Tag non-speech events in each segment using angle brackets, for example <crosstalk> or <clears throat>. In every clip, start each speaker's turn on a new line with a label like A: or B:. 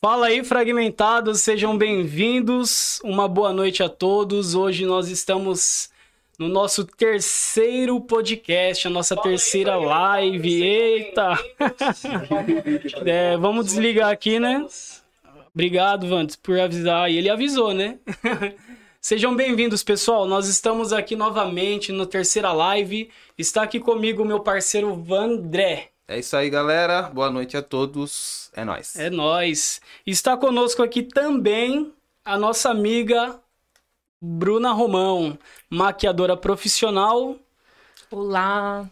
A: Fala aí, fragmentados, sejam bem-vindos. Uma boa noite a todos. Hoje nós estamos no nosso terceiro podcast, a nossa
B: Fala aí,
A: terceira
B: fragmentados,
A: live.
B: sejam
A: Eita! É, vamos desligar aqui, né? Obrigado, Vantes, por avisar. E ele avisou, né? <laughs> Sejam bem-vindos, pessoal. Nós estamos aqui novamente no terceira live. Está aqui comigo o meu parceiro Vandré.
C: É isso aí, galera. Boa noite a todos. É nóis.
A: É nós. Está conosco aqui também a nossa amiga Bruna Romão, maquiadora profissional, <laughs>
B: Olá.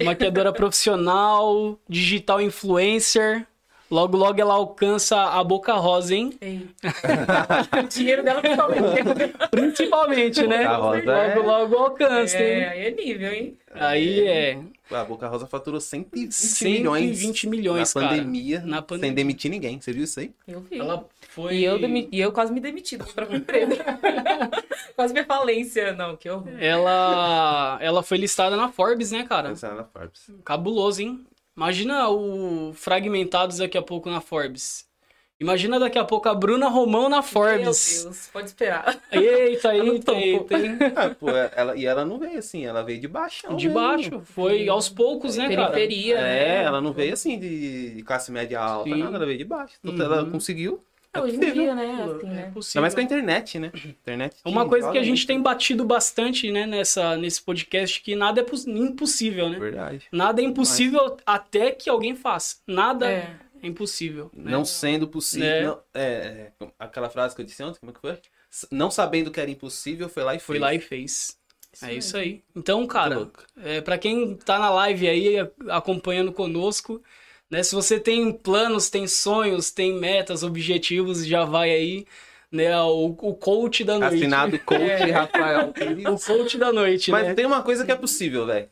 A: é, maquiadora profissional, digital influencer. Logo, logo ela alcança a boca rosa, hein?
B: Ei.
A: <laughs>
B: o dinheiro dela é principalmente.
A: Principalmente, né?
C: Boca rosa é-
A: Logo, logo alcança, hein?
B: É, é nível, hein?
A: Aí é
C: Ah, A Boca Rosa faturou 120 milhões
A: 120 milhões,
C: na
A: cara.
C: pandemia,
A: Na pandemia.
C: sem demitir ninguém. Você viu isso aí?
B: Eu vi.
A: Ela foi...
B: E, eu demi- e eu quase me demiti do próprio emprego. <laughs> quase minha falência. Não, que horror.
A: Ela... ela foi listada na Forbes, né, cara?
C: Pensando é na Forbes.
A: Cabuloso, hein? Imagina o Fragmentados daqui a pouco na Forbes. Imagina daqui a pouco a Bruna Romão na
B: Meu
A: Forbes.
B: Deus, pode esperar.
A: Eita,
B: <laughs> no
A: eita,
B: topo.
A: eita. hein?
C: <laughs> Ah, pô, ela- e ela não veio assim, ela veio de baixo.
A: De baixo. Foi aos poucos, né, cara?
B: Periferia,
C: É,
B: né?
C: ela não veio assim de classe média alta,
A: Sim.
C: nada, ela veio de baixo. Então,
A: Uhum.
C: Ela conseguiu.
B: Ah,
C: É
B: hoje em
C: possível.
B: dia, né? Assim,
A: É
B: né?
C: Ainda
A: possível.
C: mais com a internet, né? Internet.
A: Uhum. É Uma coisa que a gente
C: tem.
A: tem batido bastante, né, nessa, nesse podcast, que nada é poss- impossível, né?
C: Verdade.
A: Nada é impossível até que alguém faça. Nada é,
B: É.
A: impossível. né?
C: Não sendo possível.
A: Né?
C: não- é, é, aquela frase que eu disse ontem, como é que foi? S- Não sabendo que era impossível, foi lá e
A: Foi
C: fez.
A: lá e fez. é
B: mesmo.
A: isso aí. Então,
C: Muito
A: cara,
C: louco.
A: É, para quem tá na live aí a- acompanhando conosco, né? Se você tem planos, tem sonhos, tem metas, objetivos, já vai aí, né? O, o coach da noite. <laughs>
C: Assinado coach
B: É.
C: Rafael.
A: O Um coach da noite,
C: Mas
A: né?
C: tem uma coisa que é possível, velho.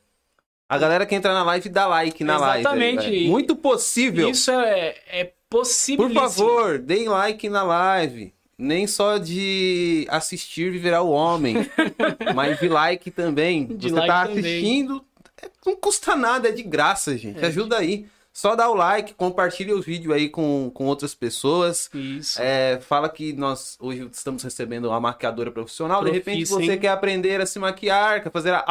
C: A galera que entra na live dá like na live.
A: Exatamente.
C: aí, velho. Muito possível.
A: Isso é, é possível.
C: Por favor, deem like na live. Nem só de assistir e virar
A: <laughs>
C: o homem, mas de like também.
A: De
C: Você
A: like
C: tá
A: também.
C: assistindo, é- não custa nada, é de graça, gente.
A: É.
C: Ajuda aí. Só dá o like, compartilha o vídeo aí com, com outras pessoas.
A: Isso.
C: É, fala que nós hoje estamos recebendo uma maquiadora profissional.
A: Profissa,
C: de repente você
A: hein?
C: quer aprender a se maquiar, quer fazer a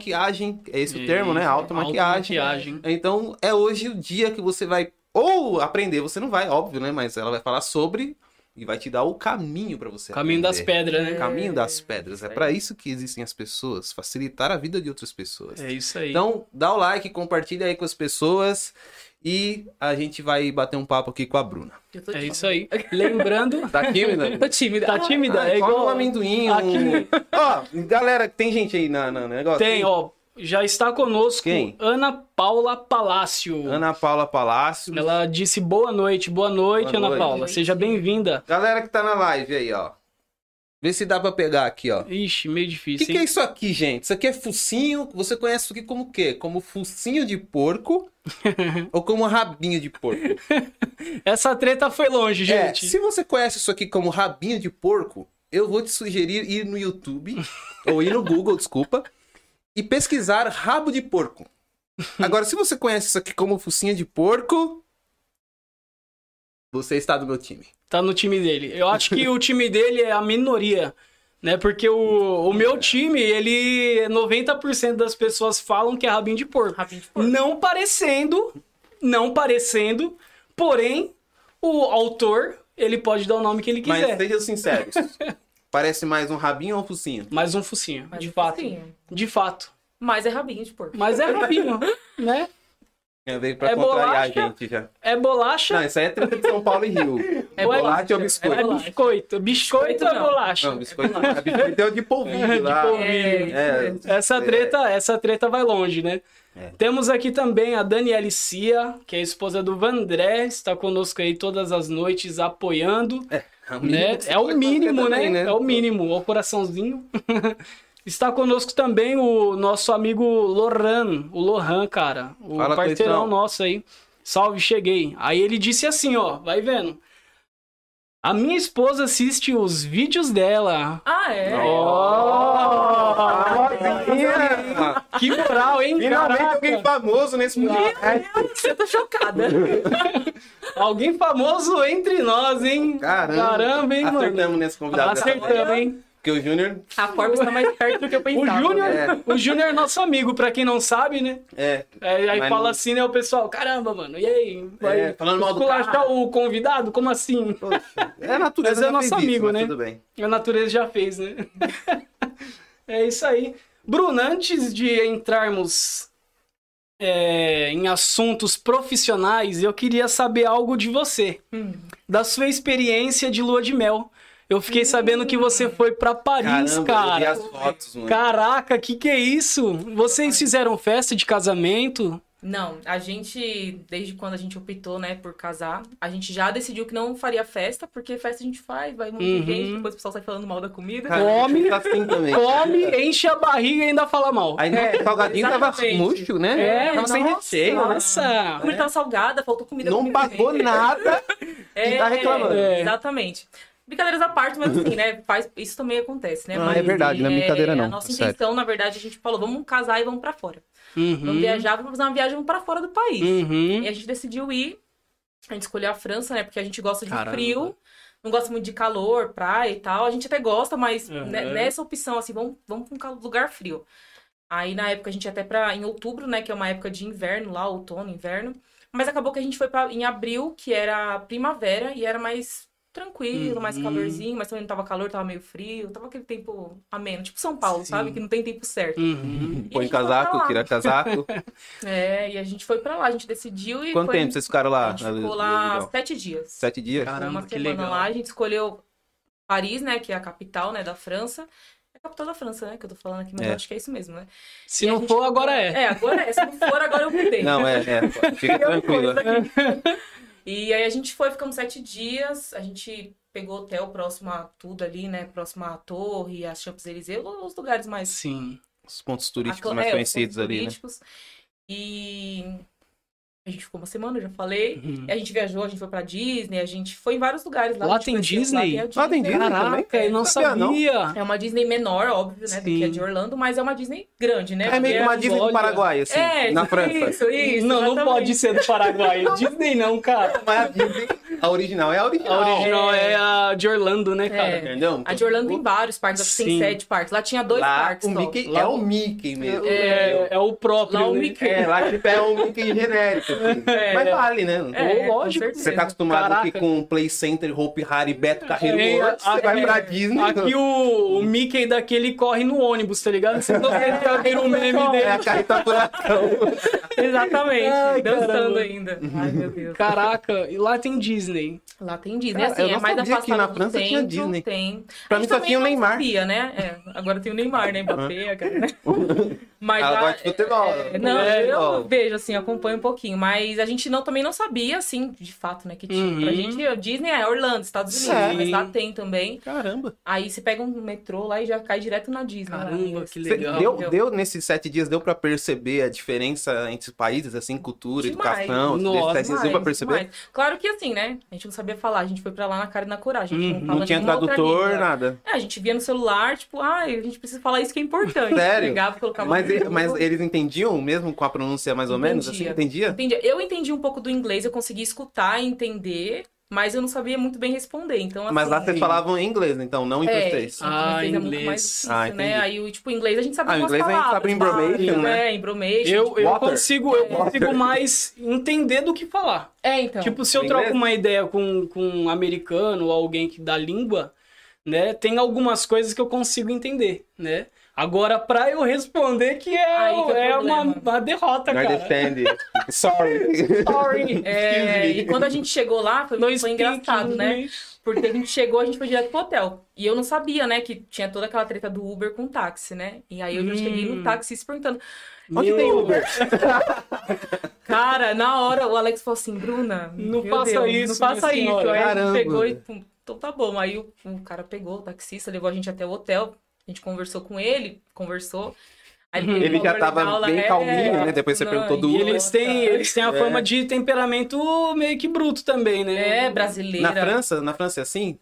C: automaquiagem. É esse o termo, né?
A: Isso,
C: Automaquiagem.
A: automaquiagem.
C: Então é hoje o dia que você vai ou aprender, você não vai, óbvio, né? Mas ela vai falar sobre e vai te dar o caminho pra você.
A: Caminho das
C: aprender. É,
A: pedras, né?
C: Caminho das pedras.
B: isso
C: É
B: aí.
C: pra isso que existem as pessoas, facilitar a vida de outras pessoas.
A: É isso aí.
C: Então, dá o like, compartilha aí com as pessoas e a gente vai bater um papo aqui com a Bruna.
B: Eu tô
A: é
B: tímida.
A: isso aí.
C: <laughs>
A: Lembrando,
C: Tá
A: <laughs>
C: aqui, menina?
B: Tô tímida.
A: tá tímida, é
C: come
A: igual
C: um amendoim.
A: Aqui-
C: um- <laughs> Ó, galera, tem gente aí na, na no negócio?
A: tem, ó, já está conosco
C: Quem?
A: Ana Paula Palácio.
C: Ana Paula Palácio.
A: Ela disse boa noite, boa noite,
C: Boa
A: Ana
C: noite.
A: Paula. Seja bem-vinda.
C: Galera que tá na live aí, ó. Vê se dá pra pegar aqui, ó.
A: Ixi, meio
C: O que,
A: difícil,
C: que é
A: hein?
C: isso aqui, gente? Isso aqui é focinho. Você conhece isso aqui como o quê? Como focinho
A: <laughs>
C: de porco ou como rabinho de porco?
A: Essa treta foi longe,
C: É,
A: gente.
C: se você conhece isso aqui como rabinho de porco, eu vou te sugerir ir no <laughs> YouTube, ou ir no Google, desculpa, e pesquisar rabo de porco. Agora, se você conhece isso aqui como focinha de porco, você está do meu time.
A: Tá no time dele. Eu acho que o time dele é a minoria, né? Porque o, o
C: É.
A: meu time, ele... 90% das pessoas falam que é rabinho de porco.
B: Rapidinho.
A: Não parecendo, não parecendo, porém, o autor, ele pode dar o nome que ele
C: Mas
A: quiser.
C: sejam <laughs> sinceros. Parece mais um rabinho ou um focinho?
A: Mais um focinho,
B: Mas
A: de
B: um
A: fato.
B: pouquinho.
A: De fato.
B: Mas é rabinho de porco.
A: Mas é rabinho, né?
C: É, veio pra
A: É
C: contrariar
A: bolacha?
C: a gente já.
A: É bolacha...
C: Não, isso aí é treta de São Paulo e Rio. <laughs>
B: É
C: bolacha,
B: bolacha,
C: ou biscoito?
B: é
A: É
B: bolacha.
A: biscoito. Biscoito
B: Biscoito
A: é
B: não.
A: bolacha.
C: Não, biscoito não. É biscoito é o de polvilho lá.
B: polvilho.
C: É,
A: Essa
C: É.
A: treta, essa treta vai longe, né?
C: É.
A: Temos aqui também a Daniele Cia, que é a esposa do Vandré, está conosco aí todas as noites apoiando,
C: é o mínimo
A: né?
C: que você
A: É o
C: pode fazer
A: mínimo, né?
C: também,
A: É o mínimo, ó o coraçãozinho. <laughs> está conosco também o nosso amigo Loran, o Lohan, cara, o
C: Fala,
A: parceirão
C: Cleitão.
A: nosso aí. Salve, cheguei. Aí ele disse assim, ó, vai vendo. A minha esposa assiste os vídeos dela.
B: Ah, é?
C: Ó,
A: Ó,
C: olha aí.
A: Que moral, hein?
C: Finalmente
A: Caraca. É.
C: alguém famoso nesse mundo.
B: Eu tô
C: <laughs>
B: chocada.
A: Alguém famoso entre nós, hein?
C: Caramba.
A: Caramba, hein, mano?
C: Acertamos né? nesse convidado. dessa vez.
A: Acertamos, hein?
C: Porque o Júnior
B: A Forbes tá mais perto do que eu
A: O
B: pensava. né?
A: Júnior,
C: É.
A: o Júnior é nosso amigo, pra quem não sabe, né?
C: é.
A: É, aí
C: Mas
A: fala
C: não-
A: assim, né, o pessoal, caramba, mano, e aí? Vai
C: É, falando mal do
A: esculachar
C: cara.
A: o convidado? Como assim?
C: Poxa, é a natureza.
A: Mas é
C: já
A: nosso
C: fez isso,
A: amigo,
C: mas
A: né?
C: Tudo bem.
A: A natureza já fez, né? <laughs> é isso aí. Bruno, antes de entrarmos é, em assuntos profissionais, eu queria saber algo de você.
B: Hum.
A: Da sua experiência de lua de mel. Eu fiquei sabendo que você foi pra Paris,
C: Caramba, eu vi
A: cara.
C: as fotos, mano.
A: Caraca, que que é isso? Vocês fizeram festa de casamento?
B: Não, a gente, desde quando a gente optou, né, por casar, a gente já decidiu que não faria festa, porque festa a gente faz, vai muito
A: Uhum.
B: gente, depois o pessoal sai falando mal da comida.
A: Cara, Come.
C: Tá assim também.
A: Come, enche a barriga e ainda fala mal.
C: Aí nossa, o salgadinho tava
B: exatamente.
C: murcho, né?
A: É,
C: tava sem
A: nossa,
C: recheio, né?
A: Nossa!
B: A "Ah, comida tava salgada, faltou comida
C: Não
B: pra ninguém.
C: pagou nada.
B: É,
C: tá reclamando.
A: É.
B: Exatamente. Brincadeiras à parte, mas assim, né? Faz, isso também acontece, né?
C: Ah,
B: Mas,
C: é verdade, não é brincadeira não,
B: A nossa
C: é sério.
B: intenção, na verdade, a gente falou, vamos casar e vamos pra fora. Vamos
A: Uhum,
B: viajar, vamos fazer uma viagem vamos pra fora do país.
A: uhum.
B: E a gente decidiu ir. A gente escolheu a França, né? Porque a gente gosta de
C: Caramba.
B: frio, não gosta muito de calor, praia e tal. A gente até gosta, mas
C: É,
A: Uhum.
B: ne- nessa opção, assim, vamos, vamos pra um cal- lugar frio. Aí na época a gente ia até pra. em outubro, né? Que é uma época de inverno lá, outono, inverno. Mas acabou que a gente foi pra, em abril, que era primavera, e era mais tranquilo, mais
A: Uhum.
B: calorzinho, mas também não tava calor, tava meio frio, tava aquele tempo ameno, tipo São Paulo,
A: Sim.
B: sabe? Que não tem tempo certo.
A: Uhum.
B: E a
C: Põe
B: gente foi pra
C: casaco,
B: lá.
C: tira casaco.
B: É, e a gente foi pra lá, a gente decidiu e.
C: Quanto
B: foi...
C: tempo vocês ficaram lá?
B: A gente ficou lá sete dias.
C: Sete dias?
A: Caramba,
B: uma
A: que
B: semana
A: legal.
B: lá, a gente escolheu Paris, né, que é a capital, né, da França. É a capital da França, né, que eu tô falando aqui, mas
C: É.
B: eu acho que é isso mesmo, né?
A: Se
B: E a
A: não
B: gente
A: for,
B: ficou-
A: agora é.
B: É, agora é. Se não for, agora eu mudei. <laughs>
C: Não, é, é.
A: <laughs>
C: Fica tranquila.
A: né?
B: E aí a gente foi, ficamos sete dias, a gente pegou hotel próximo a tudo ali, né, próximo à torre, às Champs-Élysées, os lugares mais
A: É Sim.
C: Os pontos turísticos
B: Acla-
C: mais
B: é, os
C: conhecidos
B: pontos
C: ali, né?
B: turísticos. E a gente ficou uma semana, eu já falei.
A: Uhum.
B: E a gente viajou, a gente foi pra Disney, a gente foi em vários lugares lá.
A: Lá
B: a gente
A: tem
B: conheceu-
A: Disney?
B: a
C: Lá tem Disney? também?
A: Caraca, eu não
C: Sabia, não?
A: sabia.
B: É uma Disney menor, óbvio, né? Do
A: Sim.
B: que a de Orlando, mas é uma Disney grande, né?
C: É meio que uma
A: Olha.
C: Disney do Paraguai, assim,
B: É,
C: na
B: isso,
C: França.
B: Isso, isso.
A: não, não
B: exatamente.
A: pode ser do
B: <laughs>
A: Paraguai. Disney não, cara.
C: Mas a é Disney, a original é a
A: A
C: original.
A: original é, a de Orlando, né, cara?
B: É.
C: Entendeu?
B: A de Orlando tem vários parques, acho que
A: Sim.
B: tem sete parques. Lá tinha dois
C: lá,
B: parques.
C: o
B: só.
C: Mickey
A: Lá-
C: é o Mickey mesmo.
A: É, é o próprio.
B: Lá o
A: né?
B: Mickey.
C: É, lá tipo é um Mickey genérico.
B: <laughs>
C: assim. Mas vale, né?
B: É,
A: Ou lógico.
B: com certeza.
C: Você tá acostumado
A: Caraca.
C: aqui com Play Center, Hope Harry, Beto Carreiro,
A: É,
C: Works, você
A: aqui-
C: vai pra Disney.
A: Aqui o, o Mickey daqui, ele corre no ônibus, tá ligado? Vocês
B: <laughs>
A: não é, já viram o meme
C: É
A: dele.
C: a carreta furacão.
B: <laughs> Exatamente.
A: Ai,
B: dançando
A: caramba.
B: ainda. Ai, meu Deus.
A: Caraca, e lá tem Disney.
B: Lá tem Disney.
C: Cara,
B: assim,
C: eu
B: é
C: não
B: mais
C: sabia
B: afastado
C: que na
B: do
C: França
B: centro,
C: tinha Disney.
B: Tem.
C: Pra
B: A
C: mim
B: gente
C: só
B: também
C: tinha o
B: não
C: Neymar.
B: Sabia, né? É, agora tem o Neymar, né? Mbappé, a
C: <laughs>
B: galera. Mas
C: Ela
B: lá-
C: gosta Ah, de futebol.
B: é, não,
A: É,
B: eu
C: né? ó.
B: vejo, assim, acompanho um pouquinho. Mas a gente não, também não sabia, assim, de fato, né? Que tinha.
A: Uhum.
B: Pra gente, o Disney é Orlando, Estados Unidos.
A: Sim.
B: Mas lá tem também.
C: Caramba.
B: Aí você pega um metrô lá e já cai direto na Disney. lá,
A: Caramba,
B: né?
A: que
C: Cê-
A: legal.
C: Deu, deu nesses sete dias, deu pra perceber a diferença entre os países, assim, cultura,
B: Demais.
C: educação. esses
A: Nossa,
C: sete dias deu pra perceber.
B: demais. Claro que assim, né? A gente não sabia falar, a gente foi pra lá na cara e na coragem. A gente
A: Uhum.
B: não, fala
C: Não tinha
B: nenhuma outra
C: tradutor, né?
B: língua.
C: nada.
B: É, a gente via no celular, tipo, ah, a gente precisa falar isso que é importante.
C: <laughs> Sério?
B: Pegava, colocava
C: Mas,
B: no
C: e-
B: Google.
C: mas eles entendiam mesmo com a pronúncia mais ou menos? Assim,
B: Entendia.
C: entendia?
B: Entendi. Eu entendi um pouco do inglês, eu consegui escutar e entender, mas eu não sabia muito bem responder. Então, assim,
C: Mas lá vocês falavam em inglês, então, não em
B: É,
C: francês.
B: sim, o
A: Ah,
B: francês é muito
A: inglês.
B: mais difícil,
C: Ah,
B: né?
C: entendi.
B: Aí, o, tipo, o inglês a gente sabe
C: Ah, o
B: umas
C: inglês a gente
B: palavras,
C: sabe
B: básico,
C: embromation, né?
B: É, embromation.
A: Eu, eu
C: Water.
A: consigo, eu
C: Water.
A: consigo mais entender do que falar.
B: É, então.
A: Tipo, se eu
C: Em
A: troco
C: inglês?
A: uma ideia com, com um americano ou alguém que da língua, né, tem algumas coisas que eu consigo entender, né? Agora, pra eu responder que é,
B: Aí que é o
A: é uma,
B: problema.
A: uma derrota,
C: Não
A: cara.
C: understand. <laughs> Sorry.
A: Sorry.
B: <laughs> É,
C: Excuse me.
B: e quando a gente chegou lá, foi,
A: No
B: foi
A: speak
B: engraçado, né?
A: English.
B: Porque a gente chegou, a gente foi direto pro hotel. E eu não sabia, né, que tinha toda aquela treta do Uber com táxi, né? E aí eu já
A: Hum.
B: cheguei no táxi se perguntando.
A: Meu-
B: Cara, na hora o Alex falou assim, Bruna,
A: Não
B: meu
A: faça
B: Deus,
A: isso,
B: não faça
A: minha
B: isso.
A: senhora.
B: Aí a
C: Caramba.
B: gente pegou e pum, então tá bom. Aí o, o cara pegou, o taxista, levou a gente até o hotel, a gente conversou com ele, conversou. Aí pegou
C: Ele
B: um
C: já
B: Uber
C: tava
B: legal lá,
C: bem
B: é,
C: calminho, né? Depois você
B: não,
C: perguntou do
B: e
A: E
C: Uber.
A: eles têm,
B: Tá.
A: eles têm a
C: É.
A: fama de temperamento meio que bruto também, né?
B: É, brasileira.
C: Na França, na França é assim?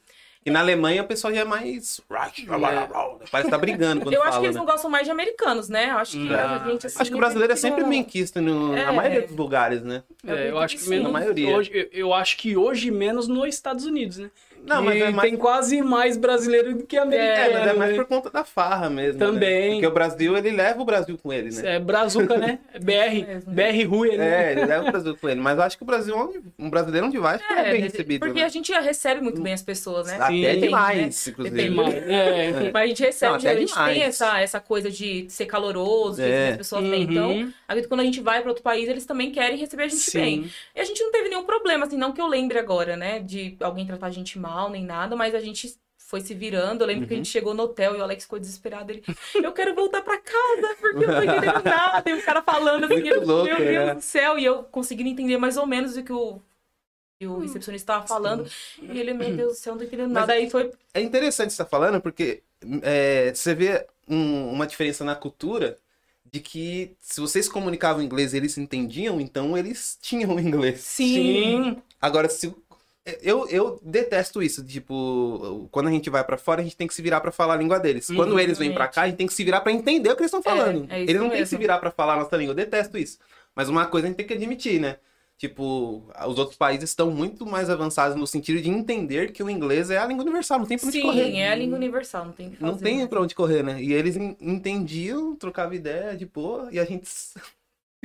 C: E na Alemanha o pessoal já é mais. Parece que tá brigando quando
B: É. Eu
C: fala,
B: acho que eles
C: né?
B: não gostam mais de americanos, né? Eu acho que a gente assim.
C: Acho que o brasileiro é
B: fica-
C: sempre menquista no... na
B: É.
C: maioria dos lugares, né?
B: Eu
A: É, eu
B: acredito
A: acho
B: que
A: que
B: sim.
A: menos,
C: A maioria.
A: Hoje, eu, eu acho que hoje menos nos Estados Unidos, né?
C: Não, mas
A: Que
C: é mais.
A: tem quase mais brasileiro do que americano.
C: É, mas é mais
A: né?
C: por conta da farra mesmo. né?
A: Também.
C: Porque o Brasil, ele leva o Brasil com ele, né?
A: É brazuca,
B: <laughs>
A: né? É BR,
B: mesmo.
A: BR Rui, né?
C: É, ele leva o Brasil com ele. Mas eu acho que o Brasil, é onde- um brasileiro onde vai, acho que é,
B: É,
C: bem recebido.
B: Porque
C: né?
B: a gente recebe muito bem as pessoas, né?
A: Sim.
C: Até
A: Depende,
C: demais,
A: assim, Tem
C: inclusive.
A: mais. É.
B: Mas a gente recebe,
C: Não, até
B: a gente tem
C: demais.
B: essa, essa coisa de ser caloroso,
C: É.
B: que as pessoas têm. Então,
A: Uhum.
B: acredito que quando a gente vai para outro país, eles também querem receber a gente bem.
A: Sim.
B: E a gente não teve nenhum problema, assim, não que eu lembre agora, né? De alguém tratar a gente mal, nem nada, mas a gente foi se virando. Eu lembro que a
C: Uhum.
B: gente chegou no hotel e o Alex ficou desesperado. Ele, eu quero voltar pra casa, porque eu não tô
C: <laughs>
B: entendendo nada. E o cara falando assim,
C: Muito
B: eu,
C: louco,
B: meu Deus
C: né?
B: do céu. E eu conseguindo entender mais ou menos o que o, que o recepcionista tava falando. E ele, meu Deus do céu, eu não tô entendendo
C: Mas-
B: nada. Aí foi
C: É interessante você estar falando, porque é, você vê um- uma diferença na cultura de que se vocês comunicavam inglês e eles se entendiam, então eles tinham <laughs> inglês.
A: Sim.
C: Agora, se. Eu, eu detesto isso, tipo, quando a gente vai pra fora, a gente tem que se virar pra falar a língua deles.
A: Uhum,
C: Quando eles vêm pra cá, a gente tem que se virar pra entender o que eles estão falando.
B: é isso
C: eles não têm que
B: mesmo.
C: se virar pra falar a nossa língua, eu detesto isso. Mas uma coisa a gente tem que admitir, né? Tipo, os outros países estão muito mais avançados no sentido de entender que o inglês é a língua universal, não tem pra onde correr.
B: Sim, é a língua universal, não tem o que fazer.
C: Não tem
B: né?
C: pra onde correr, né? E eles en- entendiam, trocavam ideia de boa, e a gente <laughs> se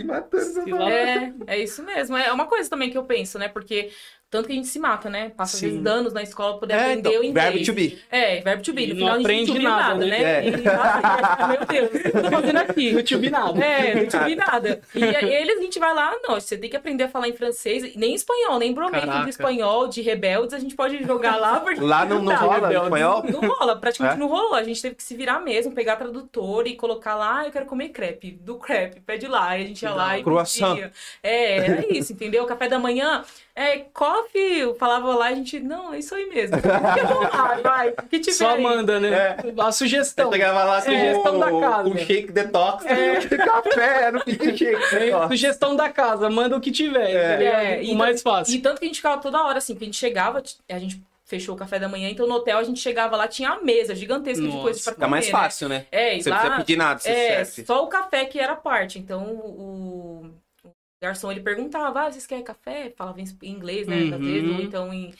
C: matando.
A: Se
C: pra falar.
A: lá-
B: É, é isso mesmo. É uma coisa também que eu penso, né? Porque tanto que a gente se mata, né? Passa
A: Sim.
B: esses danos na escola pra poder
C: É,
B: aprender o
C: então,
B: inglês.
C: verbo to be.
B: É, verbo to be.
A: E
B: No
A: não
B: final a gente
A: aprende
B: não aprende
A: nada,
B: nada,
A: né?
B: né?
C: É.
B: E, nossa, meu Deus, o que eu tô fazendo aqui?
A: YouTube nada.
B: É, não tive nada. E a- eles, a gente vai lá, não, você tem que aprender a falar em francês, e nem espanhol, nem bromance
A: Caraca.
B: de espanhol, de rebeldes, a gente pode jogar lá, porque
C: Lá não, não
B: Tá.
C: rola
A: Rebelde.
C: espanhol? <laughs>
B: não rola, praticamente
C: É?
B: não rolou. A gente teve que se virar mesmo, pegar tradutor e colocar lá, "Ah, eu quero comer crepe. Do crepe, pede lá. E a gente ia lá e
C: Croissant.
B: pedia. É, era isso, entendeu? Café da manhã, é, coffee, eu falava lá, a gente, não, é isso aí mesmo. Vamos lá, vai, o que tiver
A: Só
B: aí.
A: manda, né?
C: É.
A: A sugestão.
C: Você chegava lá com
A: Sugestão Então, da casa.
C: um shake detox, de café, era um shake
A: É,
C: detox.
A: Sugestão da casa, manda o que tiver. entendeu?
B: É,
A: o
B: e-
A: mais fácil.
B: E tanto que a gente ficava toda hora, assim, que a gente chegava, t- a gente fechou o café da manhã, então no hotel a gente chegava lá, tinha a mesa gigantesca
A: Nossa,
B: de coisas pra comer.
C: Fica mais
B: né?
C: fácil, né?
B: É, e
C: Você não precisa
B: lá,
C: pedir nada, você
B: é,
C: serve.
B: só o café que era a parte. Então o, o garçom ele perguntava: ah, vocês querem café? Falava em em inglês, né?
A: Uhum.
B: Às vezes, ou então em.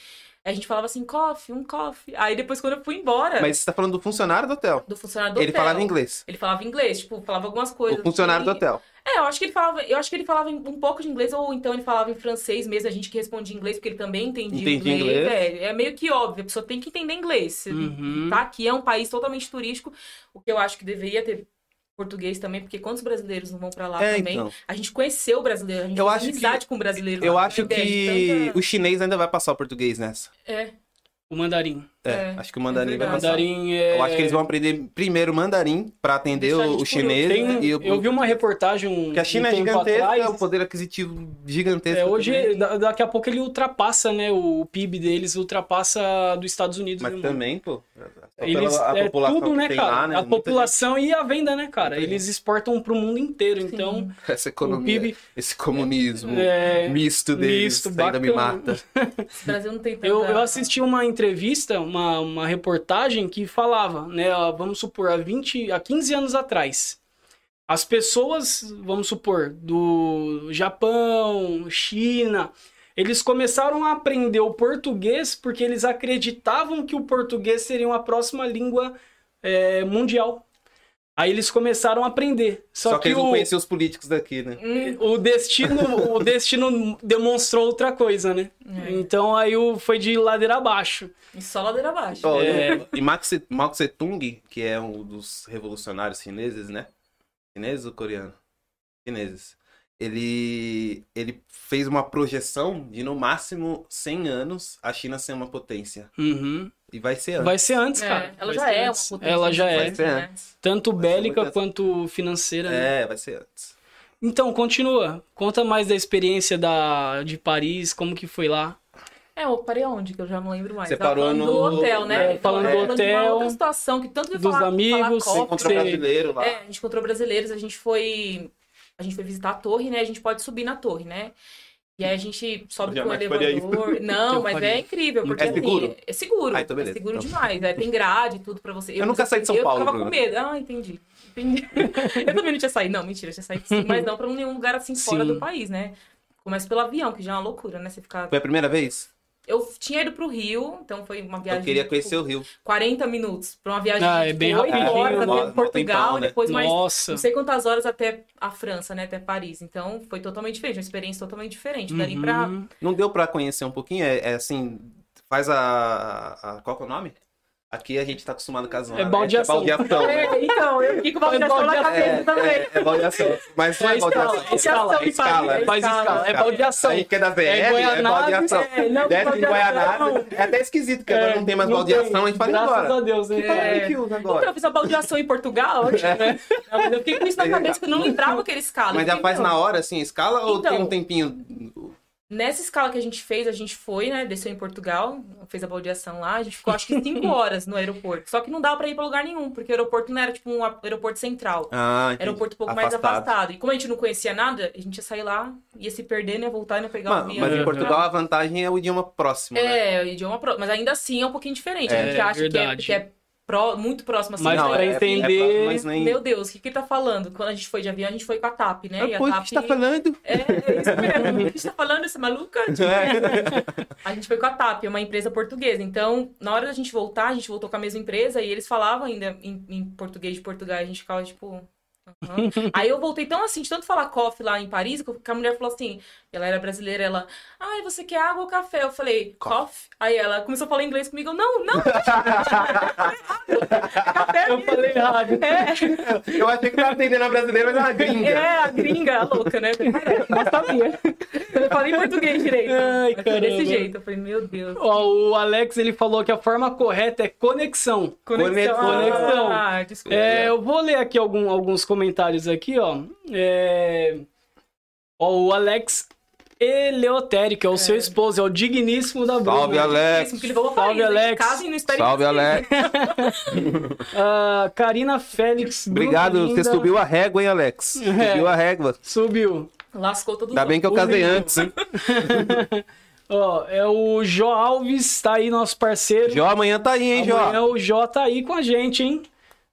B: A gente falava assim: coffee, um coffee. Aí depois, quando eu fui embora
C: Mas você tá falando do funcionário do hotel.
B: do funcionário do
C: ele
B: hotel.
C: falava inglês.
B: Ele falava inglês, tipo, falava algumas coisas.
C: O funcionário do
B: assim.
C: hotel.
B: É, eu acho que ele falava, eu acho que ele falava um pouco de inglês, ou então ele falava em francês mesmo, a gente que respondia em inglês, porque ele também entendia
C: Entendi
B: inglês.
C: inglês.
B: É, é meio que óbvio, a pessoa tem que entender inglês. Você
A: Uhum.
B: Tá aqui, é um país totalmente turístico, o que eu acho que deveria ter português também, porque quantos brasileiros não vão pra lá
C: É,
B: também?
C: então.
B: A gente conheceu o brasileiro, a gente
C: Eu
B: fez
C: acho que-
B: amizade com o brasileiro.
C: Eu
B: lá,
C: acho
B: né?
C: que
B: Tanta-
C: o chinês ainda vai passar o português nessa.
B: É,
A: O mandarim.
C: É,
B: É,
C: acho que o mandarim
B: é
C: vai
A: O
B: verdade.
C: passar.
A: mandarim é.
C: Eu acho que eles vão aprender primeiro o mandarim pra atender
B: Deixar a
C: o,
B: gente
C: o chinês
A: Tem- um-
C: e o
A: Eu vi uma reportagem. Um,
C: porque a China
A: um
C: é
A: tempo
C: gigantesca,
A: atrás.
C: o poder aquisitivo
A: É,
C: gigantesco. também.
A: hoje, da- daqui a pouco ele ultrapassa, né? O PIB deles ultrapassa dos Estados Unidos. né,
C: Mas
A: mano?
C: também, pô, só
A: Eles,
C: pela-
A: é tudo,
C: que
A: né,
C: tem
A: cara?
C: lá, né?
A: A
C: Muita
A: população e a venda, né, cara?
C: Muita gente.
A: Eles exportam pro mundo inteiro, então
C: gente- Essa
A: o
C: economia,
A: PIB
C: esse comunismo,
A: é,
C: misto deles,
A: misto,
C: ainda me
A: bacana.
C: mata.
B: o Brasil não tem tanta...
A: Eu, eu assisti uma entrevista, uma, uma reportagem que falava, né? ó, Vamos supor, há 20, há 15 anos atrás. As pessoas, vamos supor, do Japão, China, eles começaram a aprender o português porque eles acreditavam que o português seria uma próxima língua eh, mundial. Aí eles começaram a aprender. Só, que,
C: eles não
A: o,
C: conheciam os políticos daqui, né?
B: Hum,
A: o destino, o destino demonstrou outra coisa, né?
B: É.
A: Então aí o, foi de ladeira abaixo.
B: e só ladeira abaixo. né?
C: Ó,
A: É.
C: E Mao Tse, Mao Tse Tung, que é um dos revolucionários chineses, né? Chineses ou coreano? Chineses. Ele, ele fez uma projeção de no máximo 100 anos a China ser uma potência.
A: Uhum.
C: E vai ser antes.
A: Vai ser antes,
B: É,
A: cara.
B: ela
A: Vai
B: já
A: ser
B: é uma
A: antes.
B: potência. né?
A: Ela já
C: Vai
A: é.
C: ser antes.
A: Tanto
C: Vai ser
A: bélica
C: muito antes.
A: quanto financeira. né?
C: É, vai ser antes.
A: Então, continua. Conta mais da experiência da, de Paris, como que foi lá.
B: É, eu parei onde? Que eu já não lembro mais.
C: Você
B: Tava
C: parou
B: falando
C: no-
B: do hotel, né?
A: é, falando
B: Tava
A: do
B: De
A: hotel,
B: uma outra situação que tanto que eu
A: dos
B: falar,
A: amigos,
B: falar
C: Você
A: Ó,
B: copo,
C: encontrou
A: você-
C: brasileiro lá.
B: é, a gente encontrou brasileiros, a gente foi. A gente foi visitar a torre, né? A gente pode subir na torre, né? E aí a gente sobe
D: Eu
B: com o
D: jamais faria
C: <laughs>
B: elevador. Não,
A: Eu
B: mas
A: faria.
B: é incrível, porque
C: É seguro?
B: assim, é seguro.
C: Ah, então
B: é
C: beleza.
B: seguro
C: Então.
B: demais. É, tem grade e tudo pra você.
C: Eu nunca saí de São
B: Eu
C: Paulo,
B: ficava com
C: Bruna.
B: medo. Ah, entendi. Entendi. <laughs> eu também não tinha saído. Não, mentira, eu tinha saído sim, mas não pra nenhum lugar assim fora
A: Sim.
B: do país, né? Começa pelo avião, que já é uma loucura, né? Você ficar.
C: Foi a primeira vez?
B: Eu tinha ido pro Rio, então foi uma viagem.
C: Eu queria
B: tipo,
C: conhecer o Rio.
B: 40 minutos pra uma viagem
A: Ah,
B: de
A: é
B: tipo,
A: bem
B: oito
A: rapidinho,
B: horas
A: mó-
B: até
C: mó
B: Portugal
C: tempão,
B: e
C: né?
B: depois mais
A: Nossa.
B: não sei quantas horas até a França, né? Até Paris. Então foi totalmente diferente, uma experiência totalmente diferente. Dali pra.
A: Uhum.
C: Não deu pra conhecer um pouquinho? É, é assim, faz a, a- Qual que é o nome? Aqui a gente tá acostumado com a zona.
A: É
C: né?
A: baldeação.
C: É baldeação. né?
B: É, então, eu fiquei com uma
A: Foi
B: viação na
A: baldeação.
C: É,
B: cabeça também.
C: é, é baldeação. Mas não
A: É
C: é,
A: escala,
C: baldeação.
A: é escala,
C: é escala.
B: é
A: Faz escala. É baldeação.
C: Aí que é da VR,
A: É
C: é,
A: Guaianazes,
C: baldeação.
B: é, não,
C: Desce em
B: baldeação.
C: Guaianazes. É até esquisito, porque agora não tem mais baldeação, a gente fala
A: Graças
C: agora.
A: a Deus, né?
B: É.
C: Fala que usa
B: Então, eu
C: agora.
B: fiz a baldeação em Portugal. né? Não, mas eu fiquei com isso na
C: Aí,
B: cabeça que eu não lembrava que era escala.
C: É. Mas
B: Eu
C: já
B: fiquei,
C: faz
B: não.
C: na hora, assim, a escala ou
B: Então.
C: tem um tempinho?
B: Nessa escala que a gente fez, a gente foi, né? Desceu em Portugal, fez a baldeação lá. A gente ficou acho que
C: <laughs>
B: cinco horas no aeroporto. Só que não dava pra ir pra lugar nenhum, porque o aeroporto não era tipo um aeroporto central.
C: Ah, entendi.
B: Era um porto um pouco mais afastado. E como a gente não conhecia nada, a gente ia sair lá, ia se perder, né? Voltar e não pegar o
C: Mano,
B: avião. né?
C: mas em
A: Uhum.
C: Portugal a vantagem é o idioma próximo, né?
B: É, o idioma próximo. Mas ainda assim é um pouquinho diferente.
A: É,
B: a gente acha que é,
A: verdade.
B: que é pró- muito próximo assim.
A: Mas
B: do
A: pra
B: Brasil.
A: entender-
C: próximo, é, mas nem...
B: Meu Deus, o que que ele tá falando? Quando a gente foi de avião, a gente foi com a TAP,
A: É,
B: né? E a
C: Pois, o
B: TAP...
C: que você tá <laughs> falando?
B: É, é isso mesmo. O que você tá falando, essa maluca?
C: <laughs> É.
B: A gente foi com a TAP, uma empresa portuguesa. Então, na hora da gente voltar, a gente voltou com a mesma empresa e eles falavam ainda em, em português de Portugal. E a gente ficava tipo.
A: <laughs>
B: aham. Aí eu voltei tão assim, de tanto falar coffee lá em Paris, que a mulher falou assim: ela era brasileira, ela, ai, você quer água ou café? Eu falei, coffee. Aí ela começou a falar inglês comigo, eu,
A: <laughs>
B: não, não, é café
A: Eu
B: mesmo."
A: falei errado.
B: É,
C: Eu achei que tava atendendo a brasileira, mas é uma gringa.
B: é, a gringa, a
A: <laughs>
B: louca, né? Eu falei, "Caralho, Não sabia. Eu não falei português direito.
A: Ai,
B: Mas foi
A: caramba.
B: desse jeito. Eu falei, meu Deus.
A: Ó, o Alex ele falou que a forma correta é conexão.
C: Conexão.
A: Conexão.
B: Ah, desculpa.
A: É, eu vou ler aqui algum- alguns comentários aqui, ó. É, ó, o Alex Eleotério, que é o seu esposo, é o digníssimo da Bruna.
C: Salve, Alex.
B: Isso, porque ele voltou
A: Salve,
B: pra Paris, né?
A: Alex.
B: Casem no Instagram.
C: É. Salve, Alex.
A: Ah, Karina Félix. Bruna
C: Obrigado,
A: é linda. É.
C: você subiu a régua, hein, Alex? Subiu a régua.
A: Subiu.
B: <laughs>
A: <laughs>
B: Lascou todo
C: Ainda
B: mundo.
C: bem que eu casei antes, hein?
A: Ó, é o Jó Alves, tá aí, nosso parceiro.
C: Jó, amanhã tá aí, hein,
A: Amanhã
C: Jó?
A: o Jó tá aí com a gente, hein?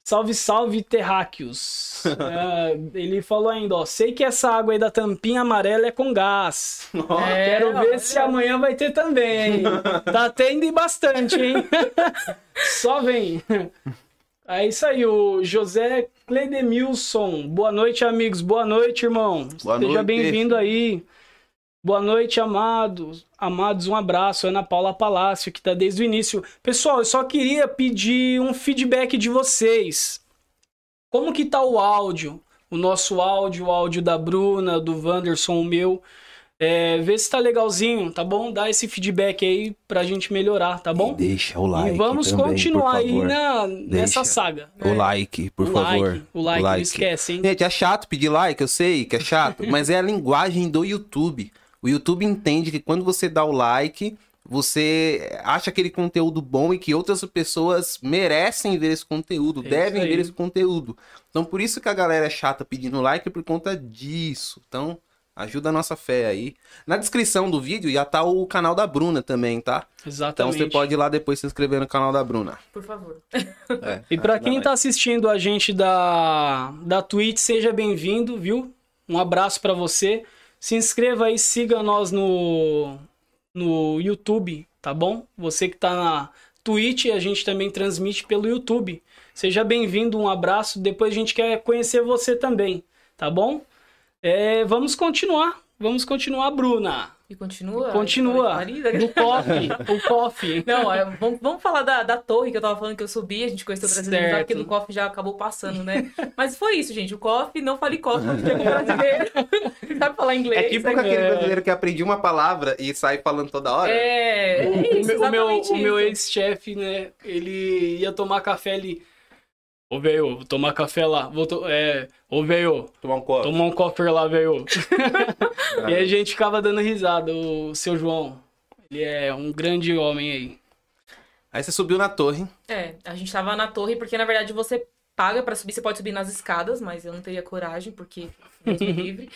A: Salve, salve,
C: <laughs>
A: terráqueos. Ah, ele falou ainda, ó. Sei que essa água aí da tampinha amarela é com gás.
B: É,
A: Quero ver
B: ó,
A: se amanhã vai ter
C: <laughs>
A: também, hein? Tá tendo e bastante, hein? <laughs> Só vem. É isso aí, o José Cledemilson. Boa noite, amigos. Boa noite, irmão.
C: Boa
A: Seja
C: noite.
A: bem-vindo aí. Boa noite, amados. Amados, um abraço. Ana Paula Palácio, que tá desde o início. Pessoal, eu só queria pedir um feedback de vocês. Como que tá o áudio? O nosso áudio, o áudio da Bruna, do Wanderson, o meu. É, vê se tá legalzinho, tá bom? Dá esse feedback aí pra gente melhorar, tá bom?
C: Deixa o
A: E vamos continuar aí na, nessa
C: Deixa.
A: saga.
C: O like, por
A: o
C: favor.
A: like, o like, não esquece, hein?
C: Gente, é chato pedir like, eu sei que é
A: <laughs>
C: chato, mas é a linguagem do YouTube. O YouTube entende que quando você dá o like, você acha aquele conteúdo bom e que outras pessoas merecem ver esse conteúdo,
A: É
C: devem
A: isso aí.
C: ver esse conteúdo. Então, por isso que a galera é chata pedindo like é por conta disso. Então, ajuda a nossa fé aí. Na descrição do vídeo já tá o canal da Bruna também, tá? Então,
A: Exatamente.
C: você pode ir lá depois se inscrever no canal da Bruna.
A: <laughs>
B: Por favor.
C: É,
A: E pra
C: ajuda
A: quem
C: nós.
A: tá assistindo a gente da, da Twitch, seja bem-vindo, viu? Um abraço pra você. Se inscreva aí, siga nós no, no YouTube, tá bom? Você que tá na Twitch, a gente também transmite pelo YouTube. Seja bem-vindo, um abraço. Depois a gente quer conhecer você também, tá bom? É, vamos continuar. Vamos continuar, Bruna.
B: E continua?
A: Continua.
B: Ai, Marisa.
A: Do coffee.
B: <laughs>
A: o coffee.
B: Não, é, vamos, vamos falar da, da torre que eu tava falando que eu subi, a gente conheceu o brasileiro,
A: Certo.
B: já que no COF já acabou passando, né? Mas foi isso, gente. O COF, não fale COF, porque
C: <laughs>
B: é com brasileiro. <laughs> Sabe falar inglês? né?
C: É tipo
B: sabe-
C: aquele brasileiro que aprende uma palavra e sai falando toda hora.
B: É, é
A: O meu-
B: isso,
A: o meu,
B: exatamente
A: o meu
B: isso.
A: ex-chefe, né? Ele ia tomar café ali. Ô, velho, vou tomar café lá. Vou to- é, ô, velho,
C: Tomar um copo.
A: tomar um cofre lá, velho. <laughs>
C: Ah.
A: e aí a gente ficava dando risada. O seu João, ele é um grande homem aí.
C: Aí você subiu na torre.
B: É, a gente tava na torre, porque na verdade
C: <laughs>
B: você paga pra subir, você pode subir nas escadas, mas eu não teria coragem, porque Deus me livre.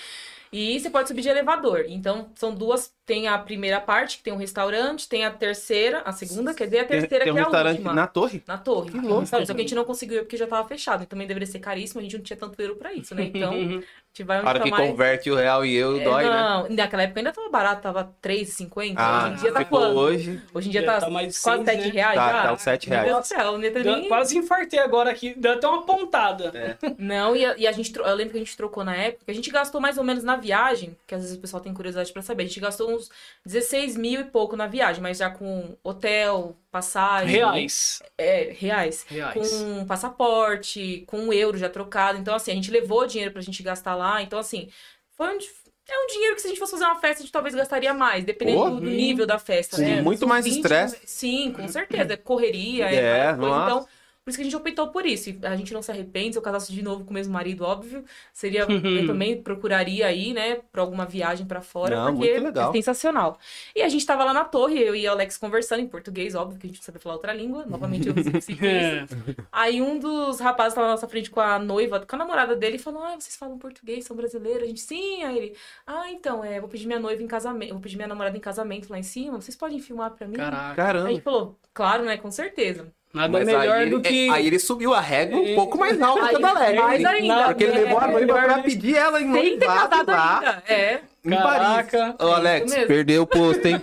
B: E você pode subir de elevador. Então, são duas. Tem a primeira parte, que tem um restaurante, tem a terceira, a segunda, quer dizer, a terceira,
C: Tem um
B: que é a
C: restaurante
B: última.
C: na torre?
B: Na torre.
C: Que louco.
B: Sabe, Só que a gente não conseguiu ir porque já tava fechado. E também deveria ser caríssimo, a gente não tinha tanto euro pra isso, né?
C: <laughs>
B: Então, a gente vai
C: A
B: onde
C: hora
B: tá
C: que
B: mais...
C: converte o real e euro,
B: É,
C: dói, né?
B: não, naquela época ainda tava barato, tava 3,50.
C: Ah,
B: hoje em dia tá
C: ficou
B: quanto?
C: hoje.
B: Hoje em dia
A: Já
B: tá,
A: tá mais
B: quase
A: seis,
B: 7
A: né?
B: reais
C: Tá,
B: já.
C: tá uns 7
B: Meu
C: reais.
B: Deus do céu, não ia ter
A: Deu-
B: nem-
A: Quase infartei agora aqui. Deu até uma pontada.
B: Não, e a, e a gente, tro- eu lembro que a gente trocou na época, a gente gastou mais ou menos na viagem, que às vezes o pessoal tem curiosidade pra saber, a gente gastou uns 16 mil e pouco na viagem, mas já com hotel, passagem,
A: Reais.
B: é, reais,
A: Reais.
B: com um passaporte, com um euro já trocado, então assim, a gente levou dinheiro pra gente gastar lá, então assim, foi um, di- é um dinheiro que se a gente fosse fazer uma festa, a gente talvez gastaria mais, dependendo
C: Pô,
B: do, do nível da festa,
C: sim,
B: né?
C: muito
B: São
C: mais estresse.
B: Sim, com certeza, é correria, é,
C: É,
B: várias coisas,
C: nossa.
B: então... Por isso que a gente optou por isso. E A gente não se arrepende. Se eu casasse de novo com o mesmo marido, óbvio,
C: <laughs>
B: seria. Eu também procuraria aí, né, pra alguma viagem pra fora,
C: Não,
B: porque
C: muito legal.
B: é sensacional. E a gente tava lá na torre, eu e o Alex conversando em português, óbvio que a gente não sabia falar outra língua. Novamente eu <laughs> esqueci isso.
A: É.
B: Aí um dos rapazes tava na nossa frente com a noiva, com a namorada dele, e falou: Ah, vocês falam português, são brasileiros. A gente, sim. Aí ele, ah, então, é, vou pedir minha noiva em casamento, vou pedir minha namorada em casamento lá em cima, vocês podem filmar pra
A: <laughs>
B: mim?
A: Caraca.
B: Aí a
C: Caramba.
B: gente falou: Claro, né, com certeza.
A: Nada
C: Mas
A: melhor
C: aí,
A: do
C: ele- é,
A: que.
C: aí ele subiu a régua um
A: É.
C: pouco mais alta que a
B: Aí-
C: da Alex.
B: mais
C: hein?
B: ainda.
C: Porque ele levou a
A: É,
C: noiva
A: melhor,
C: pra
A: né?
C: pedir ela em
B: Tem que ter
C: noivado
B: casado
C: lá
B: ainda. É,
C: em Paris.
A: Caraca.
C: Ô,
B: isso
C: Alex,
B: mesmo. Então.
C: perdeu o posto, hein?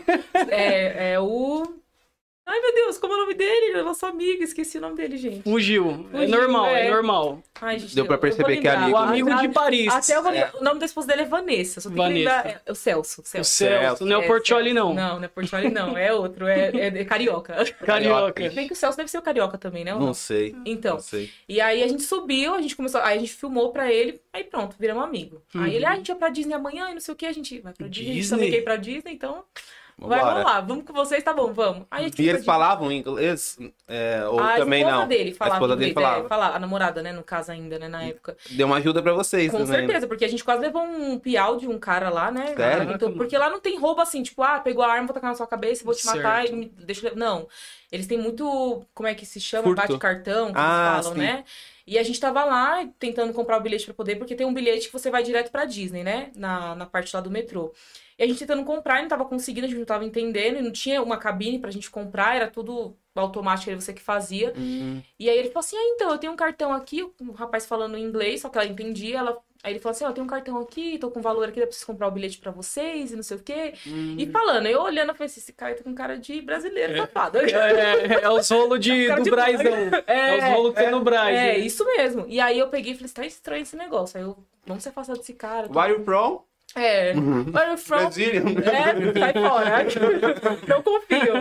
B: é, é o. Ai, meu Deus, como é o nome dele? Ele é nosso amigo, esqueci o nome dele, gente.
A: Fugiu. É
B: Fugiu,
A: normal, é,
B: é.
A: normal.
B: Ai, gente,
C: Deu pra
B: eu- eu vou
C: perceber que é
B: lembrar.
A: O
C: amigo.
A: amigo
B: Até-
A: de Paris.
B: Até eu vou
C: É.
B: lembrar. O nome da esposa dele é Vanessa, só tem que
A: Vanessa.
B: lembrar. É, é o Celso. o
A: O
B: Celso.
A: Celso. Não é o Portioli, não.
B: Não, não é Portioli, não. É outro, é, é, é carioca. <laughs>
A: Carioca.
B: Bem que o Celso deve ser o carioca também, né? ou
C: Não sei,
B: Então,
C: não sei.
B: e aí a gente subiu, a gente começou, aí a gente filmou pra ele, aí pronto, viramos amigo. Aí
A: Uhum.
B: ele, ah, a gente vai pra Disney amanhã e não sei o que, a gente vai pra Disney, a gente também
A: Disney?
B: quer ir pra Disney, então vai
C: Vambora.
B: rolar, vamos com vocês, tá bom, vamos. Aí a gente Ah,
C: E
B: foi
C: eles
B: pra
C: falavam inglês? É, ou
B: a
C: também
B: esposa
C: não?
B: Dele falava
C: A esposa dele
B: inglês,
C: falava.
B: é, falava, a namorada, né, no caso ainda, né, na época.
C: Deu uma ajuda pra vocês
B: Com
C: também. né?
B: certeza, porque a gente quase levou um piau de um cara lá, né?
C: Sério?
B: Então, porque lá não tem roubo assim, tipo, ah, pegou a arma, vou tacar na sua cabeça, vou te matar
A: Certo.
B: e me deixa... eu- Não, eles têm muito, como é que se chama?
C: Furto.
B: Bate cartão, que
C: Ah,
B: eles falam,
C: sim.
B: né? E a gente tava lá tentando comprar o bilhete pra poder, porque tem um bilhete que você vai direto pra Disney, né? Na, na parte lá do metrô. E a gente tentando comprar e não tava conseguindo, a gente não tava entendendo, e não tinha uma cabine pra gente comprar, era tudo automático, era você que fazia.
C: Hum,
B: E aí ele falou assim: ah, então, eu tenho um cartão aqui, um rapaz falando em inglês, só que ela entendia, ela. Aí ele falou assim: ó, eu tenho um cartão aqui, tô com valor aqui, dá pra vocês comprar o bilhete pra vocês e não sei o quê. E
A: Hum.
B: falando, eu olhando, eu falei assim: esse cara tá com cara de brasileiro safado.
A: <laughs> É, é os rolos de,
B: Cara
A: do
B: de
A: Brazão. É, os rolos que tem no Braz.
B: É,
A: né?
B: isso mesmo. E aí eu peguei e falei: tá estranho esse negócio. Aí eu, vamos se afastar desse cara.
C: Where you from?
B: É, where you from?
C: Brasília. <laughs>
B: É, sai fora. <laughs> Não confio.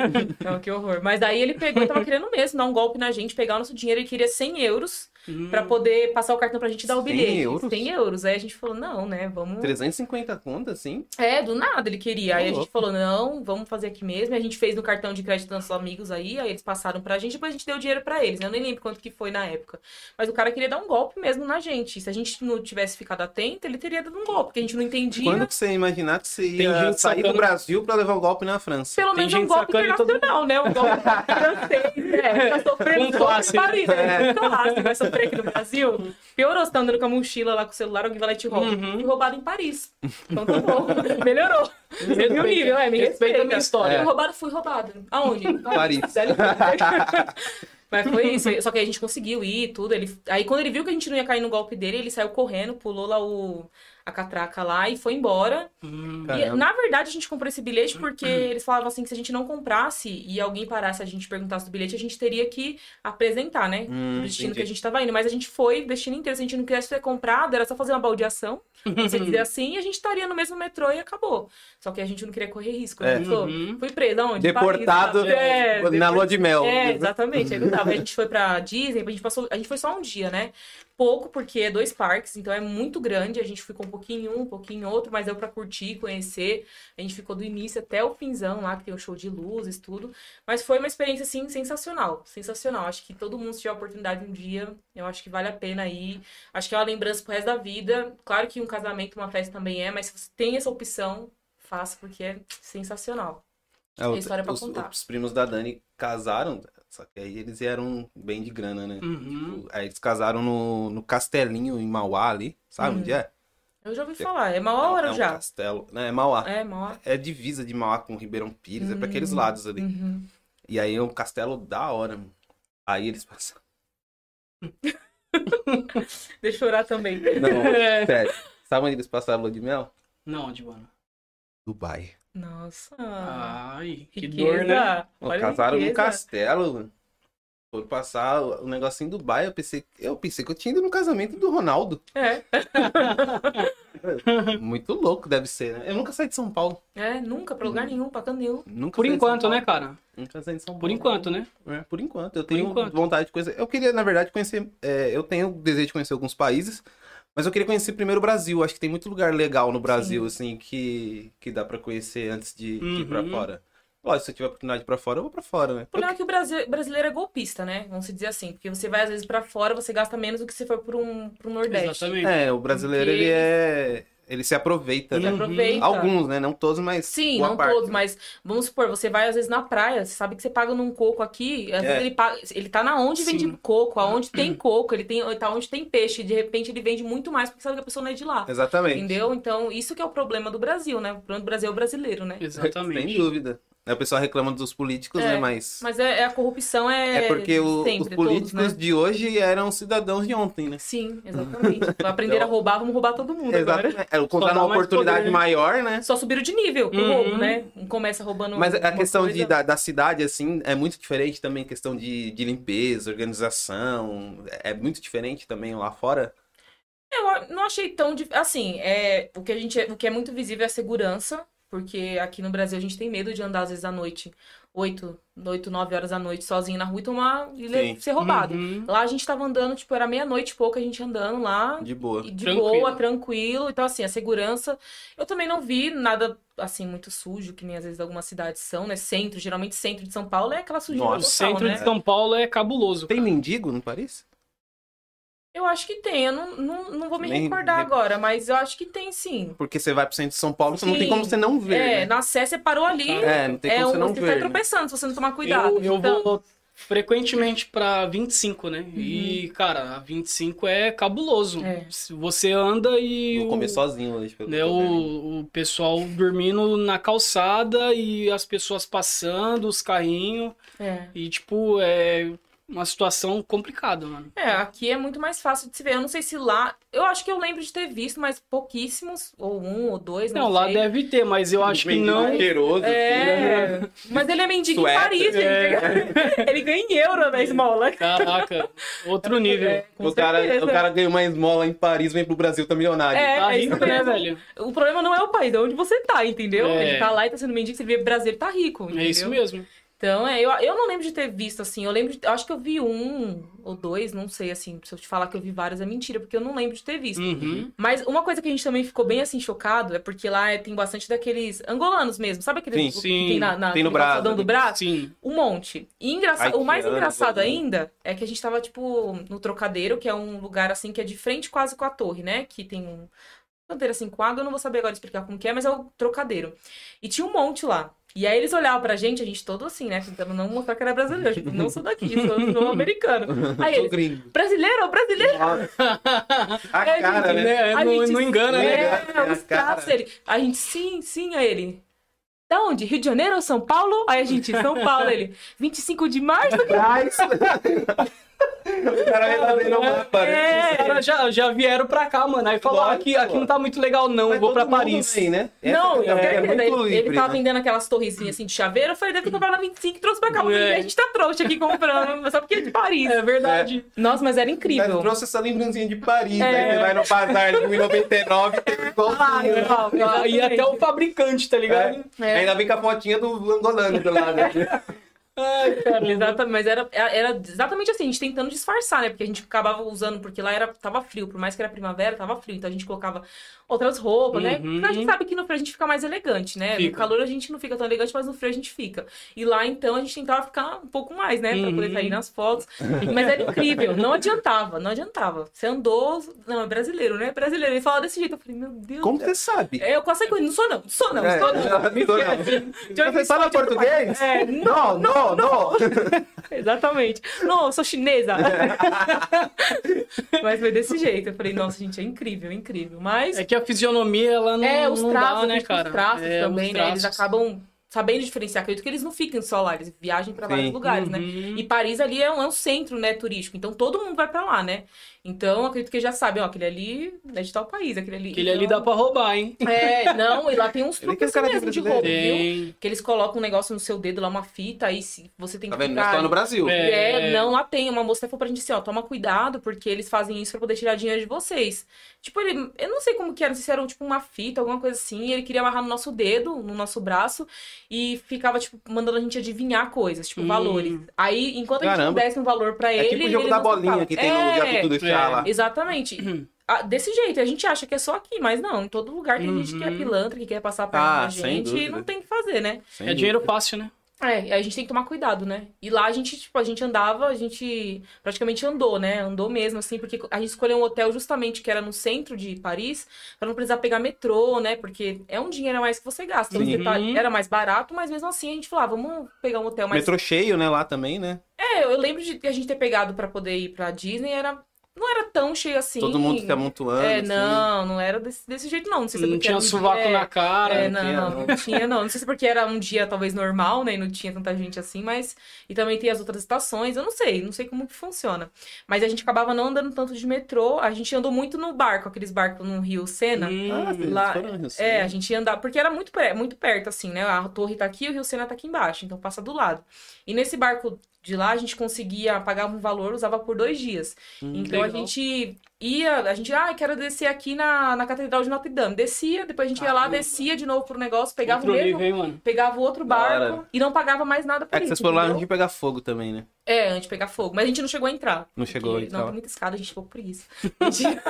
B: Não, que horror. Mas daí ele pegou, tava querendo mesmo dar um golpe na gente, pegar o nosso dinheiro, ele queria 100 euros
A: Hum,
B: pra poder passar o cartão pra gente dar o
C: 100
B: bilhete.
C: Hum. euros?
B: 100 euros. Aí a gente falou, não, né, vamos...
C: 350 contas, assim?
B: É, do nada ele queria. Aí a gente
C: louco.
B: falou, não, vamos fazer aqui mesmo. E a gente fez no cartão de crédito dos nossos amigos aí, aí eles passaram pra gente, depois a gente deu o dinheiro pra eles. né? Eu nem lembro quanto que foi na época. Mas o cara queria dar um golpe mesmo na gente. Se a gente não tivesse ficado atento, ele teria dado um golpe, porque a gente não entendia.
C: Quando que você ia imaginar que você
A: Tem
C: ia
A: gente
C: sair do
A: sacando-
C: Brasil pra levar o golpe na França?
B: Pelo
A: Tem
B: menos é um
A: gente
B: golpe
A: sacana em todo
B: internacional, né? Um golpe
A: <laughs>
B: francês, é. Tá
A: Com
B: sofrendo um golpe em
A: classe. É.
B: Paris, né? Com classe, vai sofrer aqui no Brasil. Piorou, você tá andando com a mochila lá com o celular, alguém vai lá e te rouba.
A: Uhum.
B: Fui roubado em Paris. Então tá bom, <laughs> melhorou. Subiu o nível, é, me respeita.
A: Respeita a minha história.
B: Fui roubado, fui roubado.
A: <laughs>
B: Aonde?
C: Paris.
B: <laughs> Mas foi isso. Só que a gente conseguiu ir e tudo. Ele... Aí quando ele viu que a gente não ia cair no golpe dele, ele saiu correndo, pulou lá o... a catraca lá e foi embora.
A: hum,
B: E,
C: Caramba.
B: na verdade, a gente comprou esse
C: <clears throat>
B: bilhete porque eles falavam assim que se a gente não comprasse e alguém parasse a gente e perguntasse do bilhete, a gente teria que apresentar, né?
C: Hum,
B: o destino
C: entendi.
B: que a gente tava indo. Mas a gente foi o destino inteiro. Se a gente não quisesse ter comprado, era só fazer uma
C: <laughs>
B: baldeação, você dizer assim, e a gente estaria no mesmo metrô e acabou. Só que a gente não queria correr risco.
C: É.
B: A gente falou,
A: Uhum.
B: fui preso aonde?
C: Deportado
B: Paris, né? É,
C: na lua de mel.
B: é, exatamente. Aí não dava. A gente foi pra Disney, a gente passou. A gente foi só um dia, né? Pouco, porque é dois parques, então é muito grande. A gente ficou um pouquinho em um, um pouquinho em outro, mas deu pra curtir, conhecer. A gente ficou do início até o finzão lá, que tem o show de luzes, tudo. Mas foi uma experiência, assim, sensacional. Sensacional. Acho que todo mundo, se tiver a oportunidade um dia, eu acho que vale a pena ir. Acho que é uma lembrança pro resto da vida. Claro que um casamento, uma festa também é, mas se você tem essa opção, faça, porque é sensacional.
C: É, o-
B: história pra
C: os,
B: contar.
C: os primos da Dani casaram, só que aí eles eram bem de grana, né?
A: Uhum.
C: Tipo, Aí eles casaram no, no castelinho em Mauá ali, sabe onde é?
B: Eu já ouvi falar. É maior hora
C: é um
B: Uhum. já.
C: castelo. né, É Mauá.
B: É, maior.
C: É divisa de Mauá com Ribeirão Pires, é pra aqueles
B: Hum.
C: lados ali.
B: Uhum.
C: E aí é um castelo da hora, mano.
B: <laughs>
C: Aí eles passaram.
B: Deixa eu chorar também.
C: Não,
A: É.
C: sério. Sabe onde eles passaram lua de mel?
A: Não, Divana.
C: Dubai.
B: Nossa.
A: Ai, Ah, que
B: Ah, riqueza.
A: dor, né?
C: Pô,
B: Olha a
C: casaram num
B: riqueza.
C: castelo, mano. Foram passar o um negocinho em Dubai. Eu pensei, eu pensei que eu tinha ido no casamento do Ronaldo.
B: É.
A: Uhum.
C: Muito louco deve ser, né? Eu nunca saí de São Paulo.
B: É, nunca, pra lugar nenhum, pra canto nenhum.
C: Nunca
A: Por
C: saí de
A: enquanto,
C: São
A: né,
C: Paulo.
A: cara?
C: Nunca saí de São Paulo.
A: Por enquanto, né?
C: É, por enquanto. Eu tenho
A: enquanto.
C: vontade de conhecer. Eu queria, na verdade, conhecer. é, eu tenho desejo de conhecer alguns países, mas eu queria conhecer primeiro o Brasil. Acho que tem muito lugar legal no Brasil, assim, que, que dá pra conhecer antes de, de ir pra
A: Uhum.
C: fora. Lógico, se eu tiver oportunidade pra fora, eu vou pra fora, né?
B: O problema é que o brasi- brasileiro é golpista, né? Vamos se dizer assim. Porque você vai, às vezes, pra fora, você gasta menos do que se for pro, um, pro Nordeste.
A: Exatamente.
C: É, o brasileiro,
B: Porque
C: ele é. Ele se aproveita,
B: Você
C: né?
A: Uhum.
B: aproveita.
C: Alguns, né? Não todos, mas.
B: Sim,
C: boa
B: não
C: parte,
B: todos,
C: né?
B: mas vamos supor, você vai às vezes na praia, você sabe que você paga num coco aqui, às vezes ele, paga, ele tá na onde
A: Sim.
B: vende coco, aonde tem coco, ele, tem, ele tá onde tem peixe, e de repente ele vende muito mais porque sabe que a pessoa não é de lá.
C: Exatamente.
B: Entendeu? Então, isso que é o problema do Brasil, né? O problema do Brasil é o brasileiro, né?
A: Exatamente.
C: <laughs> Sem dúvida. Aí O pessoal reclama dos políticos,
B: É,
C: né? Mas.
B: Mas é, é a corrupção é.
C: É porque o- os
B: sempre,
C: políticos
B: Todos, né?
C: de hoje eram cidadãos de ontem, né?
B: Sim,
C: <laughs>
B: exatamente. Aprender a roubar, vamos roubar todo mundo agora.
C: Então, Exatamente. É,
A: Só
C: contar
A: dá
C: uma
A: mais
C: oportunidade
A: poder, né?
C: maior, né?
B: Só subiram de nível pro
A: Uhum.
B: roubo, né? Um começa roubando.
C: Mas a
B: uma
C: questão de,
B: coisa.
C: da, da cidade, assim, é muito diferente também. Questão de, de limpeza, organização. É muito diferente também lá fora.
B: Eu a- não achei tão dif- assim, é, o que a gente o que é muito visível é a segurança, porque aqui no Brasil a gente tem medo de andar às vezes à noite, 8, 8, 9 horas da noite sozinho na rua e tomar e le-
C: Sim.
B: ser roubado.
A: Uhum.
B: Lá a gente tava andando, tipo, era meia-noite e pouco a gente andando lá
C: De boa.
B: e de
A: Tranquilo.
B: boa, tranquilo. Então assim, a segurança, eu também não vi nada assim muito sujo, que nem às vezes algumas cidades são, né? Centro, geralmente centro de São Paulo é aquela sujeira
C: Nossa,
A: O
B: total,
A: centro
B: né?
A: de São Paulo é cabuloso.
C: Tem
A: cara.
C: mendigo no Paris?
B: Eu acho que tem, eu não, não, não vou me
C: Nem-
B: recordar
C: nem-
B: agora, mas eu acho que tem sim.
C: Porque você vai pro centro de São Paulo, você não tem
B: Sim.
C: como você não ver.
B: É,
C: né?
B: na Sé você parou ali. É,
C: É, não tem como você
B: um-
C: não
B: você
C: ver.
B: vai
C: né?
B: tropeçando se você não tomar cuidado.
A: Eu, eu
B: então,
A: vou frequentemente pra 25, né? E, cara, a 25 é cabuloso.
B: Uhum. É.
A: Se Você anda e.
C: Vou
A: o-
C: comer sozinho hoje. pelo que
A: né,
C: eu tô vendo.
A: o, o pessoal dormindo na calçada e as pessoas passando, os carrinhos.
B: é.
A: E, tipo, é uma situação complicada, mano.
B: É, aqui é muito mais fácil de se ver. Eu não sei se lá. Eu acho que eu lembro de ter visto, mas pouquíssimos, ou um ou dois, não,
A: Não, lá
B: sei.
A: deve ter, mas eu acho que
C: Mendigo
A: não.
C: cheiroso, assim, né?
B: É, mas ele é mendigo em
C: Suéter. É.
B: Paris, ele, <laughs> ele ganha em euro na esmola.
A: Caraca, outro nível.
B: É, com
C: O cara,
B: certeza.
C: o cara ganha uma esmola em Paris, vem pro Brasil, tá milionário.
B: É,
A: Tá
B: é
A: rico,
B: isso
A: né,
B: mesmo.
A: velho?
B: O problema não é o país, é onde você tá, entendeu?
A: É.
B: Ele tá lá e tá sendo mendigo, você vê Brasil, ele tá rico, entendeu?
A: É isso mesmo.
B: Então, é, eu, eu não lembro de ter visto, assim, eu lembro, de, eu acho que eu vi um ou dois, não sei, assim, se eu te falar que eu vi vários é mentira, porque eu não lembro de ter visto.
A: Uhum.
B: Mas uma coisa que a gente também ficou bem, assim, chocado é porque lá é- tem bastante daqueles angolanos mesmo, sabe aquele
C: Sim,
B: que
A: sim.
B: tem na, na
C: Tem
B: aquele
C: no braço.
B: calçadão do braço?
A: Sim.
B: Um monte. E engraça- o mais
C: Haitianos,
B: engraçado
C: né?
B: ainda é que a gente tava, tipo, no Trocadeiro, que é um lugar, assim, que é de frente quase com a torre, né? Que tem um canteiro, assim, com água. Eu não vou saber agora explicar como que é, mas é o Trocadeiro. E tinha um monte lá. E aí eles olhavam pra gente, a gente todo assim, né? Tentando não mostrar que era brasileiro. Tipo, não sou daqui, sou,
A: <laughs>
B: sou americano. Aí
C: Sou
B: eles,
C: gringo.
B: brasileiro, brasileiro!
C: A
B: É,
C: <laughs> cara,
B: gente,
C: né?
A: É, Né,
B: A
A: não,
B: gente-
A: não engana,
B: é,
A: né?
C: cara?
B: os traços,
C: Cara.
B: ele. A gente, sim, sim, a ele. Da onde? Rio de Janeiro ou São Paulo? Aí a gente, São Paulo, ele. 25 de março?
C: Brás. o cara
B: é.
C: ainda tá vendo o
A: é.
C: mapa, né?
A: Os caras já, já vieram pra cá, mano. Aí falaram,
C: Lógico,
A: aqui, aqui
C: ó.
A: não tá muito legal, não.
C: Mas
A: vou pra
C: todo mundo
A: Paris.
C: vem, né? Essa
B: não, eu
C: galera
B: quero
C: é
B: entender.
C: muito
B: ele, ele
C: livre,
B: tava
C: né?
B: vendendo aquelas torrezinhas assim de chaveiro. Eu falei, deve ter comprado na 25 e trouxe pra cá.
A: É.
B: A gente tá trouxa aqui comprando, só porque é de Paris.
A: É verdade.
B: Nossa, mas era
C: Mas
B: incrível.
C: Trouxe essa lembrancinha de Paris,
B: É.
C: aí você vai no bazar de 1,99 tem um
B: Ah,
C: igualzinho.
B: igual,
A: Ah, e até o
B: exatamente.
A: fabricante, tá ligado?
C: É. Ainda vem com a fotinha do angolano do lado.
A: Ai, cara.
B: Exatamente, mas era, é, era exatamente assim, a gente tentando disfarçar, né? Porque a gente acabava usando, porque lá era, tava frio, por mais que era primavera, tava frio, então a gente colocava outras roupas, né?
A: Uhum.
B: Porque A gente sabe que no frio a gente fica mais elegante, né?
A: Fica.
B: No calor a gente não fica tão elegante, mas no frio a gente fica. E lá, então, a gente tentava ficar um pouco mais, né? Pra poder
A: Uhum.
B: sair nas fotos. Mas era incrível, não adiantava, não adiantava. Você andou, não, é brasileiro, né? Brasileiro. Ele falava desse jeito, eu falei, meu Deus.
C: Como você sabe?
B: É, eu quase não um sou não, sou não, <laughs>
C: É,
B: sou não.
C: não, não.
B: Esquece.
C: Você fala português?
B: É, não,
C: Não, não, não, não.
B: Exatamente. Não, eu
A: <laughs>
B: sou chinesa. Mas foi desse jeito. Eu falei, nossa, gente, é incrível, incrível. Mas
A: É que a fisionomia, ela não.
B: é, os
A: não
B: traços,
A: dá, né,
B: tipo,
A: cara?
B: os traços
A: É,
B: também,
A: os
B: né? Eles
A: traços.
B: acabam sabendo diferenciar. Acredito que eles não fiquem só lá, eles viajam pra vários
C: Sim.
B: lugares, né?
A: Uhum.
B: E Paris ali é um, é um centro, né, turístico. Então todo mundo vai pra lá, né? Então acredito que já sabem, ó, aquele ali é de tal país, aquele ali.
A: Aquele ali dá
B: Então,
A: pra roubar, hein?
B: É, não, e lá tem uns
C: Ele
B: truques
C: que é cara de
B: mesmo de roubo,
C: brasileiro.
B: viu?
A: Tem.
B: Que eles colocam um negócio no seu dedo lá, uma fita, aí se você tem que
C: Tá vendo? Nós
B: ficar-
C: estamos no Brasil.
A: É.
B: é, não, lá tem. Uma moça até falou pra gente assim, ó, toma cuidado, porque eles fazem isso pra poder tirar dinheiro de vocês. Tipo, ele, eu não sei como que era, não sei se era tipo uma fita, alguma coisa assim, e ele queria amarrar no nosso dedo, no nosso braço, e ficava, tipo, mandando a gente adivinhar coisas, tipo,
A: Hum.
B: valores. Aí, enquanto a gente
C: Caramba.
B: não desse um valor pra
C: É
B: ele,
C: tipo o jogo
B: ele
C: da
B: não falava.
C: bolinha que tem no
B: É,
C: Gabi tudo
A: É.
C: chá lá. <clears throat>
B: Exatamente. Ah, desse jeito, a gente acha que é só aqui, mas não, em todo lugar tem gente que é
A: Uhum.
B: pilantra, que quer passar a perna
C: Ah,
B: na
C: sem
B: gente, e
C: dúvida.
B: não tem o que fazer, né?
A: É dinheiro fácil, né?
B: É, e a gente tem que tomar cuidado, né? E lá a gente, tipo, a gente andava, a gente praticamente andou, né? Andou mesmo, assim, porque a gente escolheu um hotel justamente que era no centro de Paris, pra não precisar pegar metrô, né? Porque é um dinheiro a mais que você gasta. Então,
A: Sim.
B: você tá- Era mais barato, mas mesmo assim a gente falava, vamos pegar um hotel mais.
C: Metrô cheio, né? Lá também, né?
B: É, eu lembro de a gente ter pegado pra poder ir pra Disney, era... não era tão cheio assim.
C: Todo mundo fica amontoando.
B: É,
C: assim.
B: não, não era desse, desse jeito, não. Não sei se é
A: Não
B: porque
A: tinha
B: era um
A: sovaco
B: dia-
A: na cara.
B: é,
C: não
B: não,
C: tinha,
B: não, tinha, não. Não sei se porque era um dia talvez normal, né? E não tinha tanta gente assim, mas. E também tem as outras estações, eu não sei, não sei como que funciona. Mas a gente acabava não andando tanto de metrô, a gente andou muito no barco, aqueles barcos no Rio Sena.
A: Hum.
C: Ah, vocês
B: Lá-
C: foram no Rio Sul.
B: É, a gente ia andar, porque era muito, pre- muito perto, assim, né? A torre tá aqui e o Rio Sena tá aqui embaixo, então passa do lado. E nesse barco de lá, a gente conseguia, pagava um valor, usava por dois dias.
C: Hum,
B: então a
A: legal.
B: gente ia, a gente, ah, quero descer aqui na, na Catedral de Notre Dame. Descia, depois a gente ia lá,
C: Caramba.
B: descia de novo pro negócio, pegava
A: Outro
B: o mesmo,
A: nível, hein, mano?
B: pegava o outro
C: Da hora.
B: barco e não pagava mais nada por
C: É que
B: isso.
C: vocês foram lá antes
B: entendeu?
C: de pegar fogo também, né?
B: É, antes de pegar fogo. Mas a gente não chegou a entrar.
C: Não chegou a
B: Porque-
C: entrar.
B: Não, tem muita escada, a gente ficou por isso. <laughs>
C: <laughs>
B: Mentira.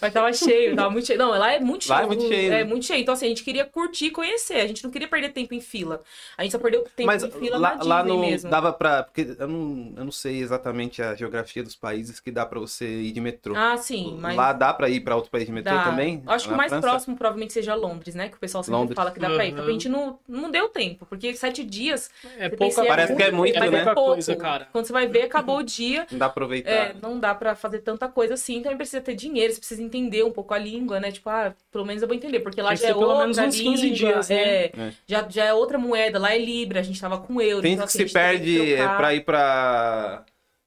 B: Mas tava cheio, tava muito cheio. Não, lá é muito cheio.
C: Lá é muito cheio,
B: É
C: né?
B: muito cheio. Então, assim, a gente queria curtir e conhecer. A gente não queria perder tempo em fila. A gente só perdeu tempo
C: Mas
B: em fila
C: lá,
B: na
C: lá
B: Disney
C: não
B: mesmo.
C: dava pra. Porque eu não, eu não sei exatamente a geografia dos países que dá pra você ir de metrô.
B: Ah, sim, mas.
C: Lá dá pra ir pra outro país de metrô
B: dá.
C: também?
B: Acho que
C: Na
B: o mais
C: França?
B: próximo provavelmente seja Londres, né? Que o pessoal sempre
C: Londres.
B: fala que dá pra ir. Então, a
A: Uhum.
B: gente não, não deu tempo, porque sete dias.
A: É pouca
B: você pensa,
C: Parece que é muito,
B: mas
C: né?
A: pouca
B: pouco.
A: coisa, cara.
B: Quando você vai ver, acabou o dia.
C: Não dá pra aproveitar.
B: É, não dá pra fazer tanta coisa assim, também precisa ter dinheiro, você precisa entender um pouco a língua, né? Tipo, ah, pelo menos eu vou entender, porque lá
A: Tem que
B: já é
A: ser pelo
B: outra
A: menos uns 15
B: língua,
A: dias, né?
B: é, Já, já é outra moeda, lá é libra, a gente tava com euro.
C: Tem
B: então,
C: que
B: assim, a
C: se
B: gente teve
C: perde é,
B: trocar.
C: pra ir pra.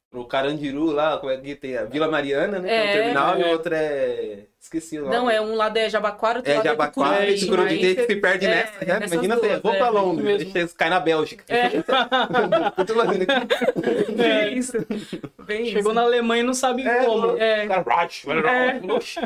C: Pro Carandiru lá, como é que tem? A Vila Mariana, né? Que é
B: É.
C: o terminal e
A: É.
C: o outro é. Esqueci o nome.
B: Não, é um lado é Jabaquara, outro
C: É,
B: lado é
C: Jabaquara,
A: Tucuruvi,
C: é, Tucuruvi,
B: Aí
C: tem que
B: você-
C: se perde
B: é,
C: nessa. né?
B: nessas
C: Imagina você,
B: duas,
C: vou
B: é.
C: pra
A: Isso
C: Londres,
A: mesmo. É.
C: você cai na Bélgica. Muito longe, né?
B: <laughs> É, isso.
A: <laughs>
B: Bem
A: Chegou
B: isso.
A: na Alemanha e não sabe
C: É,
A: como.
B: É,
C: Cara, rush,
B: É.
C: rush.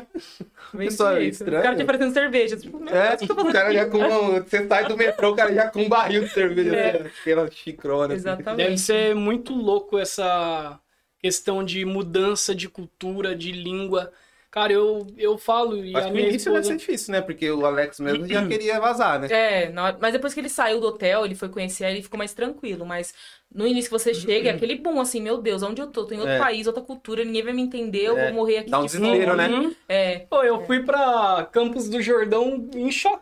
B: bem
C: Isso é
B: isso.
C: estranho.
B: O cara te oferecendo cerveja. Tipo, meu
C: É,
B: Deus, o que eu tô
C: o
B: fazendo
C: cara já
B: aqui?
C: com. Você sai do metrô, o cara já com um barril de cerveja.
B: É.
C: assim, Aquela chicrona. assim.
B: Exatamente.
A: Deve ser muito louco essa questão de mudança de cultura, de língua. Cara, eu, eu falo e
C: Acho
A: a
C: que no
A: minha
C: início vai ser
A: esposa... Hum.
C: difícil, né? Porque o Alex mesmo já queria vazar,
A: <laughs>
C: né?
B: É, na hora- mas depois que ele saiu do hotel, ele foi conhecer, aí ele ficou mais tranquilo. Mas no início que você chega, é aquele boom, assim, meu Deus, onde eu tô? Tô em outro
C: É.
B: país, outra cultura, ninguém vai me entender, eu
C: É,
B: vou morrer aqui.
C: dá um
B: de
C: desespero,
B: fome.
C: né?
B: É,
A: Uhum. Pô, eu fui pra Campos do Jordão em choque.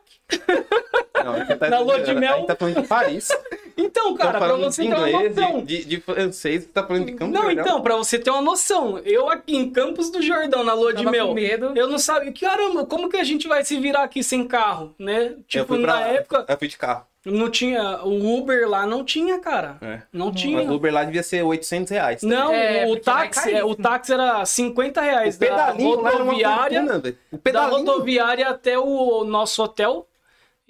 C: Não, ele tá-
A: Na lua de
C: ele
A: mel.
C: Tá falando de Paris.
A: Então,
C: Tá
A: <laughs> cara, pra
C: falando
A: você
C: de
A: ter uma
C: inglês, de-
A: noção...
C: de, de francês, tá falando de campo
A: Não, então, pra você ter uma noção, eu aqui em Campos do Jordão, na Lua de
B: tava com
A: Mel,
B: medo.
A: eu não sabia, caramba, como que a gente vai se virar aqui sem carro, né?
C: eu
A: Tipo,
C: fui pra,
A: na época,
C: Eu fui de carro.
A: não tinha, o Uber lá não tinha, cara.
C: É.
A: Não
C: Mas o
A: tinha.
C: Uber lá devia ser 800 reais. tá
A: Não,
B: É,
A: o
B: porque lá é
A: táxi, é, o
B: caríssimo.
A: táxi era 50 reais
C: O
A: da
C: pedalinho lá era uma
A: rodoviária,
C: fortuna, velho. O
A: da
C: pedalinho.
A: rodoviária até o nosso hotel.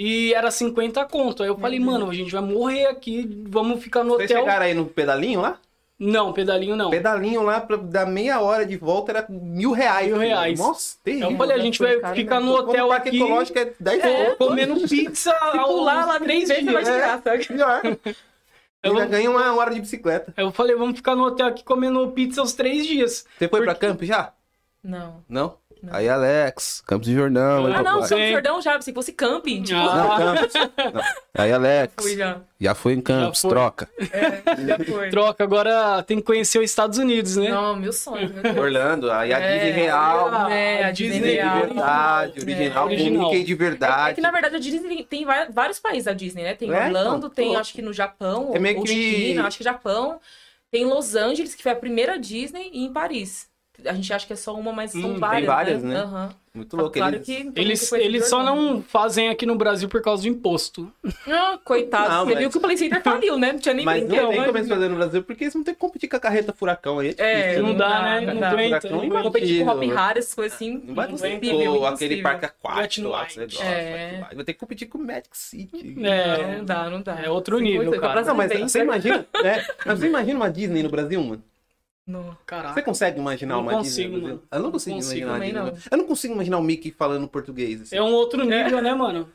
A: E era 50 conto. Aí eu falei, mano, a gente vai morrer aqui, vamos ficar no
C: Vocês
A: hotel.
C: chegaram aí no pedalinho lá?
A: Não, pedalinho não.
C: O pedalinho lá, pra, da meia hora de volta, era mil reais.
A: Mil reais.
C: Nossa, terrível.
A: Eu falei, Então, a gente vai
B: Cara,
A: ficar
B: né?
A: no hotel
C: o parque
A: aqui,
C: ecológico é 10
A: é,
C: é.
A: comendo
B: <laughs>
C: <laughs>
A: pizza ao
B: pular
A: lá
B: Tipo, lá,
A: três
B: nem vejo,
A: dias.
B: vai de graça.
A: <laughs>
C: Pior.
A: Eu
C: Ainda
A: não-
C: ganha uma hora de bicicleta.
A: Aí eu falei, vamos ficar no hotel aqui comendo pizza os três dias.
C: Você foi
A: Por
C: pra
A: quê?
C: campo já?
B: Não.
C: Não?
B: Não.
C: Aí, Alex, Campos de Jordão.
A: Ah,
B: Ah,
C: aí,
B: não,
C: papai.
A: Sim.
B: Campos Jordão já, pensei que fosse camping.
A: <laughs>
B: Tipo,
A: Ah.
C: Não, Campos. Não. Aí, Alex,
B: fui já.
C: já foi em Campos,
A: foi.
C: troca.
B: É, já foi.
A: Troca, agora tem que conhecer os Estados Unidos, né?
B: Não, meu sonho. Meu Deus.
C: Orlando, aí a
B: É,
C: Disney real.
B: É,
A: Disney
B: a Disney,
C: Disney de
B: real.
C: verdade,
B: É,
C: original, com um
A: original.
C: Mickey de
B: É,
C: verdade.
B: é que, na verdade, a Disney tem va- vários países, a Disney, né? Tem
C: É,
B: Orlando,
C: então,
B: tem
C: pô.
B: acho que no Japão,
C: É meio
B: ou
C: que-
B: China, acho que Japão. Tem Los Angeles, que foi a primeira Disney, e em Paris. A gente acha que é só uma, mas
A: Hum,
B: são
A: tem
B: várias,
C: várias, né?
B: Aham. Tá
C: Muito louco.
B: Claro
C: eles-
B: que todo mundo
A: Eles,
B: tem
A: eles só
B: conhecimento de
A: não fazem aqui no Brasil por causa do imposto.
B: Orlando. Ah, coitado,
C: Não,
B: você
C: mas-
B: viu que o Play Center faliu, né? Não tinha nem
C: Mas
B: brinquedo,
C: não tem
B: mas-
C: como eles fazerem no Brasil, porque eles não têm que competir com a carreta furacão aí.
B: É,
C: difícil,
A: não,
B: não
A: dá,
B: dá,
A: né?
B: não
A: Não
B: dá.
A: aguenta.
C: Furacão,
A: não
C: não
A: aguenta.
B: competir com
C: Impossível,
B: Hopi
C: né?
B: Harris, essas coisas assim.
C: Não vai competir
B: impossível,
C: com aquele
B: impossível.
C: parque aquático
A: Gatineau
C: lá, esse
A: Light.
C: negócio.
B: É.
C: vai que vai. Vai ter que competir com o Magic City.
A: É,
B: Não dá, não dá.
A: É outro
B: Sem
A: nível,
B: condição.
A: cara.
B: Pra
C: Não, mas
B: Brasil,
C: você
B: tem-
C: imagina, né?
B: <laughs>
C: Mas você imagina uma Disney no Brasil, mano?
B: Não.
A: caraca.
C: Você consegue imaginar
A: Não
C: uma
A: consigo,
C: Disney no Brasil?
A: mano.
C: Eu não
A: Não
C: consigo,
A: consigo
C: imaginar a
B: também,
C: Disney.
B: não.
C: no Brasil. Eu não consigo imaginar o Mickey falando português. <laughs> Assim.
A: É um outro nível, né,
B: <laughs>
A: mano?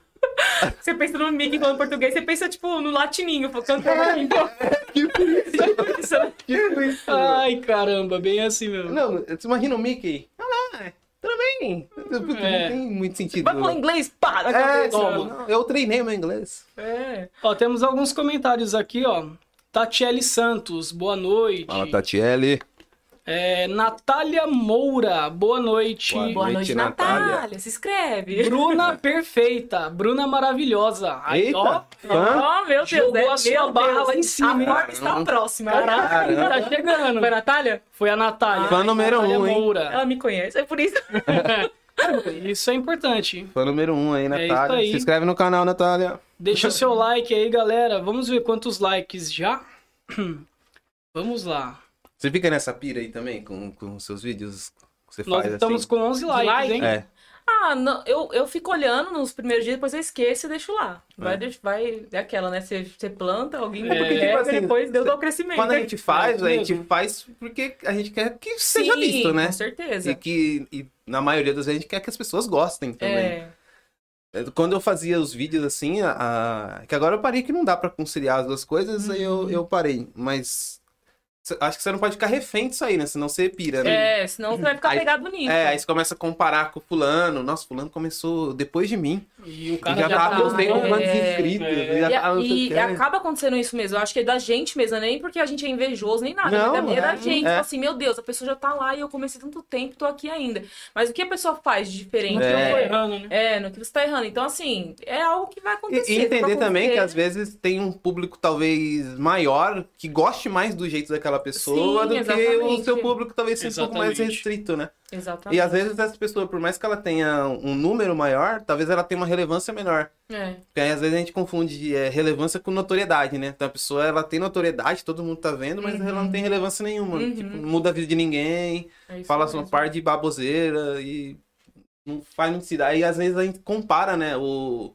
B: Você pensa no Mickey falando português, você pensa, tipo, no latininho,
C: É.
B: cantando. Tipo isso, né?
C: Tipo
B: <laughs>
C: isso, mano.
A: Ai, caramba, bem assim mesmo.
C: Não, você imagina o Mickey? Ah lá, tudo bem. Não
A: É.
C: tem muito sentido.
B: Vai falar inglês, pá! na
C: É,
B: cabeça.
A: toma.
C: não, eu treinei meu inglês.
B: É.
A: Ó, temos alguns comentários aqui, ó. Tatiele Santos, boa noite.
C: Tatiele.
A: É, Natália Moura, boa noite.
C: Boa
B: Boa noite,
C: noite,
B: Natália.
C: Natália.
B: Se inscreve.
A: Bruna perfeita, Bruna maravilhosa. Aí, ó,
C: Eita, fã.
B: Oh, meu Deus,
A: Jogou
B: é-
A: a sua
B: meu
A: barra
B: Deus.
A: lá em cima, hein?
B: A porta está próxima.
A: caraca,
C: Caramba.
A: tá chegando.
B: Foi a Natália?
A: Foi a Natália.
C: Fã número
A: Natália
C: um, hein?
A: Moura.
B: Ela me conhece, é por isso.
A: Isso é importante.
C: Fã número um aí,
A: É isso
C: Natália.
A: aí.
C: Se inscreve no canal, Natália.
A: Deixa o seu like aí, galera. Vamos ver quantos likes já. <clears throat> Vamos lá.
C: Você fica nessa pira aí também com, com os seus vídeos que você
A: Nós
C: faz
A: estamos
C: assim?
A: com 11 likes,
B: Like?
A: hein?
C: É.
B: Ah, não, eu, eu fico olhando nos primeiros dias, depois eu esqueço e deixo lá. Vai,
C: É.
B: deix- vai é aquela, né? Você, você planta, alguém
A: É, porque,
B: pega,
C: tipo assim,
B: depois Deus dá o crescimento.
C: Quando a gente faz,
A: É
C: a
A: isso
C: gente
A: mesmo.
C: faz porque a gente quer que
B: Sim,
C: seja visto, né?
B: Com certeza.
C: E que e na maioria das vezes a gente quer que as pessoas gostem também.
B: É,
C: Quando eu fazia os vídeos assim, a- a- que agora eu parei que não dá pra conciliar as duas coisas, aí
A: Uhum.
C: eu, eu parei. Mas cê- acho que você não pode ficar refém disso aí, né? Senão você pira, né?
B: é, senão você vai ficar
C: Aí-
B: pegado nisso.
A: Então.
C: É, aí você começa a comparar com fulano. Nossa, fulano começou depois de mim.
A: E o
C: É. E
A: cara
C: já,
A: já,
C: tava
A: tá...
C: com não sei quantos
B: é,
C: inscritos.
A: é.
C: e já
B: E,
C: tava não sei o
B: e
C: quê.
B: acaba acontecendo isso mesmo. Eu acho que é da gente mesmo, nem porque a gente é invejoso nem nada.
C: Não,
B: mas é, é da
C: é,
B: gente.
C: é.
B: Tipo assim, meu Deus, a pessoa já tá lá e eu comecei tanto tempo, tô aqui ainda. Mas o que a pessoa faz de diferente?
C: É.
A: Tô errando, né?
B: É, no que você tá errando. Então, assim, é algo que vai
C: E-
B: acontecer.
C: E,
B: vai
C: entender também que
B: acontecer.
C: às vezes tem um público talvez maior que goste mais do jeito daquela pessoa
B: Sim,
C: do que o
B: exatamente.
C: seu público talvez seja um pouco mais
A: Exatamente.
C: restrito, né?
B: Exatamente.
C: E às vezes essa pessoa, por mais que ela tenha um número maior, talvez ela tenha uma relevância menor.
B: É.
C: Porque aí, às vezes a gente confunde é, relevância com notoriedade, né? Então a pessoa ela tem notoriedade, todo mundo tá vendo, mas ela não tem relevância nenhuma.
B: Uhum.
C: Tipo, não muda a vida de ninguém,
B: É isso
C: fala só
B: mesmo.
C: um par de baboseira e não faz muito sentido. Aí às vezes a gente compara, né, o,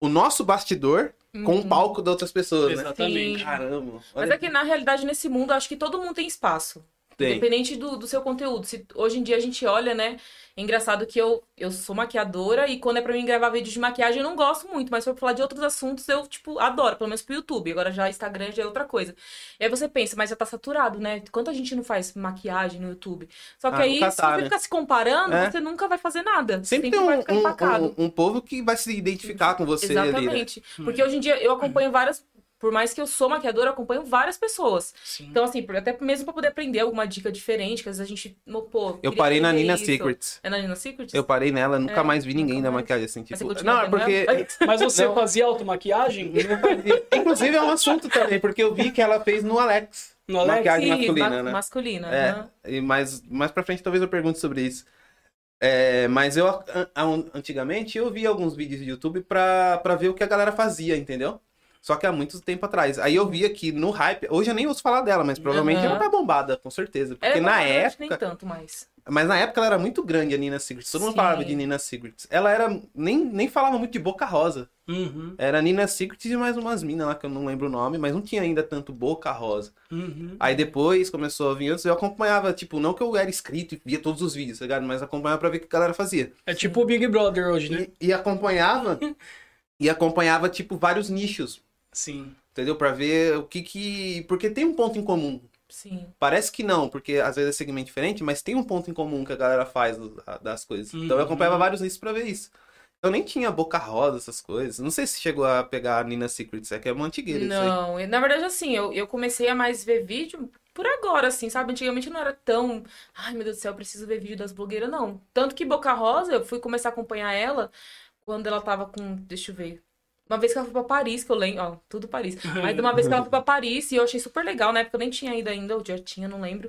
C: o nosso bastidor com o palco de outras pessoas, né?
A: Exatamente.
B: Sim.
C: Caramba.
B: Uhum. Mas
C: olha
B: é que na realidade, nesse mundo, eu acho que todo mundo tem espaço.
C: que tem.
B: Independente do, do seu conteúdo. Se, hoje em dia a gente olha, né? É engraçado que eu, eu sou maquiadora e quando é pra mim gravar vídeos de maquiagem eu não gosto muito, mas pra falar de outros assuntos eu, tipo, adoro, pelo menos pro YouTube. Agora já Instagram já é outra coisa. E aí você pensa, mas já tá saturado, né? Quanta gente não faz maquiagem no YouTube? Só que
C: Ah,
B: aí,
C: nunca
B: se
C: tá,
B: você
C: né?
B: ficar se comparando,
C: É.
B: você nunca vai fazer nada.
C: Sempre, tem
B: vai ficar
C: um,
B: empacado.
C: um, um, um povo que vai se identificar com você ali, né?
B: Exatamente. Porque hoje em dia eu acompanho várias. Por mais que eu sou maquiadora, eu acompanho várias pessoas.
A: Sim.
B: Então, assim, por- até mesmo pra poder aprender alguma dica diferente, que às vezes a gente. no- Pô,
C: Eu
B: queria
C: parei na
B: aprender
C: Nina
B: isso.
C: Secrets.
B: É na Nina Secrets?
C: Eu parei nela, nunca
B: É,
C: mais vi ninguém
B: nunca
C: da
B: mais.
C: maquiagem assim,
B: Mas você
C: tipo.
B: continua
C: Não, é
B: vendo
C: porque.
B: ela? <laughs>
A: Mas você
C: Não.
A: fazia
C: <laughs>
A: automaquiagem?
C: Inclusive é um assunto também, porque eu vi que ela fez no Alex.
A: No Alex?
C: Maquiagem
B: Sim,
C: masculina,
B: ma-
C: né?
B: Masculina.
C: É,
B: aham.
C: E mais, mais pra frente talvez eu pergunte sobre isso. É, mas eu, a- a- antigamente, eu via alguns vídeos de YouTube pra, pra ver o que a galera fazia, entendeu? Só que há muito tempo atrás. Aí eu via que no hype, hoje eu nem ouço falar dela, mas provavelmente
B: Aham.
C: ela tá bombada, com certeza.
B: Ela
C: Porque
B: é
C: na
B: maquiadora, acho que
C: época.
B: Nem tanto mais.
C: Mas na época ela era muito grande, a Nina Secrets. Todo mundo
B: Sim.
C: falava de Nina Secrets. Ela era. Nem, nem falava muito de boca rosa.
A: Uhum,
C: Era Nina Secrets e mais umas minas lá que eu não lembro o nome, mas não tinha ainda tanto boca rosa.
A: uhum.
C: Aí depois começou a vir antes, eu acompanhava, tipo, não que eu era inscrito e via todos os vídeos, tá ligado? Mas acompanhava pra ver o que a galera fazia.
A: É tipo o Big Brother hoje, né?
C: E, e acompanhava, <laughs> e acompanhava, tipo, vários nichos,
A: Sim.
C: entendeu? Pra ver o que que... Porque tem um ponto em comum
B: Sim.
C: Parece que não, porque às vezes é segmento diferente, mas tem um ponto em comum que a galera faz do- a- das coisas. Então eu
A: Uhum.
C: acompanhava vários nichos pra ver isso. Eu nem tinha boca rosa, essas coisas. Não sei se chegou a pegar a Nina Secrets, é que é uma antigueira isso aí.
B: Não, eu- na verdade, assim, eu, eu comecei a mais ver vídeo por agora, assim, sabe? Antigamente eu não era tão. Ai, meu Deus do céu, eu preciso ver vídeo das blogueiras, não. Tanto que Boca Rosa, eu fui começar a acompanhar ela quando ela tava com. Deixa eu ver. Uma vez que ela foi pra Paris, que eu lembro. Ó, tudo Paris. Mas uma vez que ela foi pra Paris, e eu achei super legal, na época eu nem tinha ido ainda, ou já tinha, não lembro.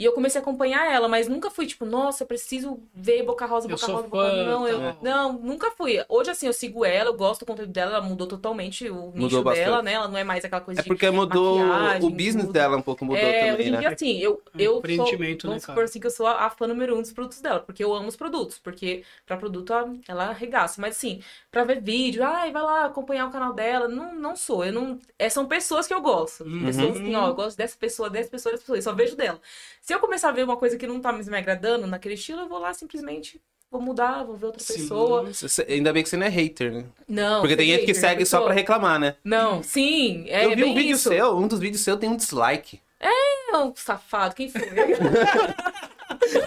B: E eu comecei a acompanhar ela, mas nunca fui tipo, nossa, eu preciso ver Boca Rosa,
A: Eu
B: Boca
A: sou
B: Rosa, Boca
A: fã, né?
B: Rosa. Não, eu,
A: tal.
B: não, nunca fui. Hoje, assim, eu sigo ela, eu gosto do conteúdo dela, ela mudou totalmente o nicho
C: bastante.
B: dela, né? Ela não é mais aquela coisa
C: É
B: de.
C: porque mudou
B: maquiagem,
C: o business
B: tudo.
C: dela um pouco mudou
B: é, hoje
C: também,
B: em
C: né?
B: dia, assim, eu, eu sou,
A: Empreendimento, né,
B: vamos
A: cara?
B: supor assim que eu sou a, a fã número um dos produtos dela, porque eu amo os produtos, porque pra produto ela- ela arregaça. Mas assim, pra ver vídeo, ai, vai lá acompanhar o canal dela, não, não sou, eu não... É, são pessoas que eu gosto.
A: Uhum.
B: Pessoas assim, ó, eu gosto dessa pessoa, dessa pessoa, dessa pessoa, eu só vejo dela. Se eu começar a ver uma coisa que não tá mais me agradando naquele estilo, eu vou lá simplesmente... Vou mudar, vou ver outra
A: Sim.
B: pessoa.
C: Você- você- Ainda bem que você não é hater, né?
B: Não. é
C: Porque tem gente que
B: hater, já
C: segue só
B: pensou?
C: pra reclamar, né?
B: Não, sim, é
C: eu vi
B: bem
C: um vídeo
B: isso.
C: seu, um dos vídeos seu tem um dislike.
B: Não, safado, quem
C: <laughs>
B: foi?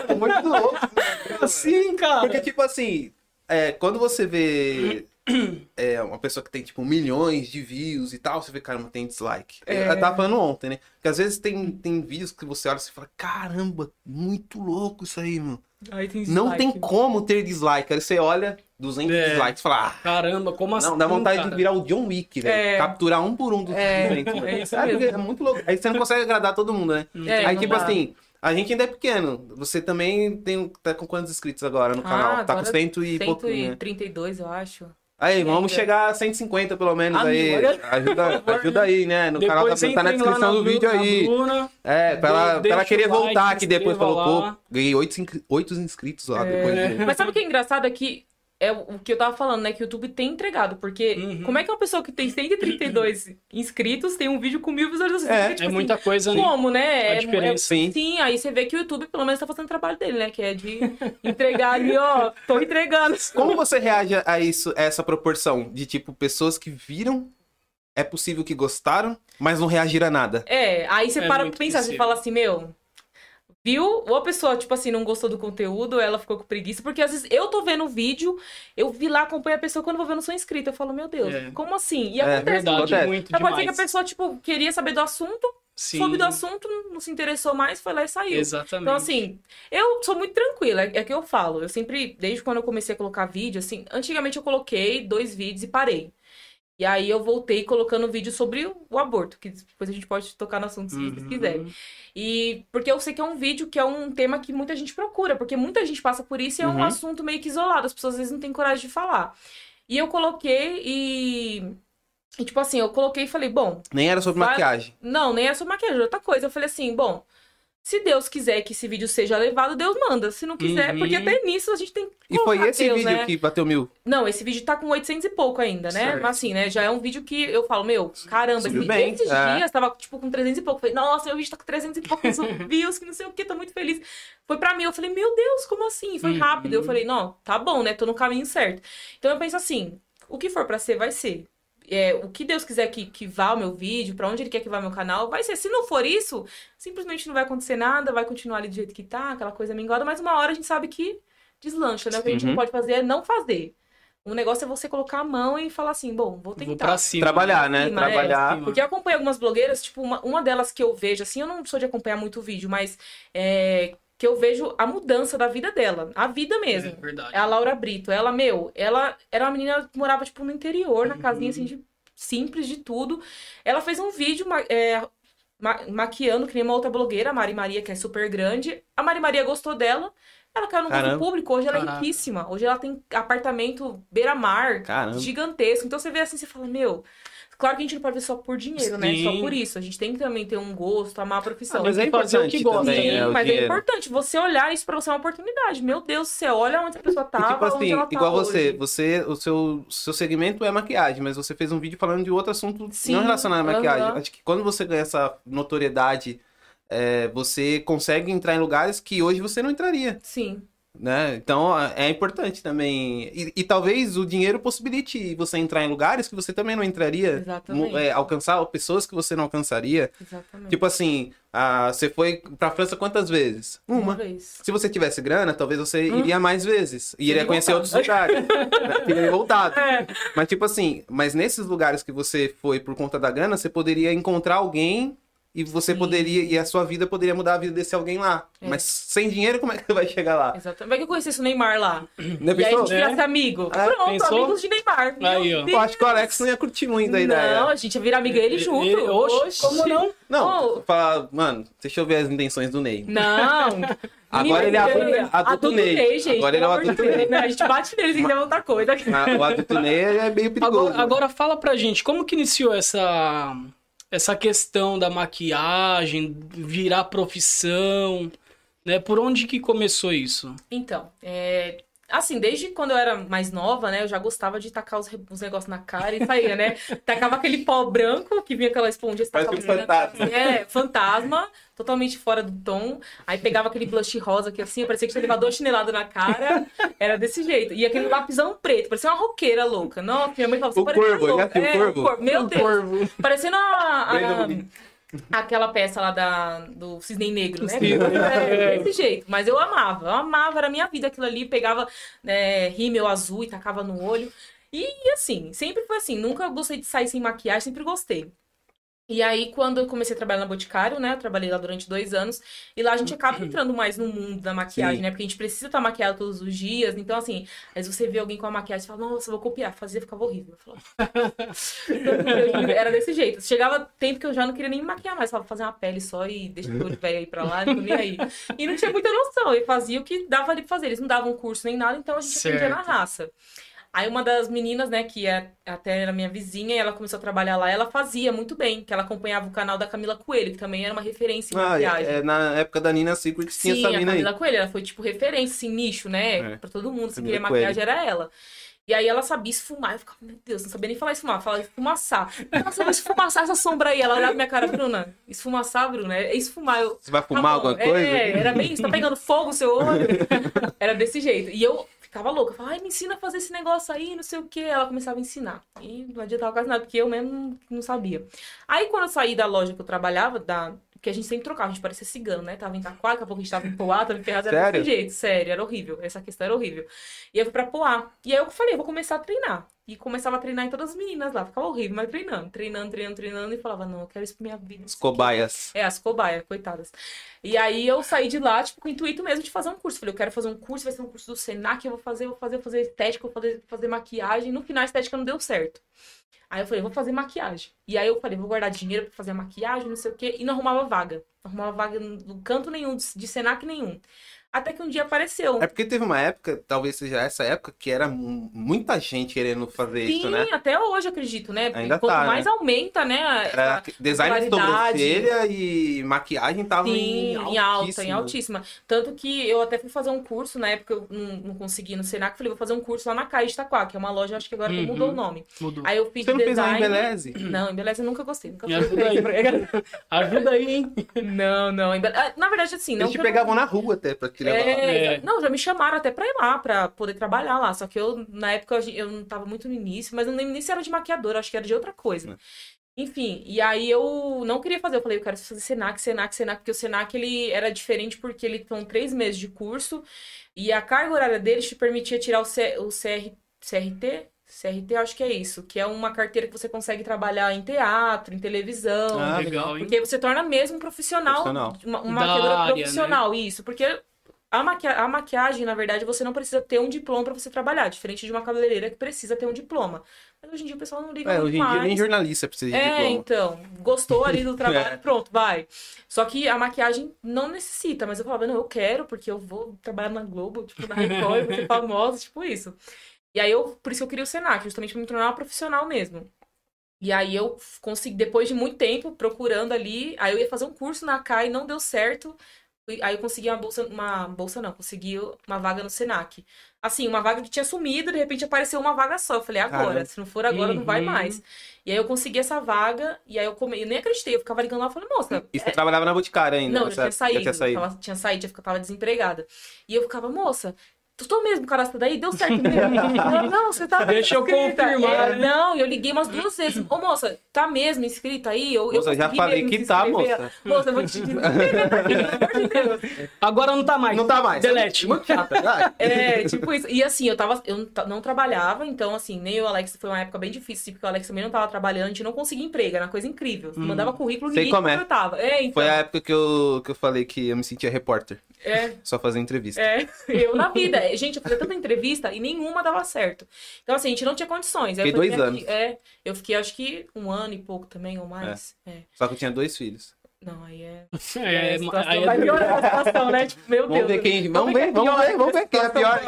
C: É muito louco. né? <laughs>
A: Assim, cara.
C: Porque, tipo assim, é, quando
B: <clears throat>
C: você vê é, uma pessoa que tem, tipo, milhões de views e tal, você vê, caramba, tem dislike.
B: É.
C: Eu tava falando ontem, né? Porque às vezes tem, tem vídeos que você olha e você fala, caramba, muito louco isso aí, mano.
A: Aí tem
C: Não
A: dislike.
C: tem como ter dislike. Aí você olha, 200
A: É.
C: dislikes e fala, ah,
A: Caramba, como assim?
C: não, dá vontade de
A: cara?
C: virar o John Wick, velho.
B: É.
C: Capturar um por um dos
B: É,
C: 200, velho.
B: é isso
C: Sabe?
B: mesmo.
C: É muito louco. Aí você não consegue agradar todo mundo, né?
B: É,
C: Aí,
B: não
C: tipo
B: dá.
C: assim, a gente ainda é pequeno. Você também tem, tá com quantos inscritos agora no
B: Ah,
C: canal? tá com
B: agora
C: 100 e pouquinho, né?
B: 132, eu acho.
C: Aí, vamos
B: ainda.
C: chegar a 150 pelo menos
A: Ah,
C: aí.
A: meu, olha-
C: Ajuda, ajuda aí, né? No canal tá,
A: Depois
C: tá na
A: entrem lá
C: descrição do
A: Bru-
C: vídeo
A: na
C: aí.
A: Bruna.
C: É, pra ela,
A: De-
C: pra ela
A: deixa
C: querer
A: o like,
C: voltar
A: se
C: aqui depois.
A: inscreva
C: Falou,
A: lá.
C: pô, ganhei 8, inscritos lá depois. de-
B: Mas sabe o que é engraçado aqui? É o que eu tava falando, né? Que o YouTube tem entregado. Porque
A: Uhum.
B: como é que uma pessoa que tem 132 inscritos tem um vídeo com mil visualizações?
C: É,
B: Fica,
A: É
B: tipo,
A: muita coisa,
B: assim,
A: né?
B: Como, né?
A: A
B: É- é-
A: diferença.
C: Sim.
B: Sim, aí você vê que o YouTube, pelo menos, tá fazendo o trabalho dele, né? Que é de entregar ali, ó. Tô entregando.
C: Como você reage a isso, a essa proporção de tipo pessoas que viram, é possível que gostaram, mas não reagiram a nada?
B: É, aí você
A: É
B: para
A: muito
B: pra pensar, você
A: sensível.
B: fala assim, meu, viu? Ou a pessoa, tipo assim, não gostou do conteúdo, ela ficou com preguiça, porque às vezes eu tô vendo o vídeo, eu vi lá, acompanho a pessoa, quando eu vou ver, eu não sou inscrita. Eu falo, meu Deus,
A: É.
B: como assim? E
A: É
C: É
B: acontece.
A: verdade,
C: acontece.
A: muito
B: Mas
A: demais.
B: pode ser que a pessoa, tipo, queria saber do assunto,
A: Sim,
B: soube do assunto, não se interessou mais, foi lá e saiu.
A: Exatamente.
B: Então, assim, eu sou muito tranquila, é é que eu falo. Eu sempre, desde quando eu comecei a colocar vídeo, assim, antigamente eu coloquei dois vídeos e parei. E aí eu voltei colocando vídeo sobre o- o aborto, que depois a gente pode tocar no assunto se vocês
A: Uhum.
B: quiserem. E porque eu sei que é um vídeo que é um tema que muita gente procura, porque muita gente passa por isso e é um
C: Uhum.
B: assunto meio que isolado, as pessoas às vezes não têm coragem de falar. E eu coloquei e. e, tipo assim, eu coloquei e falei, bom,
C: Nem era sobre
B: Vai-
C: maquiagem.
B: não, nem é só maquiagem, outra coisa. Eu falei assim, bom, se Deus quiser que esse vídeo seja levado, Deus manda. Se não quiser, é
A: Uhum.
B: porque até nisso a gente tem que
C: E foi
B: colocar
C: esse
B: Deus,
C: vídeo
B: né?
C: que bateu mil.
B: Não, esse vídeo tá com 800 e pouco ainda, né?
C: Certo.
B: Mas assim, né? Já é um vídeo que eu falo, meu, caramba,
C: Subiu
B: esse-
C: bem,
B: esses
C: é.
B: dias tava tipo com 300 e pouco. Falei, nossa, meu vídeo tá com 300 e
C: <laughs>
B: poucos views, que não sei o que, tô muito feliz. Foi pra mim, eu falei, meu Deus, como assim? Foi
A: Uhum.
B: rápido. Eu falei, não, tá bom, né? Tô no caminho certo. Então eu penso assim, o que for pra ser, vai ser. É, o que Deus quiser que, que vá o meu vídeo, pra onde Ele quer que vá o meu canal, vai ser. Se não for isso, simplesmente não vai acontecer nada, vai continuar ali do jeito que tá, aquela coisa minguada, mas uma hora a gente sabe que deslancha, né? O que a gente
C: Uhum.
B: não pode fazer é não fazer. O negócio é você colocar a mão e falar assim, bom, vou
A: Vou
B: tentar.
A: pra cima.
C: Trabalhar,
B: né?
C: né?
B: Sim, mas é,
C: Trabalhar.
A: sim,
B: Porque eu acompanho algumas blogueiras, tipo, uma, uma delas que eu vejo, assim, eu não sou de acompanhar muito vídeo, mas é, que eu vejo a mudança da vida dela, a vida
A: É
B: mesmo.
A: verdade.
B: É a Laura Brito. Ela, meu, ela era uma menina que morava, tipo, no interior, na
A: Uhum.
B: casinha, assim, de simples de tudo. Ela fez um vídeo ma- é, ma- maquiando, que nem uma outra blogueira, a Mari Maria, que é super grande. A Mari Maria gostou dela. Ela caiu no gosto
C: Caramba.
B: público. Hoje ela é
A: Caraca.
B: riquíssima. Hoje ela tem apartamento beira-mar,
C: Caramba.
B: gigantesco. Então você vê assim, você fala, meu... Claro que a gente não pode ver só por dinheiro, né? Só
A: Sim.
B: por isso. A gente tem que também ter um gosto, amar a profissão.
C: Ah, mas é
A: Tem que fazer o
C: importante
A: que gosta,
C: também,
B: Sim,
C: né, o
B: mas é
C: dinheiro.
B: importante você olhar isso pra você é uma oportunidade. Meu Deus, você olha onde a pessoa
C: E,
B: tava,
C: tipo assim,
B: onde ela tá
C: igual
B: hoje.
C: você, você, o seu, seu segmento é maquiagem, mas você fez um vídeo falando de outro assunto
B: Sim,
C: não relacionado à maquiagem.
B: aham.
C: Acho que quando você ganha essa notoriedade, é, você consegue entrar em lugares que hoje você não entraria.
B: Sim.
C: né? Então é importante também. E, e talvez o dinheiro possibilite você entrar em lugares que você também não entraria,
B: Exatamente.
C: mu- é, alcançar pessoas que você não alcançaria.
B: Exatamente.
C: Tipo assim, ah, você foi pra França quantas vezes? Uma.
B: vez.
C: Se você tivesse grana, talvez você
B: Hum.
C: iria mais vezes. E iria
B: Teria
C: conhecer
B: voltado.
C: outros lugares. né? Teria voltado.
B: É,
C: Mas tipo assim, mas nesses lugares que você foi por conta da grana, você poderia encontrar alguém e você
B: Sim.
C: poderia. E a sua vida poderia mudar a vida desse alguém lá.
B: É.
C: Mas sem dinheiro, como é que você vai chegar lá?
B: Exatamente. Vai que eu conhecesse o Neymar lá.
C: Né,
B: É. e aí a
C: pessoal?
B: gente virasse amigo.
C: Ah,
B: Pronto,
A: pensou?
B: amigos de Neymar. Meu
A: Aí, ó.
C: Eu acho que o Alex não ia curtir muito a ideia.
B: Não, a gente ia virar amigo dele junto.
A: E- e- oxe,
B: Oxe.
A: como não?
C: Não,
B: Oh.
C: fala, mano, deixa eu ver as intenções do Ney.
B: Não.
C: Agora ele é adulto-
B: Menina,
C: adulto Ney.
B: gente.
C: Agora ele é o
B: pelo amor de
C: adulto
B: Deus,
C: Ney.
B: né? A gente bate nele sem levantar outra coisa.
C: Ah, O adulto Ney é meio perigoso.
A: Agora, agora fala pra gente, como que iniciou essa, essa questão da maquiagem, virar profissão, né? Por onde que começou isso?
B: Então, é, assim, desde quando eu era mais nova, né? Eu já gostava de tacar os, re- os negócios na cara e saía,
C: <laughs>
B: né? Tacava aquele pó branco que vinha aquela esponja.
C: Parece
B: tacava
C: um
B: na-
C: fantasma.
B: É, fantasma, totalmente fora do tom. Aí pegava aquele blush rosa que assim, parecia que tinha levado uma chinelada na cara. Era desse jeito. E aquele lapisão preto, parecia uma roqueira louca. Nossa, minha mãe falava, você
C: O
B: parecia
C: corvo,
B: louca.
C: já viu o
B: É,
C: corvo?
B: Meu Deus. Parecendo a-
C: Brenda
B: a,
C: Lee.
B: aquela peça lá da, do Cisne Negro, né?
A: Cisne.
B: É, desse jeito. Mas eu amava, eu amava, era a minha vida aquilo ali. Pegava é, rímel azul e tacava no olho. E assim, sempre foi assim. Nunca gostei de sair sem maquiagem, sempre gostei. E aí, quando eu comecei a trabalhar na Boticário, né? Eu trabalhei lá durante dois anos. E lá a gente acaba entrando mais no mundo da maquiagem,
C: Sim.
B: né? Porque a gente precisa estar maquiado todos os dias. Então, assim, às vezes você vê alguém com a maquiagem e fala, nossa, eu vou copiar, fazia, ficava horrível. Eu falava, "Meu Deus", Era desse jeito. Chegava tempo que eu já não queria nem me maquiar mais, falava, fazer uma pele só e deixa o olho velho aí pra lá, não tô nem aí. E não tinha muita noção. Eu fazia o que dava ali pra fazer. Eles não davam curso nem nada, então a gente aprendia na
A: Certo.
B: raça. Aí uma das meninas, né, que é- até era minha vizinha, e ela começou a trabalhar lá, ela fazia muito bem, que ela acompanhava o canal da Camila Coelho, que também era uma referência em
C: Ah, é-
B: maquiagem.
C: é na época da Nina Secret tinha
B: Sim,
C: essa
B: a
C: mina aí.
B: Camila Coelho, ela foi tipo referência, assim, nicho, né?
C: É.
B: Pra todo mundo, se
C: Camila
B: queria maquiagem era ela. E aí ela sabia esfumar, eu ficava, meu Deus, não sabia nem falar esfumar, falava esfumaçar. Nossa, eu vou esfumaçar essa sombra aí. Ela olhava pra minha cara, Bruna, esfumaçar, Bruna, é esfumar. Eu,
C: Você vai
B: Tá
C: fumar
B: bom,
C: alguma coisa?
B: É, era bem isso, tá pegando fogo o seu
C: <laughs>
B: olho. Era desse jeito. E eu ficava louca, eu falava, ai, me ensina a fazer esse negócio aí, não sei o que. Ela começava a ensinar. E não adiantava quase nada, porque eu mesmo não- não sabia. Aí quando eu saí da loja que eu trabalhava, da... que a gente sempre trocava, a gente parecia cigano, né? Tava em Taquara, daqui a pouco a gente tava em Poá, tava em Ferraz, era
C: Sério?
B: desse jeito, sério, era horrível. Essa questão era horrível. E eu fui pra Poá. E aí eu falei, eu vou começar a treinar. E começava a treinar em todas as meninas lá, ficava horrível, mas treinando, treinando, treinando, treinando, e falava, não, eu quero isso pra minha vida.
C: Os cobaias.
B: É, as cobaias, coitadas. E aí eu saí de lá, tipo, com o intuito mesmo de fazer um curso. Falei, eu quero fazer um curso, vai ser um curso do Senac, eu vou fazer, eu vou fazer, eu vou fazer estética, eu vou fazer, fazer maquiagem. No final, a estética não deu certo. Aí eu falei, eu vou fazer maquiagem. E aí eu falei, vou guardar dinheiro pra fazer a maquiagem, não sei o quê. E não arrumava vaga. Não arrumava vaga no canto nenhum, de de Senac nenhum. Até que um dia apareceu.
C: É porque teve uma época, talvez seja essa época, que era mu- muita gente querendo fazer
B: Sim,
C: isso, né?
B: até hoje, acredito, né? Porque
C: Ainda
B: Quanto
C: tá, É.
B: mais aumenta, né? a-
C: Era design de
B: popularidade.
C: sobrancelha e maquiagem tava
B: Sim,
C: em,
B: em alta, em
C: altíssimo.
B: altíssima. Tanto que eu até fui fazer um curso, na época eu não, não consegui no Senac, falei, vou fazer um curso lá na Caixa de Itaquá, que é uma loja, acho que agora que
A: Uhum.
B: mudou o nome.
A: Mudou.
B: Aí eu fiz
C: Você não fez
B: design...
C: uma embeleze?
B: Não, em beleza eu nunca gostei,
C: <laughs>
B: nunca
A: Me
B: fui.
A: ajuda aí. ajuda aí, hein?
B: Não, não, em Bele- ah, Na verdade, assim, não
C: Eles te
B: que eu não-
C: pegavam na rua até pra te levar lá.
B: É,
A: É.
B: exa- Não, já me chamaram até pra ir lá, pra poder trabalhar lá. Só que eu, na época, eu- eu não tava muito no início, mas eu nem, nem se era de maquiadora, acho que era de outra
C: Né.
B: coisa. Enfim, e aí eu não queria fazer. Eu falei, eu quero fazer Senac, Senac, Senac, porque o Senac ele era diferente porque ele são três meses de curso e a carga horária deles te permitia tirar o, C, o CR, CRT. CRT, eu acho que é isso, que é uma carteira que você consegue trabalhar em teatro, em televisão,
C: Ah,
A: legal, hein?
B: porque aí você torna mesmo um profissional,
C: Profissional.
B: uma, uma
A: Da
B: maquiadora
A: área, né?
B: profissional, isso. Porque a, maquia- a maquiagem, na verdade, você não precisa ter um diploma pra você trabalhar, diferente de uma cabeleireira que precisa ter um diploma. Mas hoje em dia o pessoal não liga
C: É,
B: muito
C: hoje em dia
B: mais.
C: nem jornalista precisa de
B: É,
C: diploma.
B: então, gostou ali do trabalho,
C: É.
B: pronto, vai. Só que a maquiagem não necessita, mas eu falava, não, eu quero, porque eu vou trabalhar na Globo, tipo, na Record, eu vou ser famosa, tipo isso. E aí eu, por isso que eu queria o Senac, justamente pra me tornar uma profissional mesmo. E aí eu consegui, depois de muito tempo procurando ali, aí eu ia fazer um curso na CAI, não deu certo. fui- aí eu consegui uma bolsa, uma bolsa não, consegui uma vaga no Senac. Assim, uma vaga que tinha sumido, de repente apareceu uma vaga só. Eu falei, agora,
C: Caramba.
B: se não for agora, não vai
A: Uhum.
B: mais. E aí eu consegui essa vaga, e aí eu, come... eu nem acreditei, eu ficava ligando lá e falei, moça,
C: E você trabalhava na Boticária ainda?
B: não, eu
C: nessa
B: já tinha
C: época?
B: saído.
C: Já tinha saído.
B: Tava, tinha saído, já ficava- tava desempregada. E eu ficava, moça, tu tô mesmo cadastro daí? Deu certo mesmo?
C: <laughs>
B: Ela, não, você tá
A: Deixa eu
B: inscrita."
A: confirmar, né?
B: É, Não, e eu liguei umas duas vezes. Ô, moça, tá mesmo inscrita aí? Eu,
C: Moça,
B: eu
C: já
B: consegui
C: falei
B: mesmo
C: que
B: se
C: tá,
B: inscrever.
C: moça.
B: Moça, eu vou te dizer, pelo amor de Deus.
A: Agora não tá mais.
C: Não tá mais.
A: Delete.
C: Muito né? chato, verdade?
B: É, tipo isso. E assim, eu tava, eu não ta- não trabalhava, então assim, nem eu e o Alex foi uma época bem difícil, assim, porque o Alex também não tava trabalhando, a gente não conseguia emprego, era uma coisa incrível. Você
A: Hum.
B: mandava currículo,
C: Sei
B: ninguém
C: como é.
B: contratava. É, então.
C: Foi a época que eu, que eu falei que eu me sentia repórter.
B: É,
C: Só fazia entrevista.
B: É, <laughs> eu na vida. É, Gente, eu fazia tanta entrevista e nenhuma dava certo. Então, assim, a gente não tinha condições. Aí eu
C: Fiquei
B: falei,
C: dois
B: "Minha filha", É, eu fiquei acho que um ano e pouco também, ou mais. É.
C: Só que eu tinha dois filhos.
B: Não, aí é. <laughs>
A: É,
B: a situação tá
A: aí é
B: vai
A: duro.
B: piorar a situação, né? Tipo, meu
C: Vamos
B: Deus.
C: ver quem. Vamos ver, vamos ver, vamos ver quem é pior.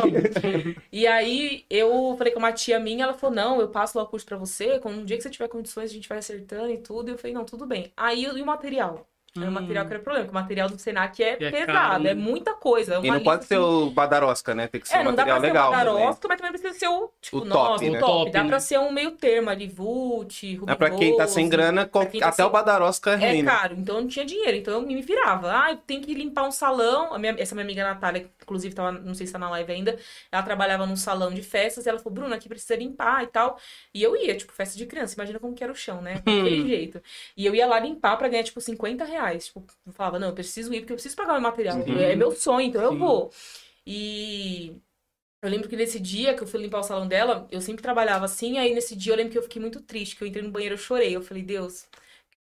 B: E aí eu falei com uma tia minha, ela falou: não, eu passo lá o curso pra você, quando um dia que você tiver condições, a gente vai acertando e tudo. E eu falei, não, tudo bem. Aí e o material? Era o
A: Hum.
B: é material que era problema, porque o material do Senac é,
A: E é
B: pesado,
A: caro, né?
B: é muita coisa. É uma
C: E não
B: lista,
C: pode ser
B: assim,
C: o Badarosca, né? Tem que ser
B: É,
C: um
B: não dá pra
C: material
B: ser
C: legal.
B: uma
C: também.
B: tarosca, mas também precisa ser o, tipo,
C: O
B: nossa,
C: top,
B: o
C: né?
B: top.
A: Top,
B: Dá
A: né?
B: pra ser um meio termo ali, Vult, Ruby
C: Mas pra quem tá sem
B: Rose.
C: grana, qual-
B: pra quem tá
C: até o
B: sem-
C: Badarosca é
B: É
C: ruim. né?
B: caro, então eu não tinha dinheiro, então eu me virava. Ah, tem que limpar um salão. A minha- essa minha amiga Natália, que inclusive tava, não sei se tá na live ainda, ela trabalhava num salão de festas e ela falou, Bruna, aqui precisa limpar e tal. E eu ia, tipo, festa de criança, imagina como que era o chão, né? Daquele jeito. E eu ia lá limpar pra ganhar, tipo, 50 reais. Tipo, eu falava, não, eu preciso ir porque eu preciso pagar meu material.
A: Uhum.
B: É meu sonho, então eu
A: Sim.
B: vou. E eu lembro que nesse dia que eu fui limpar o salão dela, eu sempre trabalhava assim, aí nesse dia eu lembro que eu fiquei muito triste, que eu entrei no banheiro, eu chorei. Eu falei, Deus,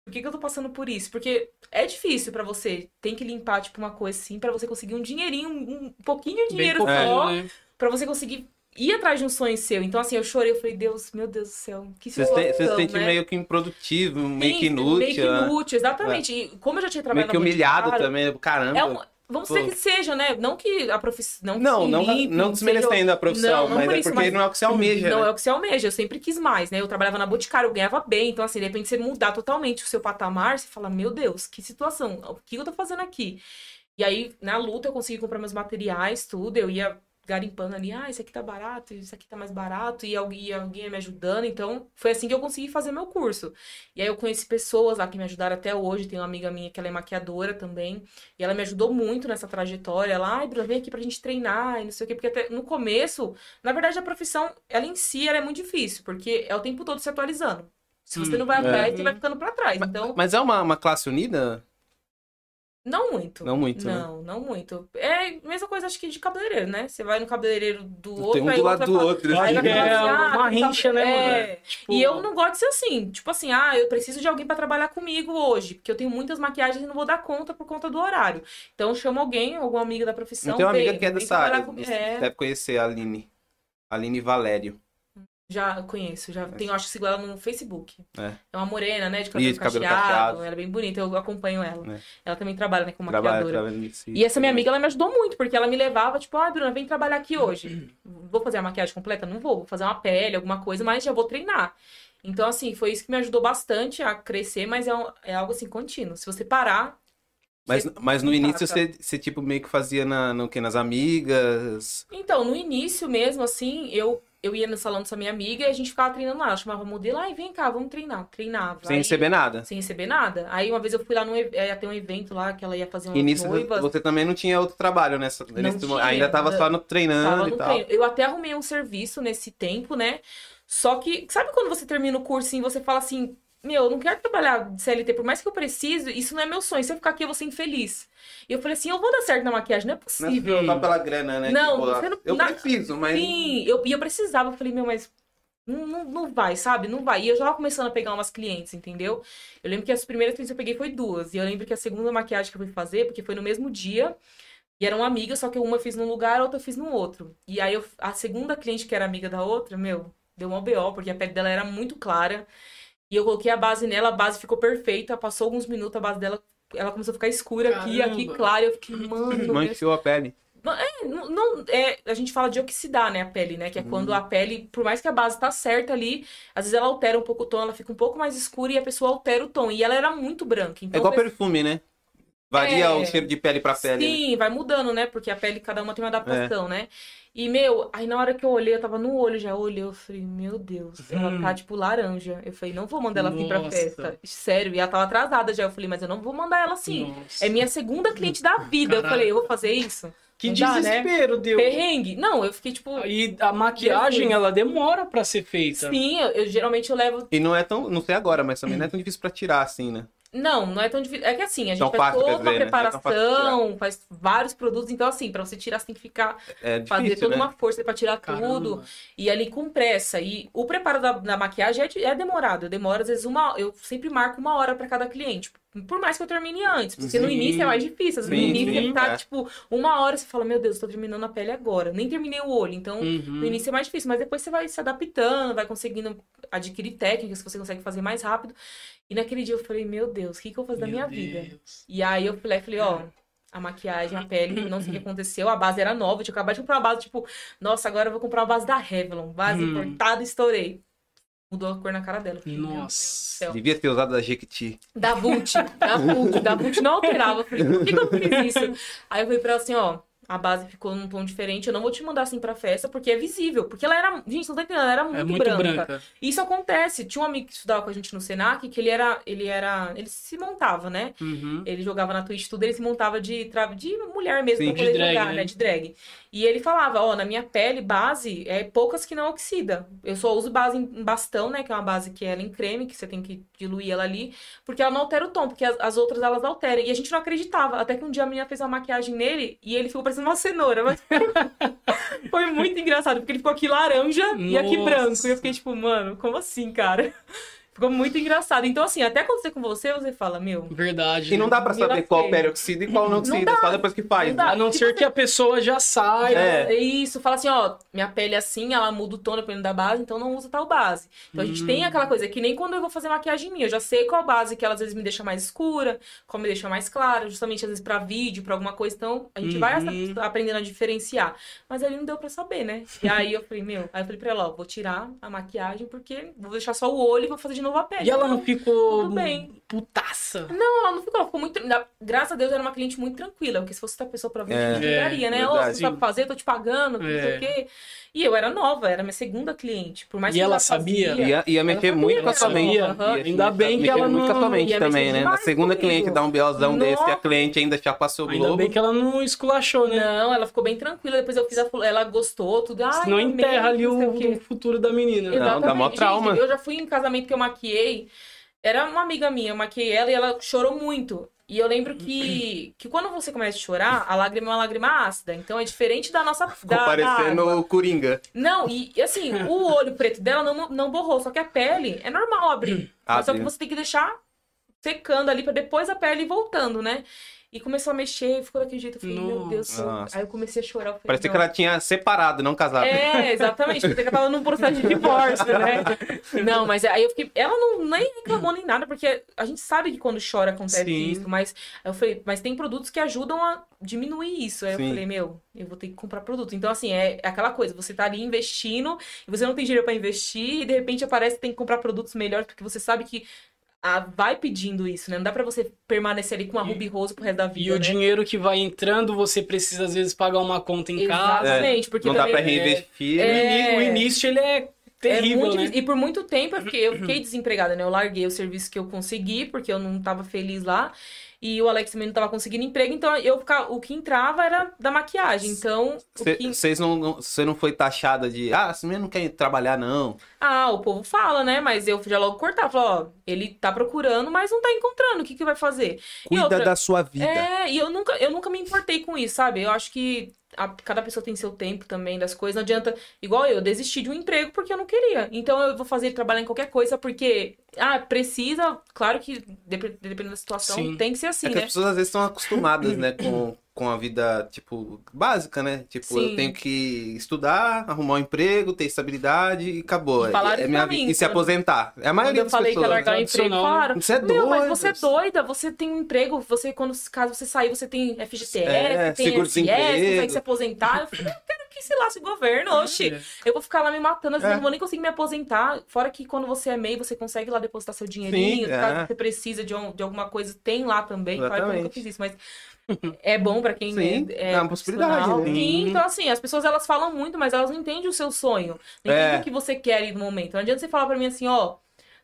B: por que que eu tô passando por isso? Porque é difícil pra você, tem que limpar, tipo, uma coisa assim, pra você conseguir um dinheirinho, um pouquinho
A: Bem
B: de dinheiro só,
A: pouquinho, né?
B: pra você conseguir ir atrás de um sonho seu. Então, assim, eu chorei, eu falei, Deus, meu Deus do céu, que
C: Você se você se
B: situação,
C: sente
B: né?
C: meio que improdutivo, meio que
B: Sim, Meio que
C: inútil. né?
B: inútil, exatamente. E como eu já tinha
C: Meio
B: trabalhado
C: que
B: na
C: humilhado
B: Boticário,
C: também. Caramba.
B: é um- vamos dizer
C: Pô.
B: que seja, né? Não que a profissão.
C: Não, não,
B: limpe,
C: não
B: seja-
C: desmerecendo a profissão,
B: Não, não
C: mas
B: por
C: é
B: isso,
C: porque
B: mas-
C: não é o que você almeja.
B: Não
C: né?
B: é o que você almeja, eu sempre quis mais, né? Eu trabalhava na Boticário, eu ganhava bem, então assim, de repente você mudar totalmente o seu patamar, você fala, meu Deus, que situação, o que eu tô fazendo aqui? E aí, na luta, eu consegui comprar meus materiais, tudo, eu ia garimpando ali, ah, esse aqui tá barato, isso aqui tá mais barato, e alguém, e alguém ia me ajudando, então foi assim que eu consegui fazer meu curso. E aí eu conheci pessoas lá que me ajudaram até hoje, tem uma amiga minha que ela é maquiadora também, e ela me ajudou muito nessa trajetória, ela, ai, Bruna, vem aqui pra gente treinar, e não sei o quê, porque até no começo, na verdade, a profissão, ela em si, ela é muito difícil, porque é o tempo todo se atualizando. Se você
A: Hum,
B: não vai
C: é.
B: atrás, você vai ficando pra trás. Então,
C: Mas é uma, uma classe unida?
B: não muito.
C: Não muito, né?
B: Não, não muito. É a mesma coisa, acho que de cabeleireiro, né? Você vai no cabeleireiro do outro,
C: Tem um
B: aí
C: do
B: o
C: lado
B: vai
C: do
B: falar-
C: outro.
A: Eu
B: é Aí
A: acho
B: vai
A: que
B: falar
A: é
B: assim, ah,
A: uma
B: tem que tá-
A: rincha, né, mano?
B: É.
A: Tipo,
B: E eu não gosto de ser assim. Tipo assim, ah, eu preciso de alguém pra trabalhar comigo hoje, porque eu tenho muitas maquiagens e não vou dar conta por conta do horário. Então, chama alguém, alguma amiga da profissão.
C: Não tem uma
B: vem,
C: amiga que é
B: vem
C: dessa
B: trabalhar
C: área.
B: comigo.
C: Você
B: É.
C: deve conhecer a Aline. Aline Valério.
B: Já conheço, já tenho, acho que sigo ela no Facebook.
C: É.
B: uma morena, né? De cabelo,
C: Isso, cabelo
B: cacheado,
C: cacheado.
B: Ela é bem bonita, eu acompanho ela.
C: É.
B: Ela também trabalha, né, como
C: Trabalha,
B: maquiadora.
C: trabalha nesse-
B: E essa minha amiga, ela me ajudou muito, porque ela me levava, tipo, ah, Bruna, vem trabalhar aqui hoje. <clears throat> Vou fazer a maquiagem completa? Não vou, vou fazer uma pele, alguma coisa, mas já vou treinar. Então, assim, foi isso que me ajudou bastante a crescer, mas é, um- é algo assim contínuo. Se você parar,
C: Mas, mas no início
B: Saca.
C: você, você tipo meio que fazia na, no quê? nas amigas.
B: Então, no início mesmo, assim, eu, eu ia no salão dessa minha amiga e a gente ficava treinando lá. Ela chamava o modelo, ai, vem cá, vamos treinar. Treinava.
C: Sem
B: Aí-
C: receber nada.
B: Sem receber nada. Aí uma vez eu fui lá num ev- eh, até um evento lá que ela ia fazer umas
C: E nisso
B: noivas.
C: você também não tinha outro trabalho, né? Nesse
B: tinha
C: momento. Ainda tava
B: ainda.
C: só no treinando
B: Tava
C: e
B: no
C: tal.
B: treino. Eu até arrumei um serviço nesse tempo, né? Só que, sabe quando você termina o curso e você fala assim, meu, eu não quero trabalhar de CLT, por mais que eu precise, isso não é meu sonho. Se eu ficar aqui, eu vou ser infeliz. E eu falei assim, eu vou dar certo na maquiagem, não é
C: Não é
B: possível.
C: só pela grana, né?
B: Não,
C: Tipo,
B: você não-
C: eu
B: na-
C: preciso, mas.
B: Sim, eu, e eu precisava. Eu falei, meu, mas não, não, não vai, sabe? Não vai. E eu já tava começando a pegar umas clientes, entendeu? Eu lembro que as primeiras clientes que eu peguei foi duas. E eu lembro que a segunda maquiagem que eu fui fazer, porque foi no mesmo dia. E eram amigas, só que uma eu fiz num lugar, a outra eu fiz no outro. E aí eu- a segunda cliente que era amiga da outra, meu, deu uma BO, porque a pele dela era muito clara. E eu coloquei a base nela, a base ficou perfeita. Passou alguns minutos, a base dela, ela começou a ficar escura aqui, aqui
A: Caramba.
B: clara. Eu fiquei, mano, meu
C: Manchou a pele.
B: não, não- é, a gente fala de oxidar, né, a pele, né? Que é quando
C: Uhum.
B: a pele, por mais que a base tá certa ali, às vezes ela altera um pouco o tom, ela fica um pouco mais escura e a pessoa altera o tom. E ela era muito branca.
C: É
B: Então,
C: igual
B: pe-
C: perfume, né? Varia
B: É.
C: o cheiro de pele pra pele. né? É.
B: Sim, vai mudando, né? Porque a pele, cada uma tem uma adaptação, né? E, meu, aí na hora que eu olhei, eu tava no olho já. Eu olhei, eu falei, meu Deus, ela
A: Hum.
B: tá tipo laranja. Eu falei, não vou mandar ela vir pra
A: Nossa.
B: festa. Sério, e ela tava atrasada já. Eu falei, mas eu não vou mandar ela assim.
A: Nossa.
B: É minha segunda cliente da vida. Eu
A: Caraca.
B: falei, eu vou fazer isso?
A: Que
B: Não dá, né?
A: desespero deu.
B: Perrengue? Não, eu fiquei tipo.
A: E a maquiagem,
B: Jesus.
A: ela demora pra ser feita.
B: Sim, eu, eu- geralmente eu levo.
C: E não é tão. Não sei agora, mas também não é tão difícil pra tirar assim, né?
B: Não, não é tão difícil. É que assim, a gente
C: Tão
B: faz
C: fácil,
B: toda
C: quer
B: uma
C: dizer, né? Não é tão fácil de
B: preparação, faz vários produtos. Então, assim, pra você tirar, você tem que ficar.
C: É difícil,
B: fazer toda
C: né?
B: uma força pra tirar tudo.
A: Caramba.
B: E ali com pressa. E o preparo da, da maquiagem é, de- é demorado. Eu demoro, às vezes, uma Eu sempre marco uma hora pra cada cliente. Por mais que eu termine antes. Porque no
A: Sim.
B: início é mais difícil. Às vezes
A: Sim,
B: no início
A: sim,
B: você tá,
C: é.
B: tipo, uma hora você fala, meu Deus, tô terminando a pele agora. Nem terminei o olho. Então,
A: Uhum.
B: no início é mais difícil, mas depois você vai se adaptando, vai conseguindo adquirir técnicas que você consegue fazer mais rápido. E naquele dia eu falei, meu Deus, o que, que eu vou fazer da minha
A: Meu
B: vida?
A: Deus.
B: E aí eu falei, falei, ó, a maquiagem, a pele, não
A: <laughs>
B: sei o que aconteceu, a base era nova, eu tinha acabado de comprar uma base, tipo, nossa, agora eu vou comprar uma base da Revlon, base
A: Hum.
B: importada, estourei. Mudou a cor na cara dela. eu falei, meu Deus do
A: Nossa.
B: céu.
C: Devia ter usado da Jequiti.
B: Da Vult, da Vult, da Vult não alterava. Eu falei, por que, que eu fiz isso? Aí eu falei pra ela assim, ó, a base ficou num tom diferente, eu não vou te mandar assim pra festa, porque é visível. Porque ela era, gente, você não tá entendendo, ela era muito,
A: É muito
B: branca.
A: branca.
B: Isso acontece, tinha um amigo que estudava com a gente no Senac, que ele era, ele era, ele se montava, né?
A: Uhum.
B: Ele jogava na Twitch tudo, ele se montava de, tra... de mulher mesmo
C: Sim,
B: pra
A: de
B: poder
A: drag,
B: jogar,
A: né?
B: né? De drag. E ele falava, ó, na minha pele, base, é poucas que não oxida. Eu só uso base em em bastão, né? Que é uma base que ela em creme, que você tem que diluir ela ali. Porque ela não altera o tom, porque as, as outras elas alteram. E a gente não acreditava. Até que um dia a menina fez uma maquiagem nele e ele ficou parecendo uma cenoura. Mas... <laughs> Foi muito engraçado, porque ele ficou aqui laranja e aqui
A: Nossa.
B: branco. E eu fiquei tipo, mano, como assim, cara? <laughs> Ficou muito engraçado. Então, assim, até acontecer com você, você fala, meu...
A: Verdade.
C: E não dá pra
B: Vila
C: saber qual
B: feia.
C: pele oxida e qual não oxida, só depois que faz.
B: Não
C: né?
B: dá.
A: A não ser que a pessoa já saia.
B: É.
C: É.
B: Isso, fala assim, ó, minha pele é assim, ela muda o tom dependendo da base, então não usa tal base. Então a gente
A: Hum.
B: tem aquela coisa que nem quando eu vou fazer maquiagem minha, eu já sei qual base que ela às vezes me deixa mais escura, qual me deixa mais clara, justamente às vezes pra vídeo, pra alguma coisa, então a gente vai
A: Uhum.
B: essa- aprendendo a diferenciar. Mas ali não deu pra saber, né? E aí eu falei, meu, aí eu falei pra ela, ó, vou tirar a maquiagem porque vou deixar só o olho e vou fazer de novo a pele.
A: E ela não ficou
B: É, Tudo bem.
A: putaça.
B: Não, ela não ficou, ela ficou muito. na- Graças a Deus era uma cliente muito tranquila, porque se fosse outra pessoa pra vir,
C: É.
B: eu julgaria, né?
C: É,
B: Ô, você
C: verdade.
B: sabe fazer, eu tô te pagando, que não sei
A: É.
B: o quê. E eu era nova, era minha segunda cliente. Por mais
A: E
B: que
A: ela
B: já
A: sabia?
B: fazia,
C: Ia, ia mexer muito com a sua
A: sabia.
C: mente.
A: Aham.
C: Ia
A: Ainda
C: mexer-
A: bem que
C: mexer
A: ela
C: muito com a
A: não-
C: sua mente
B: ia
C: também,
B: mexer
C: né? Na
B: demais
C: segunda
B: comigo.
C: cliente dá um biozão
B: Nossa.
C: desse, a cliente ainda chapa seu
A: Ainda
C: globo.
A: bem que ela não esculachou, né?
B: Não, ela ficou bem tranquila. Depois eu fiz a. fo- Ela gostou, tudo. Ai,
A: Senão
B: amei,
A: enterra ali
B: não sei
A: o,
B: quê.
A: o futuro da menina.
C: Exato. dá mó
B: Gente,
C: trauma.
B: eu já fui em casamento que eu maquiei. Era uma amiga minha, eu maquiei ela e ela chorou muito. E eu lembro que, que quando você começa a chorar, a lágrima é uma lágrima ácida. Então é diferente da nossa.
C: Ficou
B: Da, da
C: parecendo o Coringa.
B: Não, e e assim,
C: <laughs>
B: o olho preto dela não, não borrou, só que a pele é normal abrir. Mas Só que
C: Abre.
B: você tem que deixar secando ali pra depois a pele ir voltando, né? E começou a mexer, ficou daquele jeito. Eu falei, meu Deus,
C: Nossa.
B: eu- aí eu comecei a chorar. eu falei,
C: Parecia que
B: não.
C: ela tinha separado, não casado.
B: É, exatamente. Parecia que ela tava num processo de divórcio, né? Não, mas aí eu fiquei. Ela não nem reclamou nem nada, porque a gente sabe que quando chora acontece
A: Sim.
B: isso, mas eu falei, mas tem produtos que ajudam a diminuir isso. Aí
C: Sim.
B: eu falei, meu, eu vou ter que comprar produto. Então, assim, é, é aquela coisa, você tá ali investindo, e você não tem dinheiro pra investir, e de repente aparece que tem que comprar produtos melhores, porque você sabe que. ah, vai pedindo isso, né? Não dá pra você permanecer ali com uma Ruby Rose pro resto da vida.
A: E o
B: né?
A: dinheiro que vai entrando, você precisa às vezes pagar uma conta em casa. é,
B: Exatamente, porque
C: não dá
B: também-
C: pra reinvestir. né?
A: O
B: É.
A: ini- O início ele é terrível,
B: é muito
A: né?
B: difícil. E por muito tempo eu
A: <clears throat>
B: fiquei, eu fiquei desempregada, né? Eu larguei o serviço que eu consegui, porque eu não tava feliz lá. E o Alex também não tava conseguindo emprego, então eu ficava, o que entrava era da maquiagem. Então, o
C: Cê-
B: que-
C: Vocês não, não, cê não foi taxada de, ah, você não quer trabalhar, não.
B: ah, o povo fala, né? Mas eu já logo cortava, falava, ó, ele tá procurando, mas não tá encontrando, o que que vai fazer?
C: Cuida
B: outra-
C: da sua vida.
B: É, e eu nunca, eu nunca me importei com isso, sabe? Eu acho que a- cada pessoa tem seu tempo também das coisas. Não adianta, igual eu, desisti de um emprego porque eu não queria. Então eu vou fazer ele trabalhar em qualquer coisa porque, ah, precisa. Claro que dep- dependendo da situação,
A: Sim.
B: tem que ser assim,
C: É que as
B: né?
C: pessoas às vezes estão acostumadas,
B: <laughs>
C: né, com, com a vida, tipo, básica, né? Tipo, eu
B: Sim.
C: tenho que estudar, arrumar um emprego, ter estabilidade e acabou.
B: E falaram
C: é, é
B: isso
C: minha
B: pra mim,
C: vida. E se
B: quando-
C: aposentar. É a
B: Quando
C: maioria
B: eu
C: das
B: falei que ia
C: pessoas.
B: largar o
A: né?
B: emprego,
A: Tradicional,
B: falaram.
C: Você é
B: Meu,
C: doido.
B: mas você é doida, você tem um emprego, você, quando caso você sair, você tem FGTS,
C: É,
B: tem
C: seguro-desemprego.
B: FGTS, consegue se aposentar. Eu falei, eu quero o que se lasque o governo, oxi. Eu vou ficar lá me matando,
C: É.
B: às vezes eu não vou nem conseguir me aposentar. Fora que quando você é MEI, você consegue lá depositar seu dinheirinho,
C: Sim,
B: caso
C: é.
B: você precisa de, um- de alguma coisa, tem lá também. Claro que eu nunca
C: Exatamente.
B: fiz isso, mas é bom pra quem
C: Sim,
B: é, é
C: dá uma possibilidade,
B: profissional.
C: né?
B: Sim, então assim, as pessoas elas falam muito, mas elas não entendem o seu sonho. Não
C: É.
B: entendem o que você quer ali no momento. Não adianta você falar pra mim assim, ó,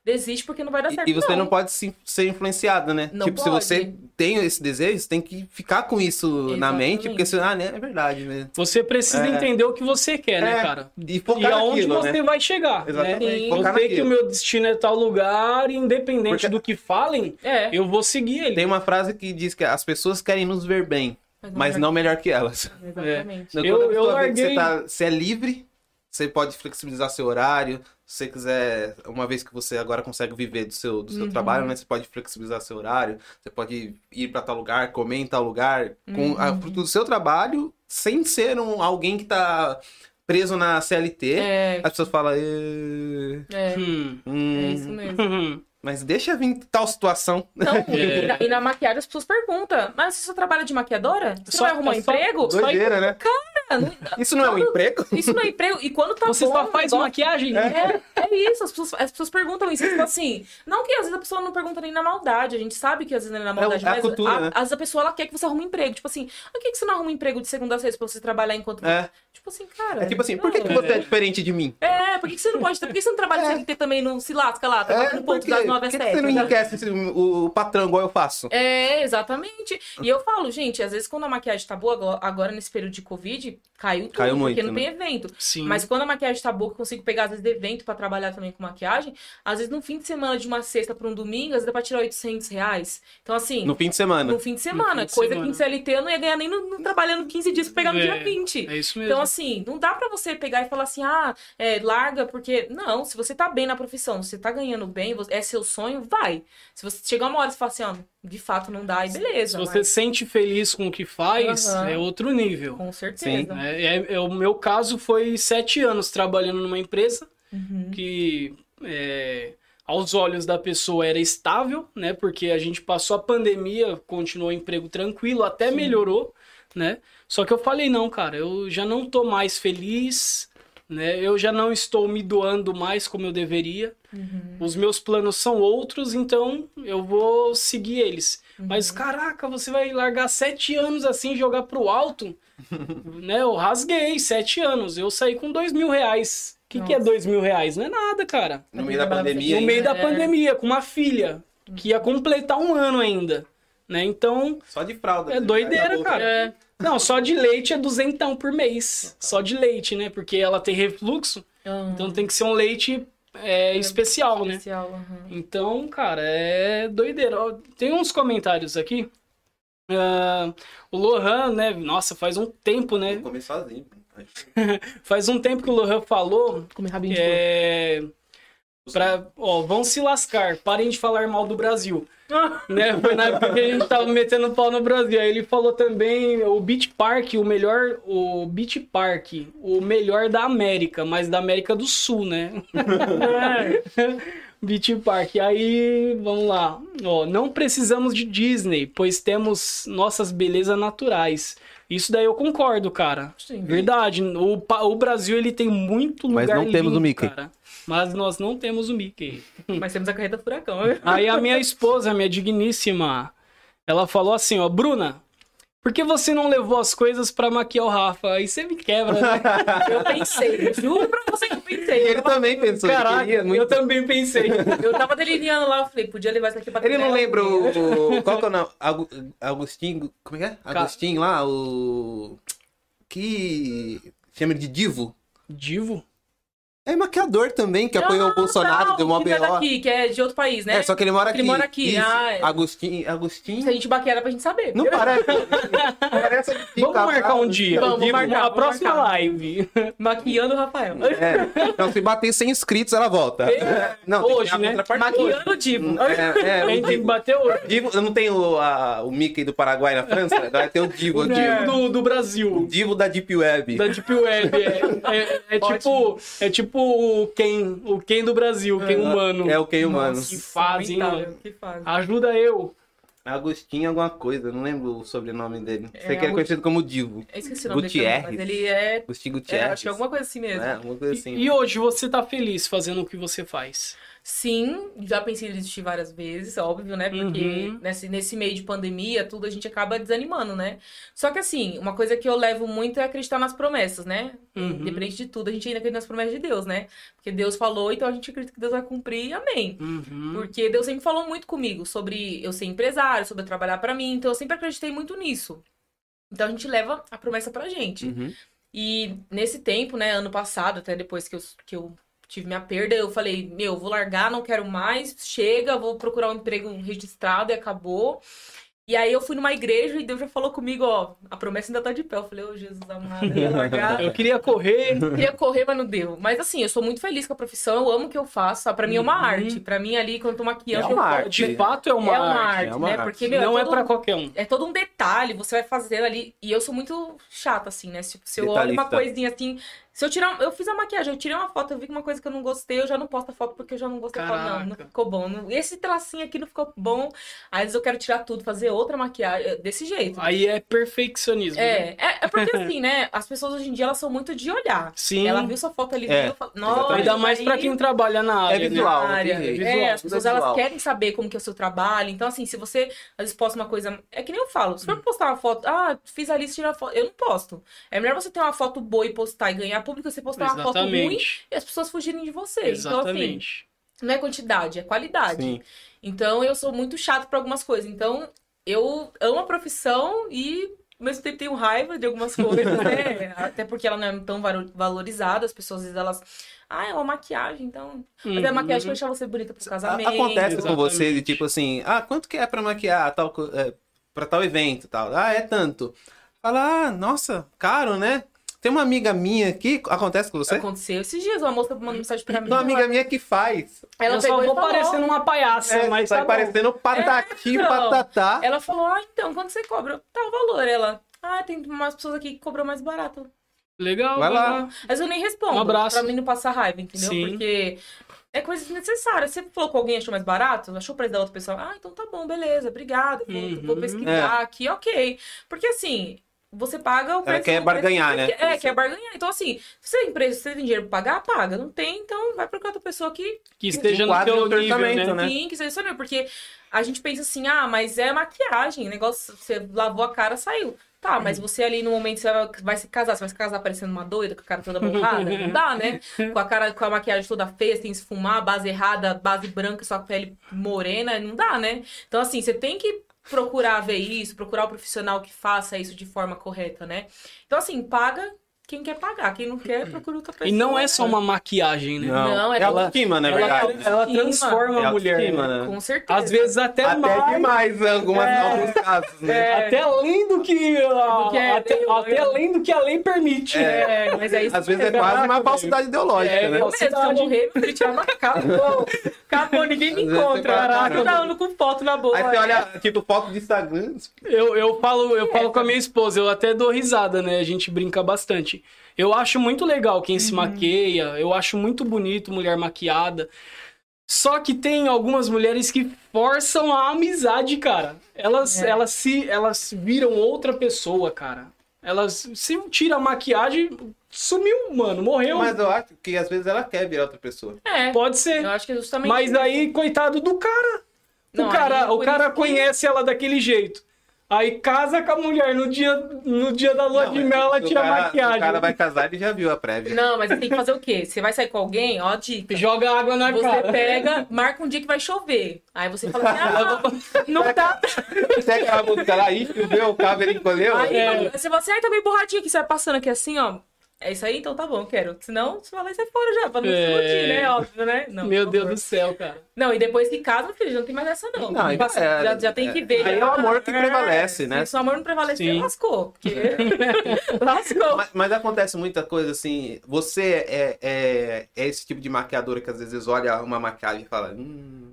B: desiste porque não vai dar certo.
C: E, e você não, pode se- ser influenciado, né?
B: é Não
C: tipo,
B: pode.
C: se você tem esse desejo, você tem que ficar com isso na
B: Exatamente.
C: mente, porque você, ah, né, é verdade, né?
A: Você precisa
C: É.
A: entender o que você quer, né,
C: É,
A: cara?
C: E
A: E
C: focar
A: aonde
C: naquilo,
A: você
C: né?
A: vai chegar, né?
B: Sim.
C: Exatamente,
A: Eu sei
C: focar naquilo.
A: que o meu destino é tal lugar, e independente
C: Porque-
A: do que falem,
B: É.
A: eu vou seguir ele.
C: Tem uma frase que diz que as pessoas querem nos ver bem,
B: Uhum.
C: mas não melhor
B: <laughs>
C: que elas.
B: Exatamente.
A: Eu-
C: Quando a
A: eu
C: pessoa vê que
A: larguei-
C: Você, tá- você é livre, você pode flexibilizar seu horário, se você quiser, uma vez que você agora consegue viver do seu, do seu
B: Uhum.
C: trabalho, né? Você pode flexibilizar seu horário, você pode ir para tal lugar, comer em tal lugar, com
B: Uhum.
C: a, fruto do seu trabalho, sem ser um, alguém que tá preso na CLT.
B: É,
C: As pessoas falam, "Eh,
B: é,
A: Hum.
C: hum,
B: é isso mesmo.
A: Hum.
C: mas deixa vir tal situação.
B: Então,
C: <laughs>
A: É.
B: e, na, e na maquiagem as pessoas perguntam, mas você só trabalha de maquiadora? Você
A: Só-
B: não vai arrumar
C: é
A: só-
B: emprego?
A: só-
C: Doideira, né?
B: Ah, não-
C: Isso não é um emprego?
B: isso não é emprego. E quando tá
A: Você
B: bom,
A: só
B: o
A: faz
B: negócio-
A: maquiagem?
B: É, é isso, as pessoas, as pessoas perguntam isso. Tipo assim, não que às vezes a pessoa não pergunta nem na maldade, a gente sabe que às vezes não é na maldade,
C: é a
B: mas
C: cultura,
B: a-
C: né?
B: às vezes a pessoa ela quer que você arrume um emprego. Tipo assim, por que, que você não arruma um emprego de segunda a sexta pra você trabalhar enquanto.
C: É,
B: Tipo assim, cara.
C: é tipo assim, por que, que
B: não.
C: você é diferente de mim?
B: É, por que, que você não pode. Por que você não trabalha
C: É.
B: CLT também? Não se lasca lá,
C: É,
B: trabalha no um ponto
C: por quê?
B: das
C: Por
B: 9 às né?
C: que
B: 7.
C: que você não enriquece esse- o, o patrão igual eu faço?
B: É, exatamente. E eu falo, gente, às vezes quando a maquiagem tá boa, agora- agora nesse período de Covid, caiu tudo,
C: Caiu
B: porque
C: muito, né?
B: não tem evento.
A: Sim.
B: Mas quando a maquiagem tá boa, que eu consigo pegar, às vezes, de evento pra trabalhar também com maquiagem, às vezes no fim de semana, de uma sexta pra um domingo, às vezes dá pra tirar 800 reais. Então, assim,
C: No
B: no,
C: fim de semana.
B: fim de semana,
A: fim de
B: coisa
A: semana.
B: que em CLT eu não ia ganhar nem no- no- trabalhando 15 dias pra pegar no
A: É,
B: dia 20.
A: É isso mesmo.
B: Então, assim, não dá pra você pegar e falar assim, ah, é, larga, porque. Não, se você tá bem na profissão, se você tá ganhando bem, você- é seu sonho, vai. Se você chegar uma hora e você falar assim, ó, de fato não dá, aí
A: Se
B: beleza.
A: você
B: mas-
A: se sente feliz com o que faz,
B: Aham.
A: é outro nível.
B: Com certeza.
A: né? É- é- o meu caso foi sete anos trabalhando numa empresa
B: Uhum.
A: que, é, aos olhos da pessoa, era estável, né? Porque a gente passou a pandemia, continuou o emprego tranquilo, até
B: Sim.
A: melhorou, né? Só que eu falei, não, cara, eu já não tô mais feliz, né? Eu já não estou me doando mais como eu deveria.
B: Uhum.
A: Os meus planos são outros, então eu vou seguir eles.
B: Uhum.
A: Mas caraca, você vai largar sete anos assim e jogar pro
B: <laughs>
A: alto? né? Eu rasguei sete anos. Eu saí com dois mil reais. O que, que é
B: Nossa.
A: dois mil reais? Não é nada, cara.
C: No meio da
A: No
C: pandemia. hein?
A: meio da
B: É.
A: pandemia, com uma filha que ia completar um ano ainda. Né? Então,
C: Só de fralda.
A: É
C: né?
A: doideira,
C: Acabou.
A: cara.
B: É,
A: não, só de leite é duzentão por mês. Só de leite, né? Porque ela tem refluxo,
B: ah,
A: então tem que ser um leite é, especial, né?
B: especial, aham.
A: Então, cara, é doideira. Ó, Tem uns comentários aqui. Ah, o Lohan, né? Nossa, faz um tempo,
C: Vou
A: né?
C: comer sozinho.
A: Faz um tempo que o Lohan falou.
B: Comer rabinho de porco.
A: É. Pra, ó, vão se lascar, parem de falar mal do Brasil. <laughs> né? Foi na época que a gente tava metendo pau no Brasil. Aí ele falou também o Beach Park, o melhor. O Beach Park, o melhor da América, mas da América do Sul, né? Beach Park. Aí, vamos lá. Ó, não precisamos de Disney, pois temos nossas belezas naturais. Isso daí eu concordo, cara.
B: Sim.
A: Verdade. O, pa- o Brasil ele tem muito lugar
E: Mas não temos
A: lindo,
E: o Mickey.
A: cara. Mas nós não temos o Mickey.
B: Mas temos a carreta furacão.
A: Aí a minha esposa, minha digníssima, ela falou assim, ó, Bruna, por que você não levou as coisas pra maquiar o Rafa? Aí você me quebra, né?
C: <laughs>
B: Eu pensei, juro pra você que eu
C: E
B: pensei.
C: ele também pensou. ele
A: Caraca,
C: queria muito.
A: eu também pensei.
B: Eu tava delirando lá, eu falei, podia levar isso aqui pra
C: Ele não
B: tela.
C: lembra o. Qual que é o nome? Agu- Agostinho. Como é que é?
A: Ca-
C: Agostinho lá, o. Que. Chama ele de Divo.
A: Divo?
C: É maquiador também, que
B: Ah,
C: apoiou o Bolsonaro,
B: tá,
C: deu uma
B: que não é
C: BO.
B: daqui, que é de outro país, né?
C: É, só que ele mora
B: Ele
C: aqui.
B: mora aqui,
C: Isso.
B: ah, é.
C: Agostinho.
B: Se a
C: Agostinho.
B: gente baquear, dá pra gente saber.
C: Não parece. parece Agostinho
A: Vamos marcar um
C: Cabral.
A: dia.
B: Vamos
A: Divo,
B: marcar,
A: a
B: vamos
A: próxima
B: marcar.
A: live.
B: Maquiando o Rafael.
C: É. Então, se bater 100 inscritos, ela volta. Não, tem que
A: Hoje,
C: ter a
A: né?
C: contrapartida.
B: Maquiando o Divo.
C: É, é,
A: A
C: o
A: gente tem que
C: Divo.
A: bater o
C: Divo, eu não tenho a- o Mickey do Paraguai na França, agora tem o Divo, o
A: Divo
C: Divo.
A: do, do Brasil.
C: O Divo da Deep Web.
A: É. Da Deep Web. É, é-
C: <laughs>
A: é tipo, é tipo o Ken, o Ken do Brasil, o Ken humano.
C: É o Ken humano.
A: que fazem,
B: Lamentável, Que fazem.
A: Ajuda eu.
C: Agostinho alguma coisa, não lembro o sobrenome dele.
B: É,
C: Sei que era
B: Agostinho.
C: conhecido como Divo.
B: Eu esqueci o nome dele também, mas
C: Gutierrez.
B: ele é...
C: Agostinho
B: é,
C: Gutierrez.
B: acho que é alguma coisa assim mesmo.
C: né? Alguma coisa assim.
A: E, e hoje você tá feliz fazendo o que você faz?
B: Sim, já pensei em desistir várias vezes, óbvio, né? Porque
A: Uhum.
B: nesse, nesse meio de pandemia, tudo a gente acaba desanimando, né? Só que assim, uma coisa que eu levo muito é acreditar nas promessas, né?
A: Uhum.
B: Independente de tudo, a gente ainda acredita nas promessas de Deus, né? Porque Deus falou, então a gente acredita que Deus vai cumprir, amém.
A: Uhum.
B: Porque Deus sempre falou muito comigo sobre eu ser empresário, sobre eu trabalhar pra mim, então eu sempre acreditei muito nisso. Então a gente leva a promessa pra gente.
C: Uhum.
B: E nesse tempo, né, ano passado, até depois que eu, que eu tive minha perda, eu falei, meu, vou largar, não quero mais, chega, vou procurar um emprego registrado e acabou. E aí eu fui numa igreja e Deus já falou comigo, ó, a promessa ainda tá de pé. Eu falei, ô Jesus amado, eu ia
A: <laughs>
B: largar.
A: Eu queria correr.
B: Queria correr, mas não deu. Mas assim, eu sou muito feliz com a profissão, eu amo o que eu faço. Pra mim é uma
A: Uhum.
B: arte. Pra mim, ali, quando eu tô maquiando,
C: É uma arte.
A: De fato é uma,
B: é uma
A: arte.
B: arte,
C: é uma
B: né?
C: arte.
B: Porque, meu,
A: não é
B: todo
A: pra qualquer um.
B: é todo um detalhe, você vai fazendo ali. E eu sou muito chata, assim, né? Tipo, se eu olho uma
C: Detalhista.
B: coisinha assim. Se eu tirar. Eu fiz a maquiagem, eu tirei uma foto, eu vi que uma coisa que eu não gostei, eu já não posto a foto porque eu já não gostei. Eu falo, não, não
A: Caraca.
B: ficou bom. não- esse tracinho aqui não ficou bom. Aí às vezes eu quero tirar tudo, fazer outra maquiagem. é, Desse jeito.
A: Aí é perfeccionismo. né?
B: É, é, é porque assim, né? As pessoas hoje em dia elas são muito de olgar.
A: Sim.
B: Ela viu sua foto ali,
C: É,
B: viu, fala, nossa.
A: Ainda mais pra
B: aí-
A: quem trabalha na
C: É
A: área. né?
C: visual,
B: na
C: né?
B: área.
C: Tem jeito.
B: É,
C: Visual,
B: as
C: tudo é
B: pessoas elas
C: visual.
B: querem saber como que é o seu trabalho. Então, assim, se você às vezes posta uma coisa. É que nem eu falo,
C: Hum.
B: se for postar uma foto, ah, fiz a lista e tirar a foto. Eu não posto. É melhor você ter uma foto boa e postar e ganhar público, você postar uma foto ruim
A: Exatamente.
B: e as pessoas fugirem de você. Então, assim,
A: Exatamente.
B: não é quantidade, é qualidade.
C: Sim.
B: Então eu sou muito chato pra algumas coisas. Então eu amo a profissão e ao mesmo tempo tenho raiva de
C: <laughs>
B: algumas coisas, né? Até porque ela não é tão varo- valorizada, as pessoas às vezes elas. Ah, é uma maquiagem, então. Mas é
A: Uhum.
B: maquiagem pra deixar você bonita pro casamento.
C: Acontece com
A: Exatamente.
C: você de tipo assim, ah, quanto que é pra maquiar tal, co- é, pra tal evento tal? Ah, é tanto. Fala, ah, nossa, caro, né? Tem uma amiga minha aqui, acontece com você?
B: Aconteceu esses dias, uma moça mandou mensagem pra mim.
C: Uma amiga minha que faz.
A: Uhum.
B: Ela
A: eu
B: pegou
A: só
B: e
A: vou
B: falou-
A: parecendo uma palhaça,
C: É,
A: mas
C: sai
A: tá bom. É,
C: parecendo patati,
B: então.
C: patatá.
B: Ela falou, ah, então, quando você cobra? Tá o valor. Ela, ah, tem umas pessoas aqui que cobram mais barato.
A: Legal.
C: Vai lá.
A: legal.
B: Mas eu nem respondo.
A: Um abraço.
B: Pra mim não passar raiva, entendeu?
A: Sim.
B: Porque é coisa desnecessária. Você falou com alguém achou mais barato, achou o preço da outra pessoa. Ah, então tá bom, beleza, obrigada. Vou,
A: Uhum.
B: vou
C: É.
B: pesquisar aqui, ok. Porque assim. Você paga o preço.
C: quer
B: o preço
C: barganhar,
B: que-
C: né?
B: É, quer barganhar. Então, assim, se você é empresa, se você tem dinheiro pra pagar, paga. Não tem, então vai procurar outra pessoa que
C: Um
A: Que esteja no
C: Enquadra
A: teu
C: o
A: nível, né?
C: tratamento, né?
B: sim, que seja seu nível. Porque a gente pensa assim, ah, mas é maquiagem. Negócio, você lavou a cara, saiu. Tá, mas você ali no momento você vai, vai se casar, você vai se casar parecendo uma doida, com a cara toda borrada? Não dá, né? Com a cara, com a maquiagem toda feia, sem esfumar, base errada, base branca, sua pele morena, não dá, né? Então, assim, você tem que procurar ver isso, procurar o profissional que faça isso de forma correta, né? Então, assim, paga quem quer pagar, quem não quer, procura outra pessoa.
A: E não é
B: né?
A: só uma maquiagem, né?
C: Não,
B: Não,
C: é
B: ela-
C: autoestima, na
A: Ela,
C: verdade.
A: ela
B: Autoestima.
A: transforma
C: É
A: a mulher.
C: autoestima,
A: né?
C: né?
B: Com certeza.
A: Às vezes até,
C: Até
A: mais.
C: demais em algumas,
A: É.
C: alguns casos, né?
B: É.
A: Até além do que. a-
B: Do que é
A: até,
B: lei,
A: até
B: né?
A: além do que a lei permite. né?
B: É, mas é isso
C: Às vezes é
A: Caraca,
C: quase uma
A: velho.
C: falsidade ideológica,
A: É,
C: né?
A: eu-
B: Mesmo, se eu morrer, meu filho tirar uma <laughs> acabou. Acabou, ninguém me
C: Às vezes você
B: encontra.
C: fala,
B: Caraca,
C: "Caramba."
B: tá andando com foto na boa.
C: Aí você olha, tipo, foto de Instagram,
A: Eu, eu falo, eu falo com a minha esposa, eu até dou risada, né? A gente brinca bastante. Eu acho muito legal quem se maqueia, eu acho muito bonito mulher maquiada. Só que tem algumas mulheres que forçam a amizade, cara. Elas,
B: É.
A: elas se elas viram outra pessoa, cara. Elas se tira a maquiagem, sumiu, mano, morreu.
C: mas eu acho que às vezes ela quer virar outra pessoa.
B: É,
A: Pode
B: eu
A: ser.
B: acho que é justamente.
A: Mas
B: isso.
A: aí, coitado do cara.
B: Não,
A: o cara,
B: aí,
A: o
B: por
A: cara
B: isso que-
A: conhece ela daquele jeito. Aí casa com a mulher no dia, no dia da lua
C: Não,
A: de
C: mas
A: mel, ela
C: se o
A: tira a
C: cara-
A: maquiagem.
C: O cara vai casar, ele já viu a prévia.
B: Não, mas você tem que fazer o quê? Você vai sair com alguém? Ó, a dica.
A: Joga água na cara.
B: Você pega, marca um dia que vai chover. Aí você fala
C: <laughs>
B: assim, ah, não dá.
C: Você é aquela música lá, ixi, choveu, o cabo ele encolheu.
B: Aí
A: É.
B: você fala assim, ai, tá meio borradinho aqui. Você vai passando aqui assim, ó. É isso aí? Então tá bom, quero. Senão, você fala, sai fora já, pra não se
A: É.
B: iludir, né? Óbvio, né? Não,
A: Meu
B: por
A: Deus
B: favor.
A: do céu, cara.
B: Não, e depois que casa, filho, já não tem mais essa, não.
C: Não,
B: Já-
C: é-
B: já, já tem que ver.
C: aí
B: já- tá.
C: é o amor que prevalece, né?
B: É, Se o amor não prevalece,
A: Sim.
B: lascou.
C: <laughs>
B: Porque... lascou.
C: Mas, mas acontece muita coisa assim. Você é, é, é esse tipo de maquiadora que às vezes olha uma maquiagem e fala. Hum,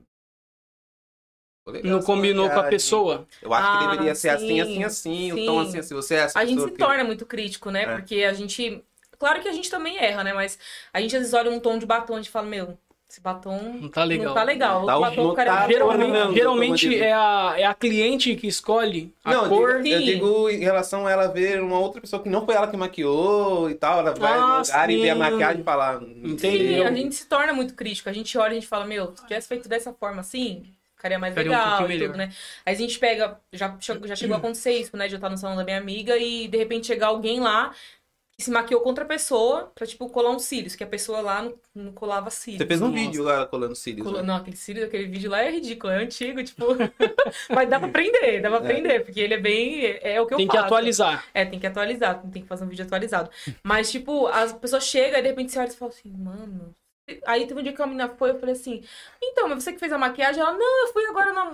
C: ficou legal
A: Não
C: essa
A: combinou com a
C: maquiagem.
A: pessoa.
C: Eu acho que
B: Ah,
C: deveria ser assim,
B: sim,
C: assim, assim,
B: sim.
C: o tom assim, assim. Você é essa
B: A gente se
C: pessoa que-
B: torna muito crítico, né?
C: É.
B: Porque a gente. Claro que a gente também erra, né? Mas a gente às vezes olha um tom de batom e a gente fala, meu, Esse batom
A: Não tá legal.
B: não tá legal.
C: Tá
B: o
C: um-
B: batom
C: não
B: que era
C: tá
A: Geralmente,
C: ornando, como
A: geralmente
C: diz.
A: é, a, é a cliente que escolhe a
C: não, eu
A: cor.
C: digo- eu
B: Sim.
C: digo em relação a ela ver uma outra pessoa que não foi ela que maquiou e tal. Ela vai
A: Ah,
C: no lugar e vê a
A: sim.
C: maquiagem e fala. "Hum,
A: Entendi.
B: Sim, a gente se torna muito crítico. A gente olha e a gente fala, meu, se tivesse feito dessa forma assim, ficaria mais
A: Ficaria um
B: legal
A: pouquinho
B: e tudo,
A: melhor.
B: né? Aí a gente pega, já, che- já chegou a acontecer isso, né? De eu estar no salão da minha amiga e de repente chegar alguém lá que se maquiou contra a pessoa pra, tipo, colar uns cílios, que a pessoa lá não, não colava cílios.
C: Você fez um
A: Nossa.
C: vídeo lá colando cílios.
B: Colo-
C: né?
B: Não, aquele cílio daquele vídeo lá é ridículo, é antigo, tipo. <laughs> Mas dá pra aprender, dá pra aprender, porque ele é bem. É o que eu
A: Tem que
B: faço.
A: atualizar.
B: É, tem que atualizar, tem que fazer um vídeo atualizado. Mas, tipo, as pessoas chegam e de repente você olha e fala assim, mano. Aí teve um dia que a menina foi, eu falei assim, então, mas você que fez a maquiagem? Ela, não, eu fui agora na.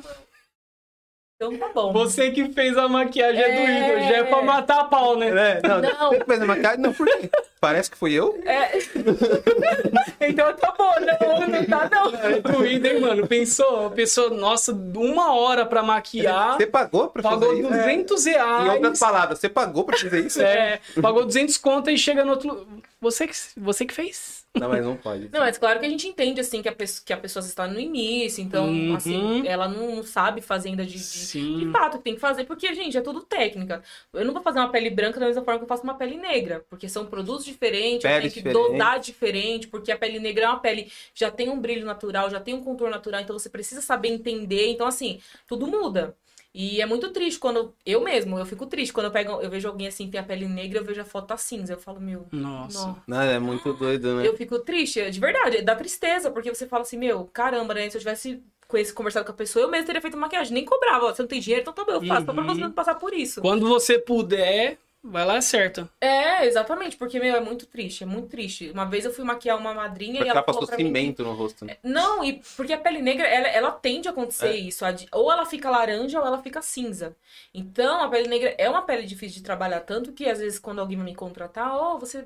B: Então tá bom.
A: Você que fez a maquiagem
B: É.
A: do ídolo, já é pra matar a pau, <laughs> né?
C: É, não,
B: Não. <laughs>
C: você que fez a maquiagem? Não, por quê? Parece que fui eu?
B: É. então tá bom, não, não tá
A: <laughs> É.
B: não.
A: Doído, hein, mano? Pensou? A pessoa, nossa, uma hora pra maquiar,
C: Você pagou pra fazer
A: pagou
C: isso? É.
A: 200
C: Em outras
A: reais.
C: palavras, você pagou pra fazer isso?
A: É, pagou 200 conto e chega no outro. lu- Você que, você que fez.
C: Não, mas não é- pode.
B: Não, mas claro que a gente entende, assim, que a pessoa, que a pessoa está no início, então,
A: Uhum.
B: assim, ela não sabe fazer ainda de- de De
A: Sim.
B: fato, que tem que fazer, porque, gente, é tudo técnica. Eu não vou fazer uma pele branca da mesma forma que eu faço uma pele negra, porque são produtos diferentes, eu tenho
C: Peles
B: que
C: diferentes.
B: dosar diferente, porque a pele negra é uma pele que já tem um brilho natural, já tem um contorno natural, então você precisa saber entender. Então, assim, tudo muda. E é muito triste quando. Eu mesmo, eu fico triste quando eu, pego, eu vejo alguém assim que tem a pele negra, eu vejo a foto tá cinza. Eu falo, meu.
A: Nossa.
B: nó.
C: Não, é muito doido, né?
B: Eu fico triste, de verdade, dá tristeza, porque você fala assim, meu, caramba, né? Se eu tivesse conhecido, conversado com a pessoa, eu mesmo teria feito maquiagem. Nem cobrava, ó, você não tem dinheiro, então tá bom, eu faço, só pra
A: Uhum.
B: você não passar por isso.
A: Quando você puder, vai lá e acerta.
B: É, exatamente, porque, meu, é muito triste, é muito triste. Uma vez eu fui maquiar uma madrinha
C: Porque
B: e ela
C: ela
B: falou
C: passou
B: pra mim... que-
C: cimento no rosto. Né?
B: Não, e porque a pele negra, ela, ela tende a acontecer
A: É.
B: isso. a de- Ou ela fica laranja ou ela fica cinza. Então, a pele negra é uma pele difícil de trabalhar, tanto que às vezes quando alguém vai me contratar, ó, você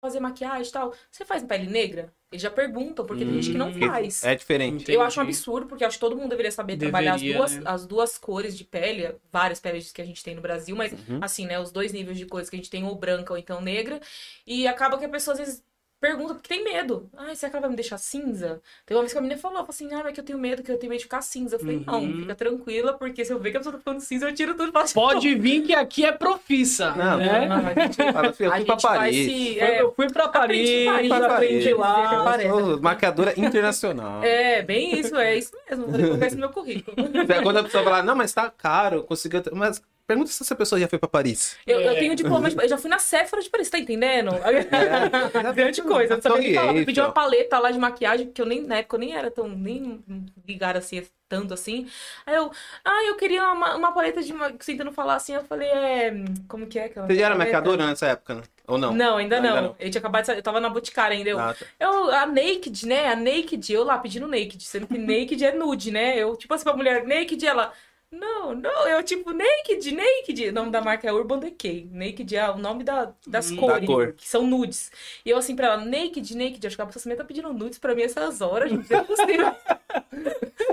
B: fazer maquiagem e tal, você faz pele negra? Eles já perguntam, porque tem gente que não
A: Hum.
B: faz.
C: É diferente.
A: Entendi.
B: Eu acho um absurdo, porque eu acho que todo mundo deveria saber trabalhar as
A: Deveria,
B: duas,
A: né?
B: as duas cores de pele, várias peles que a gente tem no Brasil, mas
C: Uhum.
B: assim, né? Os dois níveis de cores que a gente tem, ou branca ou então negra. E acaba que a pessoa às vezes pergunta porque tem medo. Ai, será que ela vai me deixar cinza? Tem uma vez que a menina falou, falou assim, ah, mas que eu tenho medo, que eu tenho medo de ficar cinza. Eu falei,
A: Uhum.
B: não, fica tranquila, porque se eu ver que a pessoa tá ficando cinza, eu tiro tudo e faço.
A: Pode vir que aqui é profissa.
C: Não,
A: né?
B: Não, a gente,
C: Fala, filho,
B: a
C: eu fui pra
B: gente vai
C: Paris.
B: se.
A: Eu-
B: é,
A: Eu fui pra
B: Aprendi
A: Paris,
B: em Paris,
A: aprendi,
C: aprendi
B: lá.
A: lá.
B: Paris.
C: Sou maquiadora né? internacional.
B: É, bem isso, é isso mesmo. Eu Falei, colocar isso no meu currículo.
C: É Quando a pessoa fala, não, mas tá caro, conseguiu. Mas pergunta se essa pessoa já foi pra Paris.
B: Eu, eu
A: É.
B: tenho diploma, de- eu já fui na Sephora de Paris, tá entendendo?
C: É.
B: Grande Tá coisa, não sabia nem
C: Então,
B: falar.
C: e aí,
B: Eu pedi uma
C: Fel?
B: paleta lá de maquiagem, porque eu nem, na época eu nem era tão, nem ligada assim, tanto assim. Aí eu, ah, eu queria uma, uma paleta de, ma- tentando falar assim, eu falei, é, como que é aquela
C: Você já era
B: paleta?
C: maquiadora nessa época, né? Ou não?
B: Não, ainda não.
C: Ainda não.
B: Eu tinha acabado de sair, eu tava na Boticária ainda. Eu,
C: Ah, tá.
B: eu, É a naked, né? A naked, eu lá pedindo naked, sendo que naked é nude, né? Eu, tipo assim, pra mulher, naked, ela. Não, não, eu tipo, naked, naked. O nome da marca é Urban Decay. Naked é o nome da, das
A: Hum, da
B: cores,
C: cor.
B: que são nudes. E eu assim pra ela, naked, naked. Acho que a pessoa também tá pedindo nudes pra mim essas horas, gente. Não
A: <laughs>
B: é possível.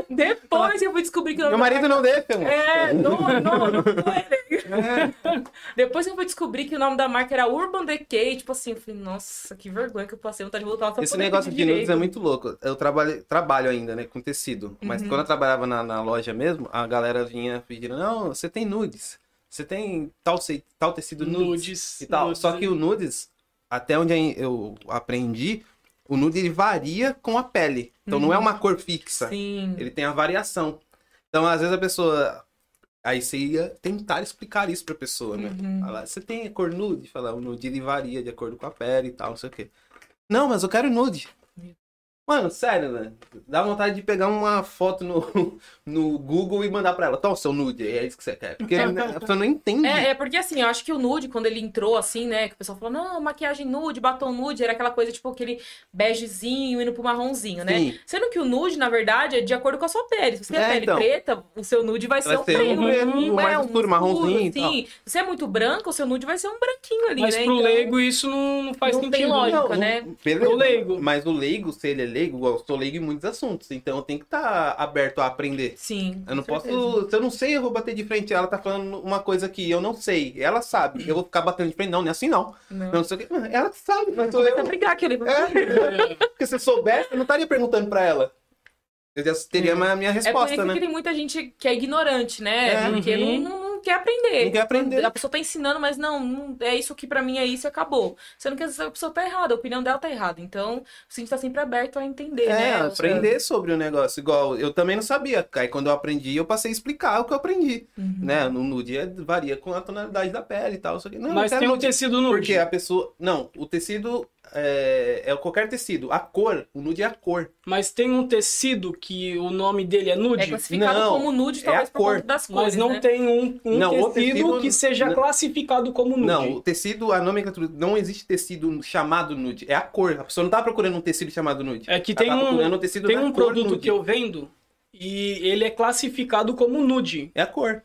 B: Depois eu fui descobrir que o nome
C: Meu
B: da
C: marido não deixa,
A: <laughs>
C: mano.
B: é, não, não, não foi.
A: É.
B: Depois que eu fui descobrir que o nome da marca era Urban Decay, tipo assim, eu falei, nossa, que vergonha que eu passei, vontade de voltar lá só
C: Esse
B: poder
C: negócio de
B: pedir
C: nudes é
B: direito.
C: muito louco. Eu trabalho, trabalho ainda, né, com tecido.
B: Uhum.
C: Mas quando eu trabalhava na, na loja mesmo, a galera vinha pedindo, não, você tem nudes. Você tem tal, ce- tal tecido nudes.
A: Nudes.
C: e tal.
A: nudes.
B: né?
C: Só que o nudes, até onde eu aprendi, o nude ele varia com a pele. Então não é
B: Uhum.
C: uma cor fixa.
B: Sim.
C: Ele tem a variação. Então, às vezes a pessoa. Aí você ia tentar explicar isso pra pessoa, né?
B: Uhum.
C: Falar, você tem a cor nude? Falar, o nude ele varia de acordo com a pele e tal, não sei o quê. Não, mas eu quero nude. Mano, sério, velho. Dá vontade de pegar uma foto no, <laughs> no Google e mandar pra ela. Toma o seu nude, é isso que você quer. Porque né, a pessoa não entende.
B: É, é porque assim, eu acho que o nude, quando ele entrou assim, né, que o pessoal falou, não, maquiagem nude, batom nude, era aquela coisa tipo aquele begezinho indo pro marronzinho, né?
C: Sim.
B: Sendo que o nude, na verdade, é de acordo com a sua pele. Se você tem
C: É,
B: a pele
C: então.
B: preta, o seu nude vai ser
C: Vai
B: um
C: ser
B: preto.
C: um preto, mais
B: é, um
C: escuro, marronzinho e tal.
B: Sim. Se você é muito branco, o seu nude vai ser um branquinho ali,
A: Mas
B: né?
A: pro
B: Então-
A: leigo isso não, não faz
B: Não tem
A: sentido. né?
B: lógica.
A: não.
B: né?
C: beleza,
A: O leigo.
C: Mas o leigo, se ele é leigo, igual eu sou leigo em muitos assuntos, então eu tenho que estar aberto a aprender.
B: Sim.
C: Eu não
B: com certeza.
C: posso. Se eu não sei, eu vou bater de frente. Ela tá falando uma coisa que eu não sei. Ela sabe. Eu vou ficar batendo de frente. Não, não é assim não.
B: Não.
C: Não sei o que. Ela que sabe, mas sou
B: Começa a
C: eu.
B: brigar aqui, eu lembro.
C: É. Porque se eu soubesse, eu não estaria perguntando pra ela. Eu já teria a minha
B: É por
C: resposta,
B: isso
C: né?
B: que tem muita gente que é ignorante, né?
C: É,
B: Porque
A: uhum.
B: não, não- não quer aprender.
C: Não quer aprender.
B: A pessoa tá ensinando, mas não, não- é isso que pra mim é isso e acabou. Sendo que às vezes a pessoa tá errada, a opinião dela tá errada. Então, a gente tá sempre aberto a entender,
C: É,
B: né?
C: aprender sobre o negócio. Igual, eu também não sabia. Aí quando eu aprendi, eu passei a explicar o que eu aprendi.
B: Uhum.
C: Né? No nude é- varia com a tonalidade da pele e tal. Só que, não,
A: Mas
C: eu
A: tem
C: quero
A: um tecido nude.
C: Porque a pessoa. Não, o tecido é, é qualquer tecido. A cor, o nude é a cor.
A: Mas tem um tecido que o nome dele é nude.
B: É classificado
C: Não,
B: como nude,
C: é
B: talvez
C: a
B: por conta
C: cor,
B: das cores,
A: Mas não
B: né?
A: tem um, um
C: Não, o
A: tecido,
C: tecido-
A: que seja
C: não.
A: classificado como nude.
C: Não, o tecido, a nomenclatura. Não existe tecido chamado nude. É a cor. A pessoa não tá procurando um tecido chamado nude.
A: É que
C: Ela
A: tem
C: tá
A: um,
C: procurando um tecido
A: tem
C: da
A: um
C: cor
A: produto
C: nude.
A: que eu vendo e ele é classificado como nude.
C: É a cor.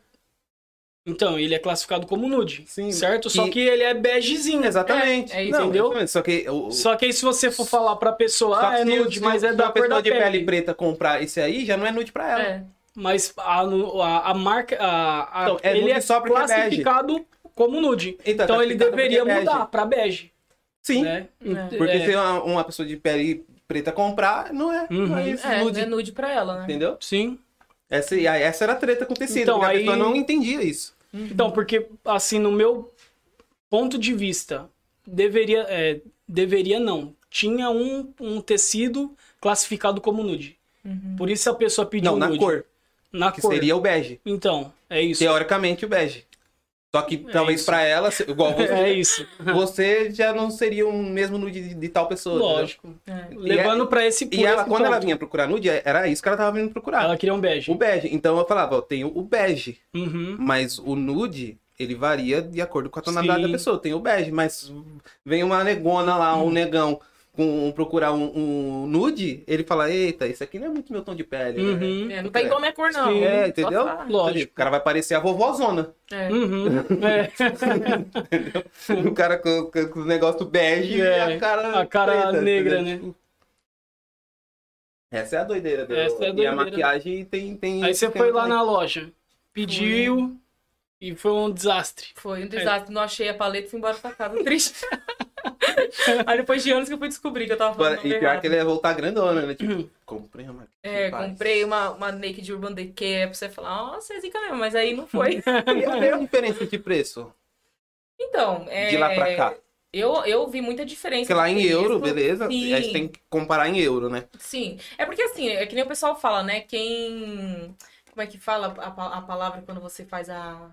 A: Então, ele é classificado como nude.
C: Sim,
A: certo?
C: que-
A: Só que ele é begezinho.
C: Exatamente.
B: É, é isso.
C: não,
A: Entendeu?
C: exatamente. Só que. O,
A: Só que aí se você for falar pra pessoa,
C: só
A: ah,
C: que
A: é
C: se-
A: nude,
C: se-
A: mas é
C: se
A: da
C: a
A: cor da
C: pessoa de
A: pele.
C: pele preta comprar esse aí, já não é nude pra ela.
B: É.
A: Mas a, nu- a, a marca. A, a-
C: Então, é
A: ele
C: nude
A: é
C: só porque é bege.
A: classificado como nude.
C: Então, é
A: Então ele
C: classificado
A: deveria
C: porque é bege.
A: mudar pra bege.
C: Sim.
A: Né?
B: É.
C: Porque
A: É.
C: se uma, uma pessoa de pele preta comprar, não é. Não
A: Uhum.
C: é isso,
B: É,
C: nude.
B: é nude pra ela, né?
C: Entendeu?
A: Sim.
C: Essa, e aí essa era a treta com o tecido,
A: Então,
C: porque
A: aí-
C: a pessoa não entendia isso.
A: Então, porque, assim, no meu ponto de vista, deveria. é, deveria não. Tinha um, um tecido classificado como nude. Por isso a pessoa pediu
C: Não, na
A: nude.
C: cor,
A: Na
C: que
A: cor.
C: seria o bege.
A: Então, é isso. É
C: Teoricamente, o bege. Só que talvez
A: isso.
C: pra ela, se- igual
A: <laughs>
C: você,
A: É isso.
C: você já não seria o mesmo nude de, de tal pessoa. entendeu?
A: Lógico.
B: É.
A: Levando pra esse por
C: né? E ela,
A: esse
C: quando ela
A: ponto.
C: vinha procurar nude, é, era isso que ela tava vindo procurar.
A: Ela queria um bege.
C: O bege. Então eu falava, ó, tem o bege.
A: Uhum.
C: Mas o nude, ele varia de acordo com a tonalidade
A: Sim. Hum.
C: da pessoa. Tem o bege, mas vem uma negona lá, um negão, com, procurar um, um nude, ele fala, eita, isso aqui não é muito meu tom de pele. né?"
A: Uhum.
B: É, não tá igual minha cor, não.
A: Sim.
C: É,
B: Só
C: entendeu?
B: tá.
A: Lógico.
C: O cara vai parecer a vovózona.
B: É.
C: <laughs>
A: Uhum. É.
C: o cara com, com, com o negócio bege
A: É,
C: e a cara.
A: a cara negra, né?
C: entendeu? Tipo, Essa é a doideira dela.
A: Essa é a
C: E
A: doideira.
C: a maquiagem tem. tem
A: Aí você
C: tem
A: foi lá
C: também.
A: na loja, pediu e foi um desastre.
B: Foi
C: É.
B: um desastre. Não achei a paleta e fui embora pra casa. Triste. <laughs> Aí depois de anos que eu fui descobrir que eu tava falando.
C: Tipo, E pior
B: errado.
C: que ele ia voltar grandona, né?
A: Uhum.
C: Tipo, <clears throat> comprei a maquiagem.
B: É,
C: paz.
B: comprei uma, uma naked Urban Decay pra você falar, nossa, é zica mesmo, mas aí não
C: <laughs>
B: foi.
C: <laughs> E Tem uma diferença de preço
B: Então, é...
C: de lá pra cá.
B: Eu, eu vi muita diferença.
C: Porque lá em
B: entre
C: euro,
B: isso.
C: beleza?
B: Sim.
C: Aí você tem que comparar em euro, né?
B: Sim. É porque assim, é que nem o pessoal fala, né? Quem. Como é que fala a, pa- a palavra quando você faz a.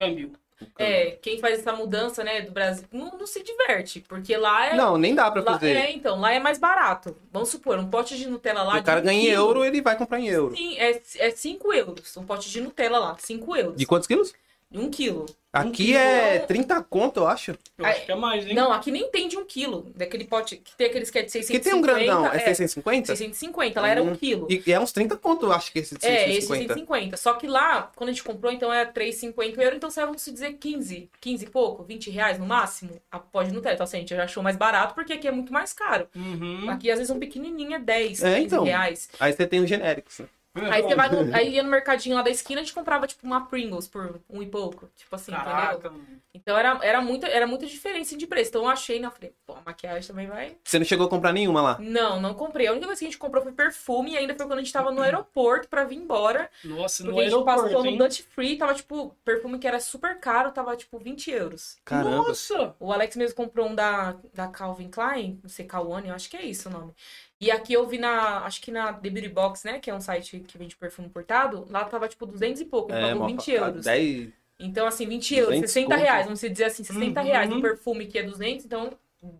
A: Câmbio.
B: É, quem faz essa mudança, né, do Brasil, não, não se diverte, porque lá é.
C: Não, nem dá pra
B: lá,
C: fazer.
B: é, então, lá é mais barato. Vamos supor, um pote de Nutella lá.
C: Se o cara
B: de um
C: ganha em
B: quilo,
C: euro, ele vai comprar em euro.
B: Sim, é 5 euros. Um pote de Nutella lá, 5 euros.
C: De quantos quilos?
B: De 1 um quilo.
C: Aqui
B: quilo.
C: é 30 conto, eu acho.
A: Eu acho que é mais, hein?
B: Não, aqui nem tem de 1 um quilo. Daquele pote que tem aqueles que é de 650.
C: Que tem um grandão, é
B: é,
C: 650?
B: 650, lá era 1 um
C: Hum,
B: quilo.
C: E e é uns 30 conto, eu acho que esse de
B: É, esse
C: 650.
B: 150. Só que lá, quando a gente comprou, então era 3,50 euros, então saiu, vamos dizer, 15, 15 e pouco, 20 reais no máximo, a pó de Nutella. Então, assim, a gente já achou mais barato, porque aqui é muito mais caro.
A: Uhum.
B: Aqui, às vezes, um pequenininho é 10,
C: É,
B: 15
C: então.
B: reais.
C: Aí você tem os genéricos. né?
B: Aí você vai no, aí ia no mercadinho lá da esquina, a gente comprava, tipo, uma Pringles por um e pouco. Tipo assim, entendeu?
A: Caraca, mano.
B: Então, era, era, muita, era muita diferença de preço. Então, eu achei, na frente, pô, a maquiagem também vai...
C: Você não chegou a comprar nenhuma lá.
B: Não, não comprei. A única coisa que a gente comprou foi perfume, e ainda foi quando a gente tava no aeroporto pra vir embora.
A: Nossa, no
B: Porque a gente
A: aeroporto,
B: passou no
A: hein?
B: Duty Free, tava tipo, perfume que era super caro, tava tipo 20 euros.
C: Caramba.
A: Nossa!
B: O Alex mesmo comprou um da, da Calvin Klein, não sei, Calone, eu acho que é isso o nome. E aqui eu vi na, acho que na The Beauty Box, né, que é um site que vende perfume importado, lá tava tipo 200 e pouco, ele pagou
C: mó
B: 20
C: É, facada.
B: euros.
C: 10...
B: Então assim, 20 euros,
C: 200
B: 60
C: conto.
B: reais, vamos dizer assim, 60
A: Uhum.
B: reais um perfume que é 200, então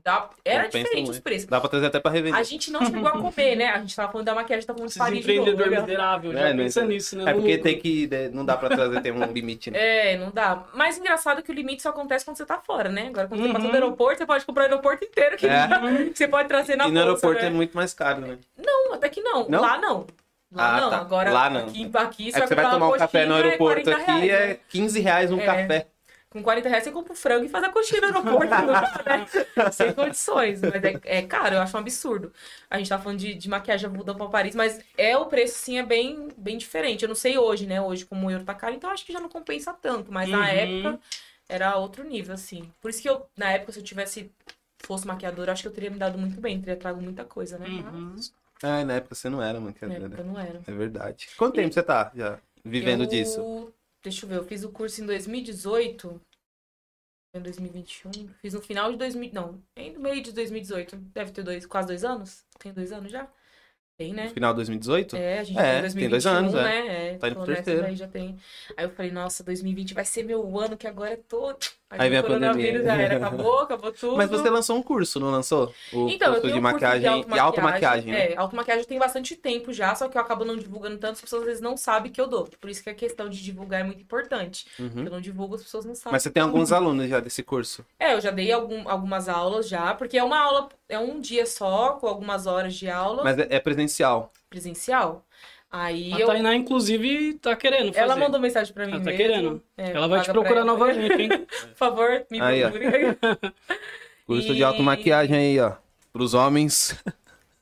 B: dá, era
C: Compensa
B: diferente
C: muito.
B: os preços.
C: Dá pra trazer até pra revender.
B: A gente não
C: <laughs>
B: chegou a comer, né, a gente tava falando da maquiagem, tava falando de
A: Esses
B: Paris de novo.
A: empreendedor
B: né?
A: miserável,
C: É,
A: já
C: não
A: pensa
C: é-
A: nisso, né?
C: É
A: No
C: porque
A: lucro.
C: tem que... né, Não dá pra trazer, tem um limite, né?
B: É, não dá. Mas engraçado que o limite só acontece quando você tá fora, né? Agora, quando você
A: Uhum.
B: passa do aeroporto, você pode comprar o aeroporto inteiro que
C: É.
B: <laughs> você pode trazer na
C: E no
B: bolsa,
C: aeroporto
B: né?
C: é muito mais caro, né?
B: Não, até que não.
C: Não?
B: Lá não. Lá
C: Ah,
B: não.
C: tá.
B: Agora,
C: Lá não.
B: aqui, aqui
C: É que você vai
B: comprar uma
C: tomar um café no
B: coxinha, é
C: aeroporto
B: 40
C: aqui
B: reais,
C: é
B: né?
C: 15 reais um
B: É.
C: café.
B: Com 40 reais você compra o frango e faz a coxinha no
C: <laughs>
B: aeroporto. né? Sem condições. Mas é, é caro, eu acho um absurdo. A gente tá falando de, de maquiagem mudou pra Paris, um mas é o preço, sim, é bem, bem diferente. Eu não sei hoje, né? Hoje, como o euro tá caro, então acho que já não compensa tanto. Mas
A: Uhum.
B: na época era outro nível, assim. Por isso que eu, na época, se eu tivesse. Fosse maquiadora, eu acho que eu teria me dado muito bem, teria trago muita coisa, né?
A: Uhum.
B: Mas
C: Ah, na época você não era
B: na
C: maquiadora.
B: época eu não era.
C: É verdade. Quanto tempo você tá já vivendo
B: Eu-
C: disso?
B: Deixa eu ver, eu fiz o curso em 2018. Em 2021. Fiz no final de 2000. Não, bem no meio de 2018. Deve ter dois, quase dois anos? Tem dois anos já? Tem,
C: No
B: né?
C: final de 2018?
B: É, a gente
C: É,
B: tá em
C: tem dois anos, é.
B: né?
C: Tá indo pro
B: então nessa
C: terceiro.
B: daí já tem. Aí eu falei, nossa, 2020 vai ser meu ano que agora é todo.
C: Aí vem a
B: o coronavírus
C: pandemia.
B: já era, acabou, acabou tudo.
C: <laughs> Mas você lançou um curso, não lançou? O
B: Então, eu
C: curso
B: tenho
C: de
B: um curso
C: maquiagem e automaquiagem, né?
B: É, automaquiagem tem bastante tempo já, só que eu acabo não divulgando tanto, as pessoas às vezes não sabem que eu dou. Por isso que a questão de divulgar é muito importante.
C: Uhum.
B: Eu não divulgo, as pessoas não sabem.
C: Mas você tem
B: Uhum.
C: alguns alunos já desse curso.
B: É, eu já dei algum- algumas aulas já, porque é uma aula, é um dia só, com algumas horas de aula
C: Mas é é presencial.
B: presencial. Aí
A: A
B: eu.
A: Tainá, inclusive, tá querendo tá fazer.
B: Ela mandou mensagem pra mim.
A: Ela tá
B: mesmo.
A: querendo.
B: É,
A: Ela vai te
B: paga pra
A: procurar
B: ela.
A: novamente,
B: <laughs>
A: hein?
B: Por favor, me
C: Aí, ó.
B: procure.
A: <laughs>
C: Curso de
B: E-
C: automaquiagem aí, ó. Pros homens.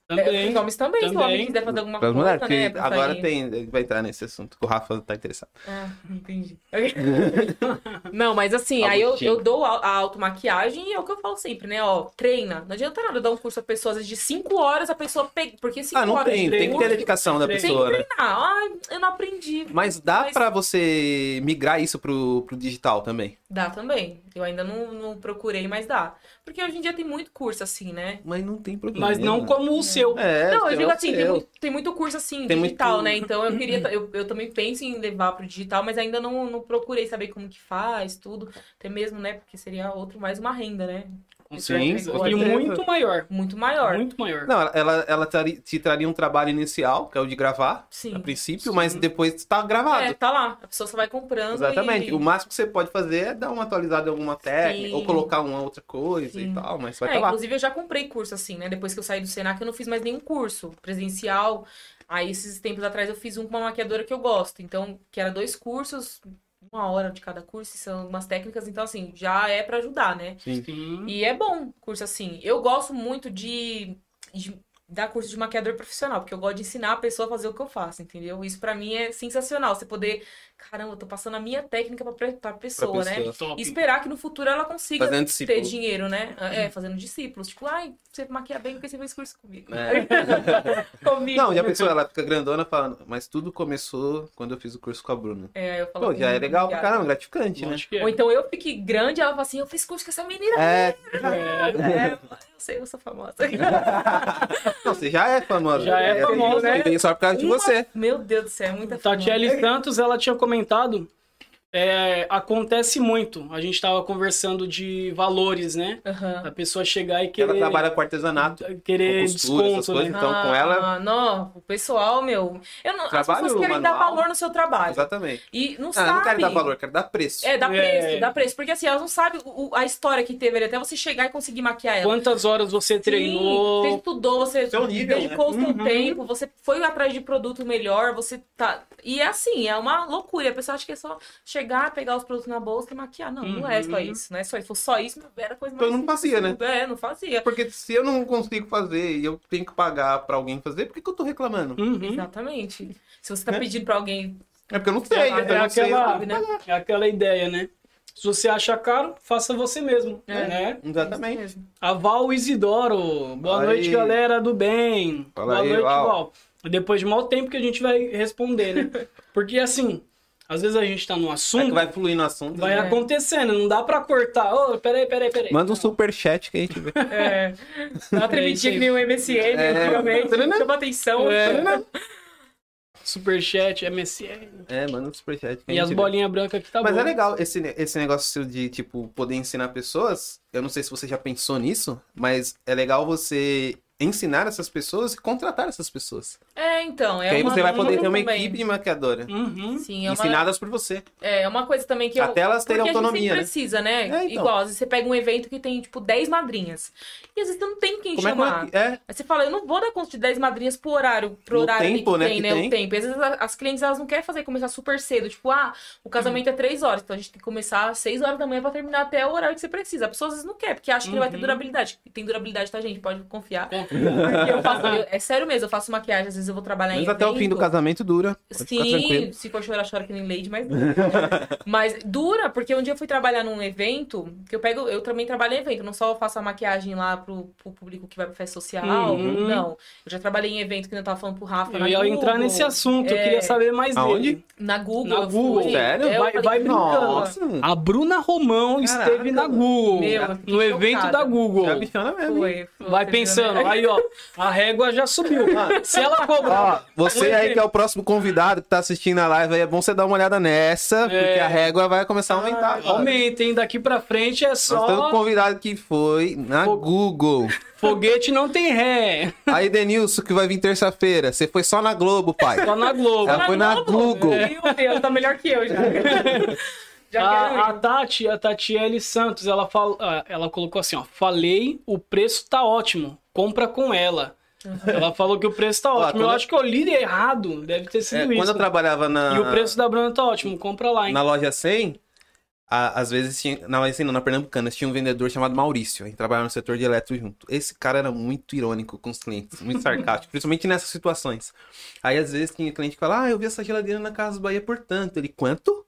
B: É,
A: Também.
B: os homens também, se o
A: Também.
B: homem quiser fazer alguma
C: Pras
B: coisa.
C: mulheres,
B: né,
C: porque
B: pra
C: agora
B: sair.
C: tem. ele Vai entrar nesse assunto, que o Rafa tá interessado.
B: Ah, entendi.
C: <laughs>
B: Não, mas assim, aí eu,
C: Agostinho.
B: eu dou a, a automaquiagem e é o que eu falo sempre, né? Ó, treina. Não adianta nada eu dar um curso a pessoas de 5 horas, a pessoa pega. Porque 5
C: Ah, não
B: horas
C: tem.
B: de
C: Tem que ter a
B: curso,
C: dedicação da
A: Tem que
C: pessoa, né?
B: tem que treinar. Ai, eu não aprendi.
C: Mas dá
B: Mas-
C: pra você migrar isso pro, pro digital também.
B: Dá também. Eu ainda não, não procurei, mas dá. Porque hoje em dia tem muito curso assim, né?
C: Mas não tem problema.
A: Mas não como o seu.
C: É,
B: não, eu
C: seu
B: digo
C: é o
B: assim, tem,
C: seu.
B: mu- tem muito curso assim,
C: Tem muito-
B: digital, né? Então eu
C: <laughs>
B: queria, eu, eu também penso em levar pro digital, mas ainda não, não procurei saber como que faz, tudo. Até mesmo, né? Porque seria outro mais uma renda, né?
A: Com
C: Sim,
A: certeza.
C: com
A: E
C: certeza.
A: muito maior.
B: Muito maior.
A: Muito maior.
C: Não, ela- ela, ela trari- te traria um trabalho inicial, que é o de gravar, a
B: Sim.
C: princípio,
A: Sim.
C: mas depois tá gravado.
B: É, tá lá. A pessoa só vai comprando.
C: Exatamente.
B: E...
C: O máximo que você pode fazer é dar uma atualizada em alguma técnica,
B: Sim.
C: ou colocar uma outra coisa e
B: Sim.
C: tal, mas vai
B: É,
C: tá lá.
B: inclusive eu já comprei curso assim, né? Depois que eu saí do Senac, eu não fiz mais nenhum curso presencial. Aí, esses tempos atrás, eu fiz um com uma maquiadora que eu gosto. Então, que era dois cursos, uma hora de cada curso, e são umas técnicas. Então, assim, já é pra ajudar, né?
A: Sim.
B: E é bom curso assim. Eu gosto muito de, de dar curso de maquiador profissional, porque eu gosto de ensinar a pessoa a fazer o que eu faço, entendeu? Isso pra mim é sensacional. Você poder, caramba, eu tô passando a minha técnica pra, pre- pra pessoa,
C: Pra
B: né?
C: pessoa.
A: Top.
B: E esperar que no futuro ela consiga
C: Fazendo
B: ter
C: discípulo. Uhum.
B: dinheiro, né? É, fazendo discípulos. Tipo, ai, você maquia bem porque você fez curso comigo. <laughs> comigo.
C: É. Não, já pensou, ela fica grandona falando, mas tudo começou quando eu fiz o curso com a Bruna.
B: É, aí eu falo,
C: Pô, já é
B: "Hum,
C: legal pra
B: obrigada."
C: caramba, gratificante, né?
A: Lógico que é.
B: Ou então eu fique grande e ela fala assim, eu fiz curso com essa menina.
C: É,
A: É.
B: É, eu sei, eu sou
C: <laughs>
B: famosa.
C: não, você já é famosa.
A: Já é famosa,
C: né? Vem só por causa de
B: Uma-
C: você.
B: Meu Deus do céu, é muita fama.
A: Tatiele Santos, ela tinha comentado. é, acontece muito. A gente tava conversando de valores, né?
B: Aham.
A: A pessoa chegar e querer,
C: Ela trabalha com artesanato,
A: querer
C: com costura, essas
A: desconto, né?
C: coisas. Então, com ela-
B: Ah, Não, o pessoal, meu. Eu não, as
C: Trabalho
B: pessoas querem dar
C: manual.
B: valor no seu trabalho.
C: exatamente.
B: E não
C: Ah, eu
B: sabe.
C: não quero dar valor, quero dar preço.
B: É, dá preço,
A: É.
B: dá preço. Porque assim, elas não sabem o- a história que teve ali, até você chegar e conseguir maquiar ela.
A: Quantas horas você treinou?
B: Sim, você estudou, você
C: Seu nível,
B: dedicou
A: né?
B: o seu
A: Uhum.
B: tempo, você foi atrás de produto melhor, você tá. E é assim, é uma loucura. A pessoa acha que é só chegar, pegar os produtos na bolsa e maquiar. Não, não é só
A: Uhum.
B: isso, não é só isso. Se fosse só isso, era coisa mais.
C: Então não fazia, né?
B: É, não fazia.
C: Porque se eu não consigo fazer e eu tenho que pagar pra alguém fazer, por que, que eu tô reclamando?
A: Uhum.
B: Exatamente. Se você tá pedindo pra alguém.
C: É porque eu não sei, eu
A: Né? É
C: não sei.
A: aquela,
B: né?
A: é aquela ideia, né? Se você acha caro, faça você mesmo,
B: É.
A: né?
C: Exatamente.
B: Isso mesmo.
A: A Val Isidoro. Boa
C: Fala
A: noite,
C: aí.
A: galera do bem.
C: Fala
A: Boa
C: aí,
A: noite,
C: Val.
A: Val. Depois de mau tempo que a gente vai responder,
C: <laughs>
A: né? Porque, assim, às vezes a gente tá num
C: É
A: assunto,
C: que vai fluir no assunto.
A: vai
C: né?
B: É.
A: acontecendo, não dá pra cortar. Ô, peraí, peraí, peraí.
C: Manda um superchat que a gente vê.
A: <laughs>
B: É. Dá uma
A: isso aí.
B: tremidinha que nem o MSN, antigamente. né, Chama atenção.
A: né? É. Superchat, MSN.
C: É, manda um superchat que a
A: E
C: gente
A: as
C: vê.
A: bolinhas brancas que tá
C: Mas
A: bom.
C: é legal esse, ne- esse negócio seu de, tipo, poder ensinar pessoas. Eu não sei se você já pensou nisso, mas é legal você ensinar essas pessoas e contratar essas pessoas.
B: É, então. É
C: que aí
B: uma-
C: você vai
B: um
C: poder ter uma
B: também.
C: equipe de maquiadora.
A: Uhum.
B: Sim, é uma,
C: ensinadas por você.
B: é uma coisa também que eu.
C: Até elas terem
B: Porque
C: autonomia,
B: a
C: né?
B: gente sempre precisa, né?
C: É, então.
B: Igual, às vezes você pega um evento que tem, tipo, 10 madrinhas. E às vezes você não tem quem
C: Como é
B: chamar.
C: que é?
B: Aí você fala, eu não vou dar conta de 10 madrinhas pro horário, pro
C: No
B: horário ali
C: tempo,
B: que
C: né,
B: tem,
C: que
B: né? O
C: tem.
B: tempo. E às vezes a- as clientes elas não querem fazer começar super cedo. Tipo, ah, o casamento é 3 horas, então a gente tem que começar às 6 horas da manhã pra terminar até o horário que você precisa. A pessoa às vezes não quer, porque acha que não vai ter
A: Uhum.
B: durabilidade. E Tem durabilidade, tá, gente? Pode confiar.
A: <laughs> Confia.
B: Porque eu faço- <laughs> eu- é sério mesmo, eu faço maquiagem, às vezes eu vou trabalhar em
C: Mas até o fim do
B: evento.
C: casamento dura. Pode ficar
B: Sim,
C: tranquilo.
B: se for chorar, chora que nem Lady, mas.
C: <laughs>
B: mas dura, porque um dia eu fui trabalhar num evento, que eu pego, eu também trabalho em evento, não só faço a maquiagem lá pro, pro público que vai pra festa social,
A: Uhum.
B: não. Eu já trabalhei em evento que nem eu tava falando pro Rafa.
A: Eu
B: na
A: ia
B: Google,
A: entrar nesse assunto, eu
B: É.
A: queria saber mais
C: Aonde?
A: dele.
B: Na Google.
A: Na
B: eu fui.
A: Google,
C: sério?
B: É, eu
A: Vai-
B: falei,
A: vai
B: "Caramba,
A: brincando.
C: Nossa.
A: A Bruna Romão
C: Caraca.
A: esteve na Google,
B: Meu, eu fiquei
A: no evento
B: chocada.
A: da Google.
C: Já bichona mesmo. hein?
B: Foi, foi,
A: Vai
B: você viu,
A: pensando, aí
B: né?
A: ó, a régua já subiu. Se ela
C: Ó,
A: cobrar,
C: você aí que é o próximo convidado que tá assistindo a live aí, é bom você dar uma olhada nessa, porque a régua vai começar a
B: Ah,
C: aumentar. cara.
A: aumenta, hein? Daqui pra frente é
C: Nós temos um
A: só
C: convidado que foi na
A: Fo- <laughs>
C: Google.
A: foguete não tem ré.
C: Aí, Denilson, que vai vir terça-feira. Você foi só na Globo, pai. É,
A: Só na Globo.
C: Ela foi na Google.
B: Meu Deus, tá melhor que
C: <laughs>
B: eu já. <laughs> já quero
A: A,
B: ir.
A: a Tati, a Tatiele Santos, ela, fal- ah, ela colocou assim, ó, falei, o preço tá ótimo, compra com ela.
B: Uhum.
A: Ela falou que o preço tá ótimo. eu
C: quando-
A: acho que eu li errado, deve ter
C: É,
A: sido
C: quando
A: isso.
C: eu trabalhava na,
A: E o preço da Bruna tá ótimo, compra lá, hein?
C: na loja 100, a- às vezes tinha. Na loja 100, não, na Pernambucana, tinha um vendedor chamado Maurício. A gente trabalhava no setor de eletro junto. Esse cara era muito irônico com os clientes, muito
A: <laughs>
C: sarcástico, principalmente nessas situações. Aí, às vezes, tinha cliente que falava: Ah, eu vi essa geladeira na Casa do Bahia por tanto. Ele, quanto?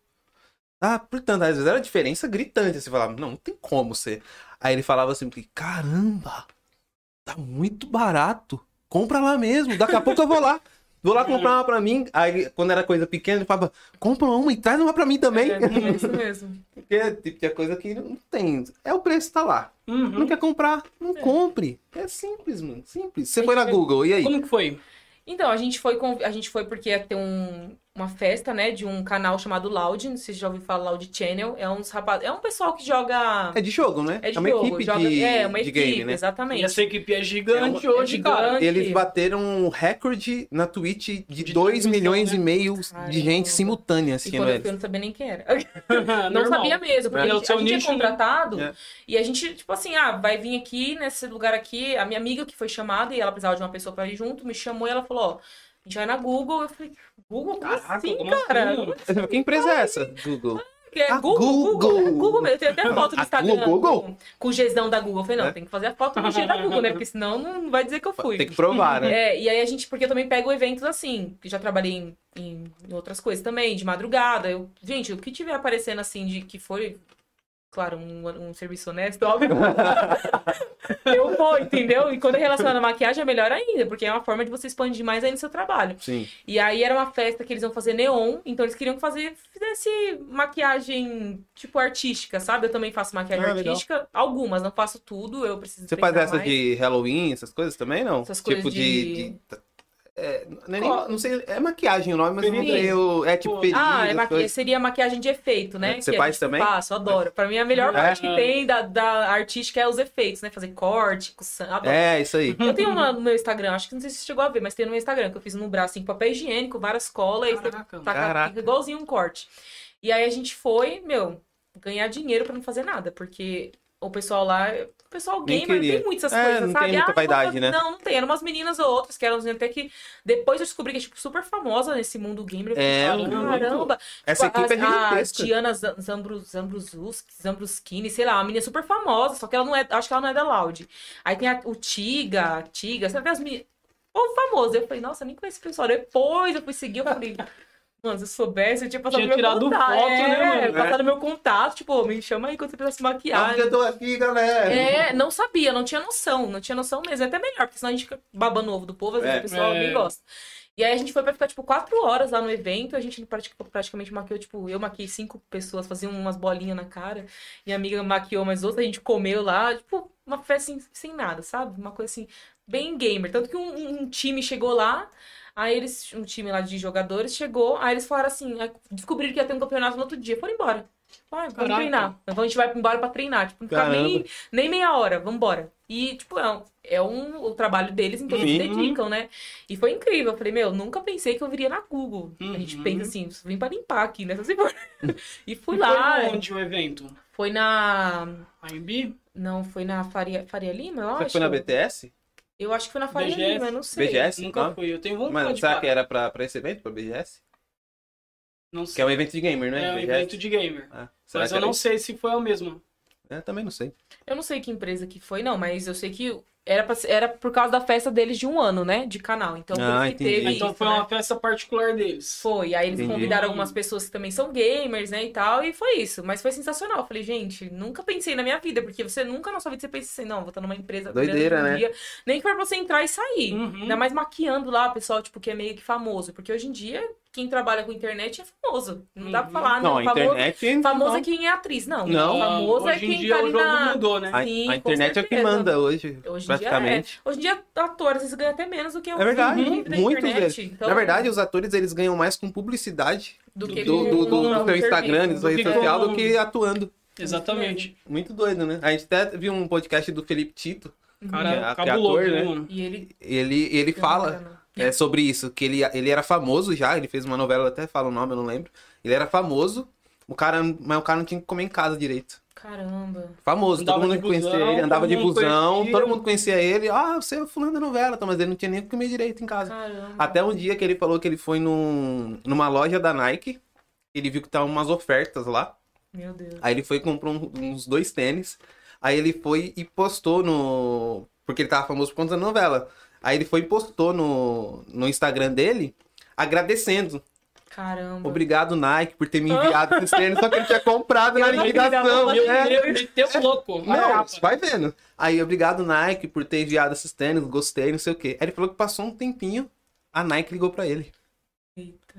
C: Ah, portanto, às vezes era a diferença gritante. Você falava, não, não tem como ser. Aí ele falava assim, que, caramba, tá muito barato. Compra lá mesmo, daqui a pouco eu vou lá. Vou lá comprar uma pra mim. Aí, ele- quando era coisa pequena, ele falava, compra uma e traz uma pra mim também.
B: É, é isso mesmo.
C: <laughs> Porque, tipo, tinha coisa que não tem. É o preço, tá lá.
A: Uhum.
C: Não quer comprar, não compre. É simples, mano, simples.
B: É
C: Você foi na Google, e aí?
A: Como que foi?
B: Então, a gente foi, com- a gente foi porque ia ter um- uma festa, né, de um canal chamado Loud, não sei se já ouviu falar, Loud Channel, é uns rapaz, é um pessoal que joga,
C: É de jogo, né?
B: é de
C: é uma
B: jogo,
C: equipe
B: joga-
C: de,
B: é, uma
C: de
B: equipe,
C: game, né?
A: E
B: exatamente.
A: essa equipe é gigante
B: É uma- é
A: hoje,
B: gigante.
A: cara.
C: Eles bateram um recorde na Twitch de,
A: De
C: 2
A: transmissão,
C: milhões
A: né?
C: e meio de
B: Caramba.
C: gente simultânea
B: E
C: assistindo
B: quando eu fui,
C: eles.
B: eu não sabia nem quem era.
A: <laughs>
B: <laughs> Não
A: Normal.
B: sabia mesmo, porque
A: É,
B: a
A: o
B: gente,
A: seu
B: a gente
A: nicho,
B: é
A: né?
B: contratado
C: É.
B: e a gente, tipo assim, ah, vai vir aqui nesse lugar aqui. A minha amiga que foi chamada e ela precisava de uma pessoa pra ir junto, me chamou e ela falou, ó, a gente vai na Google. Eu falei, Google? Como
A: Caraca,
B: assim,
A: como
B: cara?
A: assim, mano?
C: <laughs> Que empresa é essa? Google.
B: Que é
C: A
B: Google, Google,
C: Google.
B: é Google mesmo.
C: <laughs>
B: Eu tenho até foto do
C: A
B: Instagram
C: Google?
B: com- com o Gzão da Google. Eu falei, não,
C: É.
B: tem que fazer a foto do G da Google,
C: <laughs>
B: né? Porque senão não vai dizer que eu fui.
C: Tem que
B: <laughs>
C: provar, né?
B: É, e aí a gente, porque eu também pego eventos assim, que já trabalhei em, em outras coisas também, de madrugada. Eu, gente, o que tiver aparecendo assim de que foi, claro, um, um serviço honesto, óbvio. <laughs> eu vou, entendeu? E quando é relacionado à maquiagem é melhor ainda, porque é uma forma de você expandir mais ainda o seu trabalho.
C: Sim.
B: E aí era uma festa que eles iam fazer neon, então eles queriam que fazer fizesse maquiagem tipo artística, sabe? Eu também faço maquiagem
C: Ah, legal.
B: artística, algumas, não faço tudo, eu preciso
C: Você faz
B: treinar
C: essa
B: mais.
C: de Halloween, essas coisas também, não?
B: Essas
C: tipo
B: coisas de-
C: de- é, não, é nem- não sei, é maquiagem o nome, mas eu não
A: Período.
C: sei. o- É tipo
A: Ah,
C: período.
B: Ah, é
C: essas
B: maqui...
C: coisas.
B: seria maquiagem de efeito, né?
C: É, você
B: Que
C: faz
B: eu
C: também?
B: Faço, adoro. Pra mim, a melhor
C: É?
B: parte que tem da, da artística é os efeitos, né? Fazer corte, cução, adoro.
C: É, isso aí.
B: Eu tenho uma no meu Instagram, acho que não sei se você chegou a ver, mas tem no meu Instagram, que eu fiz no braço, assim, com papel higiênico, várias colas, e fica-
A: Caraca,
B: taca-
C: Caraca.
B: fica igualzinho um corte. E aí a gente foi, meu, ganhar dinheiro pra não fazer nada, porque o pessoal lá, o pessoal
C: Nem
B: gamer,
C: queria.
B: tem muitas
C: É,
B: coisas,
C: não
B: sabe?
C: tem muita
B: Ah,
C: vaidade,
B: vou-
C: né?
B: Não, não tem, eram umas meninas ou outras, que eram assim, até que depois eu descobri que é, tipo, super famosa nesse mundo gamer. Eu
C: É,
B: falei,
A: muito.
B: caramba,
C: Essa
B: Tipo,
C: equipe é
B: a, a
C: gigantesca.
B: Diana Zam- Zambrus- Zambruzuski, Zambruskini, sei lá, uma menina super famosa, só que ela não é, acho que ela não é da Loud. Aí tem a- o Tiga, Tiga, sabe as meninas, povo famoso. Eu falei, nossa, eu nem conheço esse pessoal. Depois eu fui seguir, eu falei, mano, se eu soubesse, eu tinha passado
A: Tinha
B: meu
A: tirado
B: contato.
A: foto,
B: é,
A: né, mano?
B: Passado meu contato, tipo, me chama aí quando você precisar se maquiar.
C: Onde eu tô aqui, galera?
B: É, não sabia, não tinha noção, não tinha noção mesmo. É até melhor, porque senão a gente fica babando o ovo do povo, às vezes
C: É.
B: o pessoal
A: É.
B: nem gosta. E aí a gente foi pra ficar, tipo, quatro horas lá no evento, a gente prati- praticamente maquiou, tipo, eu maquiei cinco pessoas, fazia umas bolinhas na cara, minha amiga maquiou mais outras, a gente comeu lá, tipo, uma festa sem, sem nada, sabe? Uma coisa assim, bem gamer. Tanto que um- um, um time chegou lá, aí eles, um time lá de jogadores chegou, aí eles falaram assim, aí descobriram que ia ter um campeonato no outro dia, foram embora. Vai, vamos
A: Caraca.
B: treinar. Então a gente vai embora pra treinar. Tipo, não ficar
C: Caramba.
B: nem, nem meia hora, vambora. E, tipo, é um, é um- o trabalho deles, então eles se
A: Uhum.
B: dedicam, né? E foi incrível. Eu falei, meu, nunca pensei que eu viria na Google. A gente
A: Uhum.
B: pensa assim, vim pra limpar aqui, né? <laughs> Só se for. E
A: Foi
B: fui Tá lá.
A: onde o evento?
B: Foi na.
A: AMB?
B: Não, foi na Faria, Faria Lima, eu
C: Você
B: acho.
C: foi na BTS?
B: Eu acho que foi na Faria
A: BGS.
B: Lima, eu não sei.
C: BGS?
A: Nunca
C: Ah.
A: fui. Eu tenho vontade.
C: Mas sabe que é
A: cara.
C: era pra, pra esse evento, pra BGS?
A: Não
C: Que
A: sei.
C: é um evento de gamer, né?
A: É um
C: BGS?
A: evento de gamer.
C: Ah, será
A: Mas
C: que
A: eu
C: era
A: não
C: isso?
A: sei se foi o mesmo.
C: É, também não sei.
B: Eu não sei que empresa que foi, não, mas eu sei que era, pra, ser- era por causa da festa deles de um ano, né? De canal. Então, por
C: Ah,
B: isso que
C: entendi.
B: teve
A: Então
B: isso,
A: foi
B: né?
A: uma festa particular deles.
B: Foi, aí eles
C: Entendi.
B: convidaram algumas pessoas que também são gamers, né, e tal, e foi isso. Mas foi sensacional. Eu falei, gente, nunca pensei na minha vida, porque você nunca na sua vida você pensa assim, não, vou estar numa empresa grande
C: Doideira,
B: um
C: né?
B: dia, nem que for pra você entrar e sair.
A: Uhum.
B: Ainda mais maquiando lá o pessoal, tipo, que é meio que famoso. Porque hoje em dia, quem trabalha com internet é famoso. Ah, Não dá pra
A: Uhum.
B: falar, né,
C: Não, a
B: famoso,
C: internet.
B: famoso
C: não.
B: é quem é atriz, não.
C: Não.
B: famoso
A: hoje
B: é
A: em
B: quem
A: dia
B: tá
A: o
B: ali
A: jogo
B: na...
A: mudou, né?
C: A,
B: Sim,
C: a
B: com
C: internet é o que
B: certeza.
C: manda
B: Hoje em
C: hoje,
B: dia é.
C: praticamente.
B: Hoje em dia, ator, às vezes ganha até menos do que
C: É verdade,
B: um vídeo da
C: muitos
B: internet,
C: deles.
B: então,
C: Na verdade, os atores eles ganham mais com publicidade
B: do,
C: do,
B: que
C: do,
B: com-
C: do, do
B: com
C: seu Instagram,
B: serviço.
C: da sua
A: Do
C: rede
A: que
C: social, do
A: com-
C: que atuando.
A: Exatamente.
C: Muito doido, né? A gente até viu um podcast do Felipe Tito. Que é- que é
A: Cara,
C: ator,
A: cabuloso,
C: né?
A: né, mano?
B: E ele né?
C: Ele, ele fala é, sobre isso, que ele, ele era famoso já, ele fez uma novela, eu até fala o nome, eu não lembro. Ele era famoso, o cara, mas o cara não tinha que comer em casa direito.
B: Caramba.
C: Famoso,
A: Andava
C: todo
A: de
C: mundo conhecia
A: busão,
C: ele, andava
A: todo
C: de
A: mundo
C: busão,
A: conhecia.
C: todo mundo conhecia ele. Ah, você é o fulano da novela, tá, mas ele não tinha nem o que comer direito em casa.
B: Caramba.
C: Até um dia que ele falou que ele foi num, numa loja da Nike, ele viu que tava umas ofertas lá.
B: Meu Deus.
C: Aí ele foi e comprou um- uns dois tênis. Aí ele foi e postou no. Porque ele tava famoso por conta da novela. Aí ele foi e postou no, no Instagram dele, agradecendo.
B: Caramba.
C: Obrigado, Nike, por ter me enviado esses tênis, só que ele tinha comprado na
B: Eu não precisava
C: liquidação.
B: fazer
C: né?
A: Meu Deus,
B: é.
A: meteu o um louco.
C: Não, vai vendo. Aí, obrigado, Nike, por ter enviado esses tênis, gostei, não sei o quê. Aí ele falou que passou um tempinho, a Nike ligou pra ele.
B: Eita.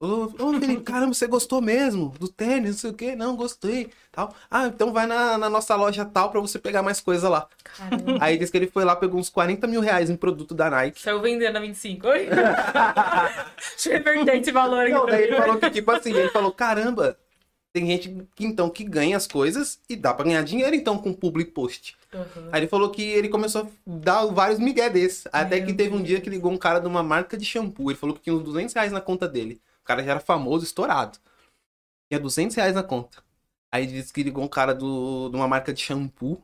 C: Ô, ô, Felipe, caramba, você gostou mesmo do tênis, não sei o quê? Não, gostei. Tal. Ah, então vai na, na nossa loja tal pra você pegar mais coisa lá.
B: Caramba. <laughs>
C: Aí diz que ele foi lá, pegou uns 40 mil reais em produto da Nike.
B: Saiu vendendo a 25.
C: <laughs>
B: Oi? Deixa eu reverter esse valor aqui.
C: Não,
B: pra
C: daí
B: mim.
C: ele falou que, tipo assim, ele falou, caramba, tem gente que, então que ganha as coisas e dá pra ganhar dinheiro então com public post.
B: Aham.
C: Aí ele falou que ele começou a dar vários migué desses. Até
B: Meu
C: que teve um dia que ligou um cara de uma marca de shampoo. Ele falou que tinha uns 200 reais na conta dele. O cara já era famoso, estourado. Tinha 200 reais na conta. Aí disse que ligou um cara do, de uma marca de shampoo.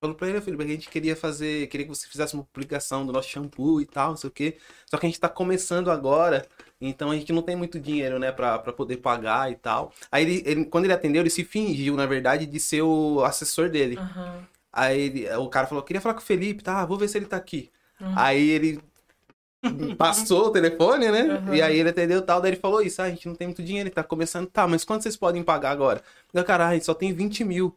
C: Falou pra ele, filho, a gente queria fazer, queria que você fizesse uma publicação do nosso shampoo e tal, não sei o quê. Só que a gente tá começando agora, então a gente não tem muito dinheiro, né, pra, pra poder pagar e tal. Aí ele, ele- quando ele atendeu, ele se fingiu, na verdade, de ser o assessor dele.
B: Aham.
C: Aí ele- o cara falou, queria falar com o Felipe, tá? Vou ver se ele tá aqui.
B: Uhum.
C: Aí ele passou o telefone, né?
B: Uhum.
C: E aí ele atendeu e tal, daí ele falou isso, ah, a gente não tem muito dinheiro, tá começando, tá, mas quanto vocês podem pagar agora? Daí, cara, a gente só tem 20 mil.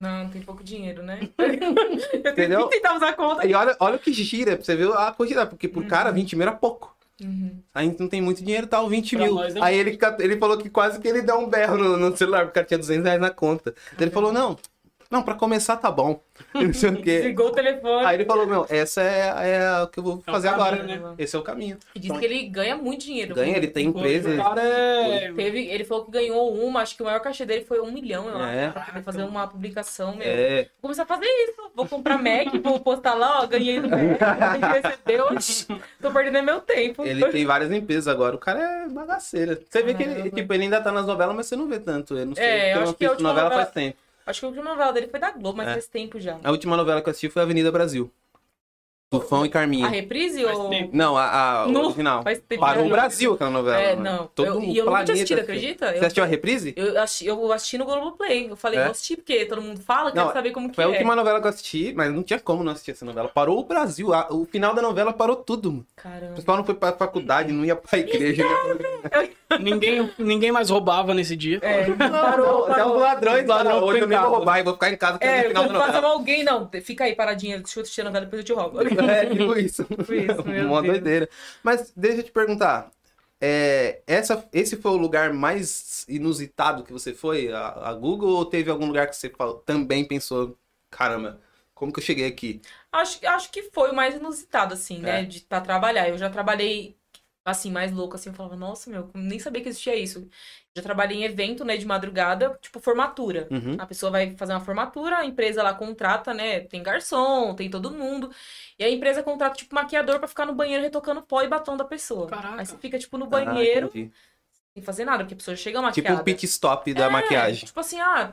B: Não, tem pouco dinheiro, né? <laughs> eu
C: Entendeu?
B: tenho que tentar usar a conta.
C: E olha, olha o que gira, pra você ver a quantidade, porque pro cara 20 mil era pouco.
B: Uhum.
C: A gente não tem muito dinheiro, tal, 20
A: Pra
C: mil.
A: nós é
C: Aí ele, ca- ele falou que quase que ele dá um berro no, no celular, porque o cara tinha 200 reais na conta. Daí ele falou, não, não, pra começar tá bom. <laughs> Não sei o quê.
B: Desligou o telefone.
C: Aí ele falou, meu, essa é, é o que eu vou
A: É o
C: fazer agora.
A: caminho,
B: né?
C: Esse é o caminho.
B: E disse que ele ganha muito dinheiro.
C: Ganha, ele tem
A: Hoje
C: empresa.
A: O cara é...
B: Teve, ele falou que ganhou uma, acho que o maior cachê dele foi um milhão, eu
C: É.
B: acho, pra poder fazer uma publicação mesmo.
C: É,
B: Vou começar a fazer isso. Vou comprar Mac, vou postar lá, ó, ganhei no Mac, a gente recebeu. <laughs> Tô perdendo meu tempo.
C: ele tem várias empresas agora. O cara é bagaceira. Você vê que ele,
B: Caramba.
C: tipo, ele ainda tá nas novelas, mas você não vê tanto. Eu não sei,
B: É, eu
C: porque eu
B: acho
C: não
B: que a
C: assisto
B: última
C: novela
B: novela-
C: faz tempo.
B: <laughs> Acho que a última novela dele foi da Globo, mas
C: É.
B: faz tempo já.
C: A última novela que eu assisti foi Avenida Brasil. Tufão e
B: A
C: Carminha.
B: reprise
A: Faz
B: ou.
A: tempo.
C: Não, a, a
B: Ah, é? No-
C: original.
B: Faz tempo
C: Parou o
B: já.
C: Brasil aquela novela.
B: É,
C: mano.
B: não.
C: Todo
B: Eu-
C: um
B: e eu nunca
C: planeta.
B: tinha assistido,
C: assistiu.
B: acredita?
C: Você
B: Eu-
C: assistiu a reprise?
B: Eu assisti, eu assisti no Globoplay. Eu falei,
C: É?
B: vou assistir porque todo mundo fala, quero
C: Não,
B: saber como que
C: Foi
B: é.
C: a última novela que eu assisti, mas não tinha como não assistir essa novela. Parou o Brasil. a- o final da novela parou tudo, mano. O
B: Caramba.
C: pessoal não foi pra faculdade, não ia pra igreja.
B: Então,
A: Ninguém, ninguém mais roubava nesse dia.
B: É,
C: <laughs> Não,
B: parou,
C: até os
B: parou.
A: Os
C: ladrões
A: ladrões
C: falaram, hoje eu nem vou
A: ficavam.
C: roubar e vou ficar em casa um até
B: É,
C: o final da
B: quando passava
C: novela.
B: alguém, não, fica aí paradinha, deixa eu assistir a novela, depois eu te roubo.
C: <laughs> É, tipo
B: <laughs>
C: isso.
B: Tipo isso, meu
C: Uma
B: Deus.
C: doideira. Mas deixa eu te perguntar. é, essa, esse foi o lugar mais inusitado que você foi, a, a Google, ou teve algum lugar que você fal- também pensou, caramba, como que eu cheguei aqui?
A: É.
B: tá Acho, acho que foi o mais inusitado, assim, né? De pra trabalhar. Eu já trabalhei assim, mais louco, assim, eu falava, nossa, meu, nem sabia que existia isso. Já trabalhei em evento, né, de madrugada, tipo formatura.
C: Uhum.
B: A pessoa vai fazer uma formatura, a empresa lá contrata, né, tem garçom, tem todo mundo. E a empresa contrata, tipo, maquiador pra ficar no banheiro retocando pó e batom da pessoa.
A: Caraca.
B: Aí você fica, tipo, no
C: Ah,
B: banheiro,
C: entendi.
B: sem fazer nada, porque a pessoa chega
C: tipo
B: maquiada.
C: um pit stop da maquiagem.
B: Tipo assim, ah,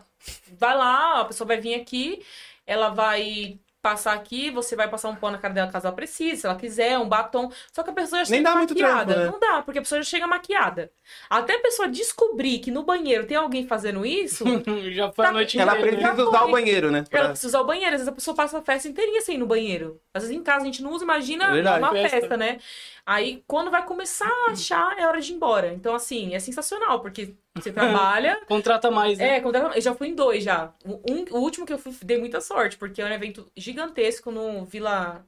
B: vai lá, a pessoa vai vir aqui, ela vai passar aqui, você vai passar um pó na cara dela caso ela precise, se ela quiser, um batom. Só que a pessoa já
C: Nem
B: chega
C: dá muito
B: maquiada.
C: trampo, né?
B: Não dá, porque a pessoa já chega maquiada. Até a pessoa descobrir que no banheiro tem alguém fazendo
C: <laughs>
B: isso,
A: <laughs> Já
B: Tá,
A: foi a noite
C: Ela
A: inteira.
C: precisa
B: Já
C: usar
B: foi.
C: o banheiro, né?
B: ela
C: Pra...
B: precisa usar o banheiro. Às vezes a pessoa passa a festa inteirinha sem ir no banheiro. Às vezes em casa a gente não usa, imagina
C: Verdade.
B: uma
A: Festa.
B: festa. né? Aí quando vai começar a achar, é hora de ir embora. Então, assim, é sensacional, porque
C: <laughs>
B: você trabalha,
A: Contrata mais, né?
B: É, contrata- eu já fui em dois já. O- Um, o último que eu fui, dei muita sorte, porque era um evento gigantesco no Vila.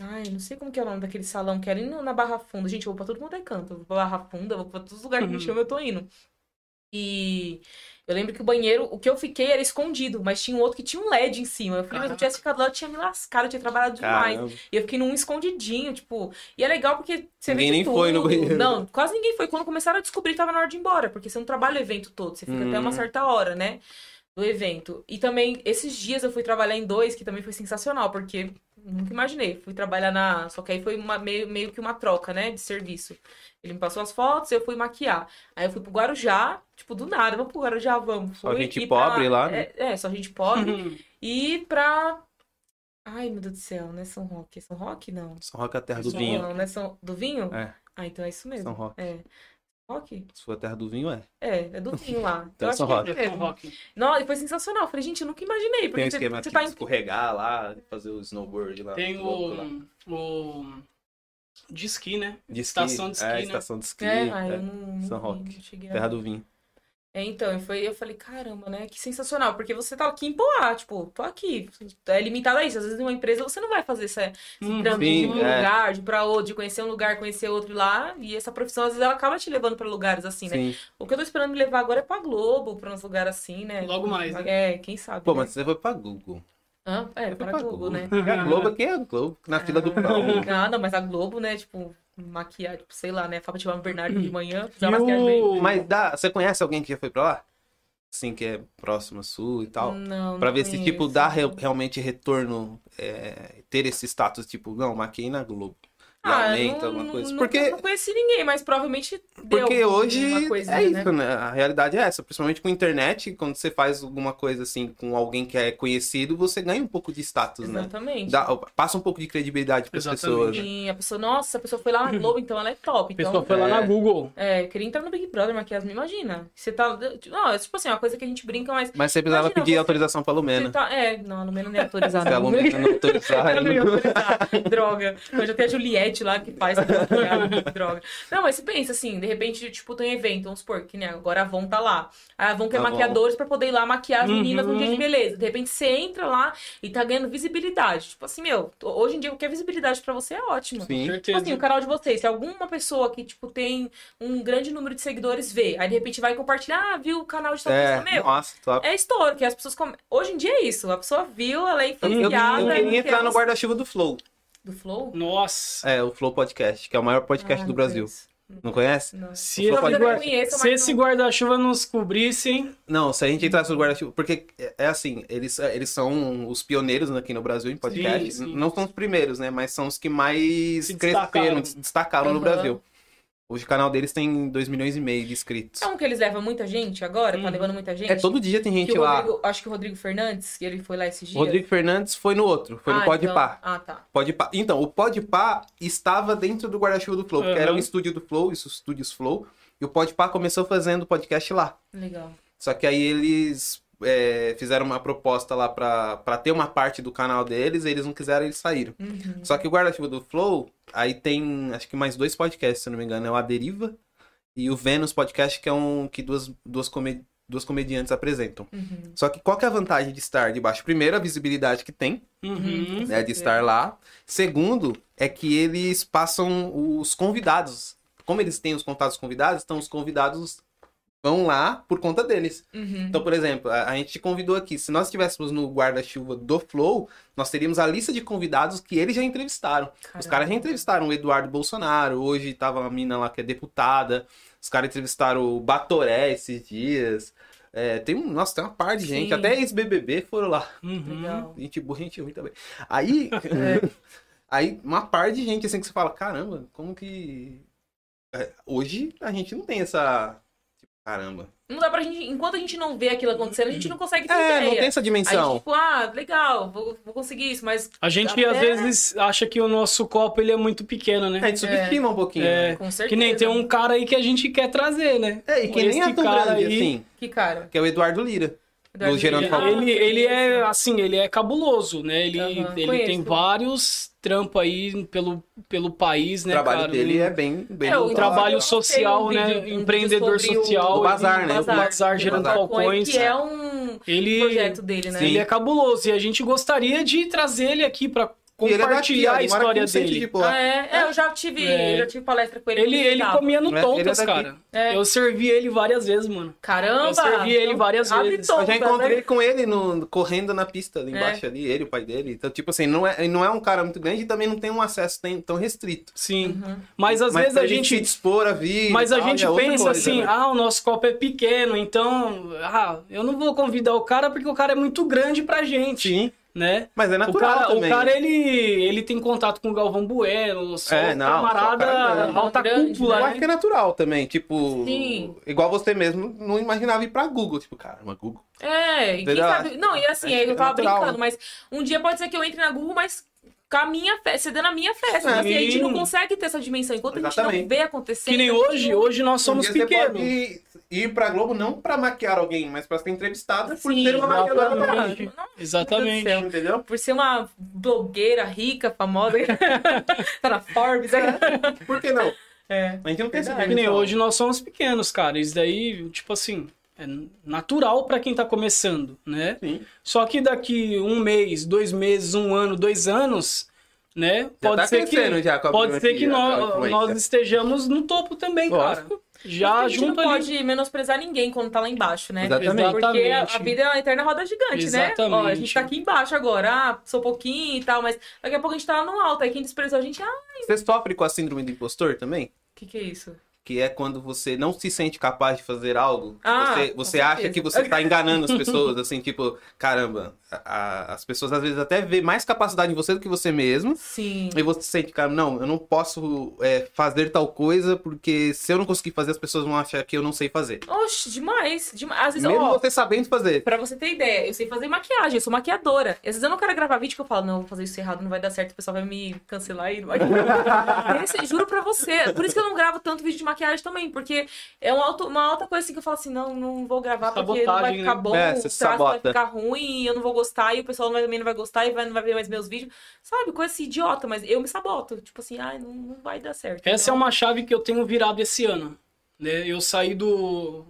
B: Ai, não sei como que é o nome daquele salão que era indo na Barra Funda. Gente, eu vou pra todo mundo é canto. Eu vou pra Barra Funda, eu vou pra todos os lugares que me
A: Uhum.
B: chamam, eu tô indo. E eu lembro que o banheiro, o que eu fiquei era escondido, mas tinha um outro que tinha um LED em cima. Eu falei, mas se eu tivesse ficado lá, eu tinha me lascado, eu tinha trabalhado demais.
C: Caramba.
B: E eu fiquei num escondidinho, tipo. E é legal porque você vê
C: Ninguém
B: de
C: nem foi no
B: tudo.
C: banheiro.
B: Não, quase ninguém foi. Quando começaram a descobrir, tava na hora de ir embora, porque você não trabalha o evento todo, você fica
C: Hum.
B: até uma certa hora, né? Do evento. E também, esses dias eu fui trabalhar em dois, que também foi sensacional, porque nunca imaginei. Fui trabalhar na. Só que aí foi uma- meio, meio que uma troca, né? De serviço. Ele me passou as fotos, eu fui maquiar. Aí eu fui pro Guarujá, tipo, do nada, vamos pro Guarujá, vamos.
C: Só
B: Fui,
C: gente
B: e
C: pobre lá, né?
B: É, é, só gente pobre e pra. Ai, meu Deus do céu, não é São Roque. É São Roque, não.
C: São Roque é a terra do
A: São
C: vinho.
B: Não, não é São... Do vinho?
C: É.
B: Ah, então é isso mesmo.
C: São Roque.
B: É. Roque?
C: Se for a terra do vinho, é.
B: É, é do vinho lá.
C: Então
B: Eu
C: é
B: acho
C: São
B: que é
C: Roque.
B: isso mesmo. Não, e foi sensacional. Eu falei, gente, eu nunca imaginei. Porque
C: Tem um
B: você,
C: esquema
B: você
C: de
B: tá em...
C: escorregar lá, fazer o snowboard lá.
A: Tem
C: tudo Tá louco lá.
A: o, o. De esqui, né?
C: De esqui.
A: estação de esqui,
C: É,
A: né?
C: estação de esqui.
A: É,
B: Ah,
C: é.
B: eu não,
C: São
B: não, vi,
C: Roque.
B: não cheguei a-
C: Terra do vinho.
B: É, então, eu, foi, eu falei, caramba, né? Que sensacional, porque você tá aqui em Poá, tipo, tô aqui. É limitado a isso. Às vezes, numa empresa, você não vai fazer essa,
A: Uhum.
B: trampo de um
C: Sim, é.
B: lugar, de pra outro, de conhecer um lugar, conhecer outro lá. E essa profissão, às vezes, ela acaba te levando pra lugares assim, né?
C: Sim.
B: O que eu tô esperando me levar agora é pra Globo, pra uns lugares assim, né?
A: Logo mais, né?
B: É, quem sabe.
C: Pô,
B: né?
C: mas você foi pra Google.
B: Hã? É,
C: Você
B: pra
C: foi
B: Globo,
C: <laughs>
B: né?
C: A Globo aqui é a Globo, na fila do pão.
B: Ah, não, mas a Globo, né? Tipo, maquiar, tipo, sei lá, né? Fátima Bernardo de manhã,
A: E
B: já maquiagem bem.
A: o-
C: Mas dá, você conhece alguém que já foi pra lá? Assim, que é próximo sul e tal?
B: Não,
C: Pra
B: não
C: ver se, tipo,
B: conheço.
C: dá re- realmente retorno, é, ter esse status, tipo, não, maquei na Globo. E
B: Ah,
C: aumenta
B: não,
C: alguma
B: não-
C: coisa.
B: não-
C: Porque,
B: não conheci ninguém, mas provavelmente deu
C: porque
B: alguma
C: hoje
B: coisinha,
C: é
B: né?
C: isso, né? A realidade é essa. Principalmente com internet, quando você faz alguma coisa, assim, com alguém que é conhecido, você ganha um pouco de status, né?
B: Exatamente.
C: Dá- passa um pouco de credibilidade pras
A: Exatamente.
C: pessoas. né?
B: Sim, a pessoa, nossa, a pessoa
A: <clears throat>
B: foi lá na Globo, então ela é top.
A: A
B: Então,
A: pessoa foi lá na
C: É.
A: Google.
B: É, eu queria entrar no Big Brother, mas que as me imagina. Você tá. Não, é tipo assim, uma coisa que a gente brinca, mas.
C: Mas você precisava
B: Imagina,
C: pedir
B: você-
C: autorização pra
B: Você
C: Lumena.
B: tá... É, não, a
C: <laughs>
B: Lumena nem é autorizada.
C: Se a
B: não. <laughs>
C: Lumena não autorizar,
B: Eu não ia
C: ele- <laughs>
B: autorizar. Droga. Eu já tenho a Juliette lá que faz. maquiagem, Droga. Não, mas você pensa assim, de repente, tipo, tem um evento, vamos supor, que né, agora a Avon tá lá. A Avon quer
C: Avon.
B: maquiadores pra poder ir lá maquiar as meninas
A: Uhum.
B: no dia de beleza. De repente você entra lá e tá ganhando visibilidade. Tipo assim, meu, hoje em dia qualquer visibilidade pra você é ótimo.
A: Com
C: Sim.
B: Tipo
A: certeza.
B: assim, o canal de vocês, se alguma pessoa que, tipo, tem um grande número de seguidores vê, aí de repente vai compartilhar, ah, viu o canal de tal pessoa,
C: É,
B: meu,
C: nossa, top.
B: é estouro, que as pessoas... come- Hoje em dia é isso, a pessoa viu, ela é
C: Eu, eu,
B: influenciada...
C: eu
B: ela
C: queria entrar no
B: quer-
C: guarda-chuva do Flow.
B: Do Flow?
A: Nossa.
C: É, o Flow Podcast, que é o maior podcast
B: Ah,
C: do
B: não
C: Brasil.
B: conheço.
C: Não conhece?
B: Não.
A: Se,
C: Eu
A: esse,
C: só falei,
A: guarda-
B: conheço,
A: se
B: mas
A: esse
B: não-
A: guarda-chuva nos cobrisse, hein?
C: Não, se a gente entrasse no guarda-chuva. Porque é- é assim, eles, eles são os pioneiros aqui no Brasil em podcast.
A: Sim, sim.
C: Não são os primeiros, né? Mas são os que mais
A: Se
C: cresceram,
A: destacaram.
C: se destacaram
B: Aham.
C: no Brasil. Hoje o canal deles tem 2 milhões e meio de inscritos.
B: Então que eles levam muita gente agora? Tá
A: Uhum.
B: levando muita gente?
C: É todo dia tem gente
B: que o
C: lá.
B: Rodrigo, Acho que o Rodrigo Fernandes, que ele foi lá esses dias.
C: Rodrigo Fernandes foi no outro, foi no
B: Ah,
C: Pode
B: então-
C: Par.
B: Ah, tá.
C: Podpah. Então, o Podpah estava dentro do guarda-chuva do Flow, porque
A: Aham.
C: era o estúdio do Flow, isso, os estúdios Flow, e o Podpah começou fazendo podcast lá.
B: Legal.
C: Só que aí eles é, fizeram uma proposta lá pra, pra ter uma parte do canal deles, e eles não quiseram, eles saíram.
B: Uhum.
C: Só que o guarda-chuva do Flow, aí tem, acho que mais dois podcasts, se eu não me engano, é o A Deriva e o Vênus Podcast, que é um que duas, duas, come- duas comediantes apresentam.
B: Uhum.
C: Só que qual que é a vantagem de estar debaixo? Primeiro, a visibilidade que tem,
A: Uhum.
C: né, de estar lá. Segundo, é que eles passam os convidados. Como eles têm os contatos convidados, então os convidados vão lá por conta deles.
B: Uhum.
C: Então, por exemplo, a, a gente te convidou aqui. Se nós estivéssemos no guarda-chuva do Flow, nós teríamos a lista de convidados que eles já entrevistaram.
B: uhum.
C: Os caras já entrevistaram o Eduardo Bolsonaro, hoje tava uma mina lá que é deputada. Os caras entrevistaram o Batoré esses dias. É, tem um, nossa, tem uma par de gente,
B: Sim.
C: até ex-BBB foram lá. <laughs>
A: Uhum.
B: Legal. É.
C: Gente burra, gente ruim também. Aí, aí uma par de gente assim que você fala, caramba, como que É, hoje a gente não tem essa tipo, caramba.
B: Não dá pra gente. Enquanto a gente não vê aquilo acontecendo, a gente não consegue ter
C: É,
B: ideia.
C: não tem essa
B: Aí,
C: dimensão.
B: tipo, ah, legal, vou, vou conseguir isso, mas
A: A gente
B: Até-
A: às vezes acha que o nosso copo ele é muito pequeno,
C: A
A: né?
C: gente subestima um pouquinho.
A: É.
C: né?
B: com certeza.
A: Que nem tem um cara aí que a gente quer trazer, né?
C: É, e que nem
A: Esse
C: é tão
A: cara
C: grande
A: aí-
C: assim,
B: Que cara?
C: que é o Eduardo Lira.
B: Eduardo
C: Gerando
B: Vieira.
C: Falcão.
A: Ele, ele é
B: Ah,
A: assim, ele é cabuloso, né? Ele,
B: Aham,
A: ele
B: conheço.
A: tem vários trampos aí pelo, pelo país,
C: O
A: né,
C: trabalho
A: cara?
C: dele é bem, bem
B: É, o
C: legal.
A: trabalho
B: Eu
A: social,
B: sei um
A: né?
B: vídeo, um
A: Empreendedor
B: vídeo sobre o-
A: social.
C: o bazar,
A: ele-
C: né?
A: O bazar
B: do
A: gerando
C: Bazar.
A: falcões. né?
B: Que é um
A: Ele,
B: projeto dele, né?
A: ele é cabuloso e a gente gostaria de trazer ele aqui pra
C: E ele é daqui,
A: compartilhar
C: ó,
A: a
C: ele mora aqui
A: história
C: no centro
A: dele.
C: de
B: Ah,
C: Poá.
B: é? É, eu já tive,
A: É.
B: eu já tive palestra com ele.
A: Ele,
B: quando
A: ele
B: tava.
A: comia no
C: Ele é
A: Tontas,
C: daqui.
A: cara.
B: Tá. É.
A: Eu servi ele várias vezes, mano.
B: Caramba! Então,
A: Eu servi ele várias
B: abre
A: vezes.
B: todo,
C: Eu já
B: né?
C: encontrei com ele no, correndo na pista ali
A: É.
C: embaixo ali, ele, o pai dele. Então, tipo assim, não é, ele não é um cara muito grande e também não tem um acesso tão- tão restrito.
A: Sim.
B: Uhum.
A: Mas às vezes
C: pra
A: a
C: ele
A: gente
C: se dispor a vida.
A: Mas
C: e
A: a
C: tal,
A: gente
C: é outra
A: pensa
C: coisa,
A: assim,
C: né?
A: ah, o nosso copo é pequeno, então, ah, eu não vou convidar o cara porque o cara é muito grande pra gente,
C: Sim,
A: né?
C: mas é
A: O
C: natural
A: cara, o
C: também.
A: cara, ele, ele tem contato com o Galvão Bueno, só
C: É,
A: um
C: não,
A: camarada
C: só cara
B: grande.
A: alta
B: Grande,
A: cúpula,
C: Eu
A: né?
C: acho que é natural também, tipo...
B: Sim.
C: Igual você mesmo, não imaginava ir pra Google. Tipo, cara, uma Google...
B: É, e quem
C: Entendeu?
B: sabe. Não, e assim,
C: Acho que
B: eu
C: é
B: tava
C: natural,
B: brincando, mas um dia pode ser que eu entre na Google, mas com a minha festa, cedendo a minha festa.
A: Sim.
B: Assim, a gente não consegue ter essa dimensão. Enquanto a gente não
C: É, Exatamente.
B: vê acontecendo.
A: Que nem hoje, hoje nós somos
C: Um dia você pode
A: pequenos.
C: ir- ir pra Globo não pra maquiar alguém, mas pra ser entrevistada por
B: Sim,
C: ser uma maquiadora
A: exatamente.
C: também,
B: Não, não,
A: Exatamente.
B: Meu Deus do
C: entendeu?
B: por ser uma blogueira rica, famosa, <laughs> tá na Forbes, né?
C: Por que não?
B: É.
C: A gente não tem essa
A: Que nem
C: dimensão.
A: hoje nós somos pequenos, cara. Isso daí, tipo assim, é natural pra quem tá começando, né?
C: Sim.
A: Só que daqui um mês, dois meses, um ano, dois anos, né?
C: Já
A: Pode
C: tá
A: ser que
C: crescendo já com a
A: Pode ser que
C: biografia, com a
A: nós,
C: influência.
A: nós estejamos no topo também, cara.
C: Lógico.
A: Já
B: a gente não
A: junto ali.
B: pode menosprezar ninguém quando tá lá embaixo, né?
C: Exatamente.
B: Porque a,
A: Exatamente.
B: a vida é uma eterna roda gigante, né? Ó, a gente
A: Exatamente.
B: tá aqui embaixo agora, ah, sou pouquinho e tal, mas daqui a pouco a gente tá lá no alto. Aí quem desprezou a gente, ah,
C: Você sofre com a síndrome do impostor também?
B: o que que é isso?
C: Que é quando você não se sente capaz de fazer algo.
B: Ah,
C: você
B: com
C: você acha
B: certeza.
C: que você
A: <laughs>
C: tá enganando as pessoas, assim, tipo, caramba, a- a- as pessoas às vezes até vê mais capacidade em você do que você mesmo.
B: Sim.
C: E você sente, cara, não, eu não posso é, fazer tal coisa, porque se eu não conseguir fazer, as pessoas vão achar que eu não sei fazer.
B: Oxe, demais. demais. Às vezes,
C: Mesmo
B: ó,
C: você sabendo fazer.
B: Pra você ter ideia, eu sei fazer maquiagem, eu sou maquiadora. E às vezes eu não quero gravar vídeo que eu falo, não, eu vou fazer isso errado, não vai dar certo, o pessoal vai me cancelar aí. não vai gravar.
C: <laughs>
B: Esse- juro pra você. Por isso que eu não gravo tanto vídeo de maquiagem também, porque é um alto- uma alta coisa assim que eu falo assim, não, não vou gravar porque não vai
A: Sabotagem,
B: ficar
A: né?
B: bom,
C: É,
B: o
C: você
B: traço vai
C: sabota.
B: ficar ruim, eu não vou gostar, e o pessoal não vai- também não vai gostar e vai- não vai ver mais meus vídeos. Sabe, coisa assim, idiota, mas eu me saboto. Tipo assim, ai, não, não vai dar certo.
A: Essa é
B: Então,
A: uma chave que eu tenho virado esse ano. Né? Eu saí do,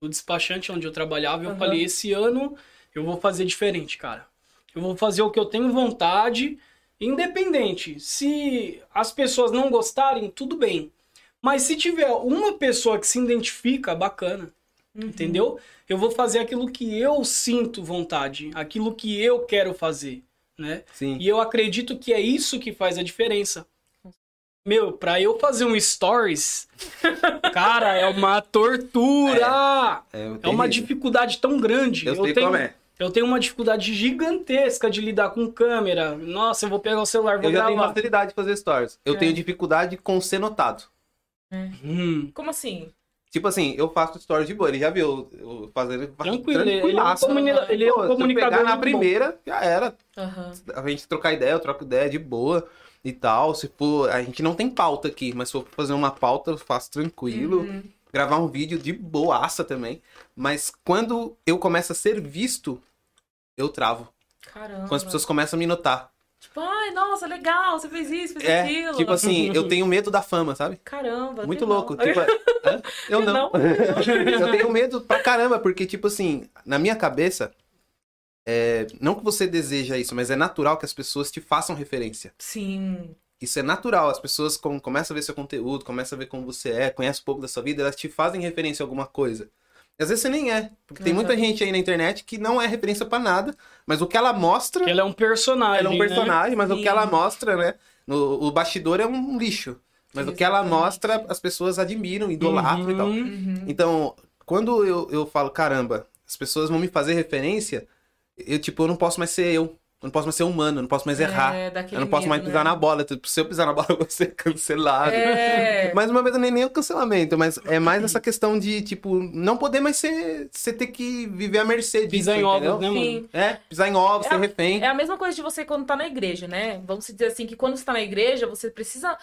A: do despachante onde eu trabalhava e eu
B: Aham.
A: falei, esse ano eu vou fazer diferente, cara. Eu vou fazer o que eu tenho vontade, independente. Se as pessoas não gostarem, tudo bem. Mas se tiver uma pessoa que se identifica, bacana.
B: uhum.
A: entendeu? Eu vou fazer aquilo que eu sinto vontade, aquilo que eu quero fazer, né?
C: Sim.
A: E eu acredito que é isso que faz a diferença. Meu, pra eu fazer um stories, <laughs> cara, é uma tortura! É, uma
C: terrível.
A: dificuldade tão grande.
C: Eu, sei
A: tenho,
C: como é.
A: eu tenho uma dificuldade gigantesca de lidar com câmera. Nossa, eu vou pegar o celular, vou
C: Eu já tenho
A: gravar.
C: facilidade de fazer stories. Eu
B: É.
C: tenho dificuldade com ser notado.
A: Hum,
B: Como assim?
C: Tipo assim, eu faço stories de boa, ele já viu eu, eu fazendo
A: tranquilo, ele é um,
C: tranquilaço. né?
A: comuni- ele é um
C: Pô, se eu
A: comunicador
C: pegar na
A: muito bom.
C: primeira, já era.
B: Aham.
C: a gente trocar ideia, eu troco ideia de boa e tal. Se for, a gente não tem pauta aqui, mas se for fazer uma pauta, eu faço tranquilo.
B: Uhum.
C: Gravar um vídeo de boaça também. Mas quando eu começo a ser visto, eu travo.
B: Caramba.
C: Quando as pessoas começam a me notar.
B: Tipo, ai, nossa, legal, você fez isso, fez
C: É,
B: aquilo.
C: tipo assim, eu tenho medo da fama, sabe?
B: Caramba.
C: Muito
B: legal.
C: louco. <laughs>
B: <laughs>
C: Tipo, hã? eu não. eu tenho medo pra caramba, porque, tipo assim, na minha cabeça, é, não que você deseja isso, mas é natural que as pessoas te façam referência.
B: Sim.
C: Isso é natural, as pessoas com, começam a ver seu conteúdo, começam a ver como você é, conhecem um pouco da sua vida, elas te fazem referência a alguma coisa. Às vezes você nem é. Porque tem muita
B: Exato.
C: gente aí na internet que não é referência pra nada, mas o que ela mostra,
A: Ela é um personagem.
C: ela é um
A: né?
C: personagem, mas o
B: Sim.
C: que ela mostra, né? no- o bastidor é um lixo. Mas o que ela
B: Exatamente.
C: mostra, as pessoas admiram, idolatram e tal.
A: Uhum.
B: Uhum.
C: Então, quando eu, eu falo, caramba, as pessoas vão me fazer referência, eu, tipo, eu não posso mais ser eu. Eu não posso mais ser humano, eu não posso mais errar.
B: É, daquele
C: eu não posso mais
B: medo,
C: pisar
B: né?
C: na bola. tipo, Se eu pisar na bola, <laughs> eu vou ser cancelado. <laughs>
B: É.
C: Mais uma vez, não é nem o cancelamento, mas é mais essa questão de, tipo, não poder mais ser. Você ter que viver à mercê disso.
A: Pisar em
C: entendeu?
A: ovos, né, mano?
B: Sim.
C: É, pisar em ovos,
B: É
C: ser
B: a-
C: refém.
B: É a mesma coisa de você quando tá na igreja, né? Vamos dizer assim, que quando você tá na igreja, você precisa.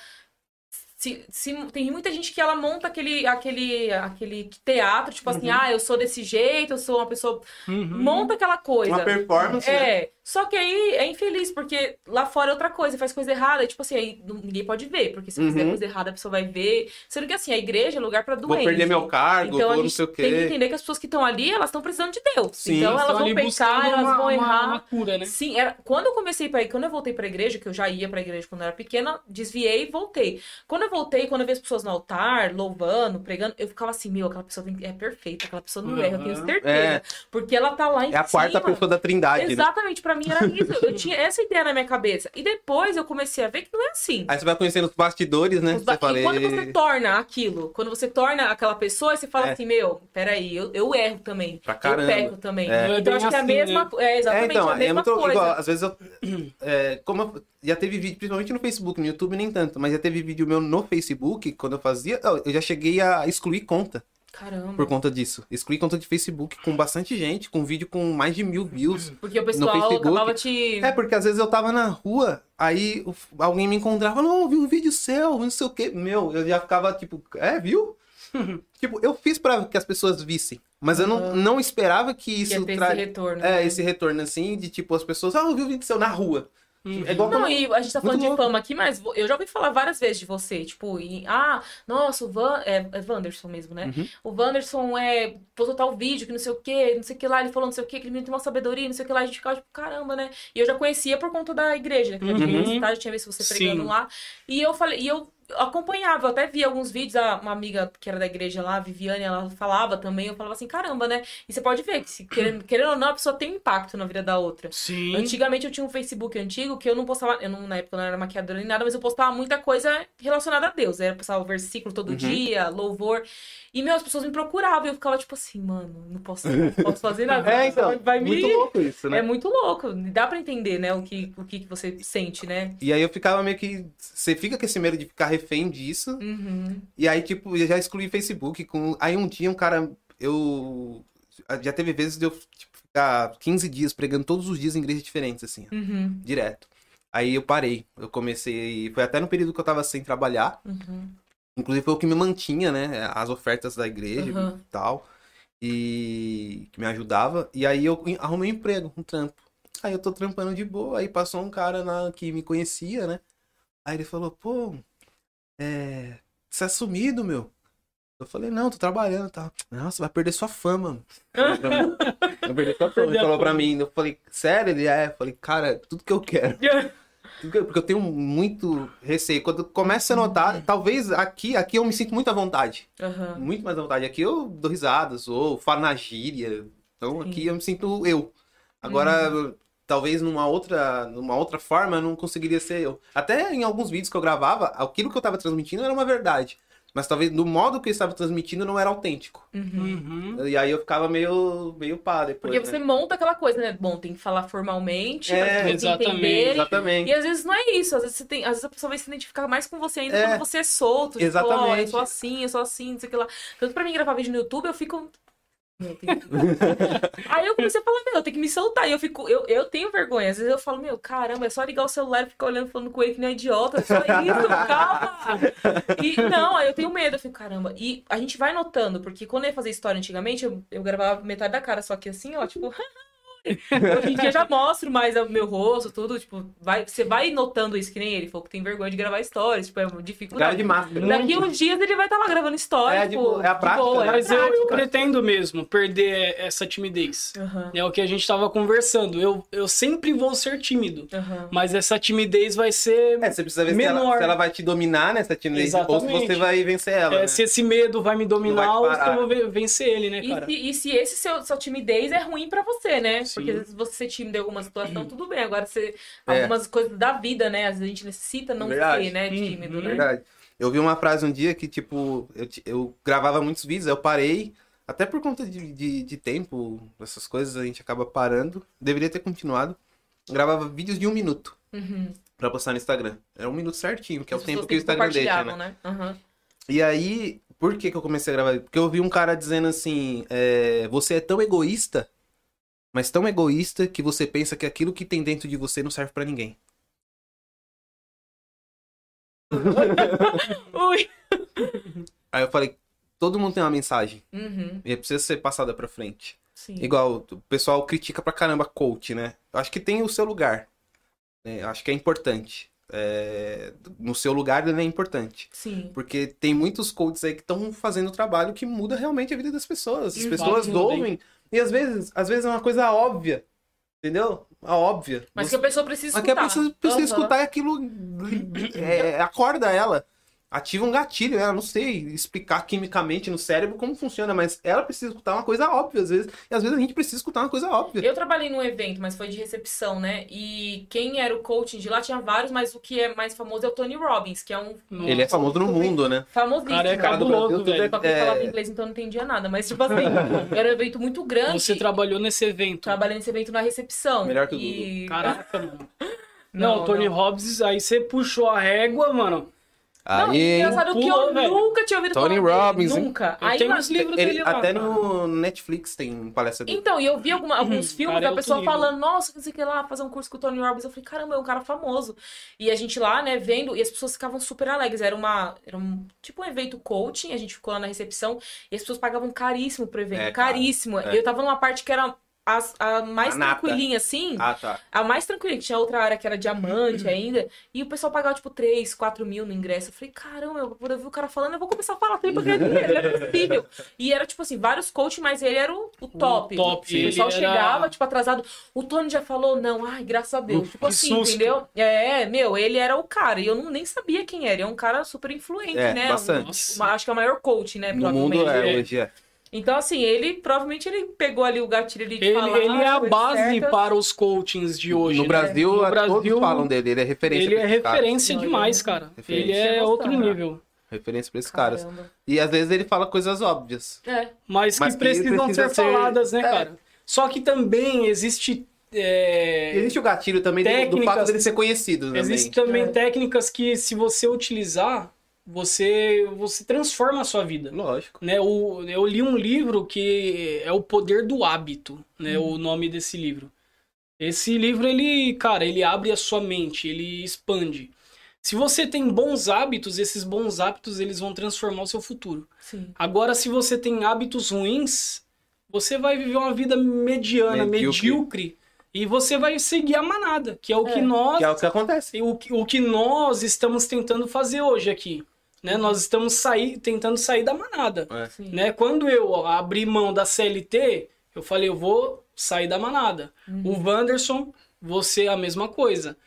B: Se, se- tem muita gente que ela monta aquele, aquele, aquele teatro, tipo
C: Uhum.
B: assim, ah, eu sou desse jeito, eu sou uma pessoa.
A: Uhum.
B: Monta aquela coisa.
C: Uma performance. né?
B: É, só que aí é infeliz, porque lá fora é outra coisa, faz coisa errada, e, tipo assim, aí não- ninguém pode ver, porque se fizer
C: Uhum.
B: coisa errada a pessoa vai ver. Sendo que assim, a igreja é lugar pra
C: Vou
B: doente.
C: perder meu cargo,
B: Então a
C: vou não
B: gente
C: sei o quê.
B: tem que entender que as pessoas que estão ali, elas estão precisando de Deus.
C: Sim.
B: então
C: Elas
B: elas
A: Estão
B: vão
A: ali
B: pecar,
A: buscando
B: elas
A: uma-
B: vão
A: uma-
B: errar.
A: Uma cura, né?
B: Sim, era... quando eu comecei pra quando eu voltei pra igreja, que eu já ia pra igreja quando eu era pequena, desviei e voltei. Quando eu voltei, quando eu vi as pessoas no altar, louvando, pregando, eu ficava assim, meu, aquela pessoa é perfeita, aquela pessoa não erra, eu tenho
A: Aham.
B: certeza.
C: É.
B: Porque ela tá lá em
C: É a
B: cima.
C: quarta pessoa da trindade. né?
B: Exatamente, pra mim era isso. Eu tinha essa ideia na minha cabeça. E depois eu comecei a ver que não é assim.
C: Aí você vai conhecendo os bastidores, né?
B: Os ba-
C: Você fala,
B: E quando você
C: "Ê,
B: torna aquilo, quando você torna aquela pessoa, você fala
C: É.
B: assim, meu, peraí, eu, eu erro também.
C: Pra caramba.
B: Eu peco também.
A: É. Não é
B: Então
A: bem
B: acho que é a
A: assim,
B: mesma
A: né?
B: coisa. É,
C: É,
B: exatamente,
C: então,
B: a
C: é
B: mesma
C: muito
B: coisa.
C: igual, às vezes eu. <clears throat> é, como eu- já teve vídeo, principalmente no Facebook, no YouTube nem tanto, mas já teve vídeo meu no Facebook, quando eu fazia. ó, Eu já cheguei a excluir conta
B: Caramba.
C: por conta disso. Excluí conta de Facebook com bastante gente, com vídeo com mais de mil views.
B: Porque o
C: No
B: pessoal
C: Facebook.
B: acabava te.
C: É, porque às vezes eu tava na rua, aí o- alguém me encontrava, não, eu vi um vídeo seu, não sei o quê. Meu, eu já ficava tipo, é,
B: <laughs>
C: viu? tipo, eu fiz pra que as pessoas vissem, mas eu não, não esperava que
B: que ia
C: isso
B: ter
C: tra-
B: esse retorno. né?
C: É, esse retorno assim, de tipo, as pessoas, ah, eu vi o vídeo seu na rua.
A: Uhum.
C: É igual
B: Não,
C: quando-
B: e a gente tá falando
C: Muito
B: de
C: louco.
B: fama aqui, mas vo- eu já ouvi falar várias vezes de você, tipo, e, ah, nossa, o Van, é, é Wanderson mesmo, né?
C: Uhum.
B: O Wanderson é, postou tal vídeo que não sei o que, não sei o que lá, ele falou não sei o que, aquele menino tem uma sabedoria, não sei o que lá, a gente ficava tipo, caramba, né? E eu já conhecia por conta da igreja, né? Que eu já tinha
A: Uhum.
B: visitado, já tinha visto você
A: Sim.
B: pregando lá. E eu falei, e eu acompanhava, eu até vi alguns vídeos, a- uma amiga que era da igreja lá, a Viviane, ela falava também, eu falava assim, caramba, né? E você pode ver que, se, querendo, querendo ou não, a pessoa tem impacto na vida da outra.
A: Sim.
B: Antigamente eu tinha um Facebook antigo que eu não postava, eu não, na época eu não era maquiadora nem nada, mas eu postava muita coisa relacionada a Deus. Era postava versículo
C: Uhum.
B: todo dia, louvor. E, meu, as pessoas me procuravam e eu ficava tipo assim, mano, não posso, não
C: <laughs>
B: posso fazer nada.
C: É, então,
B: vai me.
C: muito louco isso, né?
B: É muito louco. Dá pra entender, né, o que, o que que você sente, né?
C: E aí eu ficava meio que. Você fica com esse medo de ficar refém disso.
B: Uhum.
C: E aí, tipo, eu já excluí Facebook. Com... Aí um dia um cara. Eu. Já teve vezes de eu tipo, ficar 15 dias pregando todos os dias em igrejas diferentes, assim,
B: Uhum.
C: direto. Aí eu parei. Eu comecei. Foi até no período que eu tava sem trabalhar.
B: Uhum.
C: Inclusive foi o que me mantinha, né? As ofertas da igreja
B: Uhum.
C: e tal. E que me ajudava. E aí eu en- arrumei um emprego, um trampo. Aí eu tô trampando de boa. Aí passou um cara na- que me conhecia, né? Aí ele falou, pô, é. Você é sumido, meu. Eu falei, não, tô trabalhando e tal. Nossa, vai perder sua fama, mano. Falou pra mim.
A: <laughs>
C: Vai perder sua fama.
A: Perder
C: Ele
A: a
C: falou pra
A: fama.
C: mim. Eu falei, sério? Ele é. Eu falei, cara, tudo que eu quero. Tudo que eu- Porque eu tenho muito receio. Quando começa a notar, talvez aqui, aqui eu me sinto muito à vontade.
B: Uhum.
C: Muito mais à vontade. Aqui eu dou risadas, ou falo na gíria. Então
B: Sim. Uhum.
C: aqui eu me sinto eu. Agora, talvez numa outra, numa outra forma, eu não conseguiria ser eu. Até em alguns vídeos que eu gravava, aquilo que eu estava transmitindo era uma verdade. Mas talvez do modo que eu estava transmitindo não era autêntico.
B: Uhum.
A: Uhum.
C: E aí eu ficava meio, meio pá depois.
B: Porque
C: né?
B: você monta aquela coisa, né? Bom, tem que falar formalmente,
C: É,
B: pra pessoas
A: exatamente,
B: entenderem.
C: Exatamente.
B: E às vezes não é isso, às vezes, você tem, às vezes a pessoa vai se identificar mais com você ainda
C: É.
B: quando você é solto. Tipo,
C: Exatamente.
B: ó, eu sou assim, eu sou assim, não sei o que lá. Tanto pra mim gravar vídeo no YouTube, eu fico. Meu, tem que- Aí eu comecei a falar, meu, eu tenho que me soltar. E eu fico, eu, eu tenho vergonha. Às vezes eu falo, meu, caramba, é só ligar o celular e ficar olhando, falando com ele que não é idiota. Só isso, calma. E não, aí eu tenho medo, eu fico, caramba. E a gente vai notando, porque quando eu ia fazer história antigamente, eu, eu gravava metade da cara, só que assim, ó, tipo, <laughs> Hoje em dia já mostro mais o meu rosto, tudo, tipo, vai, você vai notando isso que nem ele, falou que tem vergonha de gravar stories, tipo, é uma
C: Cara
B: dificuldade.
C: de máscara.
B: Daqui uns dias ele vai estar lá gravando stories,
C: É,
B: tipo,
C: tipo, é a
B: de
C: prática,
B: boa,
C: né?
B: é a
A: Mas eu, eu
B: prática.
A: pretendo mesmo perder essa timidez.
B: Aham,
A: É o que a gente tava conversando. Eu, eu sempre vou ser tímido.
B: aham.
A: Mas essa timidez vai ser.
C: É, você precisa ver se ela,
A: Menor.
C: se ela vai te dominar nessa timidez ou se
A: Exatamente.
C: você vai vencer ela.
A: é,
C: né?
A: Se esse medo vai me dominar
C: Não vai
A: ou se
C: parar.
A: eu vou ve- vencer ele, né,
B: E
A: cara?
B: se, e se esse seu sua timidez é ruim pra você, né?
A: Sim.
B: Porque às vezes você é tímido em alguma situação, tudo bem. Agora você.
C: É.
B: Algumas coisas da vida, né? Às vezes a gente necessita não
C: Verdade.
B: ser, né,
A: Uhum.
B: tímido, né?
C: É Verdade. Eu vi uma frase um dia que, tipo, eu, ti- eu gravava muitos vídeos, eu parei, até por conta de, de, de tempo, essas coisas, a gente acaba parando. Deveria ter continuado. Gravava vídeos de um minuto
B: Uhum.
C: pra postar no Instagram. Era um minuto certinho, que é o
B: As
C: tempo
B: pessoas
C: que o Instagram deixa, né?
B: compartilhavam, né? Aham.
C: E aí, por que que eu comecei a gravar? Porque eu vi um cara dizendo assim, é, você é tão egoísta, mas tão egoísta que você pensa que aquilo que tem dentro de você não serve pra ninguém.
B: Ui.
C: Aí eu falei, todo mundo tem uma mensagem
B: Uhum.
C: e precisa ser passada pra frente.
B: Sim.
C: Igual, o pessoal critica pra caramba coach, né? Eu acho que tem o seu lugar. né? Eu acho que é importante. É, No seu lugar ele é importante.
B: Sim.
C: Porque tem muitos coaches aí que estão fazendo trabalho que muda realmente a vida das pessoas. As
B: Uhum.
C: pessoas
A: Fazem bem.
C: ouvem. E às vezes, às vezes é uma coisa óbvia. Entendeu? A óbvia.
B: Mas que
C: Você-
B: a pessoa precisa
C: mas que
B: escutar.
C: a pessoa precisa
B: Aham.
C: escutar e aquilo. é, acorda ela. Ativa um gatilho, né? Eu não sei explicar quimicamente no cérebro como funciona, mas ela precisa escutar uma coisa óbvia, às vezes. E às vezes a gente precisa escutar uma coisa óbvia.
B: Eu trabalhei num evento, mas foi de recepção, né? E quem era o coaching de lá tinha vários, mas o que é mais famoso é o Tony Robbins, que é um
C: Ele é famoso no mundo, né?
B: famosíssimo.
A: Cara, é
C: cara do
A: cabuloso,
C: Brasil, tudo
A: velho.
B: Só que
C: É.
B: eu falava inglês, então eu não entendia nada. Mas, tipo
C: <laughs>
B: assim, era um evento muito grande.
A: Você trabalhou nesse evento.
B: Trabalhei nesse evento na recepção.
C: Melhor que o
B: e...
A: Caraca, mano. Não, o Tony Robbins, aí você puxou a régua, mano.
B: Não,
C: Aí, hein?
B: engraçado que eu
A: Pulou, velho.
B: nunca tinha ouvido
E: Tony
B: falar
E: Robbins,
B: dele,
E: hein?
B: nunca.
A: Eu
B: Aí,
A: tenho
B: mas-
A: os livros
C: Ele-
A: dele lá.
C: até
A: cara.
C: no Netflix tem um palestra dele.
B: Então, e eu vi alguma- alguns filmes
A: cara, é
B: da
A: outro
B: pessoa
A: nível.
B: falando, nossa, não sei o que lá, fazer um curso com o Tony Robbins. Eu falei, caramba, é um cara famoso. E a gente lá, né, vendo, e as pessoas ficavam super alegres. Era uma, era um, tipo um evento coaching, a gente ficou lá na recepção, e as pessoas pagavam caríssimo pro evento,
C: É, cara,
B: caríssimo.
C: é.
B: Eu tava numa parte que era a, a mais
C: A nata.
B: tranquilinha, assim,
C: Ah, tá.
B: a mais tranquilinha, que tinha outra área que era
A: Uhum.
B: diamante ainda, e o pessoal pagava, tipo, 3, 4 mil no ingresso. Eu falei, caramba, eu vou ouvir o cara falando, eu vou começar a falar também pra ganhar dinheiro, não é possível. E era, tipo assim, vários coaches, mas ele era o, o top.
A: top,
B: O
A: ele
B: pessoal
A: era-
B: chegava, tipo, atrasado. O Tony já falou, não, ai, graças a Deus.
A: Uf,
B: tipo
A: que
B: assim,
A: susto.
B: entendeu? É, meu, ele era o cara, e eu não, nem sabia quem era. E é um cara super influente,
C: É,
B: né? Um-
C: bastante.
A: Nossa.
B: uma- acho que é o maior coach, né?
C: No mundo
B: provavelmente.
C: é hoje, é.
B: Então, assim, ele, provavelmente, ele pegou ali o gatilho ali de
A: Ele,
B: falar. "Ah,
A: ele é a
B: coisa
A: base
B: certa.
A: para os coachings de hoje.
C: no
A: né?
C: Brasil,
A: No
C: a-
A: Brasil,
C: todos falam dele. Ele é referência.
A: Ele é
C: pra esse cara.
A: referência
B: Não, ele
A: demais,
B: é-
A: cara.
C: Referência.
A: Ele é
B: Gostava.
A: outro nível.
C: Referência pra esses caras.
B: Caramba.
C: E às vezes ele fala coisas óbvias.
B: É.
A: Mas,
C: Mas
A: que
C: que
A: precisam
C: precisa
A: ser,
C: ser-
A: faladas, né,
C: é.
A: cara? Só que também existe.
C: E
A: é,
C: existe o gatilho também do- do
A: Técnicas.
C: fato dele ser conhecido também.
A: Existem também
B: É.
A: técnicas que, se você utilizar, você, você transforma a sua vida.
C: Lógico.
A: Né, o, eu li um livro que é O Poder do Hábito, né,
B: Uhum.
A: o nome desse livro. Esse livro, ele, cara, ele abre a sua mente, ele expande. Se você tem bons hábitos, esses bons hábitos, eles vão transformar o seu futuro.
B: Sim.
A: Agora, se você tem hábitos ruins, você vai viver uma vida mediana,
C: Medíocre.
A: medíocre, e você vai seguir a manada, que é o
B: É.
A: que nós
C: Que é o que acontece.
A: e o, que- o que nós estamos tentando fazer hoje aqui. Né? Nós estamos sair, tentando sair da manada.
B: Sim.
A: Né? Quando eu abri mão da CLT, eu falei, eu vou sair da manada. O Wanderson, você é a mesma coisa.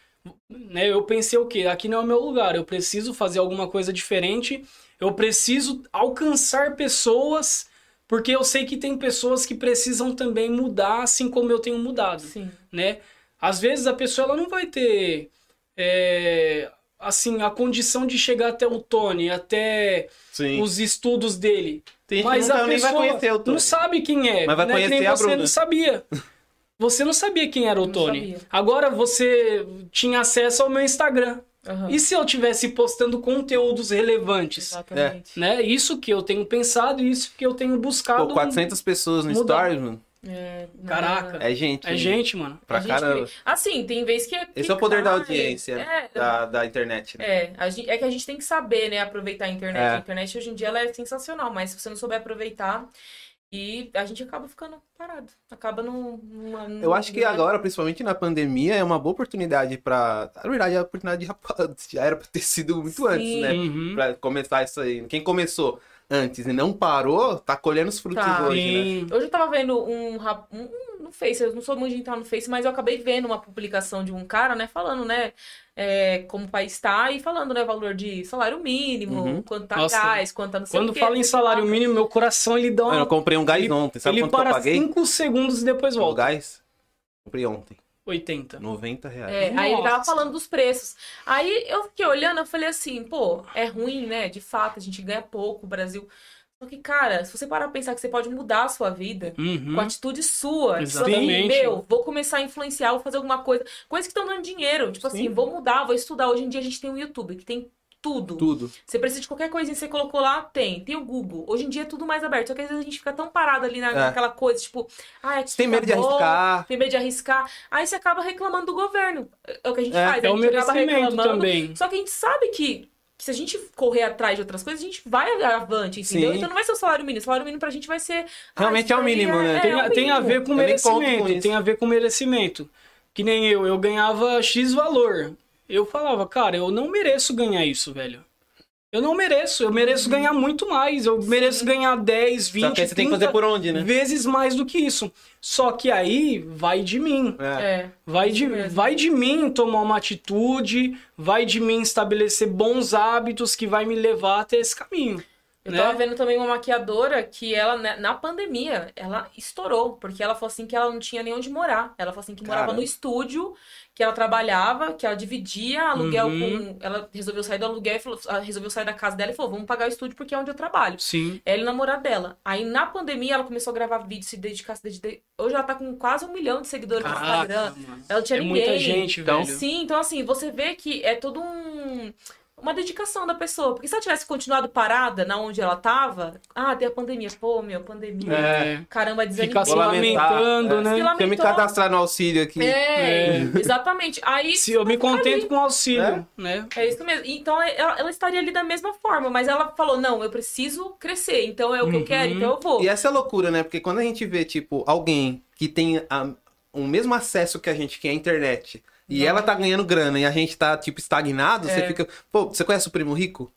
A: Né? Eu pensei o quê? Aqui não é o meu lugar, eu preciso fazer alguma coisa diferente, eu preciso alcançar pessoas, porque eu sei que tem pessoas que precisam também mudar, assim como eu tenho mudado
B: Sim.
A: né? Às vezes a pessoa ela não vai ter é, assim a condição de chegar até o Tony, até
C: Sim.
A: os estudos dele,
C: Tem gente
A: mas
C: que
A: a
C: nunca nem vai
A: pessoa
C: conhecer o Tony.
A: não sabe quem é,
C: Mas vai
A: né? Que nem
C: conhecer a
A: você
C: Bruna.
A: não sabia. Você não sabia quem era o
B: Não
A: Tony.
B: sabia.
A: Agora você tinha acesso ao meu Instagram.
B: Aham.
A: E se eu tivesse postando conteúdos relevantes,
B: Exatamente.
A: né? Isso que eu tenho pensado, isso que eu tenho buscado.
C: Pô, 400 pessoas no
A: mudar.
C: Stories, mano.
B: É, não,
A: Caraca.
C: É gente.
A: É gente, mano.
B: a
C: Pra
B: gente
C: caramba.
B: cria- Assim, tem vez que. que
C: Esse é o poder da
B: cai,
C: audiência,
B: É,
C: Da, da internet, né?
B: é, a gente, é que a gente tem que saber, né? Aproveitar a internet.
C: É.
B: A internet hoje em dia ela é sensacional, mas se você não souber aproveitar. E a gente acaba ficando parado. Acaba num- numa.
C: Eu acho que
B: numa-
C: agora, principalmente na pandemia, é uma boa oportunidade pra. Na verdade, a oportunidade já, <laughs> já era pra ter sido muito
B: Sim.
C: antes, né?
A: Uhum.
C: Pra começar isso aí. Quem começou antes e não parou, tá colhendo os frutos
B: Tá.
C: hoje, né?
A: Sim.
B: Hoje eu tava vendo um, rap- um um no Face, eu não sou muito de entrar no Face, mas eu acabei vendo uma publicação de um cara, né, falando, né, é, como o país tá e falando, né, valor de salário mínimo,
C: Uhum.
B: quanto tá
A: Nossa.
B: gás, quanto tá não sei
A: Quando
B: o quê.
A: fala em salário mínimo, meu coração ele dá
C: Mano, eu
A: uma...
C: comprei um gás
A: Então, Ele-
C: ontem. Sabe
A: Ele
C: quanto que eu
A: para
C: paguei?
A: 5 segundos e depois
C: O
A: volta.
C: gás? Comprei ontem.
A: 80.
C: 90 reais.
B: É, aí ele tava
A: Nossa.
B: falando dos preços. Aí eu fiquei olhando, eu falei assim, pô, é ruim, né? De fato, a gente ganha pouco, o Brasil. Só que, cara, se você parar pra pensar que você pode mudar a sua vida,
A: Uhum.
B: com a atitude sua. Tipo assim,
A: Exatamente.
B: meu, vou começar a influenciar, vou fazer alguma coisa. Coisas que estão dando dinheiro. Tipo assim, vou mudar, vou estudar. Hoje em dia a gente tem o YouTube, que tem tudo.
C: Tudo.
B: Você precisa de qualquer coisinha que você colocou lá, tem. Tem o Google. Hoje em dia é tudo mais aberto. Só que às vezes a gente fica tão parado ali na-
C: É.
B: naquela coisa, tipo, ah,
C: Você tem medo de arriscar.
B: Tem medo de arriscar. Aí você acaba reclamando do governo. É o que a gente
C: É,
B: faz.
A: É
B: a
A: o
B: gente acaba
A: merecimento
B: reclamando.
A: também.
B: Só que a gente sabe que, que se a gente correr atrás de outras coisas, a gente vai avante, entendeu?
C: Sim.
B: Então não vai ser o salário mínimo. O salário mínimo pra gente vai ser. ah,
C: Realmente
B: isso
C: é o
B: daí
C: mínimo, né?
A: Tem,
B: é o
A: tem a
B: mínimo.
A: ver com
C: Eu nem conto com
A: merecimento,
C: isso.
A: tem a ver com merecimento. Que nem eu, eu ganhava X valor. Eu falava, cara, eu não mereço ganhar isso, velho. Eu não mereço, eu mereço ganhar muito mais. Eu mereço ganhar 10, 20,
C: Só que aí você tem que
A: 30
C: fazer por onde, né?
A: vezes mais do que isso. Só que aí vai de mim.
C: É.
B: É.
A: Vai
B: Isso
A: de,
B: mesmo.
A: vai de mim tomar uma atitude, vai de mim estabelecer bons hábitos que vai me levar até esse caminho.
B: Eu
A: né?
B: tava vendo também uma maquiadora que ela, né, na pandemia, ela estourou, porque ela falou assim que ela não tinha nem onde morar. Ela falou assim que morava
C: Cara.
B: no estúdio, que ela trabalhava, que ela dividia aluguel
A: Uhum.
B: com. Ela resolveu sair do aluguel e falou, ah, resolveu sair da casa dela e falou: vamos pagar o estúdio porque é onde eu trabalho.
A: Sim.
B: Ela e o namorado dela. Aí na pandemia ela começou a gravar vídeo, se dedicar, se dedicar. Hoje ela tá com quase um milhão de seguidores no Instagram.
A: mano.
B: Ela não tinha
A: É
B: ninguém.
A: muita gente,
C: Então,
A: velho.
B: Sim, então assim, você vê que é todo um uma dedicação da pessoa, porque se ela tivesse continuado parada na onde ela tava, ah, tem a pandemia, pô, meu, pandemia.
A: É.
B: Caramba,
A: Ficar
B: desanimou.
A: se
C: Vou lamentar,
A: lamentando,
C: é.
A: né?
B: Se
C: Se eu me
B: lamentou.
C: cadastrar no auxílio aqui.
B: É,
A: É.
B: exatamente. Aí
A: Se eu me contento com o auxílio,
C: É.
A: né?
B: é isso mesmo. Então ela, ela estaria ali da mesma forma, mas ela falou: "Não, eu preciso crescer, então é o que
A: Uhum.
B: eu quero, então eu vou".
C: E essa é a loucura, né? Porque quando a gente vê, tipo, alguém que tem a- o mesmo acesso que a gente, que é a internet, e
B: Não.
C: ela tá ganhando grana e a gente tá, tipo, estagnado, você
B: É.
C: fica. Pô, você conhece o Primo Rico?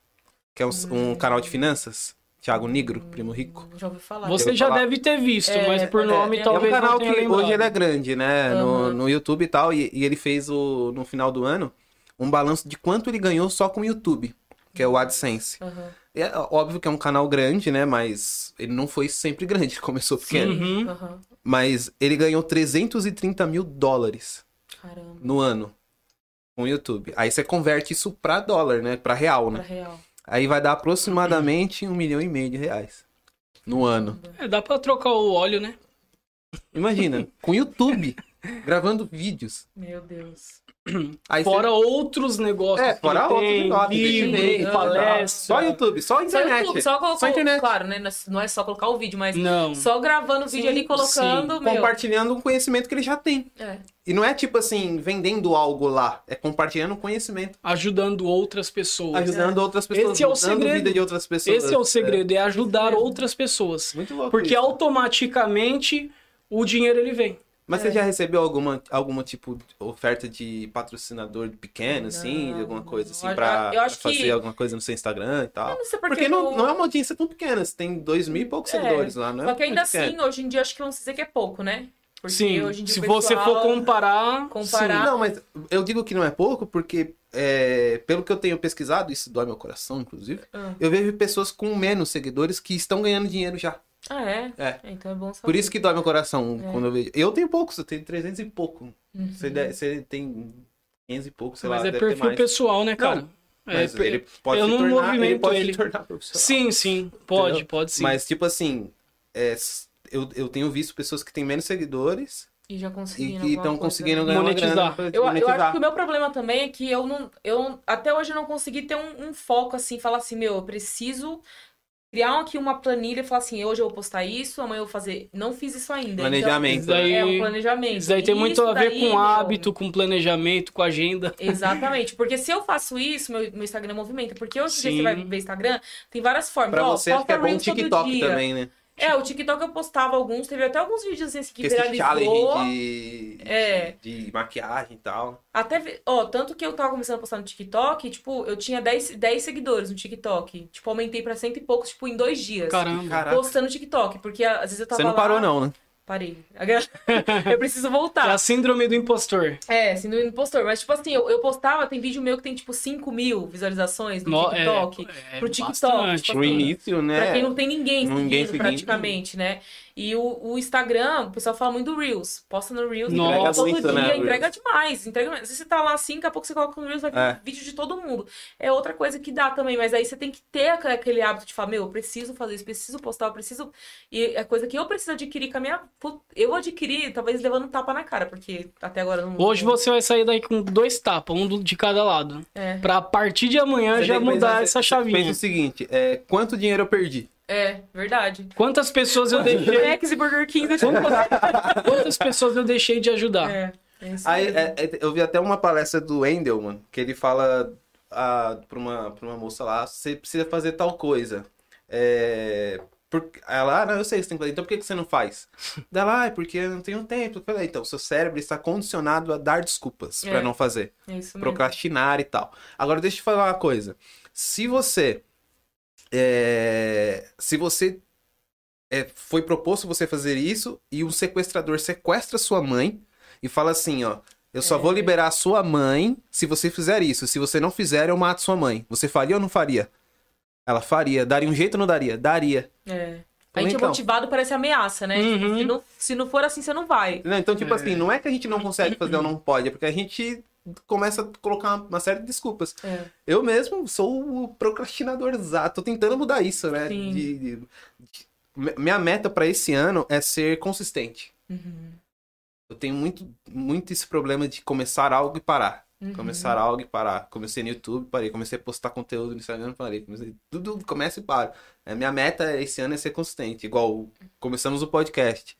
C: Que é um,
A: Hum.
C: um canal de finanças? Thiago Negro, Primo Rico.
B: Já ouvi falar.
A: Você
C: Eu
A: já
C: falar-
A: deve ter visto,
B: É,
A: mas por
B: é,
A: nome
B: é um
A: talvez
C: é um canal
A: não
C: que
A: tenha lembrado.
C: hoje ele é grande, né? No,
B: Aham.
C: no YouTube e tal. E, e ele fez o, no final do ano um balanço de quanto ele ganhou só com o YouTube, que é o AdSense.
B: Aham.
C: É óbvio que é um canal grande, né? Mas ele não foi sempre grande, <laughs> ele começou pequeno.
A: Uhum.
B: Aham.
C: Mas ele ganhou 330 mil dólares
B: Caramba,
C: no ano com o YouTube. Aí você converte isso pra dólar, né? Pra real,
B: pra
C: né?
B: real.
C: Aí vai dar aproximadamente um milhão e meio de reais no ano.
A: É, dá pra trocar o óleo, né?
C: Imagina, com o YouTube, gravando vídeos.
B: Meu Deus.
C: Aí você-
A: Fora outros negócios.
C: É,
A: que
C: fora
A: tem, ah,
C: outros negócios, investimento e
A: Livro, né?
C: tal.
A: palestra.
C: tá? Só YouTube, só
B: Só
C: internet.
B: YouTube, só colocou,
C: internet.
B: claro, né, não é- não é só colocar o vídeo, mas
A: Não.
B: Só gravando o vídeo
A: Sim,
B: ali, colocando, meu.
C: Compartilhando um conhecimento que ele já tem.
B: É.
C: E não é tipo assim, vendendo algo lá. É compartilhando conhecimento.
A: Ajudando outras pessoas.
C: Ajudando outras pessoas.
A: Esse é o
C: mudando
A: segredo.
C: a vida de outras pessoas.
A: Esse é o segredo, é ajudar
B: Isso mesmo.
A: outras pessoas.
C: Muito louco.
A: Porque
B: é um-
C: isso.
A: automaticamente o dinheiro ele vem.
C: Mas
B: É.
C: você já recebeu alguma, alguma tipo de oferta de patrocinador pequeno, assim, de alguma
B: Não,
C: coisa assim,
B: eu-
C: pra
B: eu acho
C: pra fazer
B: que-
C: alguma coisa no seu Instagram e
B: Eu
C: tal?
B: não sei porque,
C: Porque não,
B: eu-
C: não é uma audiência tão pequena, você tem dois mil e poucos
B: É,
C: seguidores lá, não é?
B: Só que ainda
C: muito pequeno.
B: assim, hoje em dia, acho que vamos dizer que é pouco, né? Porque
A: Sim.
B: hoje em dia
A: Se
B: o pessoal...
A: você for comparar,
B: comparar-
C: Sim, não, mas eu digo que não é pouco porque, é, pelo que eu tenho pesquisado, isso dói meu coração, inclusive,
B: Ah.
C: eu vejo pessoas com menos seguidores que estão ganhando dinheiro já.
B: Ah, é?
C: É.
B: Então é bom saber.
C: Por isso que dói meu coração
B: É.
C: quando eu vejo. Eu tenho poucos, eu tenho 300 e pouco.
B: Uhum.
C: Você, deve- você tem 500 e pouco, sei
A: mas
C: lá,
A: é
C: deve ter
A: perfil
C: mais.
A: pessoal, né, cara? É,
C: Mas
A: per-
C: ele pode
A: eu
C: se
A: não
C: tornar, ele
A: movimento
C: pode
A: ele.
C: se tornar profissional.
A: Sim, sim. Pode,
C: Entendeu?
A: pode sim.
C: Mas, tipo assim, é, s- eu, eu tenho visto pessoas que têm menos seguidores
B: E já
C: e
B: conseguindo
C: que
B: alguma
C: estão
B: coisa,
C: conseguindo
B: né?
C: ganhar uma
A: Monetizar.
C: grana pra
B: Eu, eu acho
C: monetizar.
B: que o meu problema também é que eu não. Eu, até hoje eu não consegui ter um, um foco assim, falar assim, meu, eu preciso criar aqui uma planilha e falar assim, hoje eu vou postar isso, amanhã eu vou fazer. Não fiz isso ainda.
C: Planejamento. né?
A: Isso
B: Então,
A: daí-
B: é um planejamento.
A: Isso daí tem muito a ver
B: daí,
A: com
B: meu,
A: hábito, com planejamento, com agenda.
B: Exatamente, porque se eu faço isso, meu, meu Instagram movimenta. Porque hoje em dia
A: Sim.
B: você vai ver Instagram, tem várias formas.
C: Pra
B: Ó,
C: você, acho
B: posta
C: que é bom o
B: Reels todo
C: TikTok
B: dia.
C: também, né?
B: É, o TikTok eu postava alguns, teve até alguns vídeos assim que
C: Que esse
B: viralizou.
C: challenge de,
B: É.
C: de maquiagem e tal.
B: Até, vi- ó, tanto que eu tava começando a postar no TikTok, tipo, eu tinha 10, 10 seguidores no TikTok. Tipo, aumentei pra cento e poucos, tipo, em dois dias.
A: Caramba.
C: Caraca.
B: Postando TikTok, porque às vezes eu tava
C: Você não
B: lá-
C: parou, não, né?
B: Parei. <laughs> Eu preciso voltar.
A: É a síndrome do impostor.
B: É, síndrome do impostor. Mas, tipo assim, eu, eu postava, tem vídeo meu que tem, tipo, 5 mil visualizações no
A: No- é-
B: TikTok.
A: é
B: pro TikTok,
A: bastante.
B: tipo
C: No
B: assim.
C: início, né?
B: Pra quem não tem ninguém,
C: Ninguém
B: seguindo,
C: seguindo.
B: praticamente, né? E o, o Instagram, o pessoal fala muito do Reels. Posta no Reels,
A: Nossa.
B: entrega todo
C: Muito,
B: dia,
C: né, Reels?
B: entrega demais. Entrega... demais. Às vezes você tá lá assim, daqui a pouco você coloca no Reels, vai vir um
C: É.
B: vídeo de todo mundo. É outra coisa que dá também, mas aí você tem que ter aqua- aquele hábito de falar, meu, eu preciso fazer isso, preciso postar, eu preciso... E é coisa que eu preciso adquirir com a minha... pu- Eu adquiri, talvez levando um tapa na cara, porque até agora eu não...
A: Hoje você vai sair daí com dois tapas, um do- de cada lado.
B: É,
A: Pra partir de amanhã
C: Você
A: já
C: tem que
A: mudar
C: pensar-
A: essa
C: você Pensa
A: chavinha.
C: o seguinte, é, quanto dinheiro eu perdi?
B: é, verdade.
A: Quantas pessoas eu
C: <laughs>
A: deixei,
B: Max e Burger King, é, eu tinha <laughs> que fazer.
A: quantas pessoas eu deixei de ajudar?
B: É, é isso
C: Aí,
B: mesmo.
C: é, é, eu vi até uma palestra do Endel, mano, que ele fala ah, pra, uma, pra uma moça lá, você precisa fazer tal coisa. É, por- ela, ah, não, eu sei que você tem que fazer, então por que que você não faz?
B: <laughs>
C: Daí ela, ah, é porque eu não tenho tempo. Eu falei, então, seu cérebro está condicionado a dar desculpas pra
B: É.
C: não fazer.
B: É isso mesmo.
C: procrastinar e tal. Agora deixa eu te falar uma coisa. Se você é, se você é, foi proposto você fazer isso e um sequestrador sequestra sua mãe e fala assim, ó, eu só
B: É.
C: vou liberar a sua mãe se você fizer isso. Se você não fizer, eu mato sua mãe. Você faria ou não faria? Ela faria. Daria um jeito ou não daria? Daria.
B: É. A
C: Ou
B: gente é
C: então-
B: motivado por essa ameaça, né?
A: Uhum.
B: Se, não, se não for assim, você não vai.
C: Não, então, tipo
A: É.
C: assim, não é que a gente não consegue fazer ou não pode, é porque a gente começa a colocar uma- uma série de desculpas.
B: É.
C: Eu mesmo sou o procrastinador exato. Tô tentando mudar isso, né?
B: Sim.
C: De- de- de- me- Minha meta pra esse ano é ser consistente.
B: Uhum.
C: Eu tenho muito, muito esse problema de começar algo e parar.
B: Uhum.
C: Começar algo e parar. Comecei no YouTube, parei. Comecei a postar conteúdo no Instagram, parei. Comecei- tudo começa e para. É, minha meta esse ano é ser consistente. Igual começamos o podcast.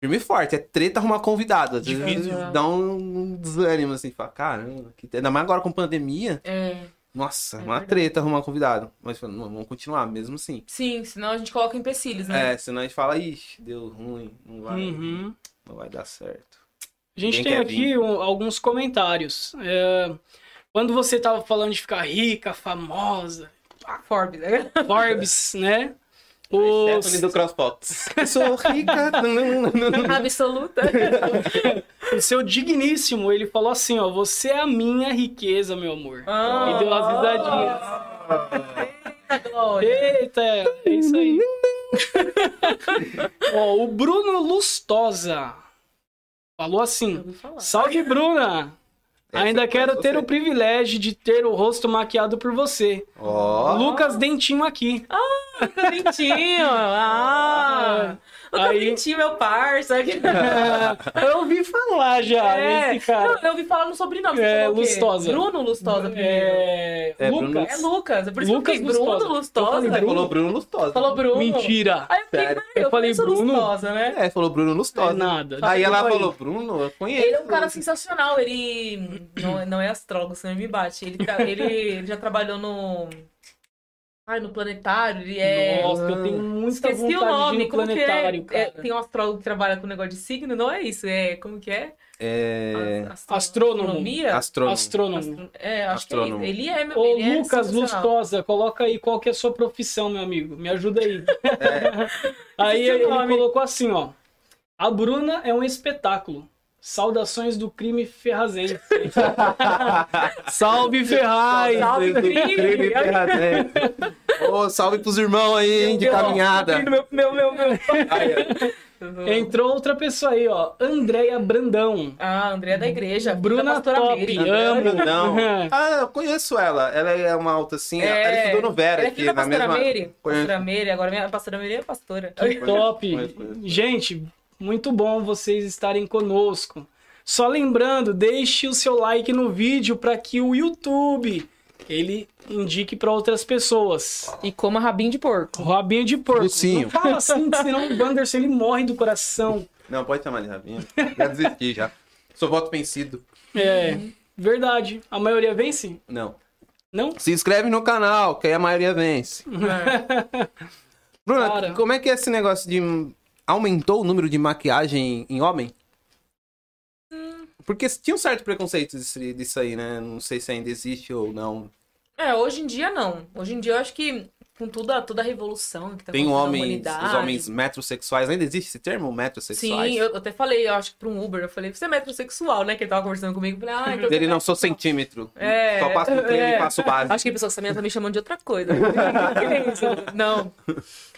C: Firme e forte. É treta arrumar convidado. Às vezes
B: Difícil.
C: dá um desânimo, assim. Fala, caramba. que- Ainda mais agora com pandemia.
B: É.
C: Nossa,
B: É
C: uma
B: verdade.
C: treta arrumar um convidado. Mas falando, não, vamos continuar, mesmo assim.
B: Sim, senão a gente coloca empecilhos, né?
C: É, senão a gente fala, ixi, deu ruim, não vai,
A: Uhum.
C: não vai dar certo.
A: A gente
C: Ninguém
A: tem
C: quer
A: aqui um- alguns comentários. É, quando você tava falando de ficar rica, famosa,
C: <laughs>
B: Forbes, né?
A: <laughs> Forbes, né?
C: Exceto ali
A: Os,
C: do CrossFox. <laughs> Eu sou
B: <laughs>
C: rica.
A: <laughs>
B: Absoluta.
A: o seu digníssimo, ele falou assim, ó, você é a minha riqueza, meu amor.
B: Ah.
A: E deu as risadinhas.
B: Eita, Glória.
A: Eita, é isso aí. <laughs> ó, o Bruno Lustosa falou assim,
B: Eu ouvi falar.
A: Salve, Bruna!
C: Essa
A: Ainda
C: é
A: quero
C: pra
A: ter
C: você.
A: o privilégio de ter o rosto maquiado por você.
C: Ó,
A: Lucas Dentinho
C: <laughs>
A: aqui.
B: Lucas
A: <laughs>
B: Dentinho. Ah. Lucas
A: Aí-
B: Dentinho, meu
A: <laughs>
B: parça.
A: É, eu ouvi falar já
B: É.
A: desse cara.
B: Não, eu ouvi falar no sobrenome. você
A: É,
B: falou o quê?
A: Lustosa.
B: Bruno Lustosa primeiro.
A: É,
C: É, Bruno-
A: Lucas.
B: É Lucas. Por isso
A: Lucas
B: que eu fiquei Bruno
A: Lustosa.
B: Lustosa.
A: Eu falei
C: falou Bruno Lustosa.
B: Falou Bruno.
A: Mentira.
B: Aí eu fiquei,
C: Sério.
B: peraí,
A: Eu falei
B: sou
A: Bruno?
B: Lustosa, né?
C: É, falou Bruno
A: É
C: Lustosa.
A: nada.
C: Aí ela
A: Desculpa aí.
C: falou, Bruno, eu conheço.
B: Ele é um cara sensacional, ele não, não é astrólogo, senão ele me bate. Ele, tra-
A: <laughs>
B: ele, ele já trabalhou no. Ai, no planetário, ele é.
A: Nossa, eu tenho muita
B: Esqueci o
A: vontade de
B: nome,
A: ir no
B: como que
A: planetário,
B: é? É,
A: cara.
B: Tem um astrólogo que trabalha com negócio de signo, não é isso? É, como que é?
C: É...
B: Astro-
A: Astrônomo.
B: Astronomia?
C: Astrônomo.
A: Astrônomo.
B: Astro- É, acho
C: Astrônomo.
B: que é isso. Ele é um meu
A: Ô,
B: ele é
A: Lucas
B: sensacional.
A: Lustosa, coloca aí qual que é a sua profissão, meu amigo. Me ajuda aí.
B: É.
A: <laughs> aí
B: Esqueci o
A: ele
B: tipo nome.
A: colocou assim, ó. A Bruna é um espetáculo. Saudações do crime ferrazense. Salve, Ferraz!
B: Salve, Cris.
C: Crime Ferrazense. né?
B: <laughs>
C: Ô, salve pros irmãos aí, hein, de
B: Meu Deus,
C: caminhada.
B: Meu, meu, meu, meu.
C: Aí, ó.
A: Entrou outra pessoa aí, ó. Andréia Brandão.
B: Ah, André da igreja.
A: Bruna
B: pastora
A: Top.
B: Meire.
A: Amo.
C: Brandão. Ah, eu conheço ela. Ela é uma alta assim. Ela
B: É.
C: estudou no Vera
B: Ela é
C: aqui,
B: filha da
C: na
B: pastora
C: mesma.
B: Meire.
C: Conheço.
B: Pastora Meire, agora minha pastora Meire é pastora.
A: Top.
C: Conheço, conheço.
A: Gente, muito bom vocês estarem conosco. Só lembrando, deixe o seu like no vídeo para que o YouTube ele indique para outras pessoas.
B: E coma rabinho de porco.
A: O Rabinho de porco.
C: Lucinho.
A: Não fala assim, que senão o Banderson ele morre do coração.
C: Não, pode chamar de Rabinho. Já desisti já. Sou voto vencido.
A: É, verdade. A maioria vence?
C: Não.
A: Não?
B: <laughs> É.
C: Se inscreve no canal, que aí a maioria vence. Bruna,
A: Cara.
C: como é que é esse negócio de. Aumentou o número de maquiagem em homem? Porque tinha um certo preconceito desse- disso aí, né? Não sei se ainda existe ou não.
B: É, hoje em dia não. Hoje em dia eu acho que com toda, toda a revolução que tá
C: Tem
B: acontecendo na
C: homens, os
B: humanidade-
C: homens metrosexuais, ainda existe esse termo, metrosexuais?
B: Sim, eu eu até falei, eu acho que pra um Uber, eu falei, você é metrosexual, né? Que ele tava conversando comigo. eu Falei, ah, então.
C: Dele não sou centímetro.
B: É,
C: Só passo o creme
B: é.
C: e passo o base.
B: Acho que a pessoa que essa menina tá me chamando de outra coisa. <laughs> Que que é isso? não.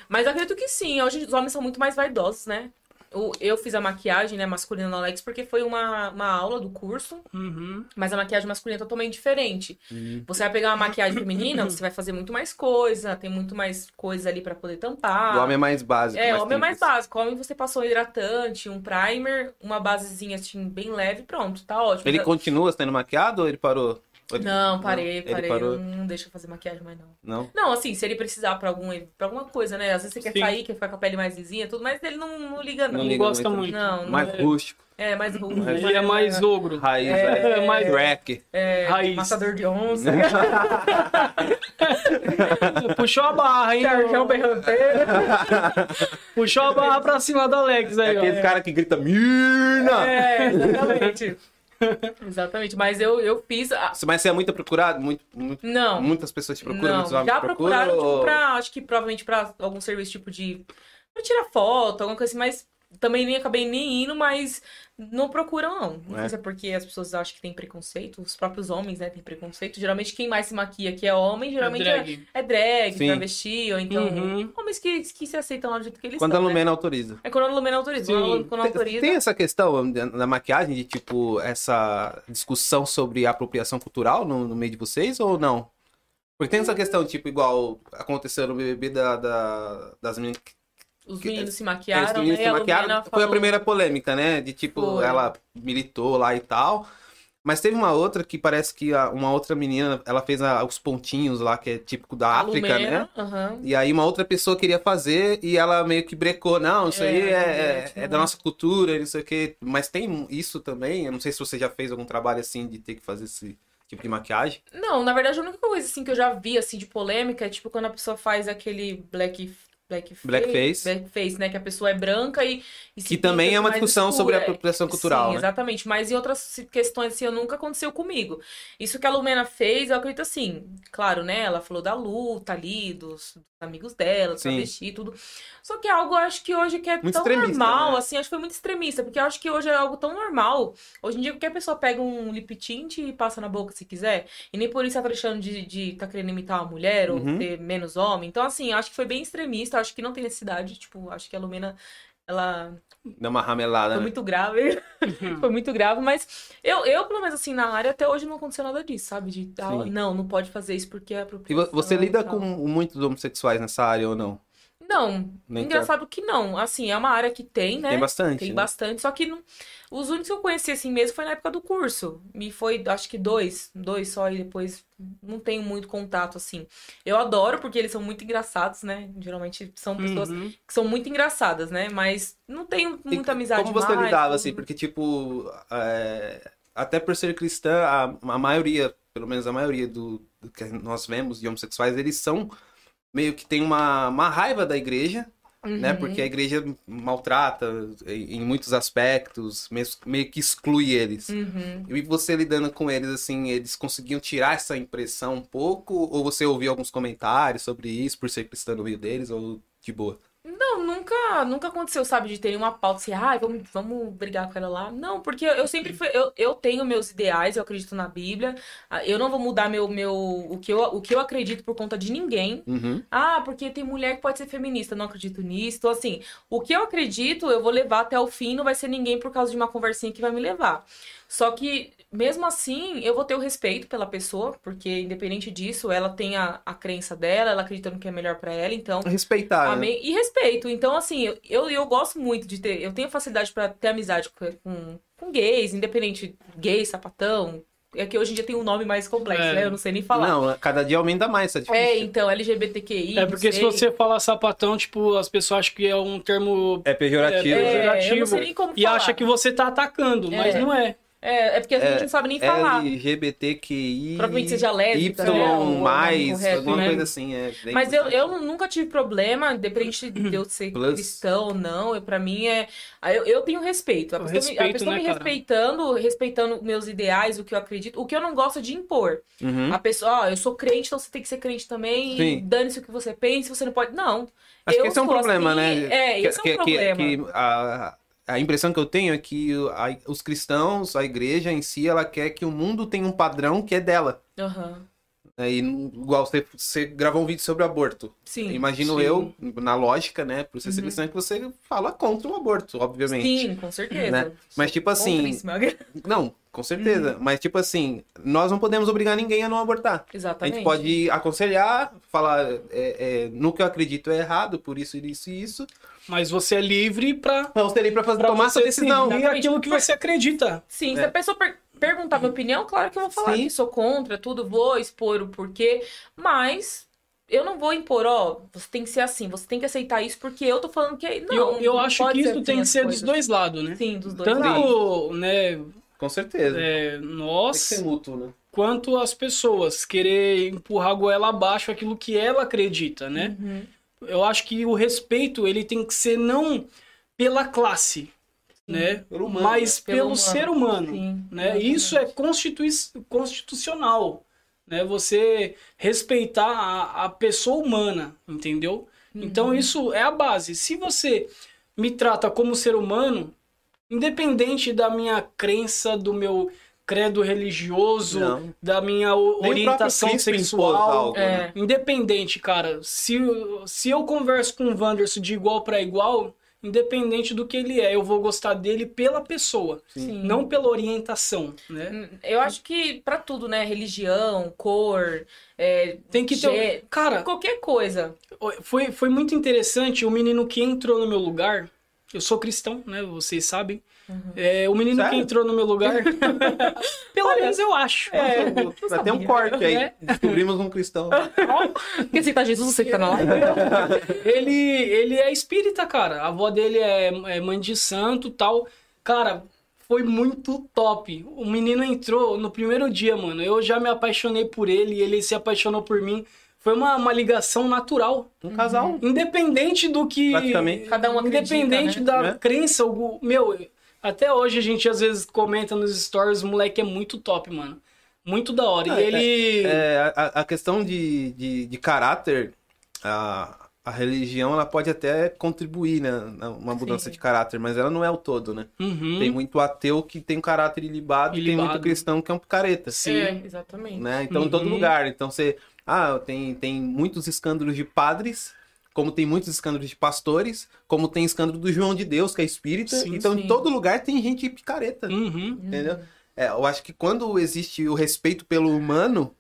B: Mas eu acredito que sim. Hoje os homens são muito mais vaidosos, né? O- Eu fiz a maquiagem, né, masculina no Alex, porque foi uma, uma aula do curso.
A: Uhum.
B: Mas a maquiagem masculina é totalmente diferente.
C: Uhum.
B: Você vai pegar uma maquiagem feminina, você vai fazer muito mais coisa, tem muito mais coisa ali pra poder tampar.
C: O homem é mais básico.
B: Ah. É, homem é mais
C: simples.
B: básico. Homem você passou um hidratante, um primer, uma basezinha assim, bem leve, pronto, tá ótimo.
C: Ele
B: Da-
C: continua sendo maquiado ou ele parou? Ou ele-
B: Não, parei,
C: ele
B: parei.
C: parou.
B: Não deixa eu fazer maquiagem mais não.
C: Não?
B: Não, assim, se ele precisar pra, algum, pra alguma coisa, né? Às vezes você quer
A: Sim.
B: sair, quer ficar com a pele mais lisinha, tudo, mas ele não, não liga, não.
C: Não
A: Não
C: liga
A: gosta
C: muito.
A: muito.
B: Não, não
C: mais
A: é.
C: rústico,
B: É, mais ruim. né?
A: Ele é mais ogro.
C: raiz, é,
A: É, mais
C: crack.
A: raiz.
B: Matador de onça.
A: Puxou a barra, hein?
B: <laughs> Chargão berranteiro.
A: Puxou a barra pra cima do Alex
C: É
A: aí, ó.
C: aquele cara que grita, Mirna!
B: É, exatamente. <laughs> exatamente. Mas eu, eu fiz. a-
C: Mas você é muito procurado? Muito, muito-
B: Não.
C: Muitas pessoas te procuram,
B: não,
C: muitos homens
B: já
C: te
B: procuraram,
C: procuram?
B: tipo,
C: ou-
B: pra, acho que provavelmente pra algum serviço tipo de. pra tirar foto, alguma coisa assim, mas também nem acabei nem indo, mas não procuram, não. Não sei
C: É.
B: se é porque as pessoas acham que tem preconceito, os próprios homens, né, tem preconceito. Geralmente quem mais se maquia que é homem, geralmente é é drag,
A: drag.
C: Sim.
B: travesti, ou então.
A: Uhum.
B: Homens que, que se aceitam lá do jeito que eles
C: Quando a
B: são. né?
C: Lumena autoriza.
B: É quando a Lumena autoriza. Quando a Lu- quando
C: Tem-
B: autoriza.
C: Tem essa questão da da maquiagem, de tipo, essa discussão sobre a apropriação cultural no, no meio de vocês ou não? Porque tem
B: Hum.
C: essa questão, tipo, igual aconteceu no BBB da, da- das meninas que
B: Os
C: que-
B: meninos se
C: eles
B: maquiaram,
C: meninas
B: né?
C: se
B: a
C: maquiaram.
B: Lumena
C: Foi a
B: falou-
C: primeira polêmica, né? De tipo,
B: Foi.
C: ela militou lá e tal. Mas teve uma outra que parece que a- uma outra menina, ela fez a- os pontinhos lá, que é típico da
B: a
C: África, né?
B: Lumena, aham.
C: E aí uma outra pessoa queria fazer e ela meio que brecou, não, isso
B: É,
C: aí é, é-
B: tipo,
C: é da nossa cultura, não sei o quê. Mas tem isso também, eu não sei se você já fez algum trabalho assim de ter que fazer esse tipo de maquiagem.
B: Não, na verdade, a única coisa assim que eu já vi assim de polêmica é tipo quando a pessoa faz aquele black blackface,
C: Blackface.
B: blackface, né, que a pessoa é branca e, e se
C: Que
B: pinta
C: também é uma
B: mais
C: discussão
B: escura.
C: sobre a
B: É,
C: apropriação cultural,
B: Sim,
C: né?
B: exatamente, mas em outras si- questões assim, eu nunca aconteceu comigo. Isso que a Lumena fez, eu acredito assim, claro, né, ela falou da luta ali, dos amigos dela,
C: Sim.
B: travesti e tudo. Só que é algo, eu acho que hoje que é
C: Muito
B: tão
C: extremista,
B: normal,
C: né?
B: assim, acho que foi muito extremista, porque eu acho que hoje é algo tão normal. Hoje em dia qualquer pessoa pega um lip tint e passa na boca se quiser, e nem por isso ela tá deixando de, de tá querendo imitar uma mulher ou
C: Uhum.
B: ser menos homem. Então, assim, eu acho que foi bem extremista, eu acho que não tem necessidade, tipo, acho que a Lumena, ela
C: Dá uma ramelada,
B: foi
C: né?
B: muito grave. foi muito grave, mas eu, eu, pelo menos assim, na área até hoje não aconteceu nada disso, sabe? De ah,
C: Sim.
B: não, não pode fazer isso porque é
C: E
B: apropriação.
C: vo- você lida
B: tal.
C: com muitos homossexuais nessa área ou não?
B: Não,
C: Nem
B: engraçado que não. Assim, é uma área que tem, né?
C: Tem bastante.
B: Tem
C: né?
B: bastante, só que não- os únicos que eu conheci assim mesmo foi na época do curso. Me foi, acho que dois, dois só, e depois não tenho muito contato, assim. Eu adoro, porque eles são muito engraçados, né? Geralmente são pessoas
A: Uhum.
B: que são muito engraçadas, né? Mas não tenho
C: E
B: muita amizade
C: Como você
B: mais,
C: lidava,
B: não-
C: assim? Porque, tipo, é, até por ser cristã, a, a maioria, pelo menos a maioria do, do que nós vemos de homossexuais, eles são meio que tem uma, uma raiva da igreja, né?
B: Uhum.
C: Porque a igreja maltrata em, em muitos aspectos, mes- meio que exclui eles.
B: Uhum.
C: E você lidando com eles, assim, eles conseguiam tirar essa impressão um pouco? Ou você ouviu alguns comentários sobre isso, por ser cristã no meio deles, ou de boa?
B: Não, nunca, nunca aconteceu, sabe, de ter uma pauta assim, ai, vamos, vamos brigar com ela lá. Não, porque eu sempre fui, eu, eu tenho meus ideais, eu acredito na Bíblia. Ah, Eu não vou mudar meu, meu, o que eu, o que eu acredito por conta de ninguém.
C: Uhum.
B: Ah, porque tem mulher que pode ser feminista, eu não acredito nisso. Então, assim, o que eu acredito, eu vou levar até o fim, não vai ser ninguém por causa de uma conversinha que vai me levar. Só que, mesmo assim, eu vou ter o respeito pela pessoa, porque independente disso, ela tem a, a crença dela, ela acredita no que é melhor pra ela, então.
C: Respeitar, né?
B: Amém. E respeito. Então, assim, eu- eu, eu gosto muito de ter. Eu tenho facilidade pra ter amizade com, com, com gays, independente gay, sapatão. É que hoje em dia tem um nome mais complexo,
A: É.
B: né? Eu não sei nem falar.
C: Não, cada dia aumenta mais essa difícil.
B: É, então, LGBTQI.
A: É
B: não
A: porque se
B: sei.
A: você fala sapatão, tipo, as pessoas acham que é um termo
C: É pejorativo.
A: É,
C: né?
B: É, eu não
A: pejorativo
B: sei nem como
A: e
B: falar.
A: acha que você tá atacando, mas
B: É.
A: não é.
B: É, é porque a gente não sabe nem falar.
C: LGBTQI.
B: Provavelmente seja lésbica,
C: Y,
B: né? O- o
C: mais,
B: correto,
C: alguma
A: né?
C: coisa assim. É, bem
B: Mas eu,
C: complicado.
B: eu nunca tive problema, independente de
C: <clears throat>
B: eu ser
C: Plus.
B: cristão ou não. Eu, pra mim é. ah, Eu, eu tenho respeito. A
A: O
B: pessoa, me, a
A: respeito,
B: pessoa
A: né,
B: me
A: cara?
B: respeitando, respeitando meus ideais, o que eu acredito, o que eu não gosto de impor.
C: Uhum.
B: A pessoa, ó, eu sou crente, então você tem que ser crente também.
C: Sim.
B: e Dane-se o que você pensa, você não pode. Não.
C: Acho
B: eu
C: que esse é um
B: sou
C: problema,
B: assim,
C: né?
B: É, esse é um problema.
C: que a, a impressão que eu tenho é que o- a- os cristãos, a igreja em si, ela quer que o mundo tenha um padrão que é dela.
B: Aham,
C: né? E, igual você, você gravou um vídeo sobre aborto.
B: Sim. Uhum.
C: Imagino
A: sim.
C: eu, na lógica, né, por você ser cristão, que você fala contra o aborto, obviamente.
B: Sim, com certeza.
C: Né? Mas tipo assim,
B: Contríssima.
C: não, com certeza.
A: Uhum.
C: Mas tipo assim, nós não podemos obrigar ninguém a não abortar. A
B: <laughs> Exatamente.
C: gente pode aconselhar, falar é, é, no que eu acredito é errado, por isso, isso e isso.
A: Mas você é livre pra,
C: Mas você tem pra fazer,
A: pra
C: tomar
A: você né?
C: sua decisão.
A: seguir
B: Exatamente.
A: aquilo que você acredita.
B: Sim,
C: É.
B: se a pessoa per- perguntar minha opinião, claro que eu vou falar
C: Sim.
B: que sou contra tudo, vou expor o porquê, mas eu não vou impor, ó, você tem que ser assim, você tem que aceitar isso porque eu tô falando que é- não.
A: E eu, eu
B: não
A: acho
B: pode
A: que isso
B: assim
A: tem que
B: as
A: ser
B: coisas.
A: dos dois lados, né?
B: Sim, dos dois lados.
A: Tanto, né,
C: Com certeza.
A: é,
C: Tem que ser
A: nós,
C: mútuo, né?
A: quanto as pessoas querer empurrar a goela abaixo aquilo que ela acredita, né?
B: Uhum.
A: Eu acho que o respeito, ele tem que ser não pela classe, né?
C: Pelo humano,
A: Mas
B: Pelo
A: pelo,
B: humano.
A: ser humano.
B: Sim, Uhum.
A: né? Isso é constitui constitucional, né? Você respeitar a, a pessoa humana, entendeu?
C: Uhum.
A: Então isso é a base. Se você me trata como ser humano, independente da minha crença, do meu credo religioso,
C: né? Não.
A: da minha o-
C: Nem o próprio
A: orientação
C: Cristo impôs
A: sexual,
C: algo, né?
B: É.
A: Independente, cara, se, se eu converso com o Wanderson de igual para igual, independente do que ele é, eu vou gostar dele pela pessoa,
B: Sim. Hum,
A: não pela orientação, né?
B: Eu acho que pra tudo, né? Religião, cor, é,
A: Tem um que ter.
B: Gê-
A: Cara, <laughs>
B: qualquer coisa.
A: foi, foi muito interessante o menino que entrou no meu lugar. Eu sou cristão, né? Vocês sabem.
B: Uhum.
A: É, o menino
C: Sério?
A: que entrou no meu lugar. pelo menos eu acho.
C: É. Vai ter um
B: sabia.
C: corte aí.
A: é, Né?
C: Descobrimos um
A: <laughs>
C: cristão.
B: Porque aceitar Jesus, você que tá na live.
A: É. Ele, ele é espírita, cara. A avó dele é, é mãe de santo tal. Cara, foi muito top. O menino entrou no primeiro dia, mano. Eu já me apaixonei por ele, ele se apaixonou por mim. Foi uma, uma ligação natural.
C: Um
A: Uhum.
C: casal.
A: Independente do que.
C: Praticamente.
B: Cada um acredita,
A: Independente
B: né?
A: da
C: Né?
A: crença, o, meu, até hoje a gente às vezes comenta nos stories, o moleque é muito top, mano. Muito da hora.
C: Não,
A: e
C: é-
A: ele.
C: É, a, a questão de, de, de caráter, a, a religião, ela pode até contribuir, né? na- Uma mudança
B: Sim.
C: de caráter, mas ela não é o todo, né?
A: Uhum.
C: Tem muito ateu que tem um caráter ilibado, e tem
A: Ilibado.
C: muito cristão que é um picareta.
A: Sim.
B: É, exatamente.
C: né? Então, em todo
A: Uhum.
C: lugar. Então, você. Ah, tem, tem muitos escândalos de padres, como tem muitos escândalos de pastores, como tem escândalo do João de Deus, que é espírita.
A: Sim,
C: então,
B: sim.
C: em todo lugar tem gente picareta,
A: Uhum.
C: entendeu? É, eu acho que quando existe o respeito pelo humano,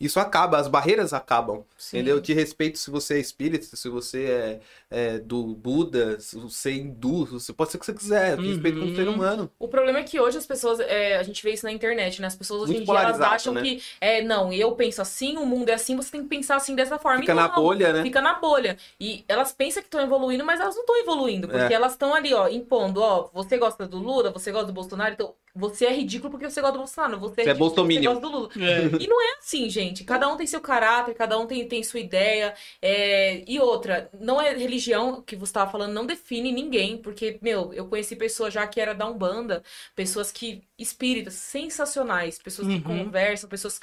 C: isso acaba, as barreiras acabam.
B: Sim.
C: Entendeu? Eu te respeito se você é espírita, se você é, é do Buda, se você é hindu, você pode ser o que você quiser. Eu te respeito como
A: Uhum.
C: ser humano.
B: O problema é que hoje as pessoas, é, a gente vê isso na internet, né? As pessoas hoje
C: Muito
B: em dia elas
C: polarizado,
B: acham
C: né?
B: que, é, não, eu penso assim, o mundo é assim, você tem que pensar assim dessa forma.
C: Fica
B: E
C: na
A: é
B: não,
C: bolha, né?
B: Fica na bolha. E elas pensam que estão evoluindo, mas elas não estão evoluindo,
C: É.
B: porque elas estão ali, ó, impondo, ó, você gosta do Lula, você gosta do Bolsonaro, então você é ridículo porque você gosta do Bolsonaro, você é,
C: Você é
B: ridículo porque você
C: bolsominion.
B: gosta do Lula.
A: É.
B: E não é assim, gente. Cada um tem seu caráter, cada um tem, tem sua ideia. é, E outra, não é religião que você estava falando, não define ninguém. Porque, meu, eu conheci pessoas já que era da Umbanda, pessoas que. espíritas, sensacionais, pessoas que
A: Uhum.
B: conversam, pessoas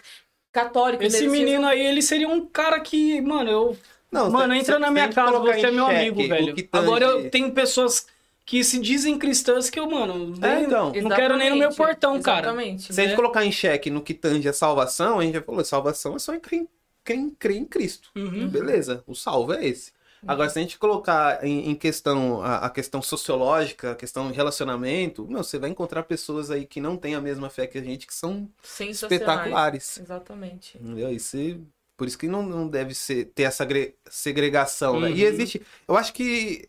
B: católicas.
A: Esse
B: mesmo,
A: menino aí, ele seria um cara que, mano, eu.
C: Não,
A: mano,
C: se-
A: entra
C: se-
A: na
C: se a
A: minha
C: gente
A: casa,
C: colocar
A: você é
C: em
A: meu
C: xeque
A: amigo,
C: o
A: velho.
C: que tange-
A: Agora eu tenho pessoas que se dizem cristãs que eu, mano,
C: É,
A: nem-
C: então.
A: não quero nem no meu
B: Exatamente,
A: portão, cara.
B: Exatamente.
C: Se a gente
A: né?
C: colocar em xeque no que tange a salvação, a gente já falou, salvação é só em crer, em crer em Cristo.
A: Uhum.
C: Beleza, o salvo é esse. Agora, se a gente colocar em, em questão a, a questão sociológica, a questão de relacionamento, meu, você vai encontrar pessoas aí que não têm a mesma fé que a gente, que são
B: Sensacionais.
C: espetaculares.
B: Exatamente.
C: Entendeu? E se- por isso que não, não deve ser, ter essa agre- segregação, né? E
A: Uhum.
C: existe. Eu acho que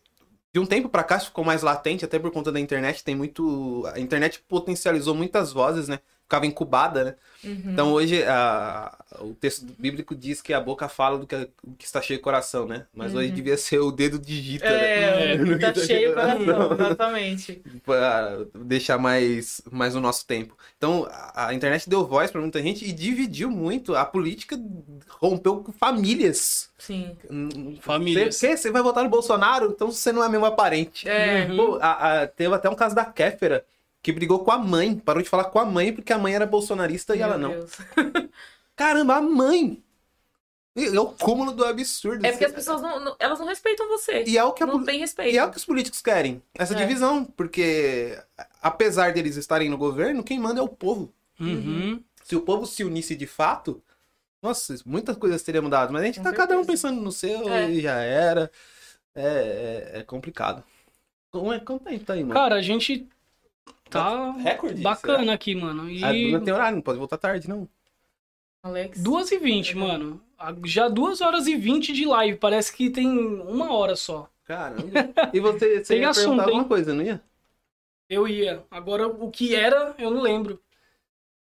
C: de um tempo pra cá isso ficou mais latente, até por conta da internet. Tem muito. A internet potencializou muitas vozes, né? ficava incubada, né?
B: Uhum.
C: Então hoje a- o texto bíblico diz que a boca fala do que, o que está cheio o coração, né? Mas hoje devia ser o dedo digita, né?
B: Uhum. É,
A: É,
C: <laughs>
B: tá cheio o coração,
C: Não.
B: exatamente.
C: Pra deixar mais, mais o nosso tempo. Então a, a internet deu voz para muita gente e dividiu muito. A política rompeu com famílias.
B: Sim.
A: Famílias.
C: Você você vai votar no Bolsonaro? Então você não é meu aparente.
B: É.
C: Pô, a- a- teve até um caso da Kéfera que brigou com a mãe, parou de falar com a mãe porque a mãe era bolsonarista Então,
B: meu
C: e ela não.
B: Deus.
C: Caramba, a mãe! É o cúmulo do absurdo.
B: É porque as pessoas não, não- elas não respeitam você.
C: E é o que, a
B: não
C: poli-
B: tem respeito.
C: e é o que os políticos querem. Essa
B: É.
C: divisão. Porque, apesar deles estarem no governo, quem manda é o povo.
A: Uhum.
C: Se o povo se unisse de fato, nossa, muitas coisas teriam mudado. Mas a gente
B: Com
C: tá cada um
B: certeza.
C: pensando no seu
B: É.
C: e já era. É, é- é complicado. Como é, quanto tempo tá aí, mano?
A: Cara, a gente tá
C: Recorde?
A: bacana aqui, mano.
C: será? é. A Bruna
A: E
C: tem horário, Ah, não pode voltar tarde, não.
B: Alex.
A: 2 e
C: É.
A: 20, mano. Já 2 horas e 20 de live. Parece que tem uma hora só.
C: Caramba. <laughs> E você, você
A: Tem
C: ia
A: assunto,
C: perguntar
A: hein?
C: alguma coisa, não ia?
A: Eu ia. Agora, o que era, eu não lembro.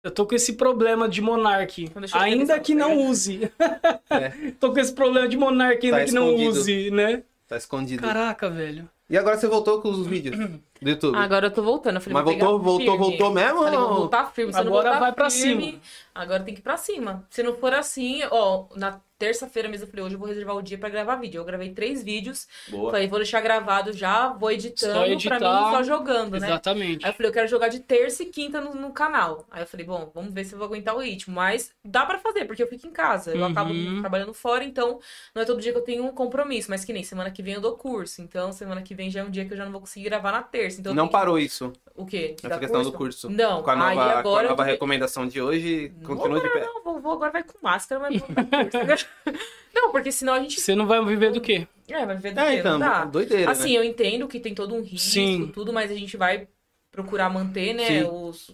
A: Eu tô com esse problema de Monark.
B: Então deixa eu
A: Ainda
B: ver
A: que
B: essa
A: não
B: mulher.
A: use.
C: <laughs> É.
A: tô com esse problema de Monark, ainda
C: Tá
A: que não
C: escondido.
A: use, né?
C: Tá escondido.
A: Caraca, velho.
C: E agora você voltou
B: <clears throat>
C: com os vídeos do YouTube.
B: Ah, Agora eu tô voltando. Eu falei,
C: Mas
B: vou pegar
C: voltou, voltou,
B: firme.
C: voltou mesmo?
B: Falei,
C: ou
B: vou
C: não?
B: voltar firme. Se eu não
A: Agora
B: voltar
A: vai pra
B: firme,
A: cima.
B: Agora tem que ir pra cima. Se não for assim, ó, na terça-feira mesmo eu falei, hoje eu vou reservar o dia pra gravar vídeo. Eu gravei três vídeos.
C: Boa.
B: Falei, vou deixar gravado já, vou editando
A: Só
B: pra
A: editar.
B: mim só jogando, né?
A: Exatamente.
B: Aí eu falei, eu quero jogar de terça e quinta no, no canal. Aí eu falei, bom, vamos ver se eu vou aguentar o ritmo. Mas dá pra fazer, porque eu fico em casa. Eu
A: Uhum.
B: acabo trabalhando fora, então não é todo dia que eu tenho um compromisso. Mas que nem semana que vem eu dou curso. Então semana que vem já é um dia que eu já não vou conseguir gravar na terça. Então eu
C: não
B: tenho que-
C: parou isso,
B: O quê?
C: essa
B: Dar
C: questão do curso.
B: Não,
C: Com a nova,
B: aí
C: com a
B: agora.
C: nova
B: eu...
C: recomendação de hoje,
B: Não,
C: continua de pé.
B: Não, vou, vou agora vai com máscara, mas vou dar
C: <laughs>
B: curso. Não, porque senão a gente.
A: Você não vai viver do quê?
B: É, vai ver do
C: É,
B: quê?
C: então,
B: não dá.
C: doideira,
B: Assim,
C: né?
B: eu entendo que tem todo um risco,
A: Sim.
B: tudo, mas a gente vai procurar manter, né,
C: Sim.
B: os,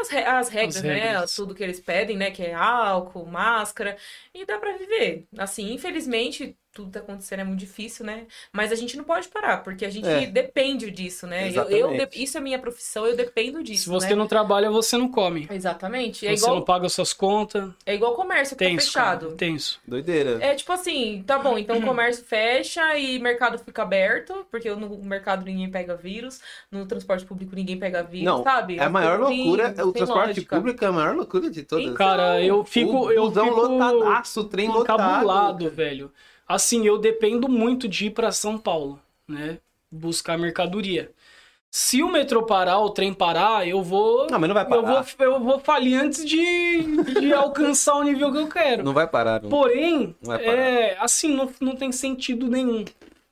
B: as, re- as regras, né,
A: regras.
B: tudo que eles pedem, né, que é álcool, máscara, e dá pra viver. Assim, infelizmente, tudo tá acontecendo é muito difícil, né, mas a gente não pode parar, porque a gente
C: É.
B: depende disso, né, eu, eu de-
C: Exatamente.
B: isso é minha profissão, eu dependo disso,
A: Se você
B: né.
A: não trabalha, você não come.
B: Exatamente,
A: Você
B: é
A: não
B: igual,
A: paga suas contas.
B: é igual comércio que tá
A: Tenso. cara.
B: fechado.
A: Tenso.
C: Doideira.
B: É tipo assim, tá bom,
C: <clears throat>
B: então o comércio fecha e mercado fica aberto, porque no mercado ninguém pega vírus, no transporte público ninguém pega vírus,
C: Não,
B: sabe?
C: É a maior
B: Não tem-
C: loucura,
B: não
C: o
B: tem
C: transporte
B: lógica.
C: público é a maior loucura de todas.
B: Então,
A: Cara, eu
C: o
A: fico. Eu
C: é um busão
A: fico
C: lotadaço, o trem lotado.
A: encabulado, tá velho. Assim, eu dependo muito de ir pra São Paulo, né? Buscar mercadoria. Se o metrô parar, o trem parar, eu vou.
C: Não, mas não vai
A: eu, vou
C: parar.
A: eu vou falir antes de, de
C: <laughs>
A: alcançar o nível que eu quero.
C: Não vai parar. Não.
A: Porém,
C: Não vai parar.
A: é, assim, não, não tem sentido nenhum.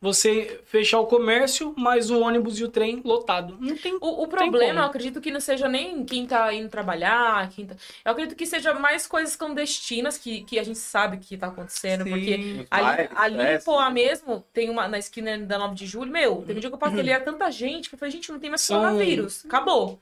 A: Você fechar o comércio, mas o ônibus e o trem lotado. Não tem.
B: O,
A: Tem
B: o
A: como.
B: problema, eu acredito que não seja nem quem tá indo trabalhar, quem tá... Eu acredito que seja mais coisas clandestinas que, que a gente sabe que tá acontecendo, porque
A: Sim.
B: Ali,
C: Vai,
B: ali
C: é,
B: pô, lá mesmo, tem uma na esquina da 9 de julho, meu, teve um dia que eu passei
C: <clears throat>
B: ali, era tanta gente, que eu falei, gente, não tem mais
A: São-
B: coronavírus, acabou.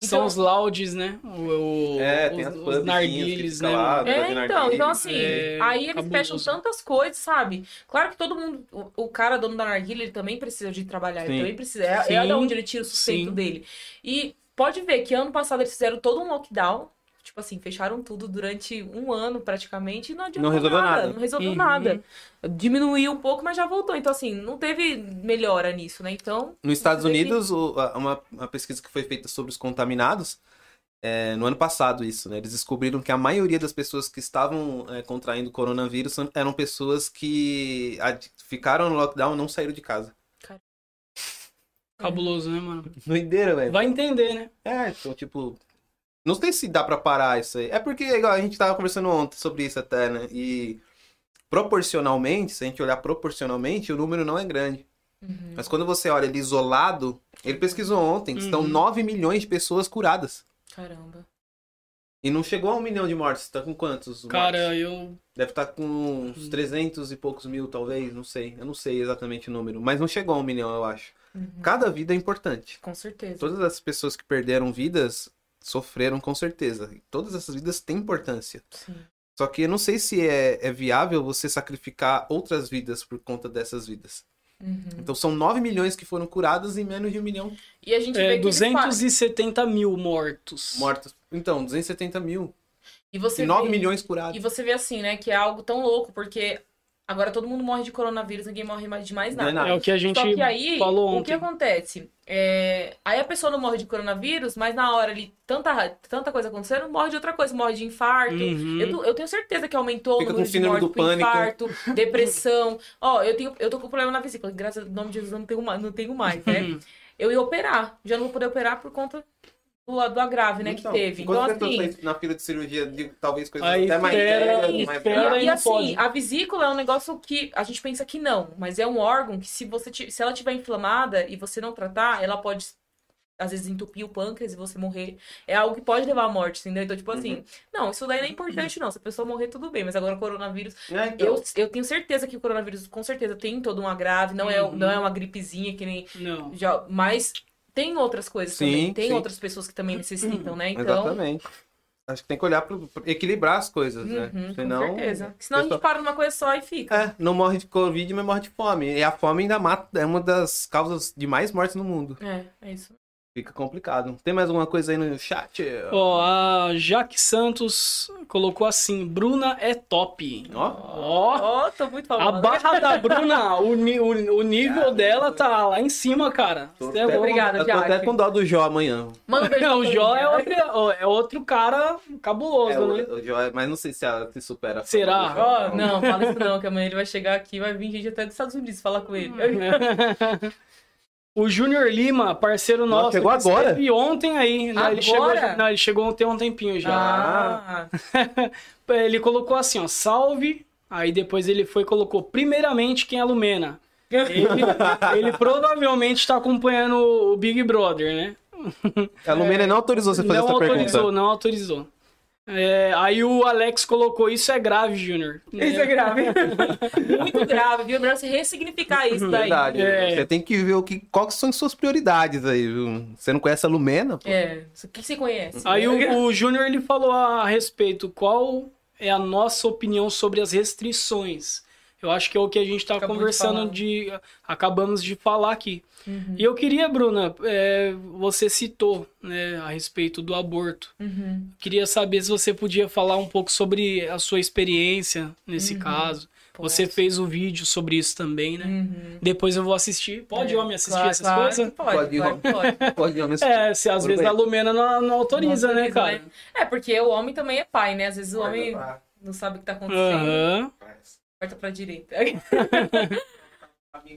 B: então
A: São os laudes, né? O, o-
C: É,
A: os,
C: tem as
A: os
C: pubzinhas que
A: narguilhas,
C: fica
A: né?
C: lá,
A: mano?
C: né?
B: É,
C: Fazendo
B: então, então
C: arquivo.
B: assim,
A: É,
B: aí eles
A: cabuloso.
B: fecham tantas coisas, sabe? Claro que todo mundo, o, o cara dono da narguilha, ele também precisa de trabalhar, ele
C: Sim.
B: também precisa, é,
A: Sim.
B: é da onde ele tira o sustento
A: Sim.
B: dele. E pode ver que ano passado eles fizeram todo um lockdown, tipo assim, fecharam tudo durante um ano praticamente e não adiantou
C: Não resolveu nada.
B: Não resolveu
A: Uhum.
B: nada. Diminuiu um pouco, mas já voltou. Então assim, não teve melhora nisso, né? Então,
C: Nos Estados
B: Você tem que-
C: Unidos, o- a- uma, uma pesquisa que foi feita sobre os contaminados, é, no ano passado isso, né? Eles descobriram que a maioria das pessoas que estavam é, contraindo coronavírus são- eram pessoas que ad- ficaram no lockdown e não saíram de casa.
A: Cabuloso, né, mano?
C: Doideira, velho.
A: Vai entender, né?
C: É, então, tipo... Não sei se dá pra parar isso aí. É porque, igual, a gente tava conversando ontem sobre isso até, né? E proporcionalmente, se a gente olhar proporcionalmente, o número não é grande. Mas quando você olha ele isolado, ele pesquisou ontem, que estão
A: Uhum.
C: 9 milhões de pessoas curadas.
B: caramba.
C: E não chegou a um milhão de mortes. Tá com quantos? mortes?
A: Cara, uhum. eu.
C: Deve estar com uns 300 e poucos mil, talvez. Não sei. Eu não sei exatamente o número. Mas não chegou a um milhão, eu acho.
B: Uhum.
C: Cada vida é importante.
B: Com certeza.
C: Todas as pessoas que perderam vidas sofreram com certeza. E todas essas vidas têm importância.
B: Sim.
C: Só que eu não sei se é, é viável você sacrificar outras vidas por conta dessas vidas.
B: Uhum.
C: Então são 9 milhões que foram curadas e menos de um milhão
B: E a gente
A: É,
B: vê que ele fala.
A: 270 mil mortos.
C: mortos. Então, 270 mil.
B: E
C: E
B: você
C: 9
B: vê-
C: milhões
B: E
C: curados.
B: você vê assim, né, que é algo tão louco, porque agora todo mundo morre de coronavírus, ninguém morre mais de mais nada.
C: Não é nada.
A: É o que a gente
B: Só que aí,
A: falou
B: o
A: ontem.
B: que acontece? É, Aí a pessoa não morre de coronavírus, mas na hora ali, tanta, tanta coisa acontecendo, morre de outra coisa, morre de infarto.
A: Uhum.
B: Eu, tô- eu tenho certeza que aumentou o
C: Fica com
B: número de
C: síndrome
B: mortes
C: do
B: por
C: pânico.
B: infarto, depressão. Ó, eu, tenho, eu tô com problema na vesícula, que graças ao nome de Jesus eu não tenho, ma- não tenho mais,
C: Uhum.
B: né? eu ia operar, já não vou poder operar por conta do, do agrave, né,
C: Então,
B: que teve. Então,
C: enquanto
B: assim...
C: pessoas na fila de cirurgia, de, talvez coisas
A: Aí
C: até mais
A: espera,
C: leves, mais
A: espera
C: graves.
A: aí
B: E,
A: não
B: assim,
A: pode.
B: a vesícula é um negócio que a gente pensa que não, mas é um órgão que se você ti- se ela tiver inflamada e você não tratar, ela pode às vezes entupir o pâncreas e você morrer. É algo que pode levar à morte, entendeu? Então, tipo assim, não, isso daí não é importante não. Se a pessoa morrer, tudo bem, mas agora o coronavírus,
C: É, então,
B: eu, eu tenho certeza que o coronavírus com certeza tem todo um agrave, não é
A: Uhum.
B: não é uma gripezinha que nem
A: Não.
B: já, mas tem outras coisas
C: Sim,
B: também, tem
C: sim.
B: outras pessoas que também necessitam, né? Então,
C: Exatamente. Acho que tem que olhar para equilibrar as coisas,
B: uhum,
C: né?
B: com
C: Senão,
B: certeza. Senão a
C: pessoal-
B: gente para numa coisa só e fica.
C: É, não morre de Covid, mas morre de fome. E a fome ainda mata, é uma das causas de mais mortes no mundo.
B: É, é isso.
C: Fica complicado. Tem mais alguma coisa aí no chat?
A: Ó, a Jaque Santos colocou assim: Bruna é top.
C: Ó,
A: Ó,
B: Ó, tô muito
A: a
B: famosa.
A: barra da Bruna, o, ni- o- o nível
C: Cara,
A: dela tá lá em cima, cara.
C: Tô
A: Cê é
C: até-
A: louco.
B: Obrigada,
C: eu tô até
B: Jaque.
C: com dó do Jó amanhã.
B: Manda um beijo pra
A: o
B: todo
A: Jó
B: mundo.
A: é outro, é outro cara cabuloso,
C: É,
A: né?
C: o, o Jó, mas não sei se ela se supera.
A: Será? Ah,
B: Ó, não, fala isso não, que amanhã ele vai chegar aqui e vai vir gente até dos Estados Unidos falar com ele.
A: né? <laughs> O Júnior Lima, parceiro
C: Nossa,
A: nosso.
C: chegou
A: que
C: agora?
A: esteve ontem aí. né? Ele chegou,
B: Agora?
A: não, ele chegou ontem há um tempinho já.
B: Ah,
A: <laughs> Ele colocou assim, ó, salve. Aí depois ele foi e colocou, primeiramente, quem é a Lumena.
C: <laughs>
A: Ele, ele provavelmente tá acompanhando o Big Brother, né?
C: A Lumena não autorizou você fazer
A: É, não
C: essa
A: autorizou,
C: pergunta.
A: não autorizou. É, aí o Alex colocou, isso é grave, Júnior.
B: isso é grave. <laughs> Muito grave, viu? É Melhor você ressignificar isso daí.
C: Verdade.
A: É.
C: Você tem que ver o que, qual que são as suas prioridades aí, viu? Você não conhece a Lumena? pô?
B: É, isso- o que você conhece? Uhum.
A: Aí o, o Júnior ele falou a respeito qual é a nossa opinião sobre as restrições. Eu acho que é o que a gente está
B: Acabou de
A: conversando
B: falar.
A: de, acabamos de falar aqui.
B: Uhum,
A: E eu queria, Bruna, é, você citou né, a respeito do aborto.
B: uhum.
A: Queria saber se você podia falar um pouco sobre a sua experiência nesse
B: Uhum.
A: caso.
B: Posso.
A: Você fez o vídeo sobre isso também, né?
B: Uhum.
A: Depois eu vou assistir. Pode
B: É,
A: homem assistir
B: claro,
A: essas
B: claro
A: coisas?
B: que Pode,
C: Pode,
B: claro que pode.
C: Pode, homem.
A: É, se às
C: Tudo
A: vezes
C: bem.
A: a Lumena não, não autoriza,
B: Não
A: né, cara?
B: É, porque o homem também é pai, né? Às vezes o homem não sabe o que tá acontecendo.
A: Aham.
B: Corta pra direita.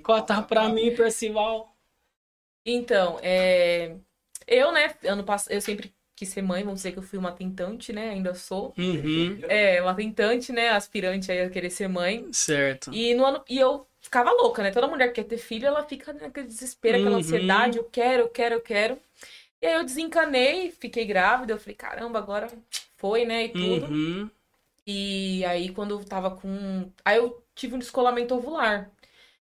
A: Corta pra mim, Percival.
B: Então, é... eu, né, ano passado, eu sempre quis ser mãe, vamos dizer que eu fui uma tentante, né? Ainda sou.
A: Uhum,
B: É, uma tentante, né? Aspirante aí a querer ser mãe.
A: certo.
B: E no ano. E eu ficava louca, né? Toda mulher que quer ter filho, ela fica naquele desespero, aquela
A: Uhum.
B: ansiedade, eu quero, eu quero, eu quero. E aí eu desencanei, fiquei grávida, eu falei, caramba, agora foi, né? E tudo.
A: Uhum,
B: E aí, quando eu tava com. Aí eu tive um descolamento ovular.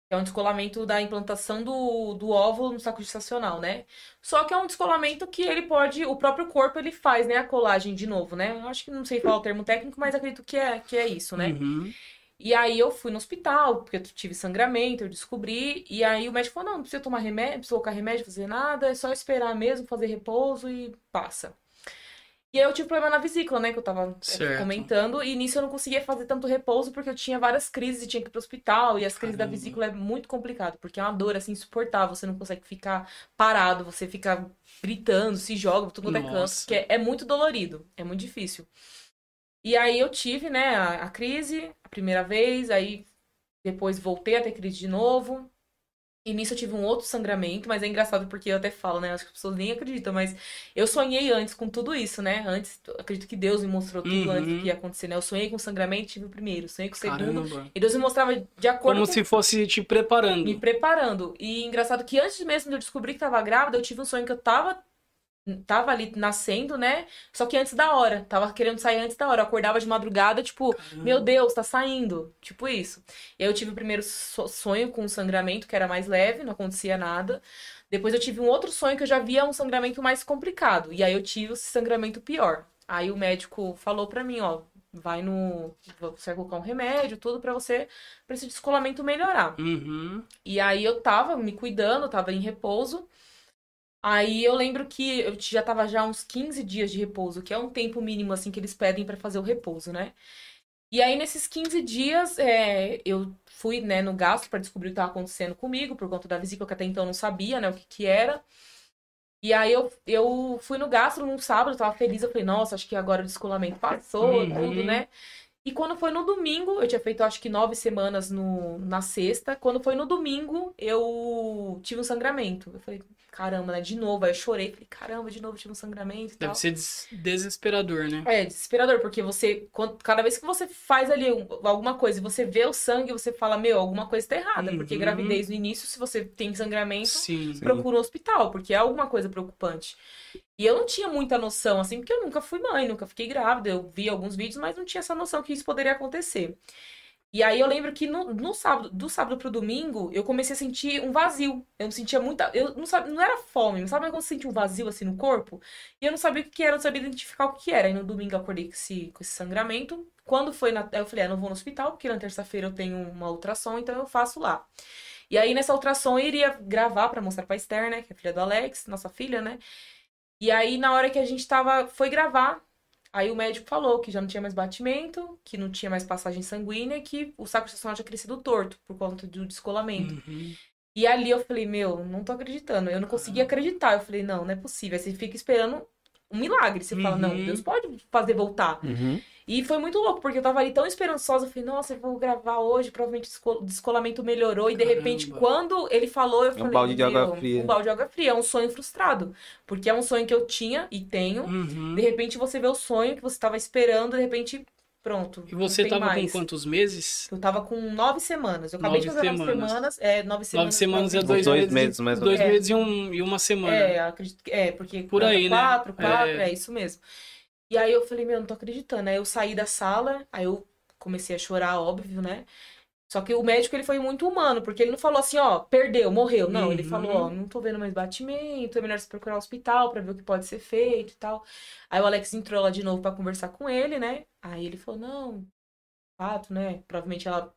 B: Que é um descolamento da implantação do, do óvulo no saco gestacional, né? Só que é um descolamento que ele pode. O próprio corpo ele faz, né? A colagem de novo, né? Eu acho que não sei falar o termo técnico, mas acredito que é, que é isso, né?
A: uhum.
B: E aí eu fui no hospital, porque eu tive sangramento, eu descobri. E aí o médico falou: não, não precisa tomar remédio, não precisa colocar remédio, fazer nada, é só esperar mesmo, fazer repouso e passa. E aí eu tive problema na vesícula, né? Que eu tava é,
A: Certo.
B: comentando. E nisso eu não conseguia fazer tanto repouso porque eu tinha várias crises e tinha que ir pro hospital. E as crises da
A: Caramba.
B: vesícula é muito complicado, porque é uma dor assim insuportável. Você não consegue ficar parado, você fica gritando, se joga, pra tudo quanto é canto,
A: Nossa.
B: porque é, é muito dolorido, é muito difícil. E aí eu tive, né, a, a crise a primeira vez, aí depois voltei a ter crise de novo. E nisso eu tive um outro sangramento, mas é engraçado porque eu até falo, né? Acho que as pessoas nem acreditam, mas eu sonhei antes com tudo isso, né? Antes, eu acredito que Deus me mostrou tudo
A: Uhum.
B: antes do que ia acontecer, né? Eu sonhei com o sangramento, tive o primeiro, sonhei com o segundo.
A: Caramba.
B: E Deus me mostrava de acordo
A: Como
B: com
A: se fosse te preparando.
B: me preparando. E engraçado que antes mesmo de eu descobrir que tava grávida, eu tive um sonho que eu tava tava ali nascendo, né? Só que antes da hora, tava querendo sair antes da hora. Eu acordava de madrugada, tipo, meu Deus, tá saindo, tipo isso. E aí eu tive o primeiro so- sonho com um sangramento que era mais leve, não acontecia nada. Depois eu tive um outro sonho que eu já via um sangramento mais complicado. E aí eu tive esse sangramento pior. Aí o médico falou pra mim, ó, vai no. Você vai colocar um remédio, tudo, pra você. pra esse descolamento melhorar.
A: Uhum.
B: E aí eu tava me cuidando, tava em repouso. Aí eu lembro que eu já tava já uns 15 dias de repouso, que é um tempo mínimo assim que eles pedem pra fazer o repouso, né? E aí nesses 15 dias, é, eu fui, né, no gasto pra descobrir o que tava acontecendo comigo por conta da vesícula que até então eu não sabia, né, o que que era. E aí eu, eu fui no gastro num sábado, eu tava feliz, eu falei, nossa, acho que agora o descolamento passou,
A: Uhum.
B: tudo, né? E quando foi no domingo, eu tinha feito acho que nove semanas no, na sexta. Quando foi no domingo, eu tive um sangramento. Eu falei, caramba, né? De novo. Aí eu chorei, falei, caramba, de novo tive um sangramento
A: Deve
B: e tal.
A: ser des- desesperador, né?
B: É desesperador, porque você, quando- cada vez que você faz ali um- alguma coisa e você vê o sangue, você fala, meu, alguma coisa tá errada. Porque
A: Uhum.
B: gravidez no início, se você tem sangramento,
A: Sim.
B: procura o hospital, porque é alguma coisa preocupante. E eu não tinha muita noção, assim, porque eu nunca fui mãe, nunca fiquei grávida. Eu vi alguns vídeos, mas não tinha essa noção que isso poderia acontecer. E aí eu lembro que no, no sábado, do sábado pro domingo, eu comecei a sentir um vazio. Eu não sentia muita. Eu não sabia, não era fome, mas sabe quando você sente um vazio assim no corpo? E eu não sabia o que que era, eu não sabia identificar o que era. E no domingo eu acordei com esse, com esse sangramento. Quando foi na. Eu falei, ah, não vou no hospital, porque na terça-feira eu tenho uma ultrassom, então eu faço lá. E aí, nessa ultrassom, eu iria gravar pra mostrar pra Esther, né? Que é filha do Alex, nossa filha, né? E aí, na hora que a gente tava, foi gravar, aí o médico falou que já não tinha mais batimento, que não tinha mais passagem sanguínea, que o saco gestacional tinha crescido torto por conta do descolamento.
A: Uhum.
B: E ali eu falei, meu, não tô acreditando. Eu não
A: Ah.
B: conseguia acreditar. Eu falei, não, não é possível. Aí você fica esperando um milagre. Você fala, não,
A: Uhum.
B: Deus pode fazer voltar.
C: Uhum.
B: E foi muito louco, porque eu tava ali tão esperançosa. Eu falei, nossa, eu vou gravar hoje. Provavelmente o desco- descolamento melhorou. E de
A: Caramba.
B: repente, quando ele falou, eu falei,
C: Um balde de água
B: meu,
C: fria.
B: Um balde de água fria. É um sonho frustrado. Porque é um sonho que eu tinha e tenho.
A: Uhum.
B: De repente você vê o sonho que você tava esperando. De repente, pronto.
A: E você
B: não tem
A: tava
B: mais.
A: com quantos meses?
B: Eu tava com nove semanas. Eu acabei de
A: Nove
B: fazer nove
A: semanas.
B: semanas. É, nove semanas.
A: Nove semanas é
C: Uns
A: dois,
C: dois
A: meses.
C: meses, mais ou
A: dois
B: menos.
A: meses e, um- e uma semana.
B: É, acredito que é, porque
A: Por aí, né?
B: quatro, quatro,
A: É.
B: é. isso mesmo. E aí eu falei, meu, não tô acreditando. Aí eu saí da sala, aí eu comecei a chorar, óbvio, né? Só que o médico, ele foi muito humano, porque ele não falou assim, ó, perdeu, morreu. Não, ele
A: Uhum.
B: falou, ó, não tô vendo mais batimento, é melhor você procurar o hospital pra ver o que pode ser feito e tal. Aí o Alex entrou lá de novo pra conversar com ele, né? Aí ele falou, não, fato, né? Provavelmente ela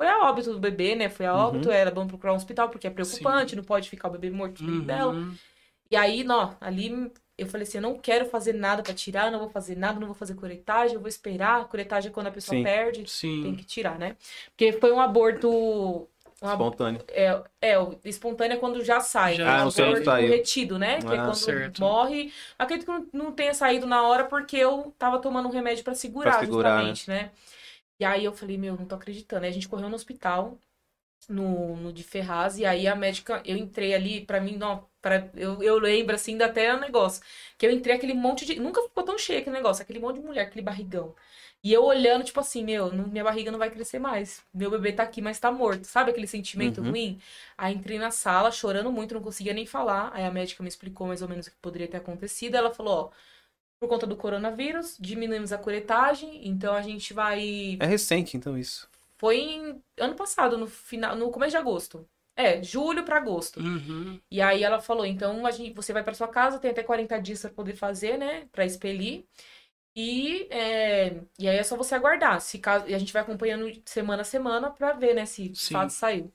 B: foi a óbito do bebê, né? Foi a óbito,
A: Uhum.
B: era bom procurar um hospital porque é preocupante, não pode ficar o bebê morto dentro
A: Uhum.
B: dela. E aí, não, ali eu falei assim, eu não quero fazer nada pra tirar, eu não vou fazer nada, não vou fazer curetagem, eu vou esperar. Curetagem é quando a pessoa
C: Sim.
B: perde, tem
A: Sim.
B: que tirar, né? Porque foi um aborto um ab-
C: Espontâneo.
B: é, é, o espontâneo é quando já sai,
A: Já
B: né?
A: Ah,
B: Um
A: o seu
B: aborto
C: saiu.
B: retido, né? Que é
C: Ah,
B: quando
A: certo.
B: morre. Acredito que não- não tenha saído na hora porque eu tava tomando um remédio pra segurar,
C: Pra segurar,
B: justamente, né? E aí eu falei, meu, não tô acreditando. Aí a gente correu no hospital, no, no de Ferraz, e aí a médica, eu entrei ali, pra mim, não, pra, eu, eu lembro assim, dá até um negócio. Que eu entrei aquele monte de. Nunca ficou tão cheio aquele negócio, aquele monte de mulher, aquele barrigão. E eu olhando, tipo assim, meu, não- minha barriga não vai crescer mais. Meu bebê tá aqui, mas tá morto. Sabe aquele sentimento
C: Uhum.
B: ruim? Aí entrei na sala, chorando muito, não conseguia nem falar. Aí a médica me explicou mais ou menos o que poderia ter acontecido. Ela falou, ó, por conta do coronavírus, diminuímos a curetagem, então a gente vai.
C: É recente, então, isso.
B: Foi em- ano passado, no final, no começo de agosto. É, julho pra agosto.
A: Uhum.
B: E aí ela falou, então a gente, você vai para sua casa, tem até 40 dias para poder fazer, né, Pra expelir. E, é, e aí é só você aguardar. Se caso, e a gente vai acompanhando semana a semana pra ver, né, se de
A: Sim.
B: fato saiu.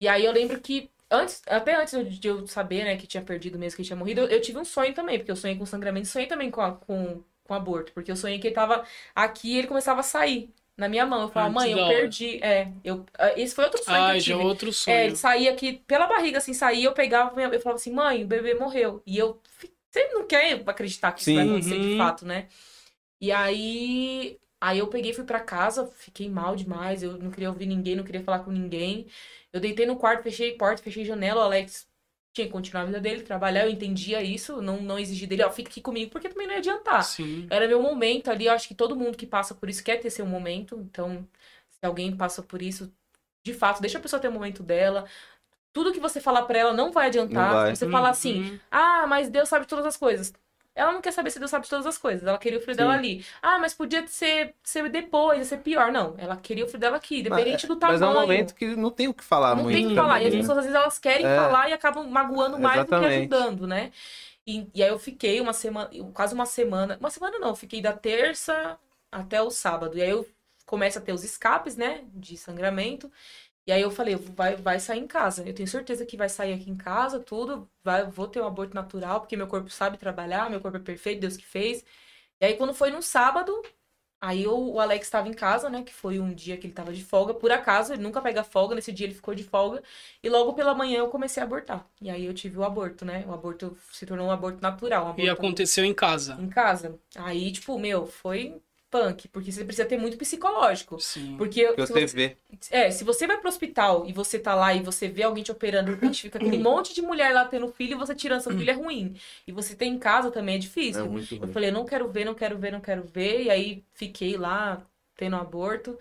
B: E aí eu lembro que antes, até antes eu- de eu saber, né, que tinha perdido mesmo, que tinha morrido, eu, eu tive um sonho também, porque eu sonhei com sangramento, sonhei também com a- com com aborto, porque eu sonhei que ele tava aqui e ele começava a sair na minha mão. Eu falava,
A: Antes
B: mãe, eu
A: da hora."
B: perdi. É, eu, esse foi outro sonho que eu
A: Ah, já é
B: tive.
A: outro sonho.
B: É, ele saía aqui pela barriga, assim, saía, eu pegava, minha- eu falava assim, mãe, o bebê morreu. E eu, fi- você não quer acreditar que isso vai
C: Sim.
B: acontecer de
A: Uhum.
B: fato, né? E aí, aí eu peguei, fui pra casa, fiquei mal demais, eu não queria ouvir ninguém, não queria falar com ninguém. Eu deitei no quarto, fechei porta, fechei janela, o Alex tinha que continuar a vida dele, trabalhar, eu entendia isso, não, não exigi dele, ó, fica aqui comigo, porque também não ia adiantar
A: Sim.
B: era meu momento ali. Eu acho que todo mundo que passa por isso quer ter seu momento. Então, se alguém passa por isso, de fato, deixa a pessoa ter o momento dela. Tudo que você falar pra ela não vai adiantar.
C: Não vai.
B: Se você falar assim,
A: Uhum.
B: ah, mas Deus sabe todas as coisas. Ela não quer saber se Deus sabe todas as coisas. Ela queria o filho dela
C: Sim.
B: ali. Ah, mas podia ser, ser depois, ia ser pior. Não, ela queria o filho dela aqui, independente do tamanho.
C: Mas é um momento que não tem o que falar
B: tá Não
C: muito.
B: tem que falar. E as
C: também, né?
B: pessoas, às vezes, elas querem
C: É.
B: falar e acabam magoando mais do que
C: Exatamente.
B: ajudando, né? E, e aí eu fiquei uma semana, quase uma semana. Uma semana não, eu fiquei da terça até o sábado. E aí eu começo a ter os escapes, né? De sangramento. E aí eu falei, vai, vai sair em casa. Eu tenho certeza que vai sair aqui em casa, tudo. Vai, vou ter um aborto natural, porque meu corpo sabe trabalhar, meu corpo é perfeito, Deus que fez. E aí quando foi no sábado, aí eu- o Alex estava em casa, né? Que foi um dia que ele estava de folga. Por acaso, ele nunca pega folga, nesse dia ele ficou de folga. E logo pela manhã eu comecei a abortar. E aí eu tive o aborto, né? O aborto se tornou um aborto natural. Um
A: E
B: aborto
A: aconteceu em casa.
B: em casa. Aí, tipo, meu, foi punk, porque você precisa ter muito psicológico.
A: Sim.
B: Porque
C: Que
B: se
C: você vê.
B: é, se você vai pro hospital e você tá lá e você vê alguém te operando, de repente fica
C: <clears throat>
B: aquele monte de mulher lá tendo filho e você tirando seu filho é ruim. E você ter em casa também é
C: É
B: difícil.
C: muito
B: Eu
C: ruim.
B: falei, não quero ver, não quero ver, não quero ver. E aí fiquei lá tendo um aborto.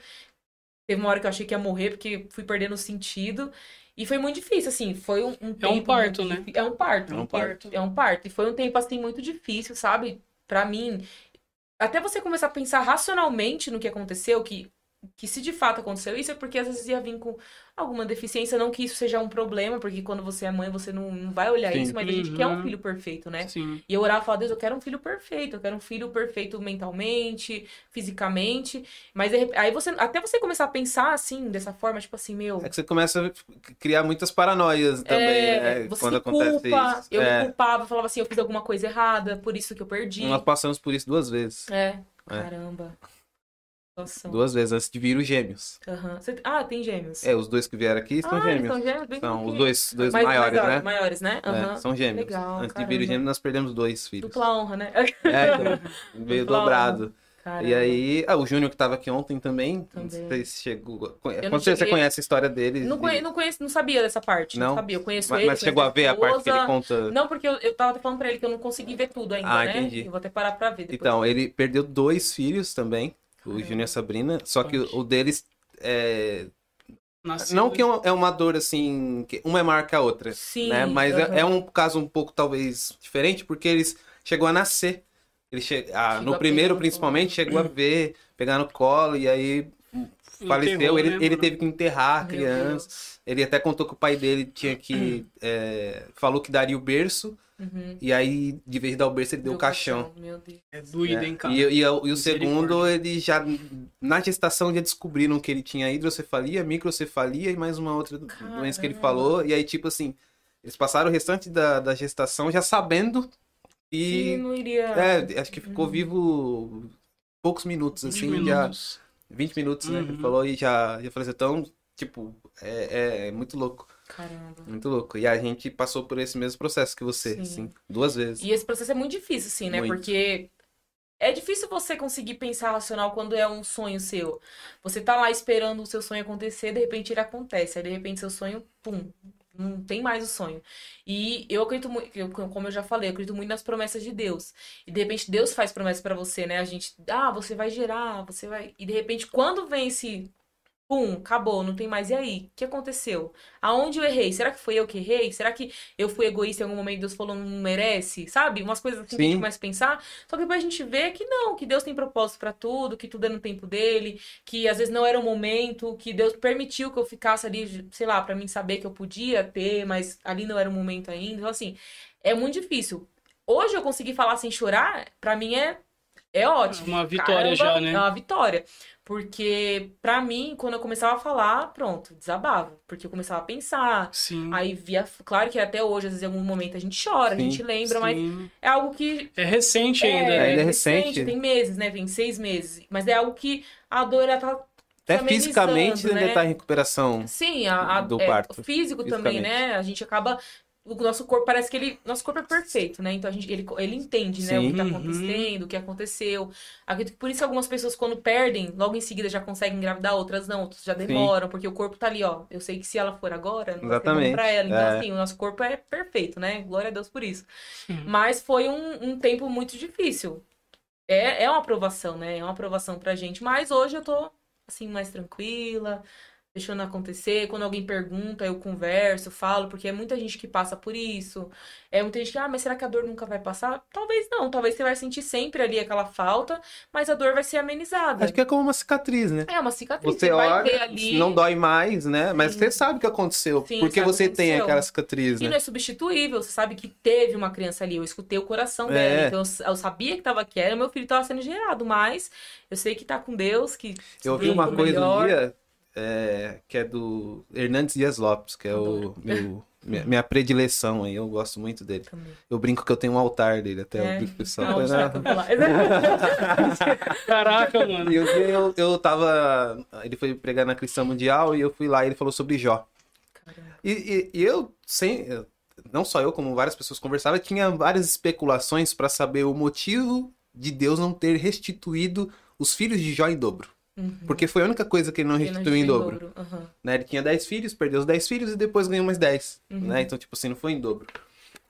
B: Teve uma hora que eu achei que ia morrer porque fui perdendo o sentido. E foi muito difícil, assim, foi um, um tempo muito
A: parto, né?
B: difí- É um parto.
C: É um
A: parto.
B: É um parto. E foi um tempo, assim, muito difícil, sabe? Pra mim. Até você começar a pensar racionalmente no que aconteceu, que, que se de fato aconteceu isso, é porque às vezes ia vir com alguma deficiência. Não que isso seja um problema, porque quando você é mãe, você não, não vai olhar
C: Sim.
B: isso, mas a gente quer
A: Uhum.
B: um filho perfeito, né?
A: Sim.
B: E eu orava e falava, Deus, eu quero um filho perfeito, eu quero um filho perfeito mentalmente, fisicamente. Mas de rep- aí você, até você começar a pensar assim, dessa forma, tipo assim, meu.
C: É que você começa a criar muitas paranoias também,
B: é,
C: né?
B: você
C: Quando
B: se
C: acontece
B: culpa,
C: isso.
B: eu
C: É,
B: me culpava, falava assim, eu fiz alguma coisa errada, por isso que eu perdi.
C: Nós passamos por isso duas vezes.
B: É, então. caramba. Situação.
C: Duas vezes antes de vir os gêmeos.
B: Aham. Você- Ah, tem gêmeos.
C: É, os dois que vieram aqui são
B: ah, eles
C: gêmeos.
B: são gêmeos? Bem
C: São os
B: tranquilo.
C: dois, dois
B: Mais-
C: maiores, né?
B: Maiores, né?
C: É,
B: Aham.
C: são gêmeos.
B: Legal,
C: Antes de vir os
B: caramba.
C: gêmeos, nós perdemos dois filhos.
B: Dupla honra, né? <laughs>
C: É, então, veio
B: Dupla
C: dobrado.
B: Caramba.
C: E aí, ah, o Júnior que tava aqui ontem também, não
B: Também.
C: sei se chegou. Com
B: não
C: com certeza você
B: cheguei-
C: conhece a história dele.
B: Não, conhe- não conheço, não sabia dessa parte. Não,
C: Não?
B: sabia. Eu conheço
C: mas,
B: ele.
C: mas chegou a ver
B: conheço
C: a parte que ele
B: esposa. né?
C: conta.
B: Não, porque eu, eu tava até falando pra ele que eu não consegui ver tudo ainda,
C: Ah,
B: né?
C: entendi.
B: Eu vou até parar pra ver depois.
C: Então, ele perdeu dois filhos também, o Júnior e a Sabrina, só que o o deles é,
A: Nasceu.
C: não que é uma- é uma dor assim, que uma é maior que a outra,
B: Sim.
C: né? Mas
B: aham.
C: é, é um caso um pouco talvez diferente porque eles chegou a nascer. Ele che... ah,
B: Chegou
C: no
B: a
C: primeiro
B: pegar no
C: principalmente chegou a ver, pegar no colo e aí
A: Enterrou
C: faleceu, ele,
A: mesmo,
C: ele
A: né?
C: teve que enterrar a
B: Meu
C: criança.
B: Deus.
C: Ele até contou que o pai dele
B: <clears throat>
C: tinha que é, falou que daria o berço
B: Uhum.
C: e aí de vez de dar o berço ele deu o caixão.
B: Meu Deus.
A: É doído, hein, cara?
C: Né? E, e- e o segundo,
A: Misericórdia.
C: ele já na gestação já descobriram que ele tinha hidrocefalia, microcefalia e mais uma outra do- doença que ele
B: Caramba.
C: falou. E aí, tipo assim, eles passaram o restante da, da gestação já sabendo.
B: Sim,
C: E
B: não iria.
C: é, acho que ficou vivo poucos minutos, assim,
A: 20
C: já.
A: minutos.
C: 20 minutos, né? que Ele
A: Uhum.
C: falou e já, já faleceu. Então, tipo, é, é muito louco,
B: Caramba.
C: muito louco. E a gente passou por esse mesmo processo que você,
B: Sim.
C: assim, duas vezes.
B: E esse processo é muito difícil, assim, né?
C: Muito.
B: Porque é difícil você conseguir pensar racional quando é um sonho seu. Você tá lá esperando o seu sonho acontecer, de repente ele acontece. Aí, de repente, seu sonho, pum, não tem mais o sonho. E eu acredito muito, eu- como eu já falei, eu acredito muito nas promessas de Deus. E, de repente, Deus faz promessas pra você, né? A gente, ah, você vai gerar, você vai... E, de repente, quando vem esse... Pum, acabou, não tem mais. E aí? O que aconteceu? Aonde eu errei? Será que foi eu que errei? Será que eu fui egoísta em algum momento, Deus falou, não merece, sabe? Umas coisas assim que a
C: Sim.
B: gente começa a pensar. Só que depois a gente vê que não, que Deus tem propósito pra tudo, que tudo é no tempo dele, que às vezes não era o momento, que Deus permitiu que eu ficasse ali, sei lá, pra mim saber que eu podia ter, mas ali não era o momento ainda. Então, assim, é muito difícil. Hoje eu consegui falar sem chorar, pra mim é, é ótimo.
A: Uma vitória já,
B: É
A: né?
B: uma vitória. Porque, pra mim, quando eu começava a falar, pronto, desabava. Porque eu começava a pensar,
A: Sim.
B: Aí via. Claro que até hoje, às vezes, em algum momento a gente chora,
C: Sim,
B: a gente lembra,
A: Sim.
B: mas é algo que.
A: É recente ainda,
B: É,
A: né?
C: Ainda é recente.
B: Tem meses, né? Tem seis meses. Mas é algo que a dor, ela tá.
C: Até
B: amenizando,
C: fisicamente ainda
B: né?
C: tá em recuperação.
B: Sim, a, a-
C: Do
B: é,
C: parto,
B: físico também, né? A gente acaba. O nosso corpo parece que ele. Nosso corpo é perfeito, né? Então a gente, ele, ele entende, né? O que tá
C: uhum.
A: Sim.
B: acontecendo, o que aconteceu. Acredito que Por isso que algumas pessoas, quando perdem, logo em seguida já conseguem engravidar, outras não, outras já demoram, porque o corpo tá ali, ó. Eu sei que se ela for agora, não vai ser bom
C: Exatamente,
B: pra ela. Então,
C: é.
B: assim, o nosso corpo é perfeito, né? Glória a Deus por isso. Mas foi um, um tempo muito difícil. É, é uma aprovação, né? É uma aprovação pra gente. Mas hoje eu tô, assim, mais tranquila. deixando acontecer. Quando alguém pergunta, eu converso, falo, porque é muita gente que passa por isso. É muita gente que, ah, mas será que a dor nunca vai passar? Talvez não, talvez você vai sentir sempre ali aquela falta, mas a dor vai ser amenizada.
C: Acho que é como uma cicatriz, né?
B: É uma cicatriz,
C: Você
B: vai ter
C: olha,
B: ali.
C: não dói mais, né? Mas
B: Sim.
C: você sabe o que aconteceu.
B: Sim,
C: porque
B: sabe o que
C: você tem
B: aconteceu.
C: aquela cicatriz,
B: E
C: né?
B: não é substituível, você sabe que teve uma criança ali, eu escutei o coração
C: É.
B: dela, então eu, eu sabia que tava quieto, meu filho estava sendo gerado, mas eu sei que tá com Deus, que
C: Eu ouvi
B: tudo
C: uma
B: pro
C: coisa um
B: melhor.
C: dia é, que é do Hernandes Dias Lopes, que é o
B: Adoro.
C: meu, minha, minha predileção aí. Eu gosto muito dele.
B: Também.
C: Eu brinco que eu tenho um altar dele até.
B: É.
C: Eu brinco, pessoal.
B: Não, tá. será
C: Mas, ah,
B: que eu vou <laughs> lá?
A: Caraca, mano.
C: E eu, eu, eu tava. Ele foi pregar na Cristã Mundial e eu fui lá e ele falou sobre Jó.
B: Caramba.
C: E, e- e eu, sem. eu- Não só eu, como várias pessoas conversavam, tinha várias especulações pra saber o motivo de Deus não ter restituído os filhos de Jó em dobro.
B: Uhum.
C: Porque foi a única coisa que ele não
B: Porque nós
C: restituiu
B: tem
C: em dobro.
B: Aham.
C: né? Ele tinha 10 filhos, perdeu os 10 filhos e depois ganhou mais 10,
B: Uhum.
C: né? Então, tipo assim, não foi em dobro.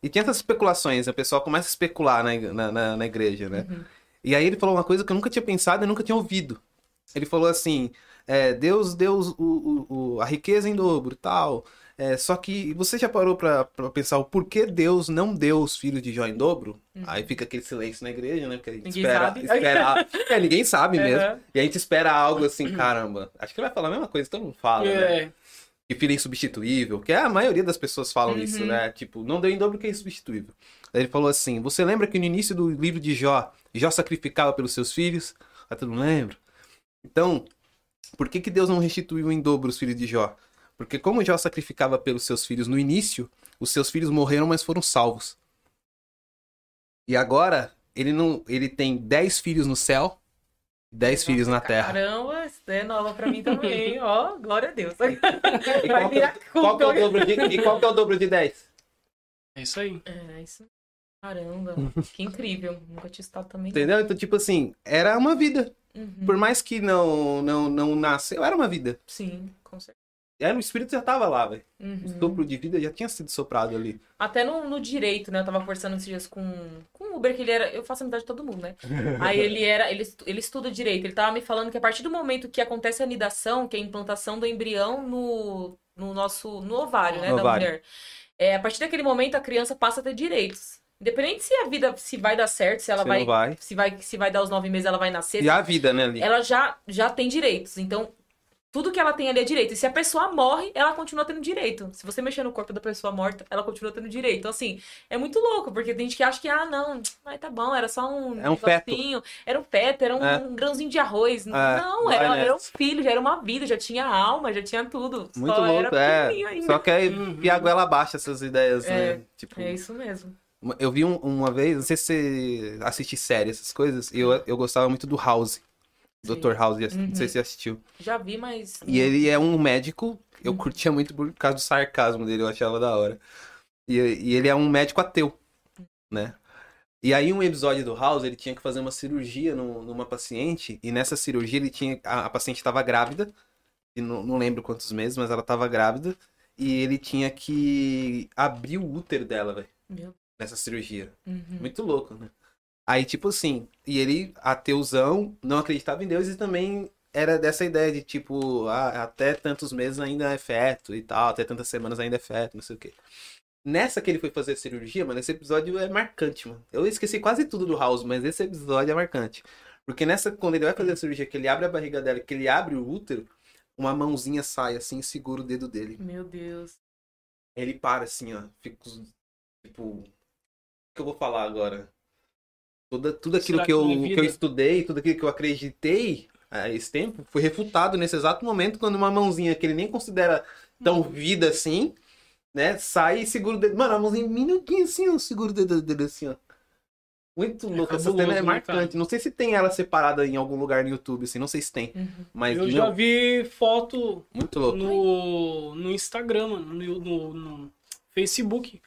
C: E tinha essas especulações, né? o pessoal começa a especular na, ig- na, na, na igreja, né?
B: Uhum.
C: E aí ele falou uma coisa que eu nunca tinha pensado e nunca tinha ouvido. Ele falou assim, é, Deus deu os- o, o- o- a riqueza em dobro e tal, é, só que você já parou pra, pra pensar o porquê Deus não deu os filhos de Jó em dobro? Aí fica aquele silêncio na igreja, né? Porque a gente
B: Uhum. Ninguém
C: espera,
B: sabe. <laughs>
C: espera- É, ninguém sabe mesmo.
B: Aham.
C: E a gente espera algo assim, caramba, acho que ele vai falar a mesma coisa, todo mundo fala, né?
A: É,
C: que filho é insubstituível, que a maioria das pessoas falam isso,
B: Uhum.
C: né? Tipo, não deu em dobro que é insubstituível. Daí ele falou assim: Você lembra que no início do livro de Jó, Jó sacrificava pelos seus filhos? Ah, tu não lembra? Então, por que, que Deus não restituiu em dobro os filhos de Jó? Porque como Jó sacrificava pelos seus filhos no início, os seus filhos morreram, mas foram salvos. E agora, ele não, ele tem 10 filhos no céu, 10 filhos na terra.
B: Caramba, isso é nova pra mim
C: <laughs>
B: também, ó. Glória a Deus.
C: E
B: Vai
C: qual, que é-
B: virar
C: qual que é o
B: culto.
C: dobro de, e qual que é o dobro de 10?
A: é isso aí.
B: <laughs> É, isso. Caramba, que incrível. Nunca tinha estado também. não.
C: Entendeu? Então, tipo assim, era uma vida.
B: Uhum.
C: Por mais que não, não, não nasceu, era uma vida.
B: Sim, com certeza.
C: Era, o espírito já tava lá, velho. O
B: Uhum.
C: sopro de vida já tinha sido soprado ali.
B: Até no, no direito, né? Eu tava conversando esses dias com, com o Uber, que ele era. Eu faço amizade de todo mundo, né? Aí ele era. Ele, estu- ele estuda direito. Ele tava me falando que a partir do momento que acontece a nidação, que é a implantação do embrião no, no nosso. no ovário, né?
C: No
B: Da
C: ovário.
B: mulher. É, a partir daquele momento a criança passa a ter direitos. Independente se a vida se vai dar certo, se ela
C: Você
B: vai,
C: não vai.
B: Se vai. Se vai dar os nove meses, ela vai nascer.
C: E a vida, né, ali.
B: Ela já, já tem direitos. Então. Tudo que ela tem ali é direito. E se a pessoa morre, ela continua tendo direito. Se você mexer no corpo da pessoa morta, ela continua tendo direito. Então, assim, é muito louco, porque tem gente que acha que, ah, não, mas tá bom, era só um
C: É um feto.
B: negocinho, Era um feto, era um,
C: É.
B: um grãozinho de arroz. não,
C: vai
B: era,
C: nessa.
B: era um filho, já era uma vida, já tinha alma, já tinha tudo.
C: Muito
B: só
C: louco,
B: era
C: é.
B: pequenininho ainda.
C: Só que aí
A: Uhum.
C: e a goela abaixo essas ideias,
B: É.
C: né? Tipo,
B: É isso mesmo.
C: eu vi um- uma vez, não sei se você assiste série, essas coisas, e eu, eu gostava muito do House.
B: Sim.
C: Dr. House, não
B: Uhum.
C: sei se você assistiu.
B: Já vi, mas.
C: E ele é um médico, eu curtia muito por causa do sarcasmo dele, eu achava da hora. E, e ele é um médico ateu, né? E aí, um episódio do House, ele tinha que fazer uma cirurgia num- numa paciente, e nessa cirurgia ele tinha. A, a paciente estava grávida, e não, não lembro quantos meses, mas ela estava grávida, e ele tinha que abrir o útero dela, velho,
B: Meu.
C: nessa cirurgia.
B: Uhum.
C: Muito louco, né? Aí, tipo assim, e ele, ateuzão, não acreditava em Deus e também era dessa ideia de, tipo, ah, até tantos meses ainda é feto e tal, até tantas semanas ainda é feto, não sei o quê. Nessa que ele foi fazer a cirurgia, mano, esse episódio é marcante, mano. Eu esqueci quase tudo do House, mas esse episódio é marcante. Porque nessa, quando ele vai fazer a cirurgia, que ele abre a barriga dela, que ele abre o útero, uma mãozinha sai assim e segura o dedo dele.
B: Meu Deus.
C: Ele para assim, ó. Fica, os- tipo. O que eu vou falar agora? Toda, tudo aquilo
A: Será que
C: que, eu,
A: não é vida?
C: que eu estudei, tudo aquilo que eu acreditei a esse tempo, foi refutado nesse exato momento quando uma mãozinha que ele nem considera tão
A: Uhum.
C: vida assim, né? Sai e segura o dedo. Mano, a mãozinha minutinho assim, ó, segura o dedo dele assim, ó. Muito louco. Essa
A: cabuloso,
C: cena é
A: né,
C: marcante.
A: cara?
C: Não sei se tem ela separada em algum lugar no YouTube, assim, não sei se tem.
B: Uhum.
C: Mas
A: Eu
C: meu,
A: já vi foto
C: muito louco.
A: no, no Instagram, mano, no, no- no Facebook.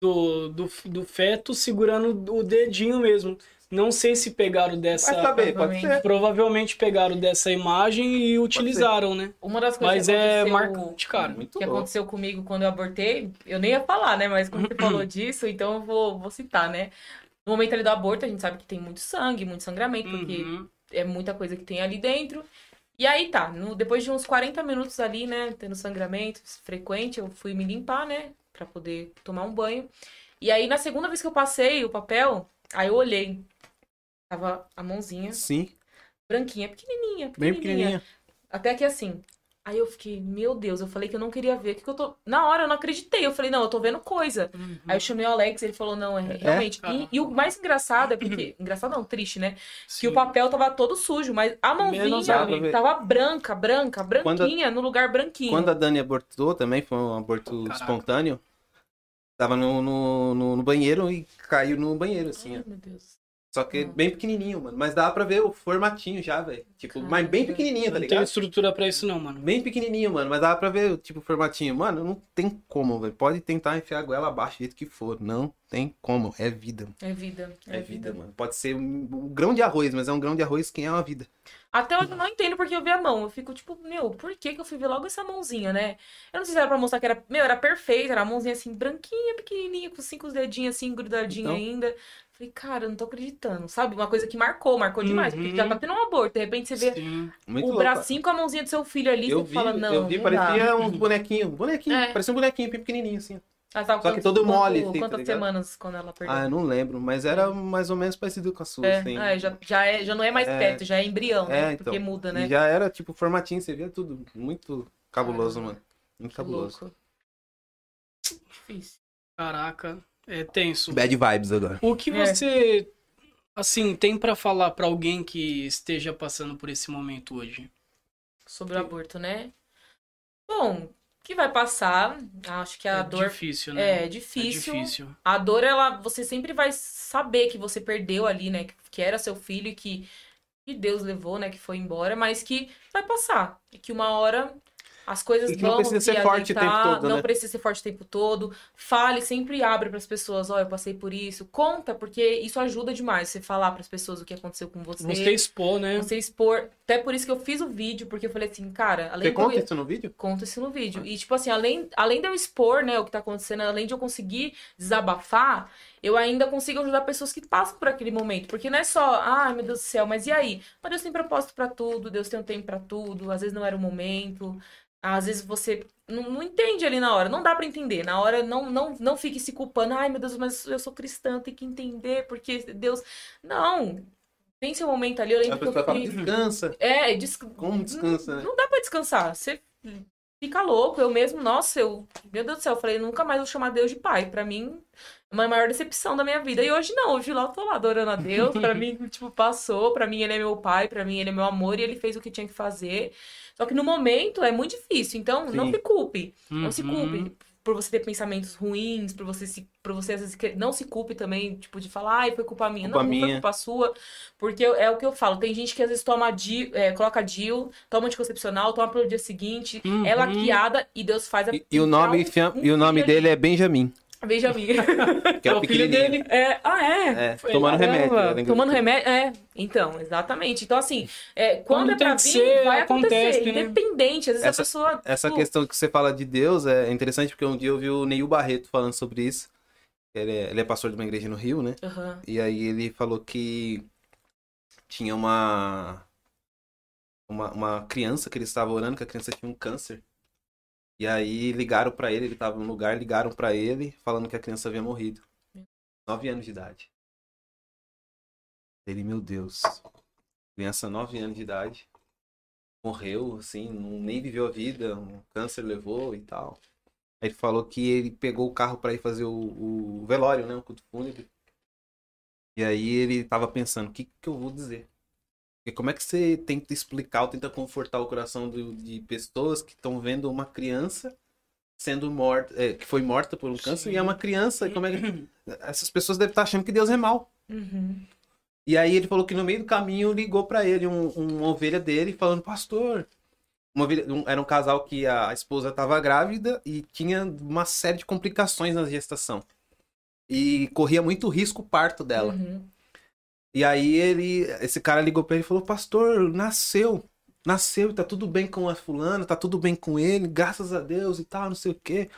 A: Do, do, do feto segurando o dedinho mesmo. Não sei se pegaram dessa.
C: Vai saber, pode
B: provavelmente.
C: ser.
A: Provavelmente pegaram dessa imagem e utilizaram, né?
B: Uma das
A: Mas
B: coisas que
A: é
B: aconteceu-
A: marcante, cara.
C: Muito
B: que
C: louco.
B: aconteceu comigo quando eu abortei, eu nem ia falar, né? Mas como você falou disso, então eu vou, vou citar, né? No momento ali do aborto, a gente sabe que tem muito sangue, muito sangramento, porque
A: Uhum.
B: é muita coisa que tem ali dentro. E aí tá, no- depois de uns 40 minutos ali, né, tendo sangramento frequente, eu fui me limpar, né, pra poder tomar um banho. E aí na segunda vez que eu passei o papel, aí eu olhei. Tava a mãozinha
C: Sim,
B: branquinha, pequenininha,
C: bem
B: pequenininha.
C: pequenininha.
B: Até que assim. Aí eu fiquei, meu Deus, eu falei que eu não queria ver. o Que que eu tô... Na hora eu não acreditei. Eu falei, não, eu tô vendo coisa.
A: Uhum.
B: Aí eu chamei o Alex, ele falou, não, é realmente.
A: Ah.
B: E, e o mais engraçado é porque. Engraçado não, triste, né?
A: Sim.
B: Que o papel tava todo sujo, mas a
A: Menos
B: mãozinha
A: a mim.
B: tava branca, branca, branquinha, no lugar branquinho.
C: Quando a Dani abortou também, foi um aborto
A: Caraca.
C: espontâneo. Tava no, no, no- no banheiro e caiu no banheiro, assim, ó.
B: Ai, meu Deus.
C: Só que
B: Não.
C: bem pequenininho, mano. Mas dava pra ver o formatinho já, velho. Tipo, mas bem
B: Caraca.
C: pequenininho, tá
A: Não tem
C: ligado?
A: estrutura pra isso não, mano.
C: Bem pequenininho, mano. Mas dava pra ver, tipo, o formatinho. Mano, não tem como, velho. Pode tentar enfiar a goela abaixo do jeito que for. Não tem como. É vida.
B: É vida. É,
C: É
B: vida.
C: vida, mano. Pode ser um, um grão de arroz, mas é um grão de arroz que é uma vida.
B: Até hoje eu não entendo porque eu vi a mão. Eu fico tipo, meu, por que que eu fui ver logo essa mãozinha, né? Eu não sei se era pra mostrar que era. Meu, era perfeita, era a mãozinha assim, branquinha, pequenininha, com cinco dedinhos assim, grudadinho
C: Então.
B: ainda. Falei, cara, eu não tô acreditando, sabe? Uma coisa que marcou, marcou demais. Porque
A: Uhum.
B: já tá tendo um aborto. De repente você vê
A: Sim.
C: Muito
B: o
C: louco.
B: bracinho com a mãozinha do seu filho ali,
C: eu
B: você
C: vi,
B: fala, não.
C: eu vi,
B: não
C: parecia
B: dá.
C: um bonequinho. Bonequinho,
B: É.
C: parecia um bonequinho bem pequenininho, assim.
B: Ela tava
C: Só que
B: quantos-
C: todo
B: quanto-
C: mole, assim, tá
B: Quantas
C: ligado?
B: semanas quando ela perdeu?
C: Ah, eu não lembro, mas era mais ou menos parecido com a sua,
B: É,
C: assim.
B: é, já, já, é, já não é mais
C: É.
B: perto, já é embrião, né?
C: É, então.
B: Porque muda, né?
C: E já era, tipo, formatinho, você via tudo. Muito cabuloso,
B: Caramba.
C: mano. Muito
B: Que
C: cabuloso.
B: louco. Difícil.
A: Caraca, é tenso.
C: Bad vibes agora.
A: O que
B: É.
A: você, assim, tem pra falar pra alguém que esteja passando por esse momento hoje?
B: Sobre o aborto, né? Bom, que vai passar. Acho que a
A: é
B: dor
A: difícil, né?
B: é
A: É
B: difícil.
A: difícil.
B: A dor, ela, você sempre vai saber que você perdeu ali, né? Que, que era seu filho e que, que Deus levou, né? Que foi embora, mas que vai passar. E que uma hora as coisas
C: E que
B: vão
C: não precisa ser
B: se
C: forte o tempo
B: ajeitar,
C: todo,
B: não
C: né?
B: precisa ser forte o tempo todo. Fale, sempre abre para as pessoas, ó, eu passei por isso. Conta, porque isso ajuda demais você falar para as pessoas o que aconteceu com você.
A: Você expor, né?
B: Você expor. Até por isso que eu fiz o vídeo, porque eu falei assim, cara, além
C: Você
B: do-
C: conta isso no vídeo?
B: Conta isso no vídeo. E, tipo assim, além, além de eu expor, né, o que tá acontecendo, além de eu conseguir desabafar, eu ainda consigo ajudar pessoas que passam por aquele momento. Porque não é só, ah, meu Deus do céu, mas e aí? Mas Deus tem propósito pra tudo, Deus tem um tempo pra tudo, às vezes não era o momento, às vezes você não, não entende ali na hora, não dá pra entender. Na hora, não, não, não fique se culpando, ai, meu Deus, mas eu sou cristã, tem que entender, porque Deus. Não! Tem seu momento ali, eu
C: A
B: lembro que eu
C: pessoa fala,
B: fui...
C: descansa.
B: É, des...
C: Como descansa, né?
B: Não dá pra descansar. Você fica louco. Eu mesmo, nossa, eu. Meu Deus do céu, eu falei, nunca mais vou chamar Deus de pai. Pra mim, é uma maior decepção da minha vida. E hoje não, hoje lá eu tô lá adorando a Deus. Pra mim, <laughs> tipo, passou. Pra mim, ele é meu pai. Pra mim, ele é meu amor. E ele fez o que tinha que fazer. Só que no momento é muito difícil. Então, não
C: Sim.
B: se culpe. Não se
A: Uhum.
B: culpe por você ter pensamentos ruins, por você se, por você às vezes que- não se culpe também, tipo de falar, ai, foi culpa minha,
C: Culpa
B: não, não foi
C: minha.
B: culpa sua, porque eu- é o que eu falo. Tem gente que às vezes toma Dil, é, coloca Dil, toma anticoncepcional, toma pelo dia seguinte,
A: Uhum.
B: é laquiada e Deus faz a
C: E, e o nome,
B: pintar um- um
C: e o nome
B: filho
C: dele é Benjamin.
B: ali. Veja a minha.
C: <laughs> Que
A: É
C: é
A: o
C: o
A: filho dele.
C: pequenininho.
B: É, ah é.
C: É,
A: Foi
C: tomando
B: Caramba,
C: remédio. né?
B: Tomando remédio, é. Então, exatamente. Então, assim, é, quando,
A: Quando
B: é
A: tem
B: pra
A: que
B: vir,
A: ser,
B: vai acontecer.
A: acontece, né?
B: Independente, às vezes
C: Essa-
B: a pessoa.
C: Essa
B: pô,
C: questão que você fala de Deus é interessante porque um dia eu vi o Neil Barreto falando sobre isso. Ele é, ele é pastor de uma igreja no Rio, né?
B: aham,
C: E aí ele falou que tinha uma, uma, uma criança que ele estava orando, que a criança tinha um câncer. E aí ligaram pra ele, ele tava num lugar, ligaram pra ele falando que a criança havia morrido. Nove anos de idade. Ele, meu Deus. Criança, nove anos de idade. Morreu, assim, não- nem viveu a vida, um câncer levou e tal. Aí ele falou que ele pegou o carro pra ir fazer o, o velório, né? O culto fúnebre. E aí ele tava pensando, o que, que eu vou dizer? Porque como é que você tenta explicar ou tenta confortar o coração do- de pessoas que estão vendo uma criança sendo morta, é, que foi morta por um câncer,
A: Sim.
C: e é uma criança, e como é que... Essas pessoas devem estar achando que Deus é mal.
B: uhum.
C: E aí ele falou que no meio do caminho ligou pra ele um, uma ovelha dele falando, pastor... Uma ovelha- um- era um casal que a esposa estava grávida e tinha uma série de complicações na gestação. E corria muito risco o parto dela.
B: uhum.
C: E aí ele, esse cara ligou pra ele e falou: "Pastor, nasceu. Nasceu, e tá tudo bem com a fulana, tá tudo bem com ele, graças a Deus e tal, não sei o quê".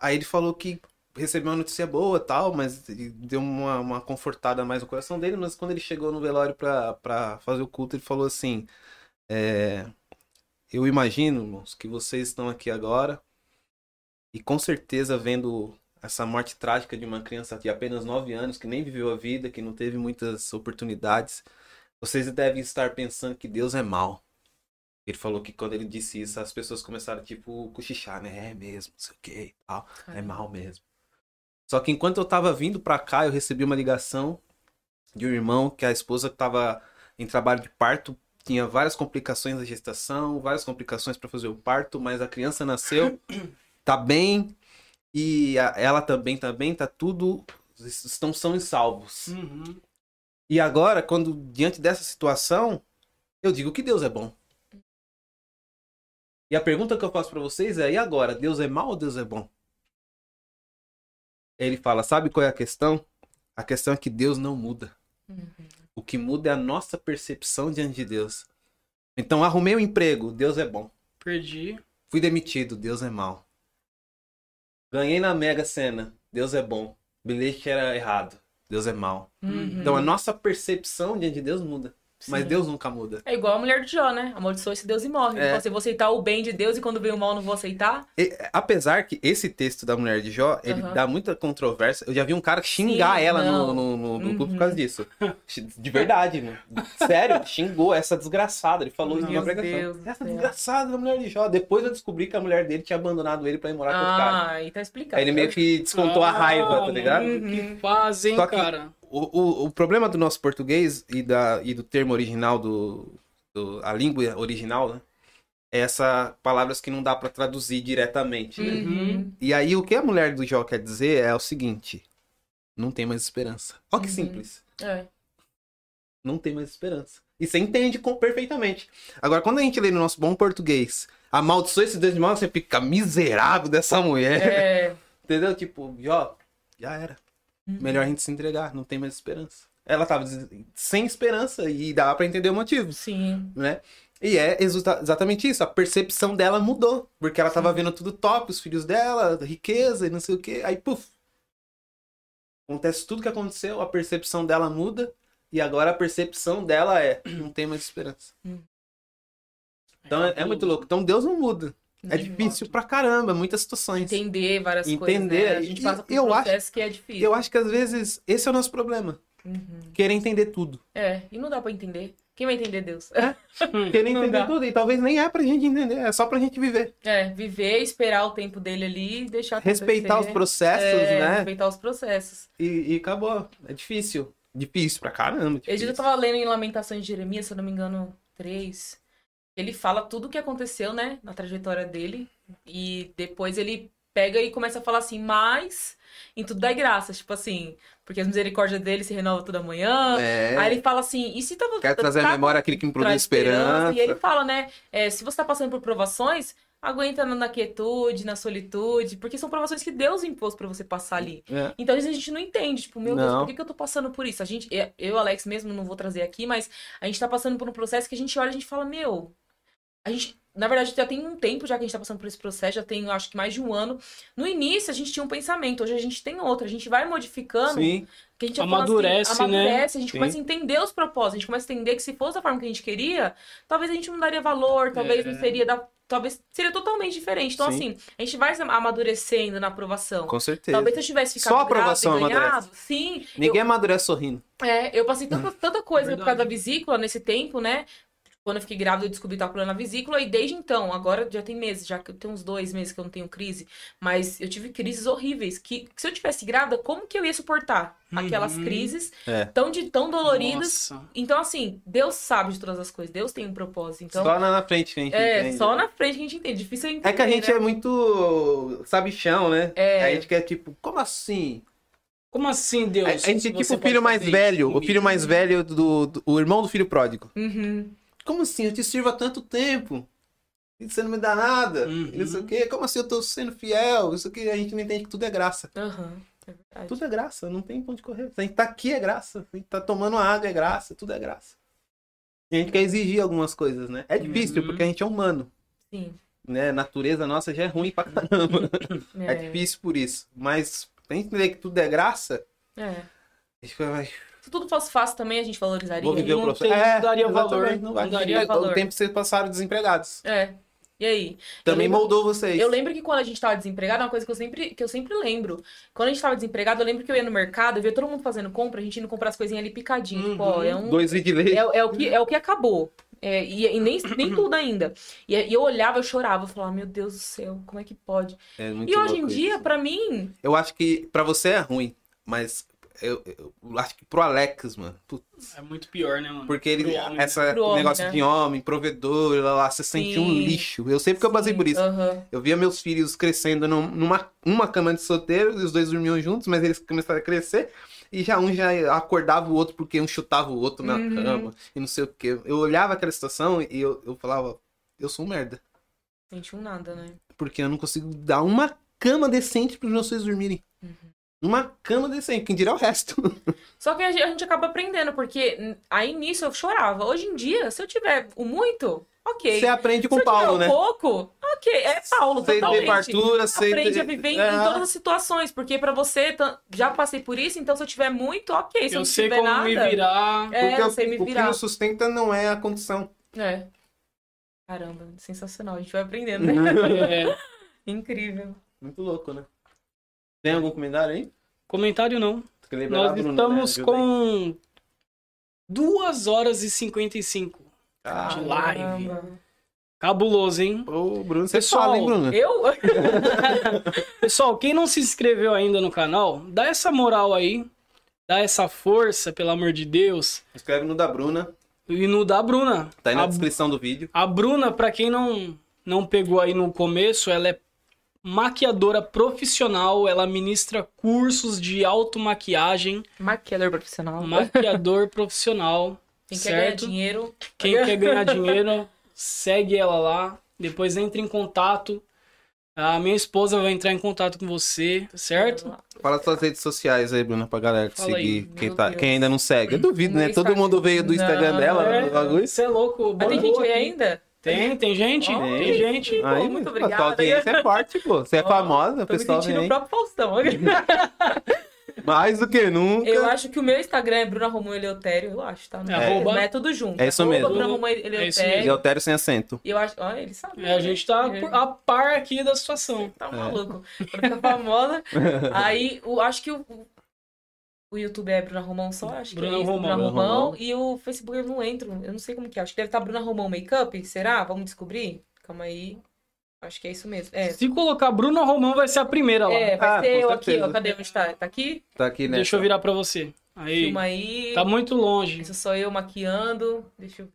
C: Aí ele falou que recebeu uma notícia boa, tal, mas e deu uma, uma confortada mais no coração dele, mas quando ele chegou no velório pra, pra fazer o culto, ele falou assim: é, eu imagino, irmãos, que vocês estão aqui agora e com certeza vendo essa morte trágica de uma criança de apenas 9 anos, que nem viveu a vida, que não teve muitas oportunidades, vocês devem estar pensando que Deus é mau. Ele falou que quando ele disse isso, as pessoas começaram, tipo, cochichar, né? É mesmo, não sei o que e tal. É
B: Caramba.
C: mal mesmo. Só que enquanto eu tava vindo pra cá, eu recebi uma ligação de um irmão que a esposa tava em trabalho de parto, tinha várias complicações da gestação, várias complicações pra fazer o parto, mas a criança nasceu, tá bem, e a- ela também tá bem, tá tudo. Estão são e salvos.
A: Uhum.
C: E agora, quando diante dessa situação, eu digo que Deus é bom. E a pergunta que eu faço pra vocês é: e agora? Deus é mau ou Deus é bom? Ele fala: sabe qual é a questão? A questão é que Deus não muda.
B: Uhum.
C: O que muda é a nossa percepção diante de Deus. Então, arrumei um emprego, Deus é bom.
A: Perdi.
C: Fui demitido, Deus é mau. Ganhei na Mega Sena, Deus é bom. Bilhete era errado, Deus é mau.
B: Uhum.
C: Então a nossa percepção diante de Deus muda. Mas
B: Sim.
C: Deus nunca muda.
B: É igual a mulher de Jó, né? Amaldiçoa esse Deus e morre.
C: É.
B: Então, se eu vou aceitar o bem de Deus e quando vem o mal não vou aceitar.
C: E, É, apesar que esse texto da mulher de Jó, ele
B: Aham.
C: dá muita controvérsia. Eu já vi um cara xingar
B: Sim,
C: ela no,
B: não.
C: no, no, no grupo
B: Uhum.
C: por causa disso. De verdade, né? Sério, xingou essa desgraçada. Ele falou isso
B: Meu
C: numa pregação.
B: Deus do
C: essa
B: céu.
C: desgraçada da mulher de Jó. Depois eu descobri que a mulher dele tinha abandonado ele pra ir morar com outro cara.
B: Ah, aí tá explicado. Uhum.
C: Aí ele meio que descontou a
A: Ah,
C: raiva, tá
A: mano,
C: ligado?
A: Que fazem,
C: Só que-
A: cara.
C: O, o, o problema do nosso português e, da, e do termo original, do, do- a língua original, né? É essas palavras que não dá pra traduzir diretamente. né?
B: Uhum.
C: E aí, o que a mulher do Jó quer dizer é o seguinte: não tem mais esperança. Ó que
B: Uhum.
C: simples.
B: É.
C: Não tem mais esperança. E você entende com- perfeitamente. Agora, quando a gente lê no nosso bom português, amaldiçoa esse Deus de mal, você fica miserável dessa mulher.
B: É.
C: Entendeu? Tipo, Jó, já era. <laughs> Melhor a gente se entregar, não tem mais esperança. Ela tava des- sem esperança e dava pra entender o motivo,
B: Sim.
C: né? E é exuta- exatamente isso, a percepção dela mudou, porque ela
B: Uhum.
C: tava vendo tudo top, os filhos dela, riqueza e não sei o quê, aí puf. Acontece tudo que aconteceu, a percepção dela muda e agora a percepção dela é <clears throat> não tem mais esperança. Então é, é muito louco. Então Deus não muda. É difícil pra caramba, muitas situações.
B: Entender várias coisas.
C: Entender.
B: Né? A gente
C: E
B: passa por
C: eu
B: um processo que é
C: E
B: difícil.
C: eu acho que às vezes esse é o nosso problema,
B: Uhum.
C: querer entender tudo.
B: É, e não dá pra entender. Quem vai entender Deus?
C: É. Querer
B: Não
C: entender
B: dá.
C: tudo. E talvez nem é pra gente entender, é só pra gente viver.
B: <laughs> É, viver, esperar o tempo dele ali e deixar acontecer.
C: Respeitar os processos,
B: É,
C: né?
B: Respeitar os processos.
C: E, e acabou. É difícil. Difícil pra caramba.
B: Eu
C: Difícil.
B: digo, eu tava lendo em Lamentações de Jeremias, se eu não me engano, 3. Ele fala tudo o que aconteceu, né? Na trajetória dele. E depois ele pega e começa a falar assim, mas em tudo dá graça. Tipo assim, porque as misericórdias dele se renovam toda manhã.
C: É.
B: Aí ele fala assim, e se tava.
C: Quero trazer à
B: tava-
C: memória aquele que me produz
B: traz
C: esperança.
B: E ele fala, né? é, se você tá passando por provações, aguenta na- na quietude, na solitude, porque são provações que Deus impôs pra você passar ali.
C: É.
B: Então às vezes a gente não entende, tipo, meu Deus,
C: Não.
B: por que, que eu tô passando por isso? A gente, eu- eu, Alex, mesmo não vou trazer aqui, mas a gente tá passando por um processo que a gente olha e a gente fala, meu, a gente. Na verdade, já tem um tempo já que a gente tá passando por esse processo, já tem acho que mais de um ano. No início a gente tinha um pensamento, hoje a gente tem outro, a gente vai modificando
C: Sim.
B: que a gente
A: Amadurece,
B: fala assim,
A: né?
B: amadurece, a gente
C: Sim.
B: começa a entender os propósitos, a gente começa a entender que se fosse da forma que a gente queria, talvez a gente não daria valor, talvez
A: É.
B: não seria da. Talvez seria totalmente diferente. Então,
C: Sim.
B: assim, a gente vai se amadurecendo na aprovação.
C: Com certeza.
B: Talvez se eu tivesse ficado
C: Só a aprovação
B: grávida e
C: amadurece.
B: ganhado, sim. eu-
C: Ninguém Hum. amadurece sorrindo.
B: é, eu passei tanta, tanta coisa por
A: Verdade.
B: causa da vesícula nesse tempo, né? Quando eu fiquei grávida, eu descobri que tava problema na vesícula. E desde então, agora já tem meses, já que eu tenho uns dois meses que eu não tenho crise. Mas eu tive crises horríveis. Que, que se eu tivesse grávida, como que eu ia suportar aquelas
A: Uhum.
B: crises
C: É.
B: tão, de, tão doloridas?
A: Nossa.
B: Então, assim, Deus sabe de todas as coisas. Deus tem um propósito. Então,
C: só na, na frente que a gente
B: é,
C: entende. né?
B: só na frente que a gente entende. Difícil eu entender,
C: É que a gente
B: né?
C: é muito sabichão, né?
B: É.
C: A gente quer tipo, como assim?
A: Como assim, Deus?
C: A, a gente
A: Você
C: é tipo o
A: pode
C: filho mais
A: fazer
C: velho,
A: isso
C: o filho
B: né?
C: mais velho do, do o irmão do filho pródigo.
B: Uhum.
C: Como assim? Eu te sirvo há tanto tempo. E você não me dá nada.
A: Uhum.
C: E não sei o quê. Como assim eu tô sendo fiel? Isso aqui a gente não entende que tudo é graça.
B: Aham. É verdade.
C: Tudo é graça, não tem ponto de correr. A gente tá aqui é graça. A gente tá tomando água é graça, tudo é graça. E a gente quer exigir algumas coisas, né? É difícil,
A: Uhum.
C: porque a gente é humano.
B: Sim.
C: Né? A natureza nossa já é ruim pra caramba. É,
B: <laughs> É.
C: difícil por isso. Mas pra gente entender que tudo é graça,
B: É.
C: a gente fica, ai,
B: tudo fosse fácil também, a gente valorizaria.
C: Vou viver
A: não
C: o processo. É,
A: tem- não daria valor,
C: exatamente, Não, vai
A: não daria
C: viver. Todo
B: valor.
C: O tempo que vocês passaram desempregados.
B: É. E aí?
C: Também
B: Eu lembro-
C: moldou vocês.
B: Eu lembro que quando a gente tava desempregado, é uma coisa que eu sempre, que eu sempre lembro. Quando a gente tava desempregado, eu lembro que eu ia no mercado, eu via todo mundo fazendo compra, a gente indo comprar as coisinhas ali picadinho. Tipo, ó, é um
C: Uhum. Dois vídeos de leite.
B: É, é o, que, é o que acabou. É, e, e nem,
C: <clears throat>
B: nem tudo ainda. E, e eu olhava, eu chorava, eu falava, meu Deus do céu, como é que pode?
C: É muito
B: e hoje em
C: louco
B: dia,
C: isso.
B: pra mim,
C: Eu acho que pra você é ruim, mas eu, eu acho que pro Alex, mano. putz,
A: É muito pior, né, mano?
C: Porque ele,
A: Pro homem, né?
C: essa
B: Pro homem,
C: negócio
B: né?
C: de homem, provedor, lá, lá, você sente um
B: Sim.
C: lixo. Eu sei porque eu passei por isso.
B: aham,
C: Eu via meus filhos crescendo num- numa uma cama de solteiro, e os dois dormiam juntos, mas eles começaram a crescer. E já um já acordava o outro porque um chutava o outro na
B: Uhum.
C: cama. E não sei o quê. Eu olhava aquela situação e eu, eu falava, eu sou um merda.
B: sente um nada, né?
C: Porque eu não consigo dar uma cama decente pros meus filhos dormirem.
B: Uhum.
C: Uma cama decente, quem dirá o resto.
B: Só que a gente, a gente acaba aprendendo, porque n- aí nisso eu chorava. Hoje em dia, se eu tiver o muito, ok.
C: Você aprende com
B: se
C: o
B: eu tiver
C: Paulo,
B: o
C: né?
B: pouco, ok. É Paulo,
C: Você tem
B: totalmente.
C: fartura, você
B: Aprende
C: tem-
B: a viver em,
C: É.
B: em todas as situações, porque pra você, tan- já passei por isso, então se eu tiver muito, ok. Se eu,
A: eu
B: não
A: sei
B: tiver
A: como
B: nada,
A: me virar.
B: é,
C: Porque
B: eu sei me
C: o, o que
B: virar.
C: nos sustenta não é a condição.
B: É. Caramba, sensacional. A gente vai aprendendo, né?
C: Uhum.
A: É,
B: <laughs> Incrível.
C: Muito louco, né? Tem algum comentário aí?
A: comentário não.
C: Tem que liberar a
A: Nós
C: Bruna,
A: estamos
C: né? Ajuda
B: um
C: aí.
A: com 2 horas e 55.
C: Ah,
A: de live. Cabuloso, hein?
C: Ô, Bruno, você
A: Pessoal,
C: fala, hein, Bruno?
B: Eu? <laughs>
A: Pessoal, quem não se inscreveu ainda no canal, dá essa moral aí. Dá essa força, pelo amor de Deus.
C: Escreve no da Bruna,
A: E no da Bruna.
C: tá aí na
A: a,
C: descrição do vídeo.
A: a Bruna, pra quem não, não pegou aí no começo, ela é maquiadora profissional. Ela ministra cursos de automaquiagem.
B: Maquiador profissional.
A: Maquiador profissional.
B: Quem quer ganhar
A: certo?
B: dinheiro.
A: Quem quer ganhar dinheiro, segue ela lá. Depois entra em contato. A minha esposa vai entrar em contato com você, certo?
B: Ah,
C: Fala suas redes sociais aí, Bruna, pra galera te
A: Fala
C: seguir.
B: aí.
C: Quem,
B: Meu
C: tá,
B: Deus.
C: quem ainda não segue. Eu duvido,
B: No
C: né? Todo
B: Instagram.
C: mundo veio do Instagram
B: Não, né?
C: dela, né?
A: é.
C: do bagulho.
A: Você é louco.
B: Ah,
A: boa.
B: tem gente aí ainda?
A: Tem, tem gente?
B: Ó,
A: tem
C: tem.
A: gente.
B: Pô,
C: Aí,
B: muito
C: mas,
B: obrigada.
C: A tua audiência é forte, pô. Você é
B: Ó,
C: famosa, o
B: Tô me
C: pessoal vem
B: sentindo o
C: aí.
B: próprio Faustão.
C: <laughs> Mais do que nunca.
B: Eu acho que o meu Instagram é Bruna Romão Eleutério, eu acho, tá? Não
A: É.
B: sei, mas é tudo junto.
C: É isso
B: Arroba
C: mesmo.
B: Bruna Romão
A: É isso mesmo.
B: Eleutério.
C: Eleutério sem acento.
B: E eu acho. Olha, ele sabe.
A: É, a gente tá por- a par aqui da situação.
C: É.
B: Tá maluco. Quando fica famosa. aí, eu acho que o, o YouTube é Bruna Romão só, acho que
A: Bruna
B: é isso,
A: Romão.
B: Bruna
C: Bruna
B: Romão.
C: Romão.
B: E o Facebook eu não entro, eu não sei como que é. Acho que deve estar Bruna Romão Makeup, será? Vamos descobrir? Calma aí. Acho que é isso mesmo. É,
A: Se colocar Bruna Romão, vai ser a primeira lá.
B: é vai
C: Tá Ah,
B: ser
C: com
B: eu aqui,
C: certeza.
B: ó. Cadê onde tá? Tá aqui?
C: Tá aqui, né?
A: Deixa eu virar pra você. Aí.
B: Filma aí.
A: Tá muito longe.
B: Isso sou eu maquiando. Deixa eu ver.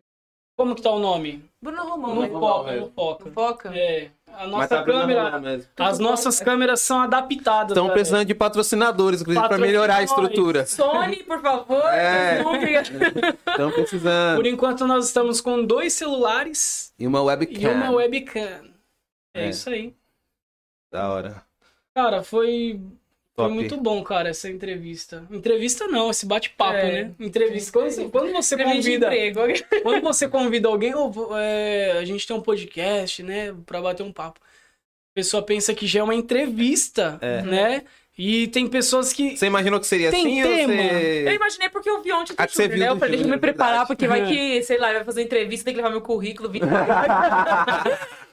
A: Como que tá o nome?
B: Bruna Romão,
A: No
B: né?
C: Romão.
A: foca,
C: velho.
A: no foca.
B: Foca.
A: É. A
C: Mas
A: nossa
C: tá abrindo a
A: câmera.
C: Bruna mesmo.
A: As nossas câmeras são adaptadas.
C: Estão
A: né,
C: precisando de patrocinadores, inclusive, pra
A: Patrocina
C: melhorar a
A: nós.
C: estrutura.
B: Sony, por favor.
C: É.
B: Desculpe.
C: Estão precisando.
A: Por enquanto, nós estamos com dois celulares
C: E uma webcam.
A: e uma webcam. É,
C: É.
A: isso aí.
C: Da hora.
A: Cara, foi, foi
C: Top.
A: muito bom, cara, essa entrevista. Entrevista não, esse bate-papo,
B: É.
A: né? Entrevista. Quando, você- quando você convida.
B: Emprego.
A: Quando você convida alguém, "Ô, vou- é, a gente tem um podcast, né? Pra bater um papo. A pessoa pensa que já é uma entrevista,
C: É.
A: né? E tem pessoas
C: <laughs>
A: que.
C: Você imaginou que seria
A: Tem
C: assim?
A: tema. É,
C: Ou você...
B: Eu imaginei porque eu vi ontem do
C: Ah, que você
B: Júnior,
C: viu É.
B: né?
C: do
B: Eu falei, deixa
C: Júnior,
B: eu me preparar,
C: verdade.
B: porque vai que, sei lá, vai fazer entrevista, tem que levar meu currículo,
C: <laughs>
B: vim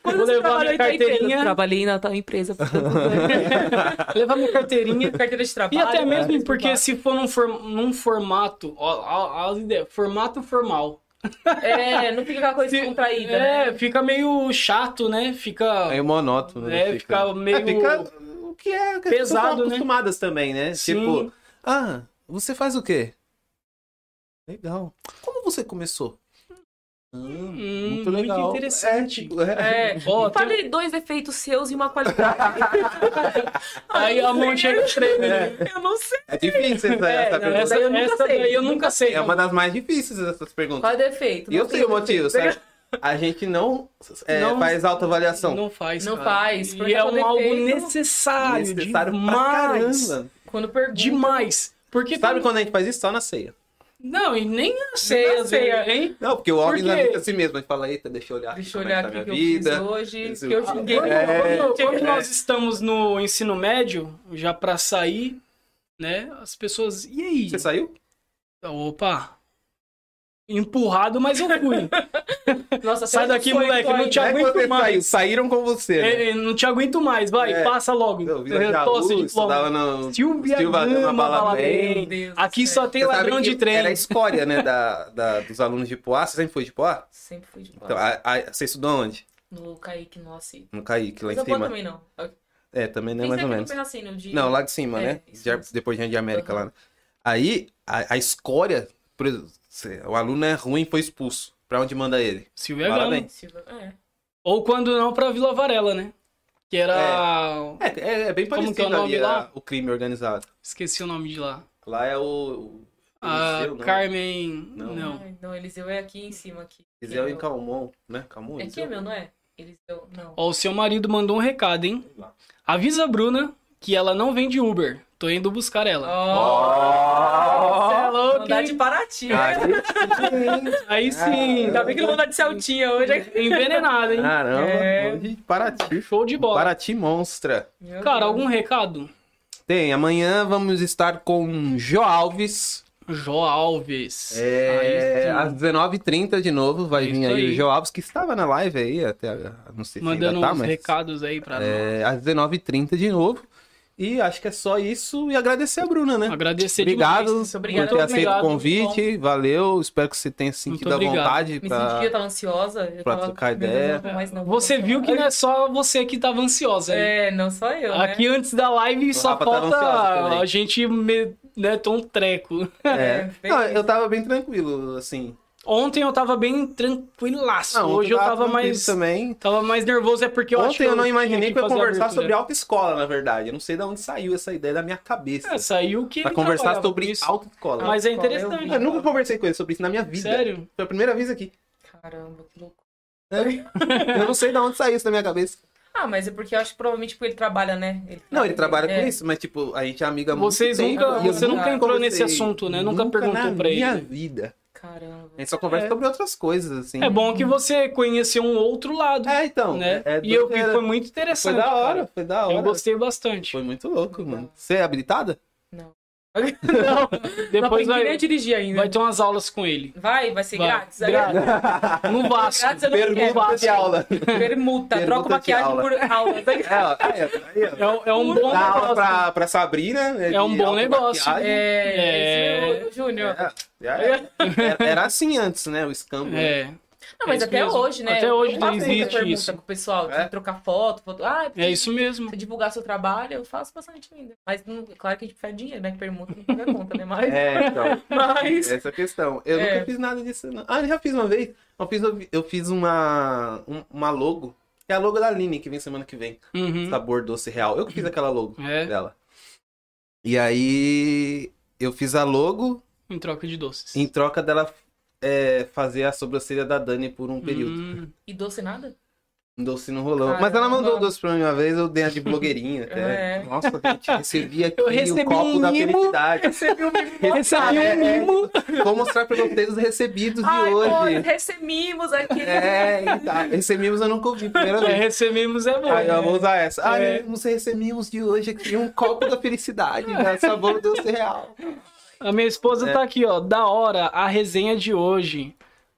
B: Quando
A: Vou
B: você
A: levar
B: trabalhou
A: minha
B: em tal empresa?
A: carteirinha.
B: Trabalhei na tal empresa por tantos anos.
A: Levar minha carteirinha.
B: <laughs> Carteira de
A: E
B: trabalho. né?
A: até mesmo
B: carteira de
A: porque se for num, for- num formato, ó, ó, ó, as ideias, formato formal.
B: trabalho. É, não fica aquela coisa
A: Se-
B: contraída.
A: É,
B: né?
A: fica meio chato, né? Fica.
C: É monótono.
A: É,
C: né?
A: fica meio-
C: É, fica o que é o que
A: Pesado,
C: as pessoas estão
A: né?
C: acostumadas também, né?
A: Sim.
C: Tipo, ah, você faz o quê? Legal. Como você começou? Ah, muito
A: Hum, muito
C: legal.
A: interessante.
C: É, tipo, é.
B: É.
A: Ó, tem-
B: Fale dois defeitos seus e uma qualidade.
C: <laughs>
A: um- Aí a mão chega e treme. né?
B: Eu não sei.
A: <laughs>
C: É difícil essa,
B: É,
C: essa
B: não,
C: pergunta.
A: Essa,
B: daí eu nunca
A: essa
B: sei.
A: daí eu nunca sei.
C: É uma das mais difíceis essas perguntas.
B: Qual é o defeito?
C: E eu
B: Não
C: sei o motivo,
B: defeito.
C: sabe? A gente não, é,
A: né? Não-
C: faz autoavaliação. É
A: Não faz.
B: Não
A: cara.
B: faz,
A: E
B: porque
A: é
B: eu
A: um algo
B: defendo-
A: necessário.
C: Necessário
A: demais.
C: pra caramba.
B: Quando pergunta.
A: Demais. Porque
C: Sabe
A: tem- um
C: quando a gente faz isso? Só na ceia.
A: Não, e nem a ceia,
B: a ceia.
A: velho, hein?
C: Não, porque o homem
A: quê?
C: analisa a si mesmo. A gente fala, eita, deixa eu olhar aqui
B: Deixa eu
C: como é
B: olhar
C: tá
B: aqui o que eu
C: minha vida.
B: fiz hoje.
C: Isso-
B: Que eu xinguei.
A: Quando,
C: É.
A: quando- quando nós estamos no ensino médio, já pra sair, né? As pessoas. E aí?
C: Você saiu?
A: Opa! Empurrado, mas eu fui.
B: Nossa,
A: Sai
B: até
A: daqui,
B: foi,
A: moleque,
B: tô
A: não
B: aí.
A: te-
C: Não é
A: aguento
C: quando você
A: mais.
C: saiu, <laughs> saíram com você. né?
A: É, é, não te aguento mais, vai,
C: É.
A: passa logo.
C: Eu vi lá de
A: Tosse de
C: Alus,
A: logo.
C: tava no...
A: Silvia
C: Silva Gama,
A: Gama,
C: Bala
A: Bala
C: Bem.
A: Bem.
B: Meu Deus do
A: Aqui
B: céu.
A: só tem
C: Você sabe
A: ladrão
C: que
A: de trem.
C: Era a escória, né,
A: <laughs>
C: da, da- dos alunos de Poá. Você sempre foi de Poá?
B: Sempre fui de boa.
C: Então, a- a- você estudou onde?
B: No Kaique, nossa. e-
C: No Caíque, lá
B: Mas
C: em
B: eu vou
C: cima.
B: também não.
C: É, também, né,
B: Tem
C: mais
B: aqui
C: ou
B: no
C: menos.
B: Penracino de.
C: Não, lá de cima,
B: É,
C: né?
B: isso
C: De-
B: mesmo.
C: depois de Jardim América
B: Aham.
C: lá. né? Aí, a, a escória, por exemplo, se- o aluno é ruim foi expulso. Pra onde manda ele?
A: Silvia
C: Bala
A: Gama.
C: Bem.
B: Silva- É.
A: Ou quando não, pra Vila Varela, né? Que era.
C: É, é, é bem
A: Como que é
C: parecido
A: o nome
C: ali
A: lá?
C: a- o crime organizado.
A: Esqueci o nome de lá.
C: Lá é o... o
A: A
C: Eliseu, né? não.
A: Carmen.
C: Não.
A: Não.
B: Ai, não, Eliseu é aqui em cima. Aqui.
C: Eliseu
B: é
C: em
B: meu.
C: Calmon, né? Calmon,
B: É aqui é
C: Eliseu.
B: meu, não é? Eliseu, não.
A: Ó, o seu marido mandou um recado, hein? Avisa a Bruna que ela não vem de Uber. Tô indo buscar
C: Ah.
A: ela.
B: Ó,
A: Você é louco,
B: Mandar
A: hein?
B: de Paraty.
C: Aí
A: <laughs>
B: né?
C: sim.
A: Aí
C: Ah.
A: sim.
B: Ainda bem que não mandar de Celtinha hoje.
A: tá Envenenado, hein?
C: Caramba,
B: É.
C: hoje Paraty.
A: Show de bola.
C: Paraty Monstra.
B: Meu
A: Cara,
B: Deus.
A: algum recado?
C: Tem, amanhã vamos estar com Jó Alves.
A: Jó Alves.
C: É,
A: Aí
C: às
A: sim.
C: 19h30 de novo vai
A: É
C: vir
A: isso
C: aí,
A: aí.
C: o João Alves, que estava na live aí, até não sei se
A: Mandando
C: ainda tá,
A: uns
C: mas
A: recados aí pra nós.
C: é, às 19h30 de novo. E acho que é só isso e agradecer a Bruna, né?
A: Agradecer
C: Obrigado,
A: demais.
B: obrigado.
C: por ter
A: Muito
C: aceito o
A: obrigado,
C: convite, valeu, espero que você tenha sentido a
A: obrigado.
C: vontade
B: Me
C: pra-
B: senti, eu tava ansiosa. Eu
C: Tá. pra
B: tava...
C: trocar
B: meu Deus,
C: ideia.
B: não vou mais, não.
A: Você viu que não é só você que tava ansiosa, hein?
B: É, não só eu. né?
A: Aqui antes da live só
C: Rafa tava ansioso
A: falta
C: também.
A: a gente metou um treco.
C: É.
B: bem
C: Não,
B: isso.
C: eu tava bem tranquilo, assim.
A: Ontem eu tava bem tranquilaço.
C: Não,
A: Hoje eu tava
C: tranquilo
A: mais.
C: também.
A: Tava mais nervoso, é porque eu acho que
C: Ontem eu não
A: tinha
C: imaginei que eu ia
A: fazer a
C: conversar
A: abertura.
C: sobre autoescola, na verdade. Eu não sei de onde saiu essa ideia da minha cabeça.
A: É, saiu que.
C: pra
A: ele
C: conversar
A: trabalhava
C: sobre
A: com isso.
C: autoescola.
A: Mas é
B: autoescola, eu
A: interessante.
B: vi.
C: Eu nunca conversei com ele sobre isso na minha vida.
A: Sério?
C: Foi a primeira vez aqui.
B: Caramba, que louco.
A: <laughs>
C: Eu não sei de onde saiu isso na minha cabeça.
B: Ah, mas é porque eu acho que provavelmente porque ele trabalha, né? Ele
C: Não, ele trabalha
B: é.
C: com isso, mas tipo, a gente é amiga há muito
A: Vocês
C: tempo,
A: nunca.
C: e eu
A: Você nunca entrou nesse
C: conversei
A: assunto, né? Nunca, perguntou
C: na
A: pra
C: minha
A: ele.
C: vida.
B: Caramba.
C: A gente só conversa
A: É.
C: sobre outras coisas, assim.
A: É bom que você conheceu um outro lado.
C: É, então.
A: né?
C: é- é
A: e eu vi
C: doideira.
A: foi muito
C: Foi
A: interessante.
C: da hora,
A: cara.
C: foi da
A: Eu
C: hora.
A: gostei bastante. <laughs>
C: Foi muito louco, mano. Você é habilitada?
A: Depois
B: não aprendi nem
A: vai,
B: a dirigir
C: né?
B: ainda.
A: vai ter umas aulas com ele.
B: Vai, vai ser
A: Vai.
B: grátis.
A: Grátis. No Vasco.
B: Grátis eu não quero.
C: Pergunta de aula.
B: Permuta, troca
C: Permuta de
B: maquiagem
C: aula.
B: por aula.
C: É, ó, é, aí, ó.
A: É, um- é um bom
C: Dá aula
A: negócio.
C: pra, pra Sabrina. né,
A: É um
C: de
A: bom
C: automaquiagem.
A: negócio.
B: É,
A: <laughs> É.
B: isso mesmo, Júnior.
C: É, já era. Era- Era assim antes, né? O escambo.
A: É.
B: Não, mas
A: É isso
B: até
A: mesmo.
B: hoje, né?
A: Até hoje
B: Eu
A: não
B: faço muita
A: existe
B: pergunta
A: isso.
B: com o pessoal, de
C: É.
B: trocar foto, foto. Ah,
A: É isso mesmo.
B: Se divulgar seu trabalho, eu faço bastante ainda. Mas não, claro que a gente perde dinheiro, né? Que permuta não paga conta, né? Mas.
A: <laughs>
C: É, então.
B: mas...
C: Essa é a questão. Eu
B: É.
C: nunca fiz nada disso, não. Ah, eu já fiz uma vez. Eu fiz, eu fiz uma, um- uma logo. Que é a logo da Aline, que vem semana que vem.
A: Uhum.
C: Sabor doce real. Eu que fiz aquela logo
A: É,
C: dela. E aí, eu fiz a logo
A: em troca de doces.
C: em troca dela é, fazer a sobrancelha da Dani por um período.
A: Hum.
B: E doce nada?
C: Um Doce no rolão.
B: Caramba.
C: Mas ela mandou o doce pra mim uma vez, eu dei a de blogueirinha
A: <laughs>
B: É.
C: até. Nossa, gente, recebi aqui
A: Eu recebi
C: o copo
A: um
C: da
A: mimo. <laughs>
C: felicidade.
B: Recebi um mimo.
A: Recebi
C: é
A: um mimo.
C: Vou mostrar pra vocês os recebidos
B: Ai,
C: de hoje.
B: olha, recebemos aqui.
C: É, e tá. recebemos eu nunca ouvi, primeira
A: É,
C: vez.
A: recebemos é bom.
C: Aí eu vou usar essa. Ah,
A: É.
C: nos recebemos de hoje aqui um copo da felicidade, né? sabor
A: <laughs>
C: doce real.
A: A minha esposa
C: É.
A: tá aqui, ó. Da hora, a resenha de hoje.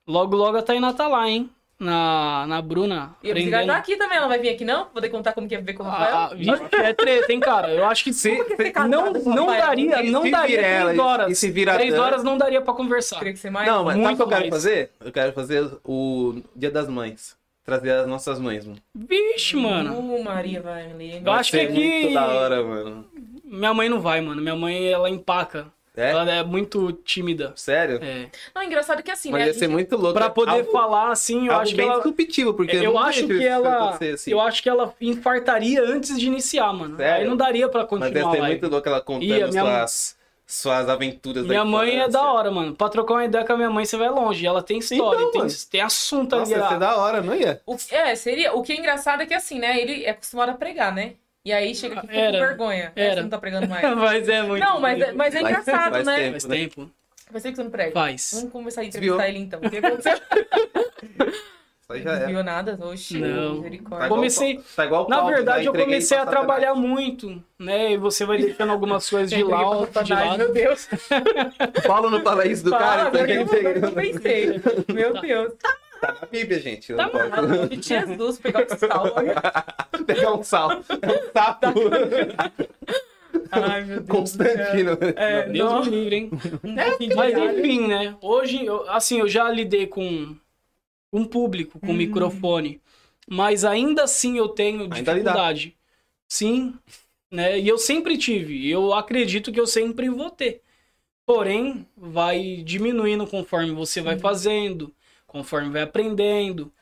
A: Logo, logo a Tainá tá lá, hein? Na, na Bruna.
B: E a Priscila tá aqui também, ela vai vir aqui não? Poder contar como que é ver com o Rafael?
A: Ah, ah, vixe, é treta, hein, cara? Eu acho que
C: Se, se-
B: casado
A: não,
B: com o
A: não
B: Rafael?
A: daria,
C: se
A: não daria
C: virar
A: três
C: ela
A: horas.
C: E se virar
A: Três
C: dano-
A: horas não daria pra conversar.
B: Teria que ser mais.
C: Não, mas sabe o
A: Muito
C: que eu quero
A: mais.
C: fazer? Eu quero fazer o Dia das Mães. Trazer as nossas mães, mano.
A: Vixe, mano.
B: Uh, Maria vai ali.
A: Eu acho que
C: Vai ser
A: aqui-
C: muito da hora, mano.
A: Minha mãe não vai, mano. Minha mãe, ela empaca.
C: É?
A: Ela é muito tímida.
C: Sério?
A: É.
B: Não, engraçado que assim,
C: Mas
B: né? a
C: ia
B: gente-
C: ser muito louco.
A: Pra poder
C: Algo-
A: falar, assim, eu
C: algo
A: acho que
C: bem
A: ela...
C: disruptivo, porque eu
A: Eu
C: não
A: acho
C: vejo
A: que
C: isso
A: ela.
C: acontecer assim.
A: Eu acho que ela infartaria antes de iniciar, mano.
C: Sério?
A: Aí não daria pra
C: Mas deve
A: continuar
C: ser
A: lá.
C: muito louco ela contando
A: Ia, minha
C: suas, suas aventuras
A: Minha
C: da
A: mãe é
C: infância.
A: da hora, mano. Pra trocar uma ideia com a minha mãe, você vai longe. Ela tem história,
C: Então,
A: tem,
C: mano.
A: tem assunto
C: Nossa, ia
A: ali.
C: ser da hora, não ia?
B: O que- é, seria. O que é engraçado é que assim, né? Ele é acostumado a pregar, né? E aí chega aqui e fica
A: Era.
B: com vergonha.
A: Era.
B: É, Você não tá pregando mais.
A: mas é <laughs> muito.
B: não, mas, é- mas é
C: Faz-
B: engraçado,
C: faz
B: né?
C: tempo.
A: Faz tempo.
B: Vai ser que você não prega.
A: Faz.
B: Vamos começar a
C: Desviou.
B: entrevistar ele então. O que aconteceu?
C: Aí já
B: Não
C: é.
B: viu nada? Oxi,
A: Não.
C: Tá
B: misericórdia.
C: igual
A: Comecei-
C: o Paulo- tá igual o
A: Na
C: Paulo,
A: verdade,
C: já
A: eu
C: entreguei
A: comecei a
C: pra Satanás.
A: trabalhar muito, né? E você vai deixando algumas <laughs> coisas de
B: Entreguei pra
A: lado. De
B: faculdade,
A: lado.
B: Meu Deus.
C: Paulo não fala isso do cara,
B: Fala,
C: então
B: meu Deus,
C: eu entreguei.
B: eu não pensei. Meu Deus.
C: Tá na Bíblia, gente. eu
B: Tá
C: não posso
B: mal. De Jesus pegar o sal.
C: Pegar um sal. É um sapo.
B: Ai, meu Deus. do céu.
C: Constantino.
B: É,
A: Deus
B: não.
A: me livre, hein?
B: Um pouquinho
A: <laughs>
B: de
A: Mas
B: alho.
A: enfim, né? Hoje, eu- assim, eu já lidei com um público, com microfone, mas ainda assim eu tenho
C: Ainda lidar.
A: dificuldade. Sim, né? E eu sempre tive, e eu acredito que eu sempre vou ter. Porém, vai diminuindo conforme você vai fazendo, conforme vai aprendendo,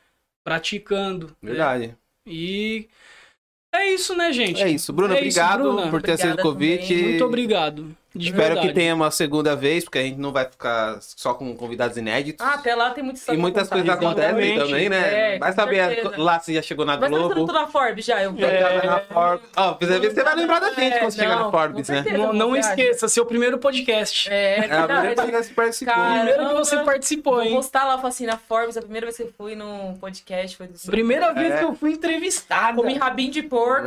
A: praticando. né?
C: Verdade.
A: E é isso, né, gente?
C: É isso. Bruna,
A: É isso,
C: obrigado
A: Bruna.
C: por ter aceito
B: Obrigada
C: o convite.
B: também.
A: Muito obrigado. de
C: Espero
A: verdade.
C: que tenha uma segunda vez, porque a gente não vai ficar só com convidados inéditos.
B: Ah, até lá tem muito
C: e
B: história
C: muitas
B: pra contar.
C: coisas acontecem
A: Exatamente.
C: também, né?
B: É,
C: vai
B: com
C: saber
B: certeza.
C: lá se já chegou na
B: Mas você
C: Globo.
B: tá tudo na Forbes já, eu vi.
A: É.
C: já tá na Forbes. Ó, precisa ver se você vai lembrar da gente
B: É,
C: quando chegar na
B: não,
C: Forbes,
B: com
C: né?
B: certeza.
A: Não, não
B: Verdade.
A: esqueça, seu primeiro podcast.
B: É, é <laughs>
C: É a
B: verdade.
C: primeira vez que participou.
B: Cara,
A: Primeiro que você
B: Caramba.
A: participou,
B: Vou
A: hein?
B: postar lá, eu falo assim, na Forbes, a primeira vez que eu fui num podcast foi do...
A: Primeira vez
C: É.
A: que eu fui entrevistado.
B: Comi rabinho de
C: <laughs>
B: porco.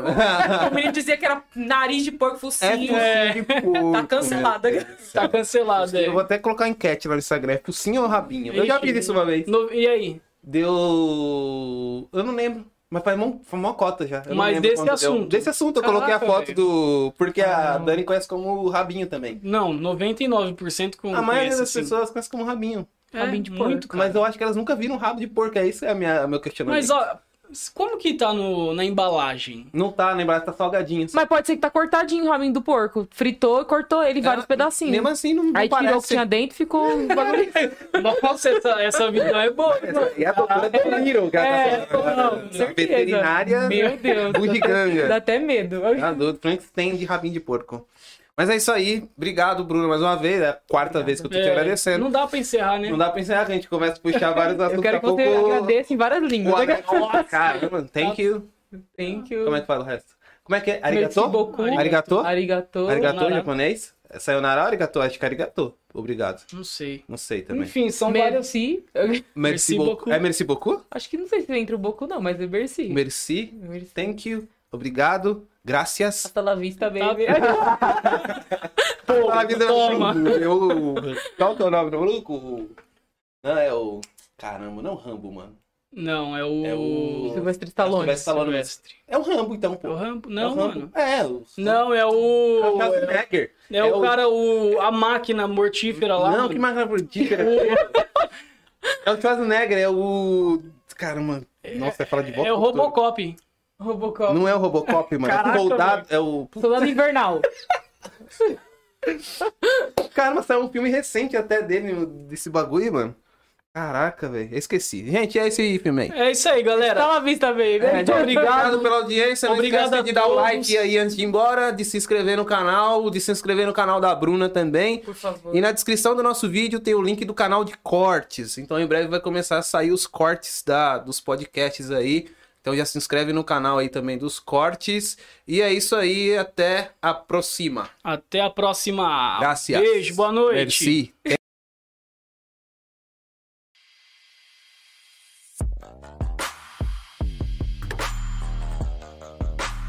B: o menino dizia que era nariz de porco,
C: É
B: focinho.
C: focinho de porco,
B: Tá cancelada.
C: meu Deus.
A: Tá cancelado, é.
C: Eu vou até colocar enquete lá no Instagram. É focinho ou rabinho? Eu
A: Ixi.
C: já vi isso uma vez.
A: No- e aí?
C: Deu. Eu não lembro. Mas faz mó- foi uma cota já. Eu não
A: Mas
C: lembro
A: desse
C: quanto deu.
A: assunto.
C: Desse assunto, eu coloquei a
A: Caraca,
C: foto
A: velho.
C: do. Porque a
A: Ah.
C: Dani conhece como Rabinho também.
A: Não, 99% com
C: a maioria
A: conhece,
C: das
A: assim.
C: pessoas conhece como Rabinho.
A: É,
B: Rabinho de
A: muito, cara.
C: Mas eu acho que elas nunca viram rabo de porco. É isso é a minha, meu questionamento.
A: Mas, ó, como que tá no, na embalagem?
C: Não tá, lembrar, tá salgadinho.
B: Mas pode ser que tá cortadinho o rabinho do porco. Fritou e cortou ele em vários
C: Ah,
B: pedacinhos.
C: Mesmo assim, não, não
B: Aí tirou o que
C: parece.
B: tinha dentro e ficou
C: <laughs>
B: um bagulho.
A: Nossa, essa, essa visão é boa.
C: Essa- E a doutora do Little, cara.
B: É,
C: tá falando.
B: não, com certeza.
C: veterinária
B: Meu Deus. Dá
C: bugiganga.
B: até medo.
C: Ah, do Frank tem de rabinho de porco. Mas é isso aí. Obrigado, Bruno, mais uma vez. É a quarta vez que eu <laughs> tô te
A: É,
C: agradecendo.
A: não dá pra encerrar, né?
C: Não dá pra encerrar, que a gente começa a puxar vários assuntos.
B: Eu quero que você
C: daqui a pouco-
B: agradeça em várias línguas.
C: O Alex, caramba, thank you.
B: Thank
C: Como
B: you.
C: é que fala o resto? Como é que é?
B: Merci
C: Arigato?
B: beaucoup.
C: Arigato?
B: Arigato.
C: Arigato em
A: Sayonara.
C: japonês? É, Sayonara ou arigato? Acho que é arigato. Obrigado.
A: Não sei.
C: Não sei também.
A: Enfim, são várias...
B: Merci.
A: Merci
C: Merci
A: beaucoup.
C: beaucoup. É merci beaucoup?
B: Acho que não sei se entra o boco não, mas é merci.
C: Merci.
B: Merci.
C: Thank you. Obrigado. Gracias.
B: Hasta la vista, baby. <laughs>
A: Pô,
C: Fala, Tá vida,
A: toma.
C: Eu... Qual que é o nome do maluco? Não, é o... Caramba, não é o Rambo, mano.
A: Não, é o...
C: É o-
B: Silvestre
C: Acho que
B: Stallone.
C: vai falar no-
A: Silvestre.
C: É o Rambo, então,
A: É o
C: pô.
A: Rambo?
C: É o
A: Não,
C: Rambo.
A: mano.
C: É, o...
A: Não, é
C: É
A: o...
C: o Schwarzenegger.
A: É, o,
C: É o-
A: cara, o, a máquina mortífera tá lá.
C: Não, que
A: mano.
C: máquina mortífera. é o Schwarzenegger, é o. Caramba. Nossa, fala de volta.
A: É o
C: pro Futuro.
A: Robocop.
B: Robocop.
C: Não é o Robocop, mano.
A: Caraca,
C: é o soldado. É o.
B: Soldado Invernal.
C: Caramba, saiu um filme recente até dele, desse bagulho, mano. Caraca, velho. Eu Esqueci. Gente, é esse filme aí.
A: É isso aí, galera.
B: Hasta la vista, baby.
C: é,
A: Muito obrigado.
C: pela audiência. Não
A: Obrigado
C: esquece
A: a
C: de dar o
A: todos.
C: like aí antes de ir embora, de se inscrever no canal, de se inscrever no canal da Bruna também.
B: Por favor.
C: E na descrição do nosso vídeo tem o link do canal de cortes. Então em breve vai começar a sair os cortes da, dos podcasts aí. Então já se inscreve no canal aí também dos cortes. E é isso aí, até a próxima.
A: Até a próxima.
C: Gracias.
A: Ah, Beijo, boa noite.
C: Merci.